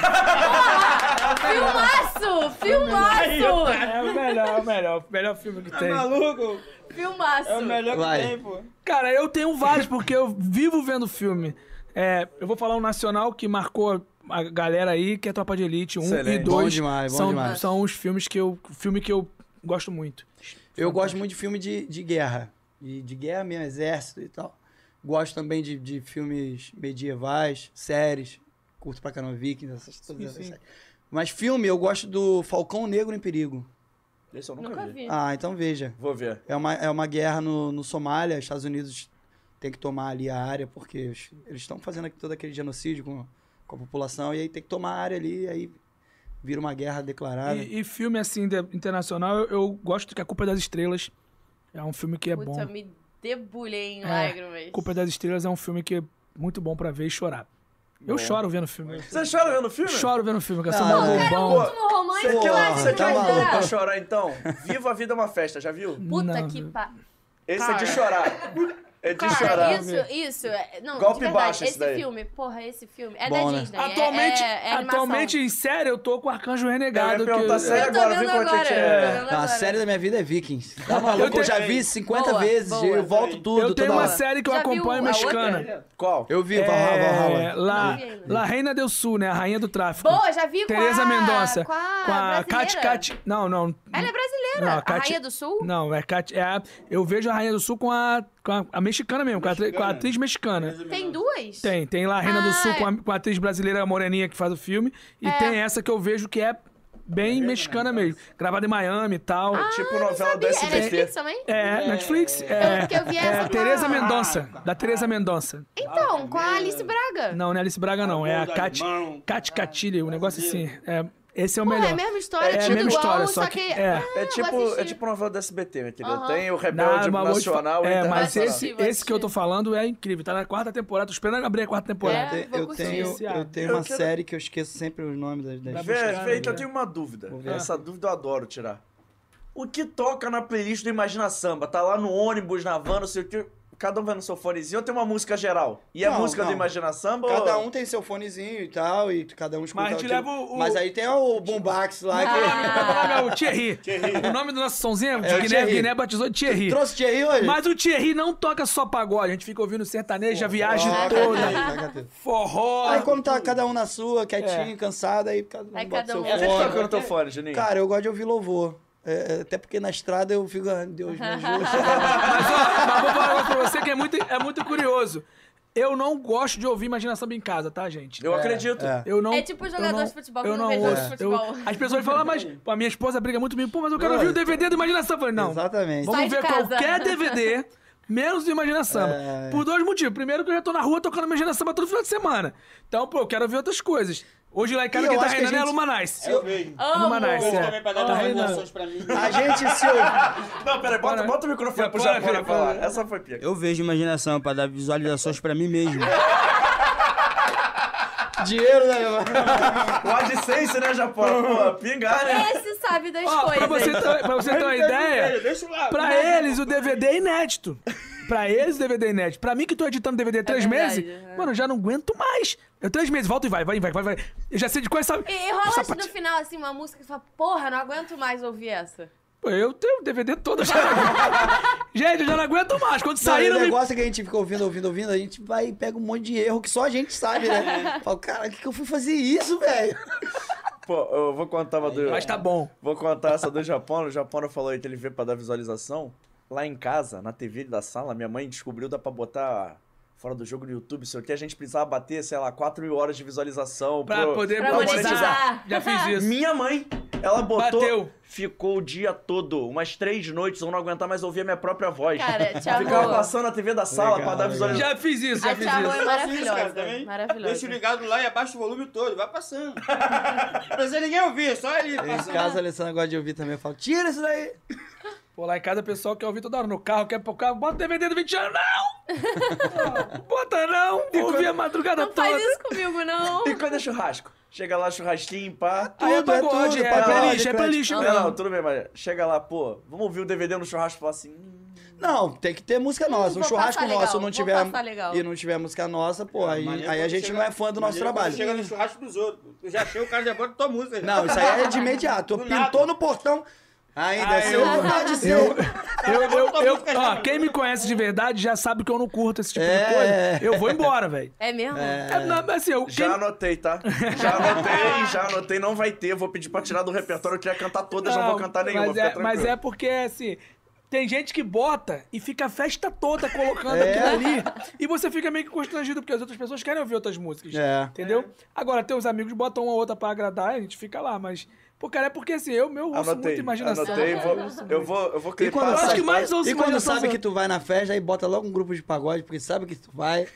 C: Filmaço! Filmaço!
A: É o melhor, é o melhor. O melhor filme que tem.
F: maluco?
D: é
C: Filmaço!
F: melhor
D: Vai.
F: pô.
A: Cara, eu tenho vários, porque eu vivo vendo filme. É, eu vou falar um nacional que marcou a galera aí, que é Tropa de Elite 1 e
B: Excelente.
A: 2.
D: Bom demais, bom
A: são,
D: demais.
A: São os filmes que eu, filme que eu gosto muito.
D: Eu gosto muito de filme de, de guerra. De, de guerra mesmo, exército e tal. Gosto também de, de filmes medievais, séries. Curto pra caramba Vikings, essas, todas essas séries. Mas filme, eu gosto do Falcão Negro em Perigo.
B: Esse eu nunca,
C: Nunca
B: vi.
C: vi.
D: Ah, então veja.
B: Vou ver.
D: É uma, é uma guerra no, no Somália, Estados Unidos tem que tomar ali a área, porque os- eles estão fazendo aqui todo aquele genocídio com, com a população, e aí tem que tomar a área ali, aí vira uma guerra declarada.
A: E, e filme, assim, de- internacional, eu, eu gosto que A Culpa é das Estrelas é um filme que é
C: Putz,
A: bom.
C: eu me debulhei em
A: É,
C: lágrimas.
A: Culpa das Estrelas é um filme que é muito bom pra ver e chorar. Eu choro vendo filme.
B: Você chora vendo o filme?
A: Eu choro vendo filme, que eu sou
D: Não,
A: maluco
D: cara,
A: bom.
C: Um romance,
B: Você quer,
D: Porra,
B: você quer
D: tá
B: um
D: maluco.
B: maluco pra chorar, então? Viva a Vida é uma Festa, já viu?
C: Puta
A: Não,
C: que
A: velho.
C: pa...
B: Esse é
C: Cara.
B: de chorar. É de
C: Cara,
B: chorar.
C: isso, isso. é- Não,
B: Golpe
C: de verdade,
B: baixo esse
C: esse
B: daí.
C: filme, porra, esse filme. É da
D: Bom, né?
C: Disney. é-
A: Atualmente,
C: é, é animação.
A: atualmente em série, eu tô com o Arcanjo Renegado.
B: Eu ia perguntar
A: que-
B: sério
C: Eu tô
B: agora,
C: vendo
B: viu como é que é?
C: agora. eu tô vendo
D: a
C: agora.
D: série da minha vida é Vikings. Tá maluco? Eu, já vi 50
C: Boa,
D: vezes,
C: boa.
D: eu volto tudo.
A: Eu tenho
D: toda
A: uma
D: hora. Ah,
A: série que eu
C: Já
A: acompanho
C: viu a outra?
A: mexicana.
B: Qual?
D: Eu vi,
A: É,
D: Valhalla, Valhalla.
A: La,
C: Não vi ainda.
A: La Reina del Sul, né? A rainha do tráfico.
C: Boa, já vi com
A: Tereza
C: a...
A: Mendonça.
C: Com a,
A: Kat
C: brasileira.
A: Kat. Não, não.
C: Ela é brasileira.
A: Não, a
C: a
A: Kat-
C: Rainha do Sul?
A: Não, é Kat. É a- eu vejo a Rainha do Sul com a, com a, a mexicana mesmo, com a, atri- com a atriz mexicana.
C: Tem duas?
A: Tem, tem La Reina do
C: Ah,
A: Sul com
C: é.
A: a, com a atriz brasileira moreninha que faz o filme. E
C: É.
A: tem essa que eu vejo que é bem mexicana mesmo. Gravada em Miami e tal.
B: tipo novela do
C: Sabia? É Netflix
B: SBT.
C: também?
A: É, Netflix.
C: Ah, Eu-
A: É,
C: porque eu vi
A: é
C: essa Ah. com
A: Tereza
C: a-
A: Mendonça. Da Tereza Mendonça.
C: Então, com a Alice Braga.
A: Não, não é Alice Braga, não. É a
F: Tá
E: Amor do
A: Cat,
E: irmão.
A: Cat Catilha, um negócio assim. É, esse é o
C: Pô,
A: melhor.
C: é a mesma história,
A: É a
C: tudo
A: mesma
C: igual,
A: história,
C: só
A: só
C: que...
A: que- é.
C: Ah,
B: É
C: vou
B: tipo, é
C: assistir.
B: tipo novela do SBT, meu querido.
C: Aham.
B: Tem o
A: Não,
B: Rebelde
A: mas vou te
B: Nacional então.
A: fa-
B: e
A: É, mas
C: internacional.
A: esse,
C: Vou
A: esse que eu tô
C: assistir.
A: falando é incrível. Tá na quarta temporada. Tô esperando abrir a quarta temporada.
C: É,
D: Eu,
C: vou
D: eu
C: curtir.
D: tenho, eu tenho
B: Eu
D: uma
B: quero-
D: série que eu esqueço sempre os nomes das... das...
B: Velho,
A: buscar,
B: velho,
A: né,
B: então eu
A: velho?
B: tenho uma dúvida.
D: Vou ver.
B: Essa dúvida eu adoro tirar. O que toca na playlist do Imagina Samba? Tá lá no ônibus, na van, não sei o que. Cada um vai no seu fonezinho ou tem uma música geral? E a
D: Não,
B: música do
D: não.
B: Imagina Samba?
D: Cada
B: ou-
D: um tem seu fonezinho e tal, e cada um escuta
A: Mas te
D: aquilo.
A: leva o-
D: Mas aí tem o Bombax lá
C: Ah.
D: que...
A: Meu nome é o Thierry. O nome do nosso sonzinho é,
D: É o
A: Guiné,
D: Thierry.
A: Guiné batizou de Thierry.
D: Trouxe Thierry hoje?
A: Mas o Thierry não toca só pagode. A gente fica ouvindo sertanejo, a viagem
D: Ah,
A: toda.
D: cacete, cacete.
A: Forró.
D: Aí como tá cada um na sua,
A: É.
D: quietinho, cansado, aí cada um
C: Aí
D: bota
C: cada um-
D: seu
B: O que
C: Olha,
B: toca
D: fone.
B: no teu fone, Juninho?
D: Cara, eu gosto de ouvir louvor. É, é, até porque na estrada eu fico, ai, Deus me ajuda.
A: Mas, ó, mas vou falar um negócio pra você que é muito, é muito curioso. Eu não gosto de ouvir Imagina Samba em casa, tá, gente?
B: eu acredito.
D: é.
A: Eu não,
C: É tipo
A: eu
C: jogador
A: não-
C: de futebol, que
A: eu
C: não
A: não
C: vê jogo de
A: ouço.
C: futebol.
A: Eu- as pessoas falam, mas pô, a minha esposa briga muito comigo. Pô, mas eu quero
D: Pô,
A: ouvir o DVD do Imagina Samba. Eu falei, Não,
D: então Exatamente.
A: vamos
C: Sai de
A: ver
C: casa.
A: qualquer DVD, menos do Imagina Samba.
D: É.
A: Por dois motivos. Primeiro que eu já tô na rua tocando Imagina Samba todo final de semana. Então, pô, eu quero ver outras coisas. Hoje lá em casa
D: E eu
A: quem tá
D: acho que a
A: reinando é a
D: gente-
A: Luma Nice.
E: Eu vejo.
C: Amo!
A: Luma Nice,
E: Eu também
A: é.
E: pra dar
A: Tá
E: duas
A: reinando.
E: recomendações pra mim.
D: A gente se ouve.
B: Não, peraí, bota,
A: Para.
B: bota o
D: né?
B: microfone pro
A: Para,
B: Japona
D: é
A: para,
B: falar.
A: para.
B: Essa foi pica.
F: Eu vejo imaginação pra dar visualizações pra mim mesmo.
D: Dinheiro, né?
B: O AdSense, né, Japona? Pô, pingar, né?
C: Esse sabe das
A: Ó, pra
C: coisas.
A: você tá- ter, pra você ter uma ideia, É. pra eles o DVD é inédito. Pra eles o DVD é inédito. Pra mim que tô editando DVD há três
C: verdade,
A: meses,
C: é.
A: mano, eu já não aguento mais. Eu três meses, volta e vai, vai, vai, vai, vai. Eu já sei de quais sabe.
C: E, e rola
A: Sapati-
C: no final, assim, uma música que fala, porra, não aguento mais ouvir essa.
A: Pô, eu tenho o DVD todo. eu Já não aguento. gente, eu já não aguento mais. Quando sair,
D: Não, e
A: não
D: o
A: me...
D: negócio é que a gente fica ouvindo, ouvindo, ouvindo, a gente vai e pega um monte de erro que só a gente sabe, né? Fala, cara, o que, que eu fui fazer isso, velho?
B: Pô, eu vou contar uma do...
A: Mas tá bom.
B: Vou contar essa do Japão. O Japão falou aí que ele vê pra dar visualização. Lá em casa, na TV da sala, minha mãe descobriu dá pra botar fora do jogo no YouTube, sei o que. A gente precisava bater, sei lá, 4 mil horas de visualização.
A: Pra
B: pro-
A: poder
C: Pra
A: monetizar.
C: monetizar.
A: Já fiz isso.
B: Minha mãe, ela botou.
A: Bateu.
B: Ficou o dia todo, umas três noites, eu não aguentar mais ouvir a minha própria voz.
C: Cara, te
B: Ficava
C: amou.
B: passando na TV da sala pra dar visualização.
A: Já fiz isso, já
C: A
A: fiz
C: Tia Amor
A: isso.
C: é maravilhosa.
E: Isso, cara, também. Deixa
C: maravilhosa.
E: ligado lá e abaixa o volume todo, vai passando. Não precisa ninguém ouvir, só ele
D: Em
E: passando.
D: né? casa, a Alessandra gosta de ouvir também. Eu falo, tira isso daí.
A: Pô, lá em casa o pessoal quer ouvir toda hora. No carro, quer pro carro, bota o DVD do 20 anos. Não! Não, bota não! Vou ouvir a madrugada
C: Não
A: toda.
C: faz isso comigo, não.
B: E quando é churrasco? Chega lá, churrasquinho, pá.
A: Aí é pagode, é playlist, é playlist
B: não,
A: mesmo.
B: Não, tudo bem, mas chega lá, pô, vamos ouvir o DVD no churrasco e falar assim. hum,
D: Não, tem que ter música nossa. Um
C: vou
D: churrasco
C: passar
D: nosso
C: legal,
D: não
C: vou
D: tiver
C: passar legal.
D: e não tiver música nossa, pô, aí,
E: Maneiro
D: aí a
E: quando
D: gente
E: chega-
D: não é fã do nosso
E: maneiro quando
D: trabalho.
E: Chega no churrasco dos outros. Eu já achei o cara já bota tua música. já.
D: Não, isso aí é de imediato.
E: Do
D: Pintou no portão, ainda
E: Ah,
D: é seu,
E: eu-
D: não pode ser.
A: Eu, eu, eu, eu- ó, quem me conhece de verdade já sabe que eu não curto esse tipo
B: É.
A: de coisa. Eu vou embora, velho.
C: É mesmo?
A: É, não, mas assim, eu,
B: Já
A: quem-
B: anotei, tá? Já anotei, já anotei, não vai ter. Vou pedir pra tirar do repertório, eu queria cantar todas, não, vou cantar nenhuma.
A: Mas
B: fica
A: é, mas
B: tranquilo.
A: é porque, assim, tem gente que bota e fica a festa toda colocando
D: É.
A: aquilo ali. E você fica meio que constrangido, porque as outras pessoas querem ouvir outras músicas.
D: É.
A: Entendeu? Agora, teus amigos botam uma ou outra pra agradar e a gente fica lá, mas. Pô, cara, é porque assim, eu meu ouço
B: Anotei,
A: muita imaginação. né?
B: anotei,
A: cara,
B: vou,
A: eu ouço
B: eu
A: muito.
B: vou, eu vou
D: E
B: clipar. assim,
D: quando,
A: acho
D: sabe,
A: que mais ouço
D: e quando
A: imaginação
D: sabe
A: sua.
D: que tu vai na festa, aí bota logo um grupo de pagode, porque sabe que tu vai.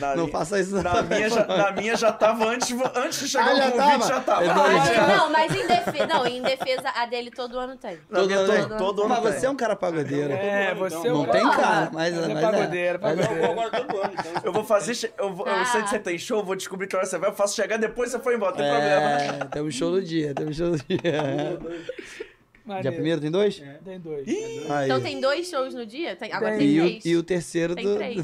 B: na,
D: Não
B: minha-
D: faça isso
B: na minha, já, na minha já tava antes, antes de chegar
D: Ah,
B: o
D: já
B: convite,
D: tava?
B: já tava.
D: Eu
C: Não,
D: Dois,
C: mas-
D: cara.
C: não, mas em defesa, não, em defesa a dele todo ano tem.
B: Na minha
D: ano
B: todo,
D: tem.
B: todo ano
D: Mas
B: tem.
D: você é um cara pagodeiro.
A: É, você é o
D: Não
A: cara-
D: tem cara, mas,
A: Mas
D: mas
A: é
D: é.
A: pagodeiro, é
D: Mas
E: Eu vou agora todo ano. Então,
B: Eu vou fazer. che- Eu, vou, eu sei
C: Ah.
B: que você tem show, eu vou descobrir que hora você vai, eu faço chegar depois você foi embora, não tem problema.
D: É, tem um show do dia, tem um show do dia. Dia
A: Maneiro.
D: primeiro tem dois?
A: Tem dois.
D: Aí.
C: Então tem dois shows no dia? Tem- agora tem,
D: e, o,
C: três.
D: e o terceiro
C: Tem
D: do.
C: três.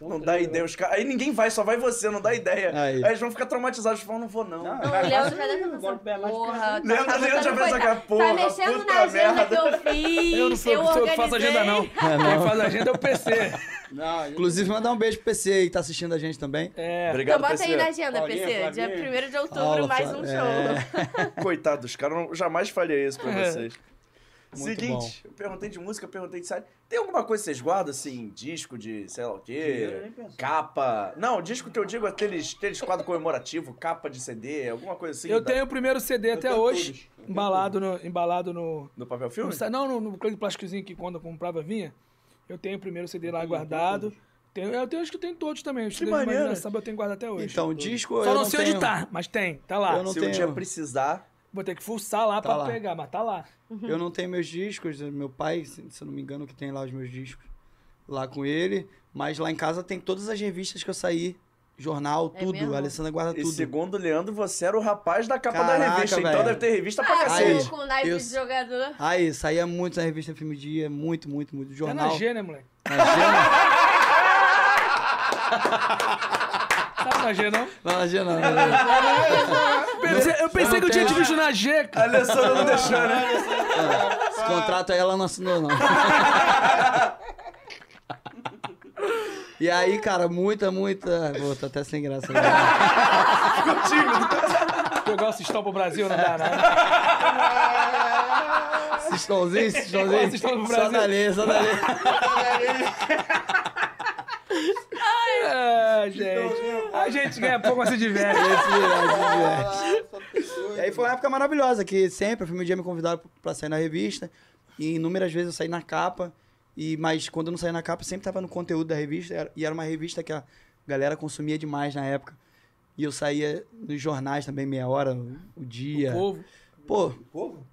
B: Não dá ideia, os caras. Aí ninguém vai, só vai você, não dá ideia.
D: Aí.
B: Aí eles vão ficar traumatizados, falam, não vou não.
C: Não,
D: é
C: é o Leandro já deve
E: Agora
C: estar
E: Belém fica-
C: pensando, porra, tá-
B: Leandro-
C: tá
B: Leandro já fez
C: botando coisa-
B: aquela porra,
C: Tá mexendo
B: puta
C: na agenda
B: merda.
C: que eu fiz,
A: Eu não sou a pessoa que faço agenda, não.
C: organizei.
A: Quem faz agenda é o PC.
E: Não, eu-
D: Inclusive, mandar um beijo pro PC aí que tá assistindo a gente também.
A: É.
C: Então
B: Obrigado,
C: bota aí na
B: PC.
C: agenda,
E: Paulinha,
C: PC. Dia
E: Flavinha.
C: 1 de outubro,
D: Paula,
C: mais um
D: Flá-
C: show.
B: Coitado dos caras, eu não- jamais faria isso pra
A: É.
B: vocês.
D: Muito
B: Seguinte, eu perguntei de música, eu perguntei de série. Tem alguma coisa que vocês guardam, assim, disco de sei lá o
E: Dinheiro,
B: quê?
E: nem pensar.
B: Capa. Não, disco que eu digo é aqueles, aqueles quadro comemorativo, capa de CD, alguma coisa assim.
A: Eu
B: da-
A: tenho o primeiro CD até
E: tenho
A: hoje,
E: todos. Eu tenho
A: embalado no, embalado no,
B: No papel
A: Não
B: filme?
A: sa- Não, no, no coisa de plasticozinho que quando eu comprava vinha. Eu tenho o primeiro CD lá guardado. Tenho, eu tenho, acho que eu tenho todos também. Os CDs de
B: maneiro.
A: imaginação eu tenho guardado até hoje.
D: Então, o disco.
A: Só
D: eu
A: não sei
D: tenho.
A: onde tá, mas tem, tá lá.
D: Eu não
B: Se um
D: tenho.
B: dia precisar.
A: Vou ter que fuçar lá pra
D: lá.
A: pegar, mas tá lá.
D: Eu não tenho meus discos, meu pai, se se eu não me engano, que tem lá os meus discos lá com ele. Mas lá em casa tem todas as revistas que eu saí. Jornal,
C: É
D: tudo.
C: mesmo?
D: A Alessandra
A: Tá
D: guarda
B: E
D: tudo.
B: segundo o Leandro, você era o rapaz da capa da
D: Caraca,
B: revista. Então
D: velho.
B: deve ter revista pra
C: Ah, eu
B: cacete.
D: Aí,
C: fico com o naipe
D: eu-
C: de jogador.
D: Aí, saía muito na revista Filme Dia, muito, muito, muito.
A: É na
D: Jornal.
A: G, né, moleque?
D: na G,
A: Sabe na G, não?
D: não, na G não. né? na G não.
A: Pensei- eu pensei que eu tinha te visto na G,
B: A
A: cara.
B: Alessandra não deixou, né?
D: Esse contrato aí ela não assinou, não. E aí, cara, muita, muita. Pô, tô até sem graça. né? agora.
A: Jogar o Sistão pro Brasil não dá nada.
D: Cistãozinho,
A: Pô,
D: cistãozinho.
A: cistão do
D: Só
A: Brasil.
D: da lei, só da lei.
A: É, gente. A gente ganha pouco, mas se diverte.
B: É
D: E aí foi uma época maravilhosa, que sempre, a Filme Dia me convidaram pra sair na revista. E inúmeras vezes eu saí na capa. E, mas quando eu não saía na capa, eu sempre tava no conteúdo da revista. era- E era uma revista que a galera consumia demais na época. E eu saía nos jornais também, meia hora, o, o dia.
A: Povo.
D: Pô,
E: Povo?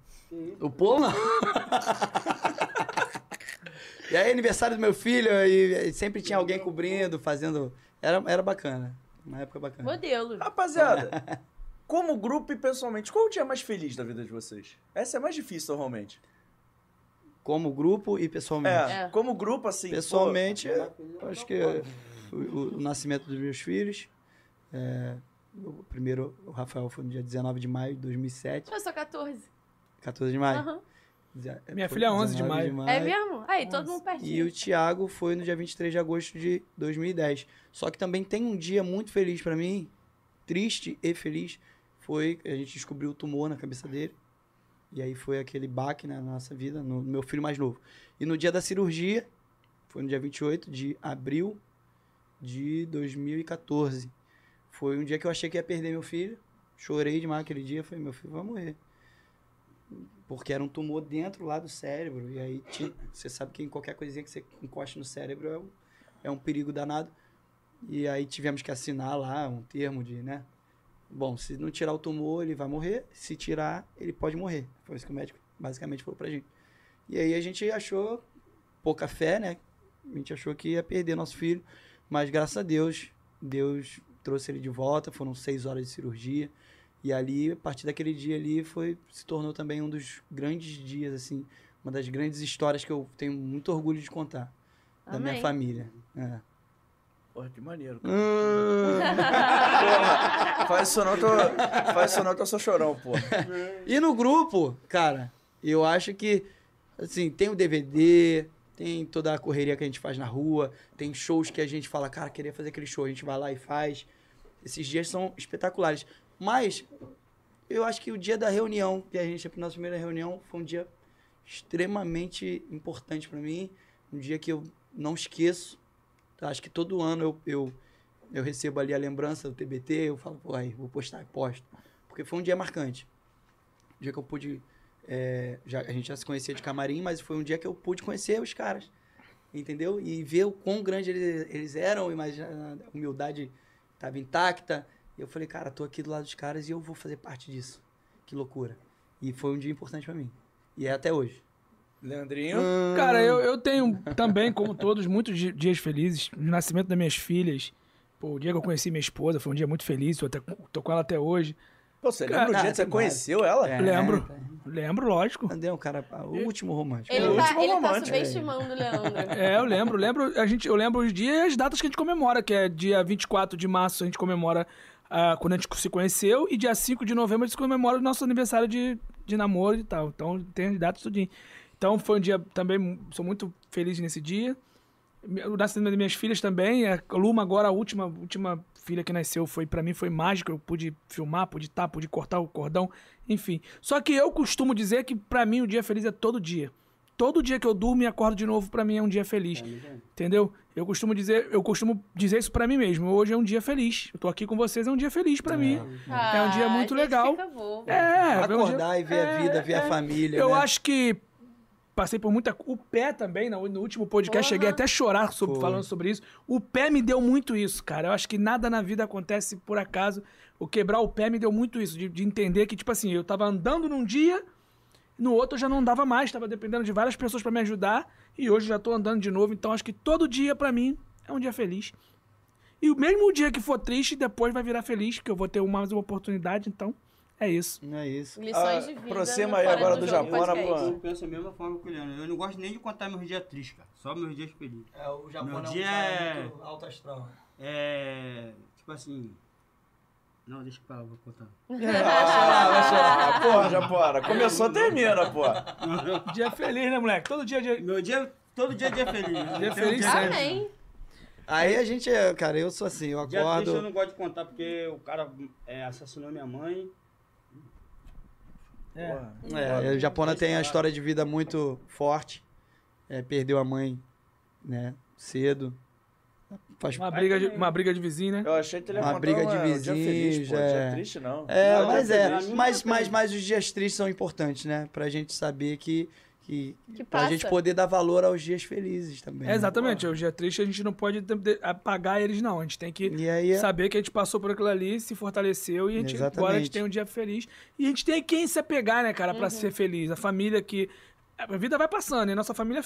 D: o povo não. e aí, aniversário do meu filho, e, e sempre tinha alguém cobrindo, fazendo. Era, era bacana. Uma época bacana.
C: Modelo.
B: Ah. Rapaziada, como grupo e pessoalmente, qual o dia mais feliz da vida de vocês? Essa é mais difícil, normalmente.
D: Como grupo e pessoalmente.
B: É,
C: É.
B: como grupo, assim. pô,
D: Pessoalmente, eu acho que é, o, o- o nascimento dos meus filhos. é, o primeiro, o Rafael foi no dia 19 de maio de 2007.
C: Eu sou 14.
D: 14 de maio.
C: Aham.
D: Dezea-
A: Minha
D: foi
A: filha é 11 de
D: 19
C: É mesmo? Aí, todo mundo
D: E
C: pertinho.
D: o Thiago foi no dia 23 de agosto de 2010. Só que também tem um dia muito feliz pra mim, triste e feliz. Foi que a gente descobriu o tumor na cabeça dele. E aí foi aquele baque né, na nossa vida, no no meu filho mais novo. E no dia da cirurgia, foi no dia 28 de abril de 2014. Foi um dia que eu achei que ia perder meu filho. Chorei demais aquele dia. Falei, meu filho vai morrer. Porque era um tumor dentro lá do cérebro. E aí ti- você sabe que em qualquer coisinha que você encoste no cérebro é um, é um perigo danado. E aí tivemos que assinar lá um termo de, né? Bom, se não tirar o tumor, ele vai morrer. Se tirar, ele pode morrer. Foi isso que o médico basicamente falou pra gente. E aí a gente achou pouca fé, né? A gente achou que ia perder nosso filho. Mas graças a Deus, Deus trouxe ele de volta. Foram seis horas de cirurgia. E ali, a partir daquele dia ali, foi se tornou também um dos grandes dias, assim. Uma das grandes histórias que eu tenho muito orgulho de contar. Da minha
B: Amém.
D: família. É.
B: Porra, que maneiro. cara. Porra, faz isso não que eu, faz isso não que eu sou chorão, porra.
D: E no grupo, cara, eu acho que, assim, tem o DVD, tem toda a correria que a gente faz na rua, tem shows que a gente fala, cara, queria fazer aquele show, a gente vai lá e faz. Esses dias são espetaculares. Mas, eu acho que o dia da reunião, que a gente, a nossa primeira reunião, foi um dia extremamente importante pra mim, um dia que eu não esqueço. Acho que todo ano eu, eu, eu recebo ali a lembrança do TBT, eu falo, pô, aí, vou postar, posto. Porque foi um dia marcante o dia que eu pude. é, já, a gente já se conhecia de camarim, mas foi um dia que eu pude conhecer os caras. Entendeu? E ver o quão grande eles, eles eram, imagina, a humildade estava intacta. E eu falei, cara, tô aqui do lado dos caras e eu vou fazer parte disso. Que loucura. E foi um dia importante pra mim. E é até hoje.
B: Leandrinho?
A: Cara, eu, eu tenho também, como todos, muitos di- dias felizes. O nascimento das minhas filhas. Pô, o dia que eu conheci minha esposa foi um dia muito feliz. Eu até, tô com ela até hoje.
B: Pô, você lembra o dia que você conheceu ela? É,
A: lembro. Lembro, lógico.
D: André, um cara, o último romântico.
C: Ele tá, ele tá subestimando o Leandro.
A: É, eu lembro, lembro, a gente, eu lembro os dias e as datas que a gente comemora, que é dia 24 de março a gente comemora ah, quando a gente se conheceu e dia 5 de novembro a gente comemora o nosso aniversário de, de namoro e tal. Então tem as datas tudinho. Então foi um dia também, mu- sou muito feliz nesse dia. Mi- O nascimento das minhas filhas também, a Luma agora, a última, última filha que nasceu, foi para mim foi mágico, eu pude filmar, pude estar, pude cortar o cordão, enfim. Só que eu costumo dizer que para mim o dia feliz é todo dia. Todo dia que eu durmo e acordo de novo, para mim é um dia feliz. Entendeu? Eu costumo dizer, eu costumo dizer isso para mim mesmo. Hoje é um dia feliz. Eu tô aqui com vocês, é um dia feliz para mim. é um dia
C: Ah,
A: muito
C: a gente
A: legal.
C: fica bobo.
A: É, ver um dia-
D: Acordar e ver a vida, ver a família.
A: eu
D: né?
A: acho que passei por muita. O pé também, no no último podcast,
D: Porra.
A: cheguei até a chorar sobre-
D: Foi.
A: falando sobre isso. O pé me deu muito isso, cara. Eu acho que nada na vida acontece por acaso. O quebrar o pé me deu muito isso, de, de entender que, tipo assim, eu tava andando num dia, no outro eu já não andava mais, tava dependendo de várias pessoas pra me ajudar, e hoje eu já tô andando de novo. Então acho que todo dia, pra mim, é um dia feliz. E o mesmo dia que for triste, depois vai virar feliz, porque eu vou ter mais uma oportunidade, então é isso.
D: É isso.
C: Lições de vida
B: aproxima
C: no
B: aí
C: Fora
B: agora do
C: Jogo
B: Japão,
C: Podcast.
B: Ana Boa.
F: Eu penso da mesma forma que o Leandro. Eu não gosto nem de contar meus dias tristes, cara. Só meus dias felizes.
D: É, o Japão
F: Meu
D: é um
F: dia
D: cara
F: é...
D: muito alto astral.
F: É... Tipo assim... Não, deixa pra lá, vou contar.
B: Ah, vai chorar. Porra, Japora, começou a termina, porra.
A: Dia feliz, né, moleque? Todo dia é dia.
F: Meu dia... Todo dia é dia feliz.
A: Dia feliz
B: né?
A: sempre.
C: Amém.
D: Aí a gente, é- cara, eu sou assim, eu
F: Dia triste eu
D: acordo.
F: não gosto de contar porque o cara é, assassinou minha mãe.
D: É, o Japona tem a história de vida muito forte. É, perdeu a mãe, né? Cedo. Faz
A: Uma briga, de, uma briga de vizinho, né?
B: Eu achei que ele ia
D: Uma
B: contar
D: briga de
B: uma- um dia feliz,
D: vizinhos,
B: pô.
D: é.
B: Dia triste, não.
D: É,
B: Não, dia
D: mas é.
B: feliz.
D: Mas, mas, mas os dias tristes são importantes, né? Pra gente saber que. que,
C: Que
D: pra
C: passa.
D: Então gente poder dar valor aos dias felizes também. né?
A: É, exatamente, o dia triste a gente não pode de- de- apagar eles, não. A gente tem que
D: E aí, é,
A: saber que a gente passou por aquilo ali, se fortaleceu e a gente, agora a gente
D: Exatamente.
A: tem um dia feliz. E a gente tem quem se apegar, né, cara, pra
F: Uhum.
A: ser feliz. A família que. A vida vai passando, e a nossa família.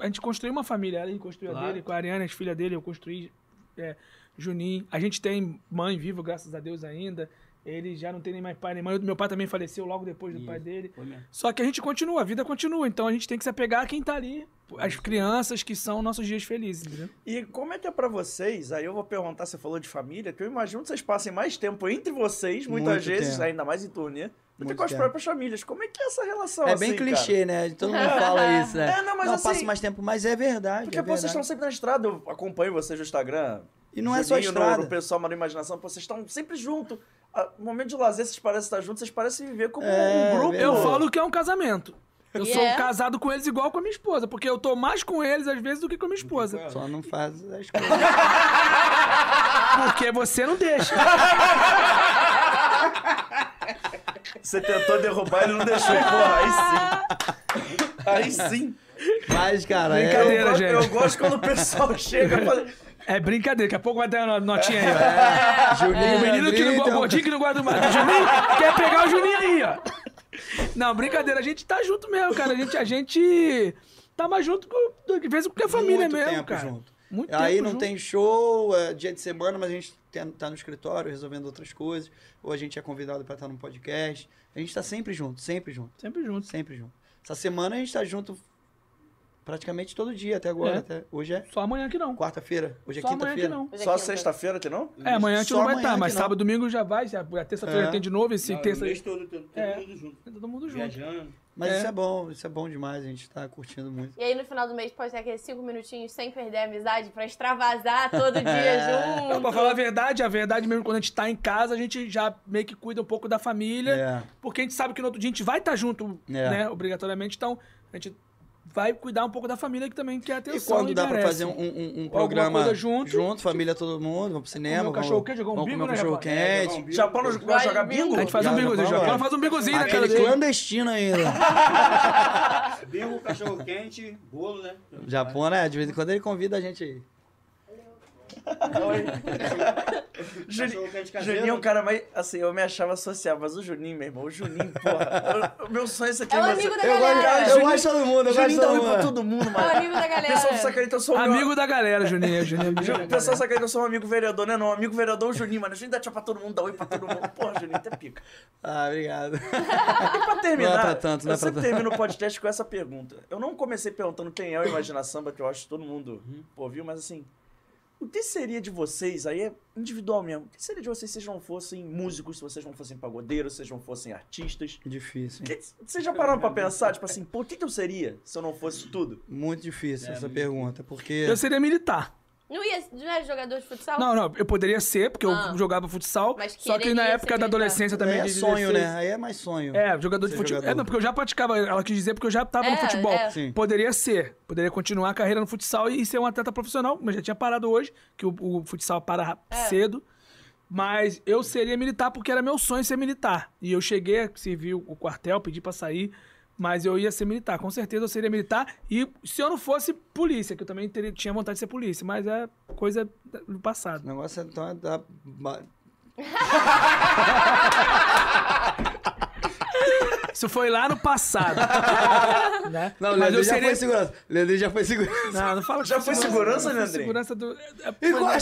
A: A gente construiu uma família, ele construiu a
F: Claro.
A: dele, com a Ariana, as filhas dele, eu construí é, Juninho. A gente tem mãe viva, graças a Deus ainda. Ele já não tem nem mais pai nem mãe. Meu pai também faleceu logo depois do pai dele.
F: Foi mesmo.
A: Só que a gente continua, a vida continua, então a gente tem que se apegar a quem tá ali, as crianças que são nossos dias felizes, entendeu?
B: E como é que é pra vocês? Aí eu vou perguntar, você falou de família, que eu imagino que vocês passem mais tempo entre vocês, muitas
D: Muito
B: vezes,
D: tempo.
B: ainda mais em turnê, do que
D: Muito
B: com as
D: tempo.
B: próprias famílias. Como é que é essa relação
D: É
B: assim,
D: bem clichê, né? Todo mundo fala isso, né?
B: É, não, mas assim-
D: passa mais tempo, mas é verdade.
B: Porque
D: é
B: pô, vocês
D: verdade.
B: estão sempre na estrada, eu acompanho vocês no Instagram.
D: E não é só
B: Juninho, no-
D: estrada.
B: No pessoal, mas na imaginação, pô, vocês estão sempre juntos. Ah, No momento de lazer, vocês parecem estar juntos, vocês parecem viver como
D: É,
B: um grupo.
A: Eu falo que é um casamento. Eu sou
C: Yeah.
A: casado com eles igual com a minha esposa, porque eu tô mais com eles às vezes do que com a minha esposa.
D: Só não faz as coisas.
A: Porque você não deixa.
B: Você tentou derrubar, ele não deixou. Porra, aí sim. Aí sim.
D: Mas, é cara, é.
A: Brincadeira,
B: eu, go-
A: gente.
B: eu gosto quando o pessoal chega e fala.
A: É brincadeira, daqui a pouco vai ter uma notinha aí, ó.
D: É, então. Juninho
A: o menino que não
D: Brito.
A: gosta, o gordinho que não guarda mais. O Juninho quer pegar o Juninho aí, ó. Não, brincadeira, a gente tá junto mesmo, cara. A gente, a gente tá mais junto com, de vez em quando a família
D: um Muito
A: mesmo,
D: tempo
A: cara.
D: junto.
A: Muito
D: Aí
A: tempo
D: não
A: junto.
D: tem show, é dia de semana, mas a gente tem- tá no escritório resolvendo outras coisas, ou a gente é convidado pra estar num podcast. A gente tá sempre junto, sempre junto.
A: Sempre junto.
D: Sempre junto. Essa semana a gente tá junto praticamente todo dia até agora.
A: É.
D: até- hoje é.
A: Só amanhã que não.
D: Quarta-feira. Hoje é
A: Só amanhã que
D: quinta-feira.
A: não.
B: Só sexta-feira que não?
A: É, amanhã a gente
D: Só
A: não vai
D: amanhã
A: estar,
D: que
A: mas
D: não.
A: sábado, domingo já vai. já- A terça-feira
D: É.
A: tem de novo, esse
D: Não,
A: terça.
D: o mês
E: todo, todo,
A: É.
E: mundo junto.
A: Todo mundo junto.
E: Viajando.
D: Mas
A: É.
D: isso é bom, isso é bom demais, a gente tá curtindo muito.
C: E aí no final do mês pode ter aqueles cinco minutinhos sem perder a amizade pra extravasar todo dia
B: É.
C: junto.
A: Não, pra falar a verdade, a verdade mesmo, quando a gente tá em casa, a gente já meio que cuida um pouco da família.
D: É.
A: Porque a gente sabe que no outro dia a gente vai estar junto,
D: É.
A: né? Obrigatoriamente. Então, a gente vai cuidar um pouco da família que também quer atenção.
D: E quando dá pra
A: merece.
D: fazer um, um- um
A: Alguma
D: programa
A: coisa junto.
D: família todo mundo, vamos pro cinema,
A: Comer um
D: vamos,
A: cachorro quente, jogar um
D: vamos
A: bingo,
D: comer
A: né,
D: cachorro
A: rapaz?
D: quente.
B: Japão não gosta de jogar bingo?
A: A gente faz um
D: Japão,
A: bigozinho,
D: é.
A: Japão faz um bigozinho na cara
D: Aquele
A: dele.
D: clandestino ainda.
E: Bingo, cachorro quente, bolo, né?
D: Japão, né? De vez em quando ele convida a gente aí.
E: Cachorro quente
C: Tá
E: caseiro.
B: Juninho é um cara mais. Assim, eu me achava sociável, mas o Juninho, meu irmão, o Juninho, porra. o, o meu sonho é ser
C: É o
B: vai
C: amigo
B: ser-
C: da Eu gosto- galera. eu
B: Juninho-
D: gosto de todo mundo,
B: Juninho
D: eu gosto de
B: dá
D: todo
B: oi pra
D: mundo.
B: todo mundo,
C: É
B: mano.
C: o amigo da galera.
B: Pessoal do Sacarita, eu sou o meu-
A: Amigo da galera, Juninho. Juninho é amigo da
B: Ju- O
A: galera.
B: pessoal sabe que eu sou um amigo vereador, né? Não, amigo vereador é o Juninho, mano. O Juninho dá tchau pra todo mundo, dá oi pra todo mundo. Porra, Juninho, até pica.
D: Ah, obrigado.
B: E pra terminar,
D: Não é pra tanto, não
B: eu
D: é pra
B: sempre
D: tanto.
B: termino o podcast com essa pergunta. Eu não comecei perguntando quem é o Imagina Samba, que eu acho que todo mundo ouviu, mas assim, o que seria de vocês, aí é individual mesmo, o que seria de vocês se vocês não fossem músicos, se vocês não fossem pagodeiros, se vocês não fossem artistas?
D: Difícil. hein?
B: Que- Vocês já pararam pra pensar, tipo assim, pô, o que, que eu seria se eu não fosse isso tudo?
D: É, Muito difícil essa pergunta, porque.
A: Eu seria militar.
C: Não ia não era jogador de futsal?
A: Não, não, eu poderia ser, porque
C: Ah.
A: eu jogava futsal.
C: Mas
A: Só que na
C: quereria ser
A: época da
C: militar.
A: adolescência também.
D: é
A: de
D: sonho,
A: 16,
D: né? Aí é mais sonho.
A: É, jogador de
D: Ser
A: futebol.
D: jogador.
A: É, não, porque eu já praticava, ela quis dizer, porque eu já tava
C: É,
A: no futebol.
C: é.
D: Sim.
A: Poderia ser. Poderia continuar a carreira no futsal e ser um atleta profissional, mas já tinha parado hoje, que o, o futsal para
C: É.
A: cedo. Mas eu seria militar porque era meu sonho ser militar. E eu cheguei, servi o o quartel, pedi pra sair, mas eu ia ser militar. Com certeza eu seria militar. E se eu não fosse polícia, que eu também teria- tinha vontade de ser polícia, mas é coisa da- do
D: O
A: passado.
D: negócio então é da. ba-
A: Isso foi lá no passado. né?
D: Não, o Leandro já foi segurança. O Leandro já foi segurança.
A: Não, não fala que
B: Já foi segurança, né,
A: não, não foi
B: Leandrinho?
A: Segurança do. é,
D: E
A: Foi nada,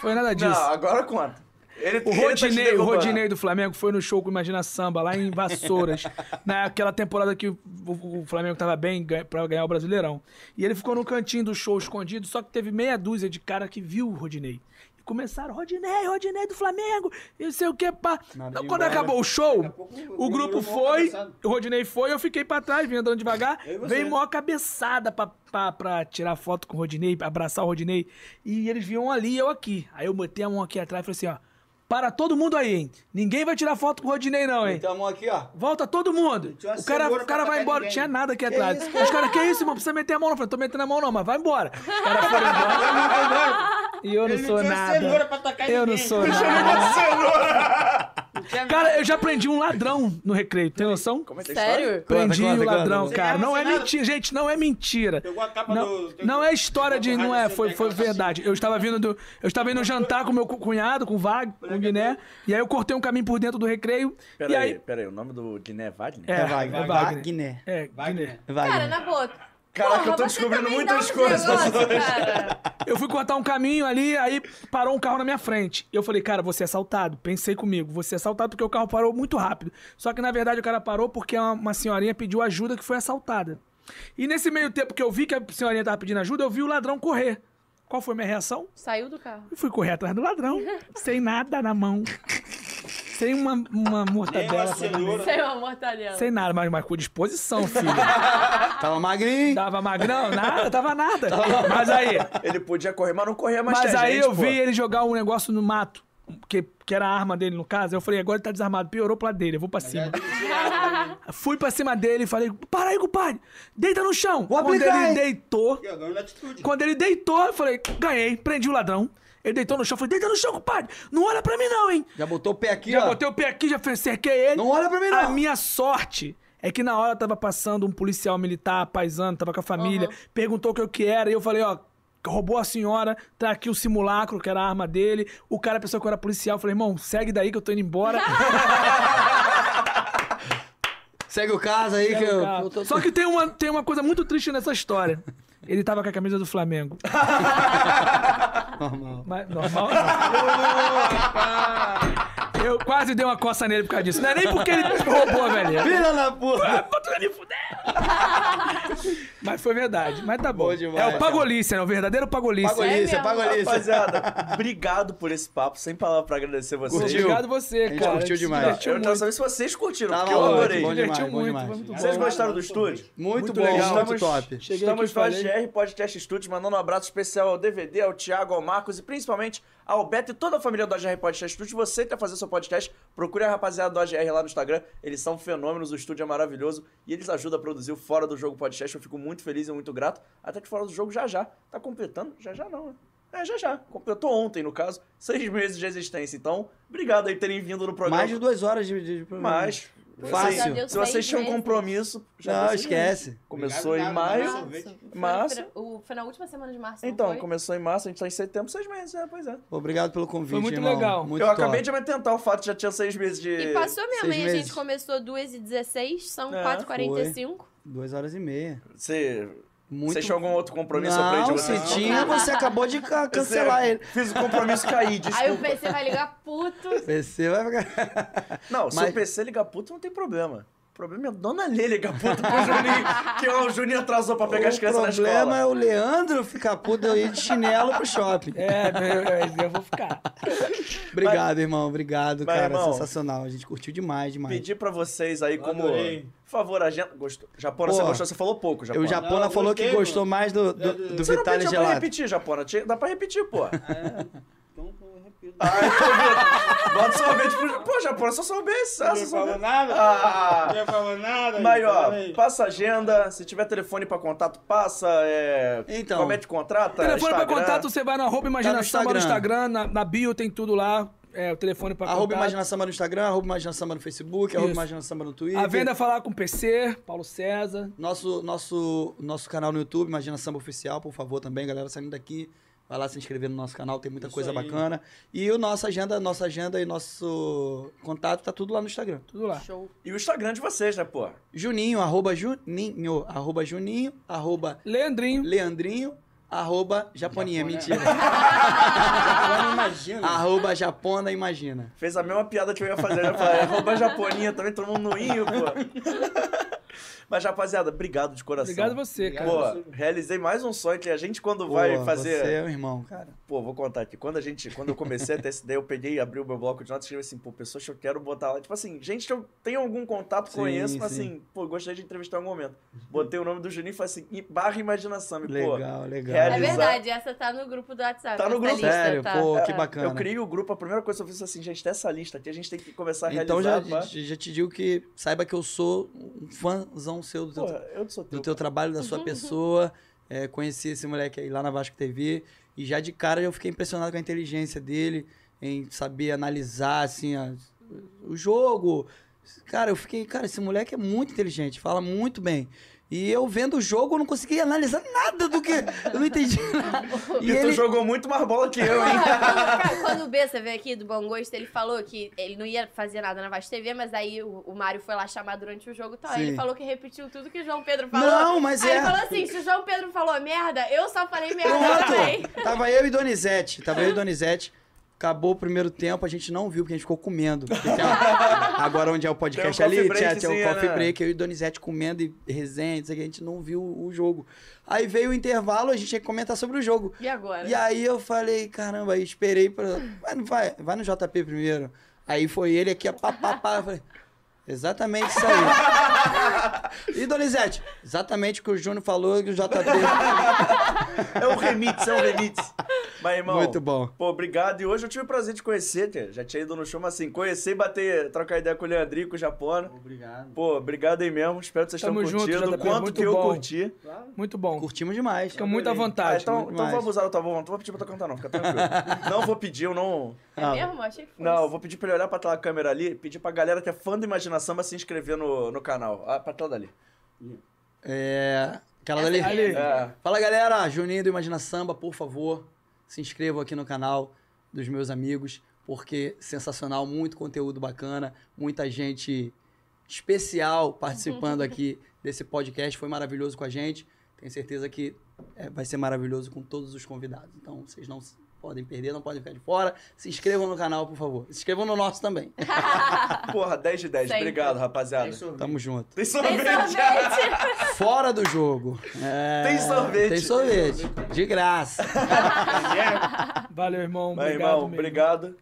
A: foi nada disso.
B: Não, agora conta. Ele, ele
A: O
B: tá te
A: Rodinei, o
B: derrubando.
A: Rodinei do Flamengo foi no show com o Imagina Samba, lá em Vassouras. naquela temporada que o, o Flamengo tava bem ganha- pra ganhar o Brasileirão. E ele ficou no cantinho do show escondido, só que teve meia dúzia de cara que viu o Rodinei. E começaram, Rodinei, Rodinei do Flamengo, e não sei o que, pá.
D: Nada
A: Então,
D: de
A: quando
D: embora.
A: acabou o show,
E: pouco,
A: o
E: o
A: grupo
E: grupo
A: foi,
E: abraçado.
A: o Rodinei foi, eu fiquei pra trás, vim andando devagar.
E: Eu e você.
A: Veio maior cabeçada pra, pra, pra tirar foto com o Rodinei, pra abraçar o Rodinei. E eles vinham ali e eu aqui. Aí eu botei a mão aqui atrás e falei assim, ó. Para todo mundo aí, hein? Ninguém vai tirar foto com o Rodinei, não, hein?
D: Então a mão aqui, ó.
A: Volta todo mundo.
E: tinha uma
A: O cara,
E: cenoura
A: o cara
E: pra
A: vai
E: atacar
A: embora. Não
E: ninguém.
A: tinha nada aqui atrás. Os caras, que isso, irmão? Precisa meter a mão, não. Eu falei, tô metendo a mão, não, mas vai embora. Os caras foram embora. E eu não
E: Ele
A: sou
E: tinha cenoura
A: nada.
E: pra atacar
A: Eu não
E: ninguém.
A: sou nada. Cara, eu já prendi um ladrão no recreio, tem noção?
B: Como é que é a história?
C: Sério?
A: Prendi
D: Conta,
A: o
D: conta,
A: ladrão,
D: conta.
A: cara.
E: Você
A: Não é
E: leva sem
A: mentira, gente, não é mentira.
E: Pegou a capa
A: Não,
E: do...
A: não é história de. Não é, foi, foi
E: Pegou a capa
A: verdade. Eu estava vindo do. Eu estava indo jantar com meu cu- cunhado, com o Vag, com o
E: é
A: Guiné. E aí eu cortei um caminho por dentro do recreio. e
B: Peraí,
A: aí.
B: peraí, o nome do Guiné é Wagner?
A: É,
D: Wagner.
A: é
D: Wagner.
A: É, Guiné.
E: Wagner.
C: Cara,
D: Wagner.
C: na boa.
B: Caraca, eu tô
C: você
B: descobrindo
C: também
B: muitas
C: dá uns
B: coisas.
C: negócios, cara.
A: Eu fui cortar um caminho ali, aí parou um carro na minha frente. Eu falei, cara, você é assaltado. Pensei comigo, você é assaltado porque o carro parou muito rápido. Só que na verdade o cara parou porque uma, uma senhorinha pediu ajuda que foi assaltada. E nesse meio tempo que eu vi que a senhorinha tava pedindo ajuda, eu vi o ladrão correr. Qual foi minha reação?
C: Saiu do carro.
A: Eu fui correr atrás do ladrão, sem nada na mão. Sem uma, uma
E: Nem uma
A: mortadela.
E: cenoura.
C: Saiu uma mortadela.
A: Sem nada, mas, mas com disposição, filho.
D: Tava magrinho.
A: Tava magrão? Nada, tava nada. Mas aí,
B: Ele podia correr, mas não corria mais
A: mas
B: que a
A: aí
B: gente,
A: eu
B: pô.
A: vi ele jogar um negócio no mato, que, que era a arma dele, no caso. Eu falei, agora ele tá desarmado, piorou pra dele, eu vou pra cima.
D: é.
A: Fui pra cima dele e falei, para aí, compadre, deita no chão.
D: Vou
A: Quando
D: aplicar,
A: ele
D: hein?
A: deitou,
E: E
F: é
E: agora na atitude.
A: quando ele deitou, eu falei, ganhei, prendi o ladrão. Ele deitou no chão, eu falei, deita no chão, compadre, não olha pra mim não, hein.
D: Já botou o pé aqui,
A: Já
D: ó.
A: botei o pé aqui, já cerquei ele.
D: Não olha pra mim, não.
A: A minha sorte é que na hora tava passando um policial militar, paisano, tava com a família, perguntou o que eu que era, e eu falei, ó, roubou a senhora, tá aqui o simulacro, que era a arma dele. O cara pensou que eu era policial. Eu falei, irmão, segue daí que eu tô indo embora.
D: Segue o caso aí que
A: Segue É o
D: eu.
A: caso.
D: eu tô-
A: Só que tem uma, tem uma coisa muito triste nessa história. Ele tava com a camisa do Flamengo. normal. normal. não. Eu quase dei uma coça nele por causa disso. Não é nem porque ele roubou a velhinha. Ah,
D: Vira na porra.
A: Mas foi verdade. Mas tá bom.
B: demais,
A: é o Pagolícia, né? O verdadeiro Pagolícia.
B: Pagolícia, pagolícia. Rapaziada, obrigado por esse papo. Sem palavra pra agradecer vocês.
A: Curtiu? Obrigado você, A gente cara. curtiu A gente se demais. divertiu
B: Eu quero
A: muito.
B: saber se vocês curtiram,
A: Tava
B: porque eu
A: ótimo,
B: adorei.
A: bom Divertiu demais, bom muito, demais. foi muito
B: Vocês
A: bom.
B: gostaram do estúdio?
D: Muito bom, muito top.
B: Cheguei
D: Cheguei
B: Estamos
D: aqui e falei.
B: GR Podcast Studios, mandando um abraço especial ao DVD, ao Thiago, ao Marcos e principalmente ao Beto e toda a família do AGR Podcast Studios. Você quer fazer seu podcast, procure a rapaziada do AGR lá no Instagram. Eles são fenômenos, o estúdio é maravilhoso e eles ajudam a produzir o Fora do Jogo Podcast. Eu fico muito feliz e muito grato. Até que Fora do Jogo já já tá completando, já já não, né? É, já já. Completou ontem, no caso, seis meses de existência. Então, obrigado aí por terem vindo no programa.
D: Mais de duas horas de, de de programa.
B: Mais.
D: Fácil.
B: Assim, Se vocês tinham compromisso, já
D: Não,
B: deu seis
D: esquece.
B: meses. Começou
D: Obrigado,
B: em
D: nada,
B: maio.
D: nada,
C: Foi,
B: Março.
C: no- o, foi na última semana de março. não
B: Então,
C: foi?
B: começou em março, a gente tá em setembro, seis meses, é, pois é.
D: Obrigado pelo convite. irmão. Muito
B: Eu
D: top.
B: acabei de me atentar ao fato de já tinha seis meses de.
C: E passou mesmo,
D: Seis
C: aí a
D: meses.
C: gente começou 2h16, são
D: É,
C: 4h45.
D: foi. Duas horas e meia.
B: Você.
D: Muito...
B: Você tinha algum outro compromisso
D: Não,
B: à frente de
D: você tinha, você acabou de ca- cancelar
B: Você-
D: ele.
B: Fiz o compromisso cair,
C: Aí o
B: desculpa.
C: PC vai ligar puto.
D: PC vai ficar.
B: Não, se
D: Mas-
B: o PC ligar puto, não tem problema. O problema é a dona Lê ligar puto pro Juninho, que ó, o Juninho atrasou pra pegar as crianças
D: o
B: na escola.
D: problema é o Leandro ficar puto eu ir de chinelo pro shopping.
A: É, eu, vou ficar.
D: Obrigado, irmão. Obrigado,
B: Mas,
D: cara.
B: irmão,
D: sensacional. A gente curtiu demais, demais.
B: Pedir pra vocês aí como.
D: Adorei.
B: Por favor, agenda. Gostou. Japona,
D: Pô,
B: você gostou? Você falou pouco, Japona.
D: Eu, Japona falou que gostou mais do, do, do
B: Você não
D: Vitale
B: pediu pra
D: Gelato.
B: repetir, Japona. Tinha- Dá pra repetir, pô. Ah, então eu repito. Bota sorvete pro... Pô, Japona, só sorvete. só
E: Não falou
B: sorvete.
E: nada?
B: Ah.
E: Não falou nada?
B: Mas, ó,
E: Fala aí.
B: passa agenda. Se tiver telefone pra contato, passa. É...
D: Então.
B: Comete contrata.
A: telefone pra
B: Instagram.
A: contato, você vai no arroba imaginação
D: Tá
A: no
D: no
A: Instagram, na, na bio tem tudo lá. É, o telefone pra
D: Arroba
A: contato.
D: Imagina Samba no Instagram, arroba Imagina Samba no Facebook, arroba
A: Isso.
D: Imagina Samba no Twitter.
A: A venda é falar com o PC, Paulo César.
D: Nosso, nosso, nosso canal no YouTube, Imagina Samba Oficial, por favor, também, galera, saindo daqui. Vai lá se inscrever no nosso canal, tem muita coisa
A: aí.
D: bacana. E o nossa agenda, nossa agenda e nosso contato tá tudo lá no Instagram.
A: Tudo lá.
B: E o Instagram de vocês, né, pô?
D: Juninho, arroba Juninho, arroba Juninho, arroba
A: Leandrinho,
D: Leandrinho, arroba Japoninha, mentira.
E: imagina.
D: arroba Japona Imagina.
B: Fez a mesma piada que eu ia fazer. Eu ia falar, é roubar japoninha também, todo mundo no inho, pô. Mas, rapaziada, obrigado de coração.
A: Obrigado você, cara.
B: Pô, realizei mais um sonho que a gente, quando vai
D: Pô,
B: fazer.
D: Você é um irmão, cara.
B: Pô, vou contar aqui. Quando a gente, quando eu comecei a ter essa ideia, eu peguei e abri o meu bloco de notas e escrevi assim, pô, pessoas que eu quero botar lá. Tipo assim, gente que eu tenho algum contato,
D: Sim,
B: conheço, mas
D: sim.
B: assim, pô, gostaria de entrevistar em algum momento. Botei o nome do Juninho e falei assim, e- barra imaginação. E, pô,
D: Legal, legal.
B: realizar-
C: É verdade, essa tá no grupo do WhatsApp.
B: Tá no
C: essa
B: grupo.
C: lista, tá. É.
B: Eu criei o grupo, a primeira coisa que eu fiz foi assim, gente, dessa lista aqui a gente tem que começar a
D: Então já,
B: realizar. pá.
D: já já te digo que saiba que eu sou um fãzão seu do teu,
B: Pô, eu sou teu,
D: do teu trabalho, da sua pessoa. É, conheci esse moleque aí lá na Vasco TV e já de cara eu fiquei impressionado com a inteligência dele, em saber analisar assim a- o jogo. Cara, eu fiquei, cara, esse moleque é muito inteligente, fala muito bem. E eu vendo o jogo, eu não consegui analisar nada do que. Eu não entendi nada.
B: E, tu jogou muito mais bola que eu, hein?
C: Cara, quando o Bessa veio aqui do Bom Gosto, ele falou que ele não ia fazer nada na Vasco TV, mas aí o, o Mário foi lá chamar durante o jogo e tal. Aí Ele
D: Sim.
C: falou que repetiu tudo que o João Pedro falou.
D: Não, mas
C: aí
D: é.
C: ele falou assim: se o João Pedro falou merda, eu só falei merda também.
D: Pronto! Tava eu e Donizete. Tava eu e Donizete. Acabou o primeiro tempo, a gente não viu, porque a gente ficou comendo. Porque tem uma- Agora onde é o podcast
B: Tem um
D: ali,
B: coffee
D: tinha, tinha
B: breakzinho,
D: um coffee
B: né?
D: break, eu e Donizete comendo e resenha, isso aqui, a gente não viu o jogo. Aí veio o intervalo, a gente tinha que comentar sobre o jogo.
C: E agora?
D: E aí eu falei, caramba, aí esperei pra. Vai, no- vai, vai no JP primeiro. Aí foi ele aqui, a pá, pá, pá. Eu falei, exatamente isso aí. e Donizete, exatamente o que o Júnior falou que o JP.
B: É um remix, é um remix. Mas, irmão.
D: Muito bom.
B: Pô, obrigado. E hoje eu tive o prazer de conhecer, cara. Já tinha ido no show, mas assim, conhecer e bater, trocar ideia com o Leandrinho, com o Japona. Obrigado. Pô, obrigado aí mesmo. Espero que vocês
A: Tamo
B: tenham
A: junto,
B: curtido.
A: JP,
B: Quanto
A: muito
B: que eu
A: bom.
B: curti.
A: Muito bom.
D: Curtimos demais.
A: Fica muito à vontade.
B: Ah, então,
A: muito
B: então
A: mais.
B: vou abusar da tua vontade. Não vou pedir pra tu cantar, não. Fica tranquilo. não vou pedir, eu não.
C: É
D: Ah,
C: mesmo? Achei que foi.
B: Não, eu vou pedir pra ele olhar pra aquela câmera ali e pedir pra galera que é fã do Imaginação pra se inscrever no, no canal. Ah, pra tela dali.
D: É. Aquela
B: Essa
D: dali.
B: aqui. Ali. É.
D: Fala galera, Juninho do Imagina Samba, por favor, se inscrevam aqui no canal dos meus amigos, porque sensacional, muito conteúdo bacana, muita gente especial participando aqui desse podcast, foi maravilhoso com a gente. Tenho certeza que é, vai ser maravilhoso com todos os convidados. Então vocês não se- podem perder, não podem ficar de fora. Se inscrevam no canal, por favor. Se inscrevam no nosso também.
B: Porra, 10 de 10.
D: Sempre.
B: Obrigado, rapaziada.
D: Tamo junto.
B: Tem sorvete.
D: Fora do jogo. É,
B: Tem sorvete.
D: Tem sorvete. De graça.
A: Valeu, irmão.
B: Mas,
A: Então, obrigado
B: irmão,
A: mesmo.
B: obrigado.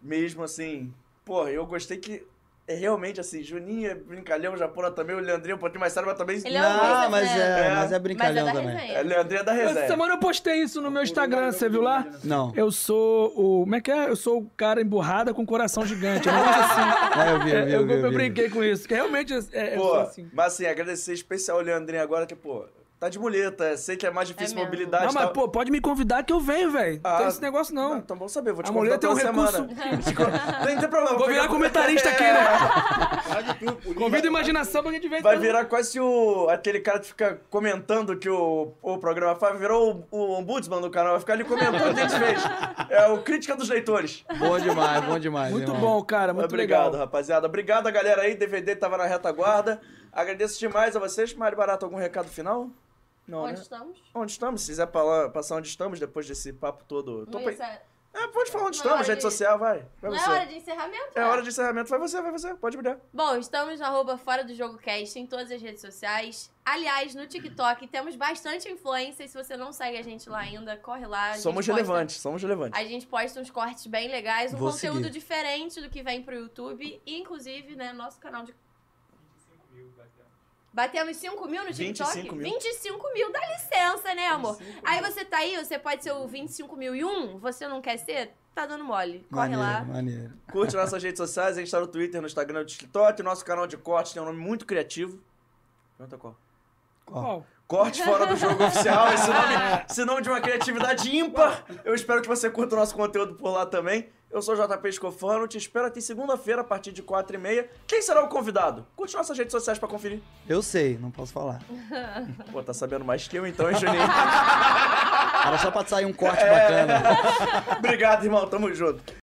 B: Mesmo assim, porra, eu gostei que é realmente assim, Juninho é brincalhão, Japona também, o Leandrinho é um pouquinho mais sério, mas também...
A: Ele é um Não, coisa,
D: mas é- é. mas é brincalhão Mas é da também. resenha.
B: É, Leandrinho é da resenha.
A: Essa semana eu postei isso no meu Instagram, você viu lá?
D: Não.
A: Eu sou o. Como é que é? Eu sou o cara emburrada com coração gigante. É um negócio assim.
D: É, eu vi, eu vi, eu vi, eu vi.
A: brinquei com isso, que realmente é, eu
B: Pô,
A: sou assim.
B: mas assim, agradecer especial ao Leandrinho agora, que, pô, tá de muleta, sei que é mais difícil
A: mesmo.
B: mobilidade.
A: Não, mas,
B: tá...
A: pô, pode me convidar que eu venho, velho. Não
B: Ah,
A: tem esse negócio, não.
B: Então, bom saber, vou te
A: A
B: convidar
A: mulher tem um
B: toda
A: recurso.
B: semana. Não tem problema.
A: Vou
B: pegar-
A: virar comentarista aqui, né? Convida a imaginação pra gente ver.
B: Vai
A: então.
B: virar quase o, aquele cara que fica comentando que o, o programa faz. Virou o, o ombudsman do canal, vai ficar ali comentando o que a gente fez. É o Crítica dos Leitores.
D: Bom demais, bom demais.
B: Muito
D: irmão.
B: bom, cara, muito Obrigado, rapaziada. Obrigado a galera aí, DVD tava na retaguarda. Agradeço demais a vocês. Mário Barato, algum recado final? Não,
C: Onde
B: né?
C: estamos?
B: Onde estamos? Se quiser falar- passar onde estamos depois desse papo todo. Tô
C: Não ia
B: pe-
C: ser-
B: É, pode falar onde
C: Não
B: estamos,
C: é hora
B: rede
C: de-
B: social, vai. Vai
C: Não
B: você.
C: é hora de encerramento?
B: É
C: né?
B: hora de encerramento. Vai você, vai você. Pode brilhar.
C: Bom, estamos no arroba Fora do Jogo Cast em todas as redes sociais. Aliás, no TikTok temos bastante influência. E se você não segue a gente lá ainda, corre lá. A gente
B: Somos
C: posta-
B: relevantes, somos relevantes.
C: A gente posta uns cortes bem legais, um
B: Vou
C: conteúdo
B: seguir.
C: diferente do que vem pro YouTube. E, inclusive, né, nosso canal de. Batemos 5 mil no TikTok?
B: 25 mil.
C: 25 mil, dá licença, né, amor? Aí você tá aí, você pode ser o 25 mil e um, você não quer ser? Tá dando mole. Corre
B: Maneiro,
C: lá.
D: Maneiro.
B: Curte nossas redes sociais, a gente tá no Twitter, no Instagram, no TikTok. Nosso canal de cortes tem um nome muito criativo. Pergunta qual.
A: Qual?
B: Corte fora do jogo oficial, esse nome, esse nome de uma criatividade ímpar. Eu espero que você curta o nosso conteúdo por lá também. Eu sou o JP Escofano, te espero aqui segunda-feira a partir de 4h30. Quem será o convidado? Curte nossas redes sociais pra conferir.
D: Eu sei, não posso falar.
B: Pô, tá sabendo mais que eu então, hein, Juninho?
D: Era só pra sair um corte
B: É.
D: bacana.
B: Obrigado, irmão. Tamo junto.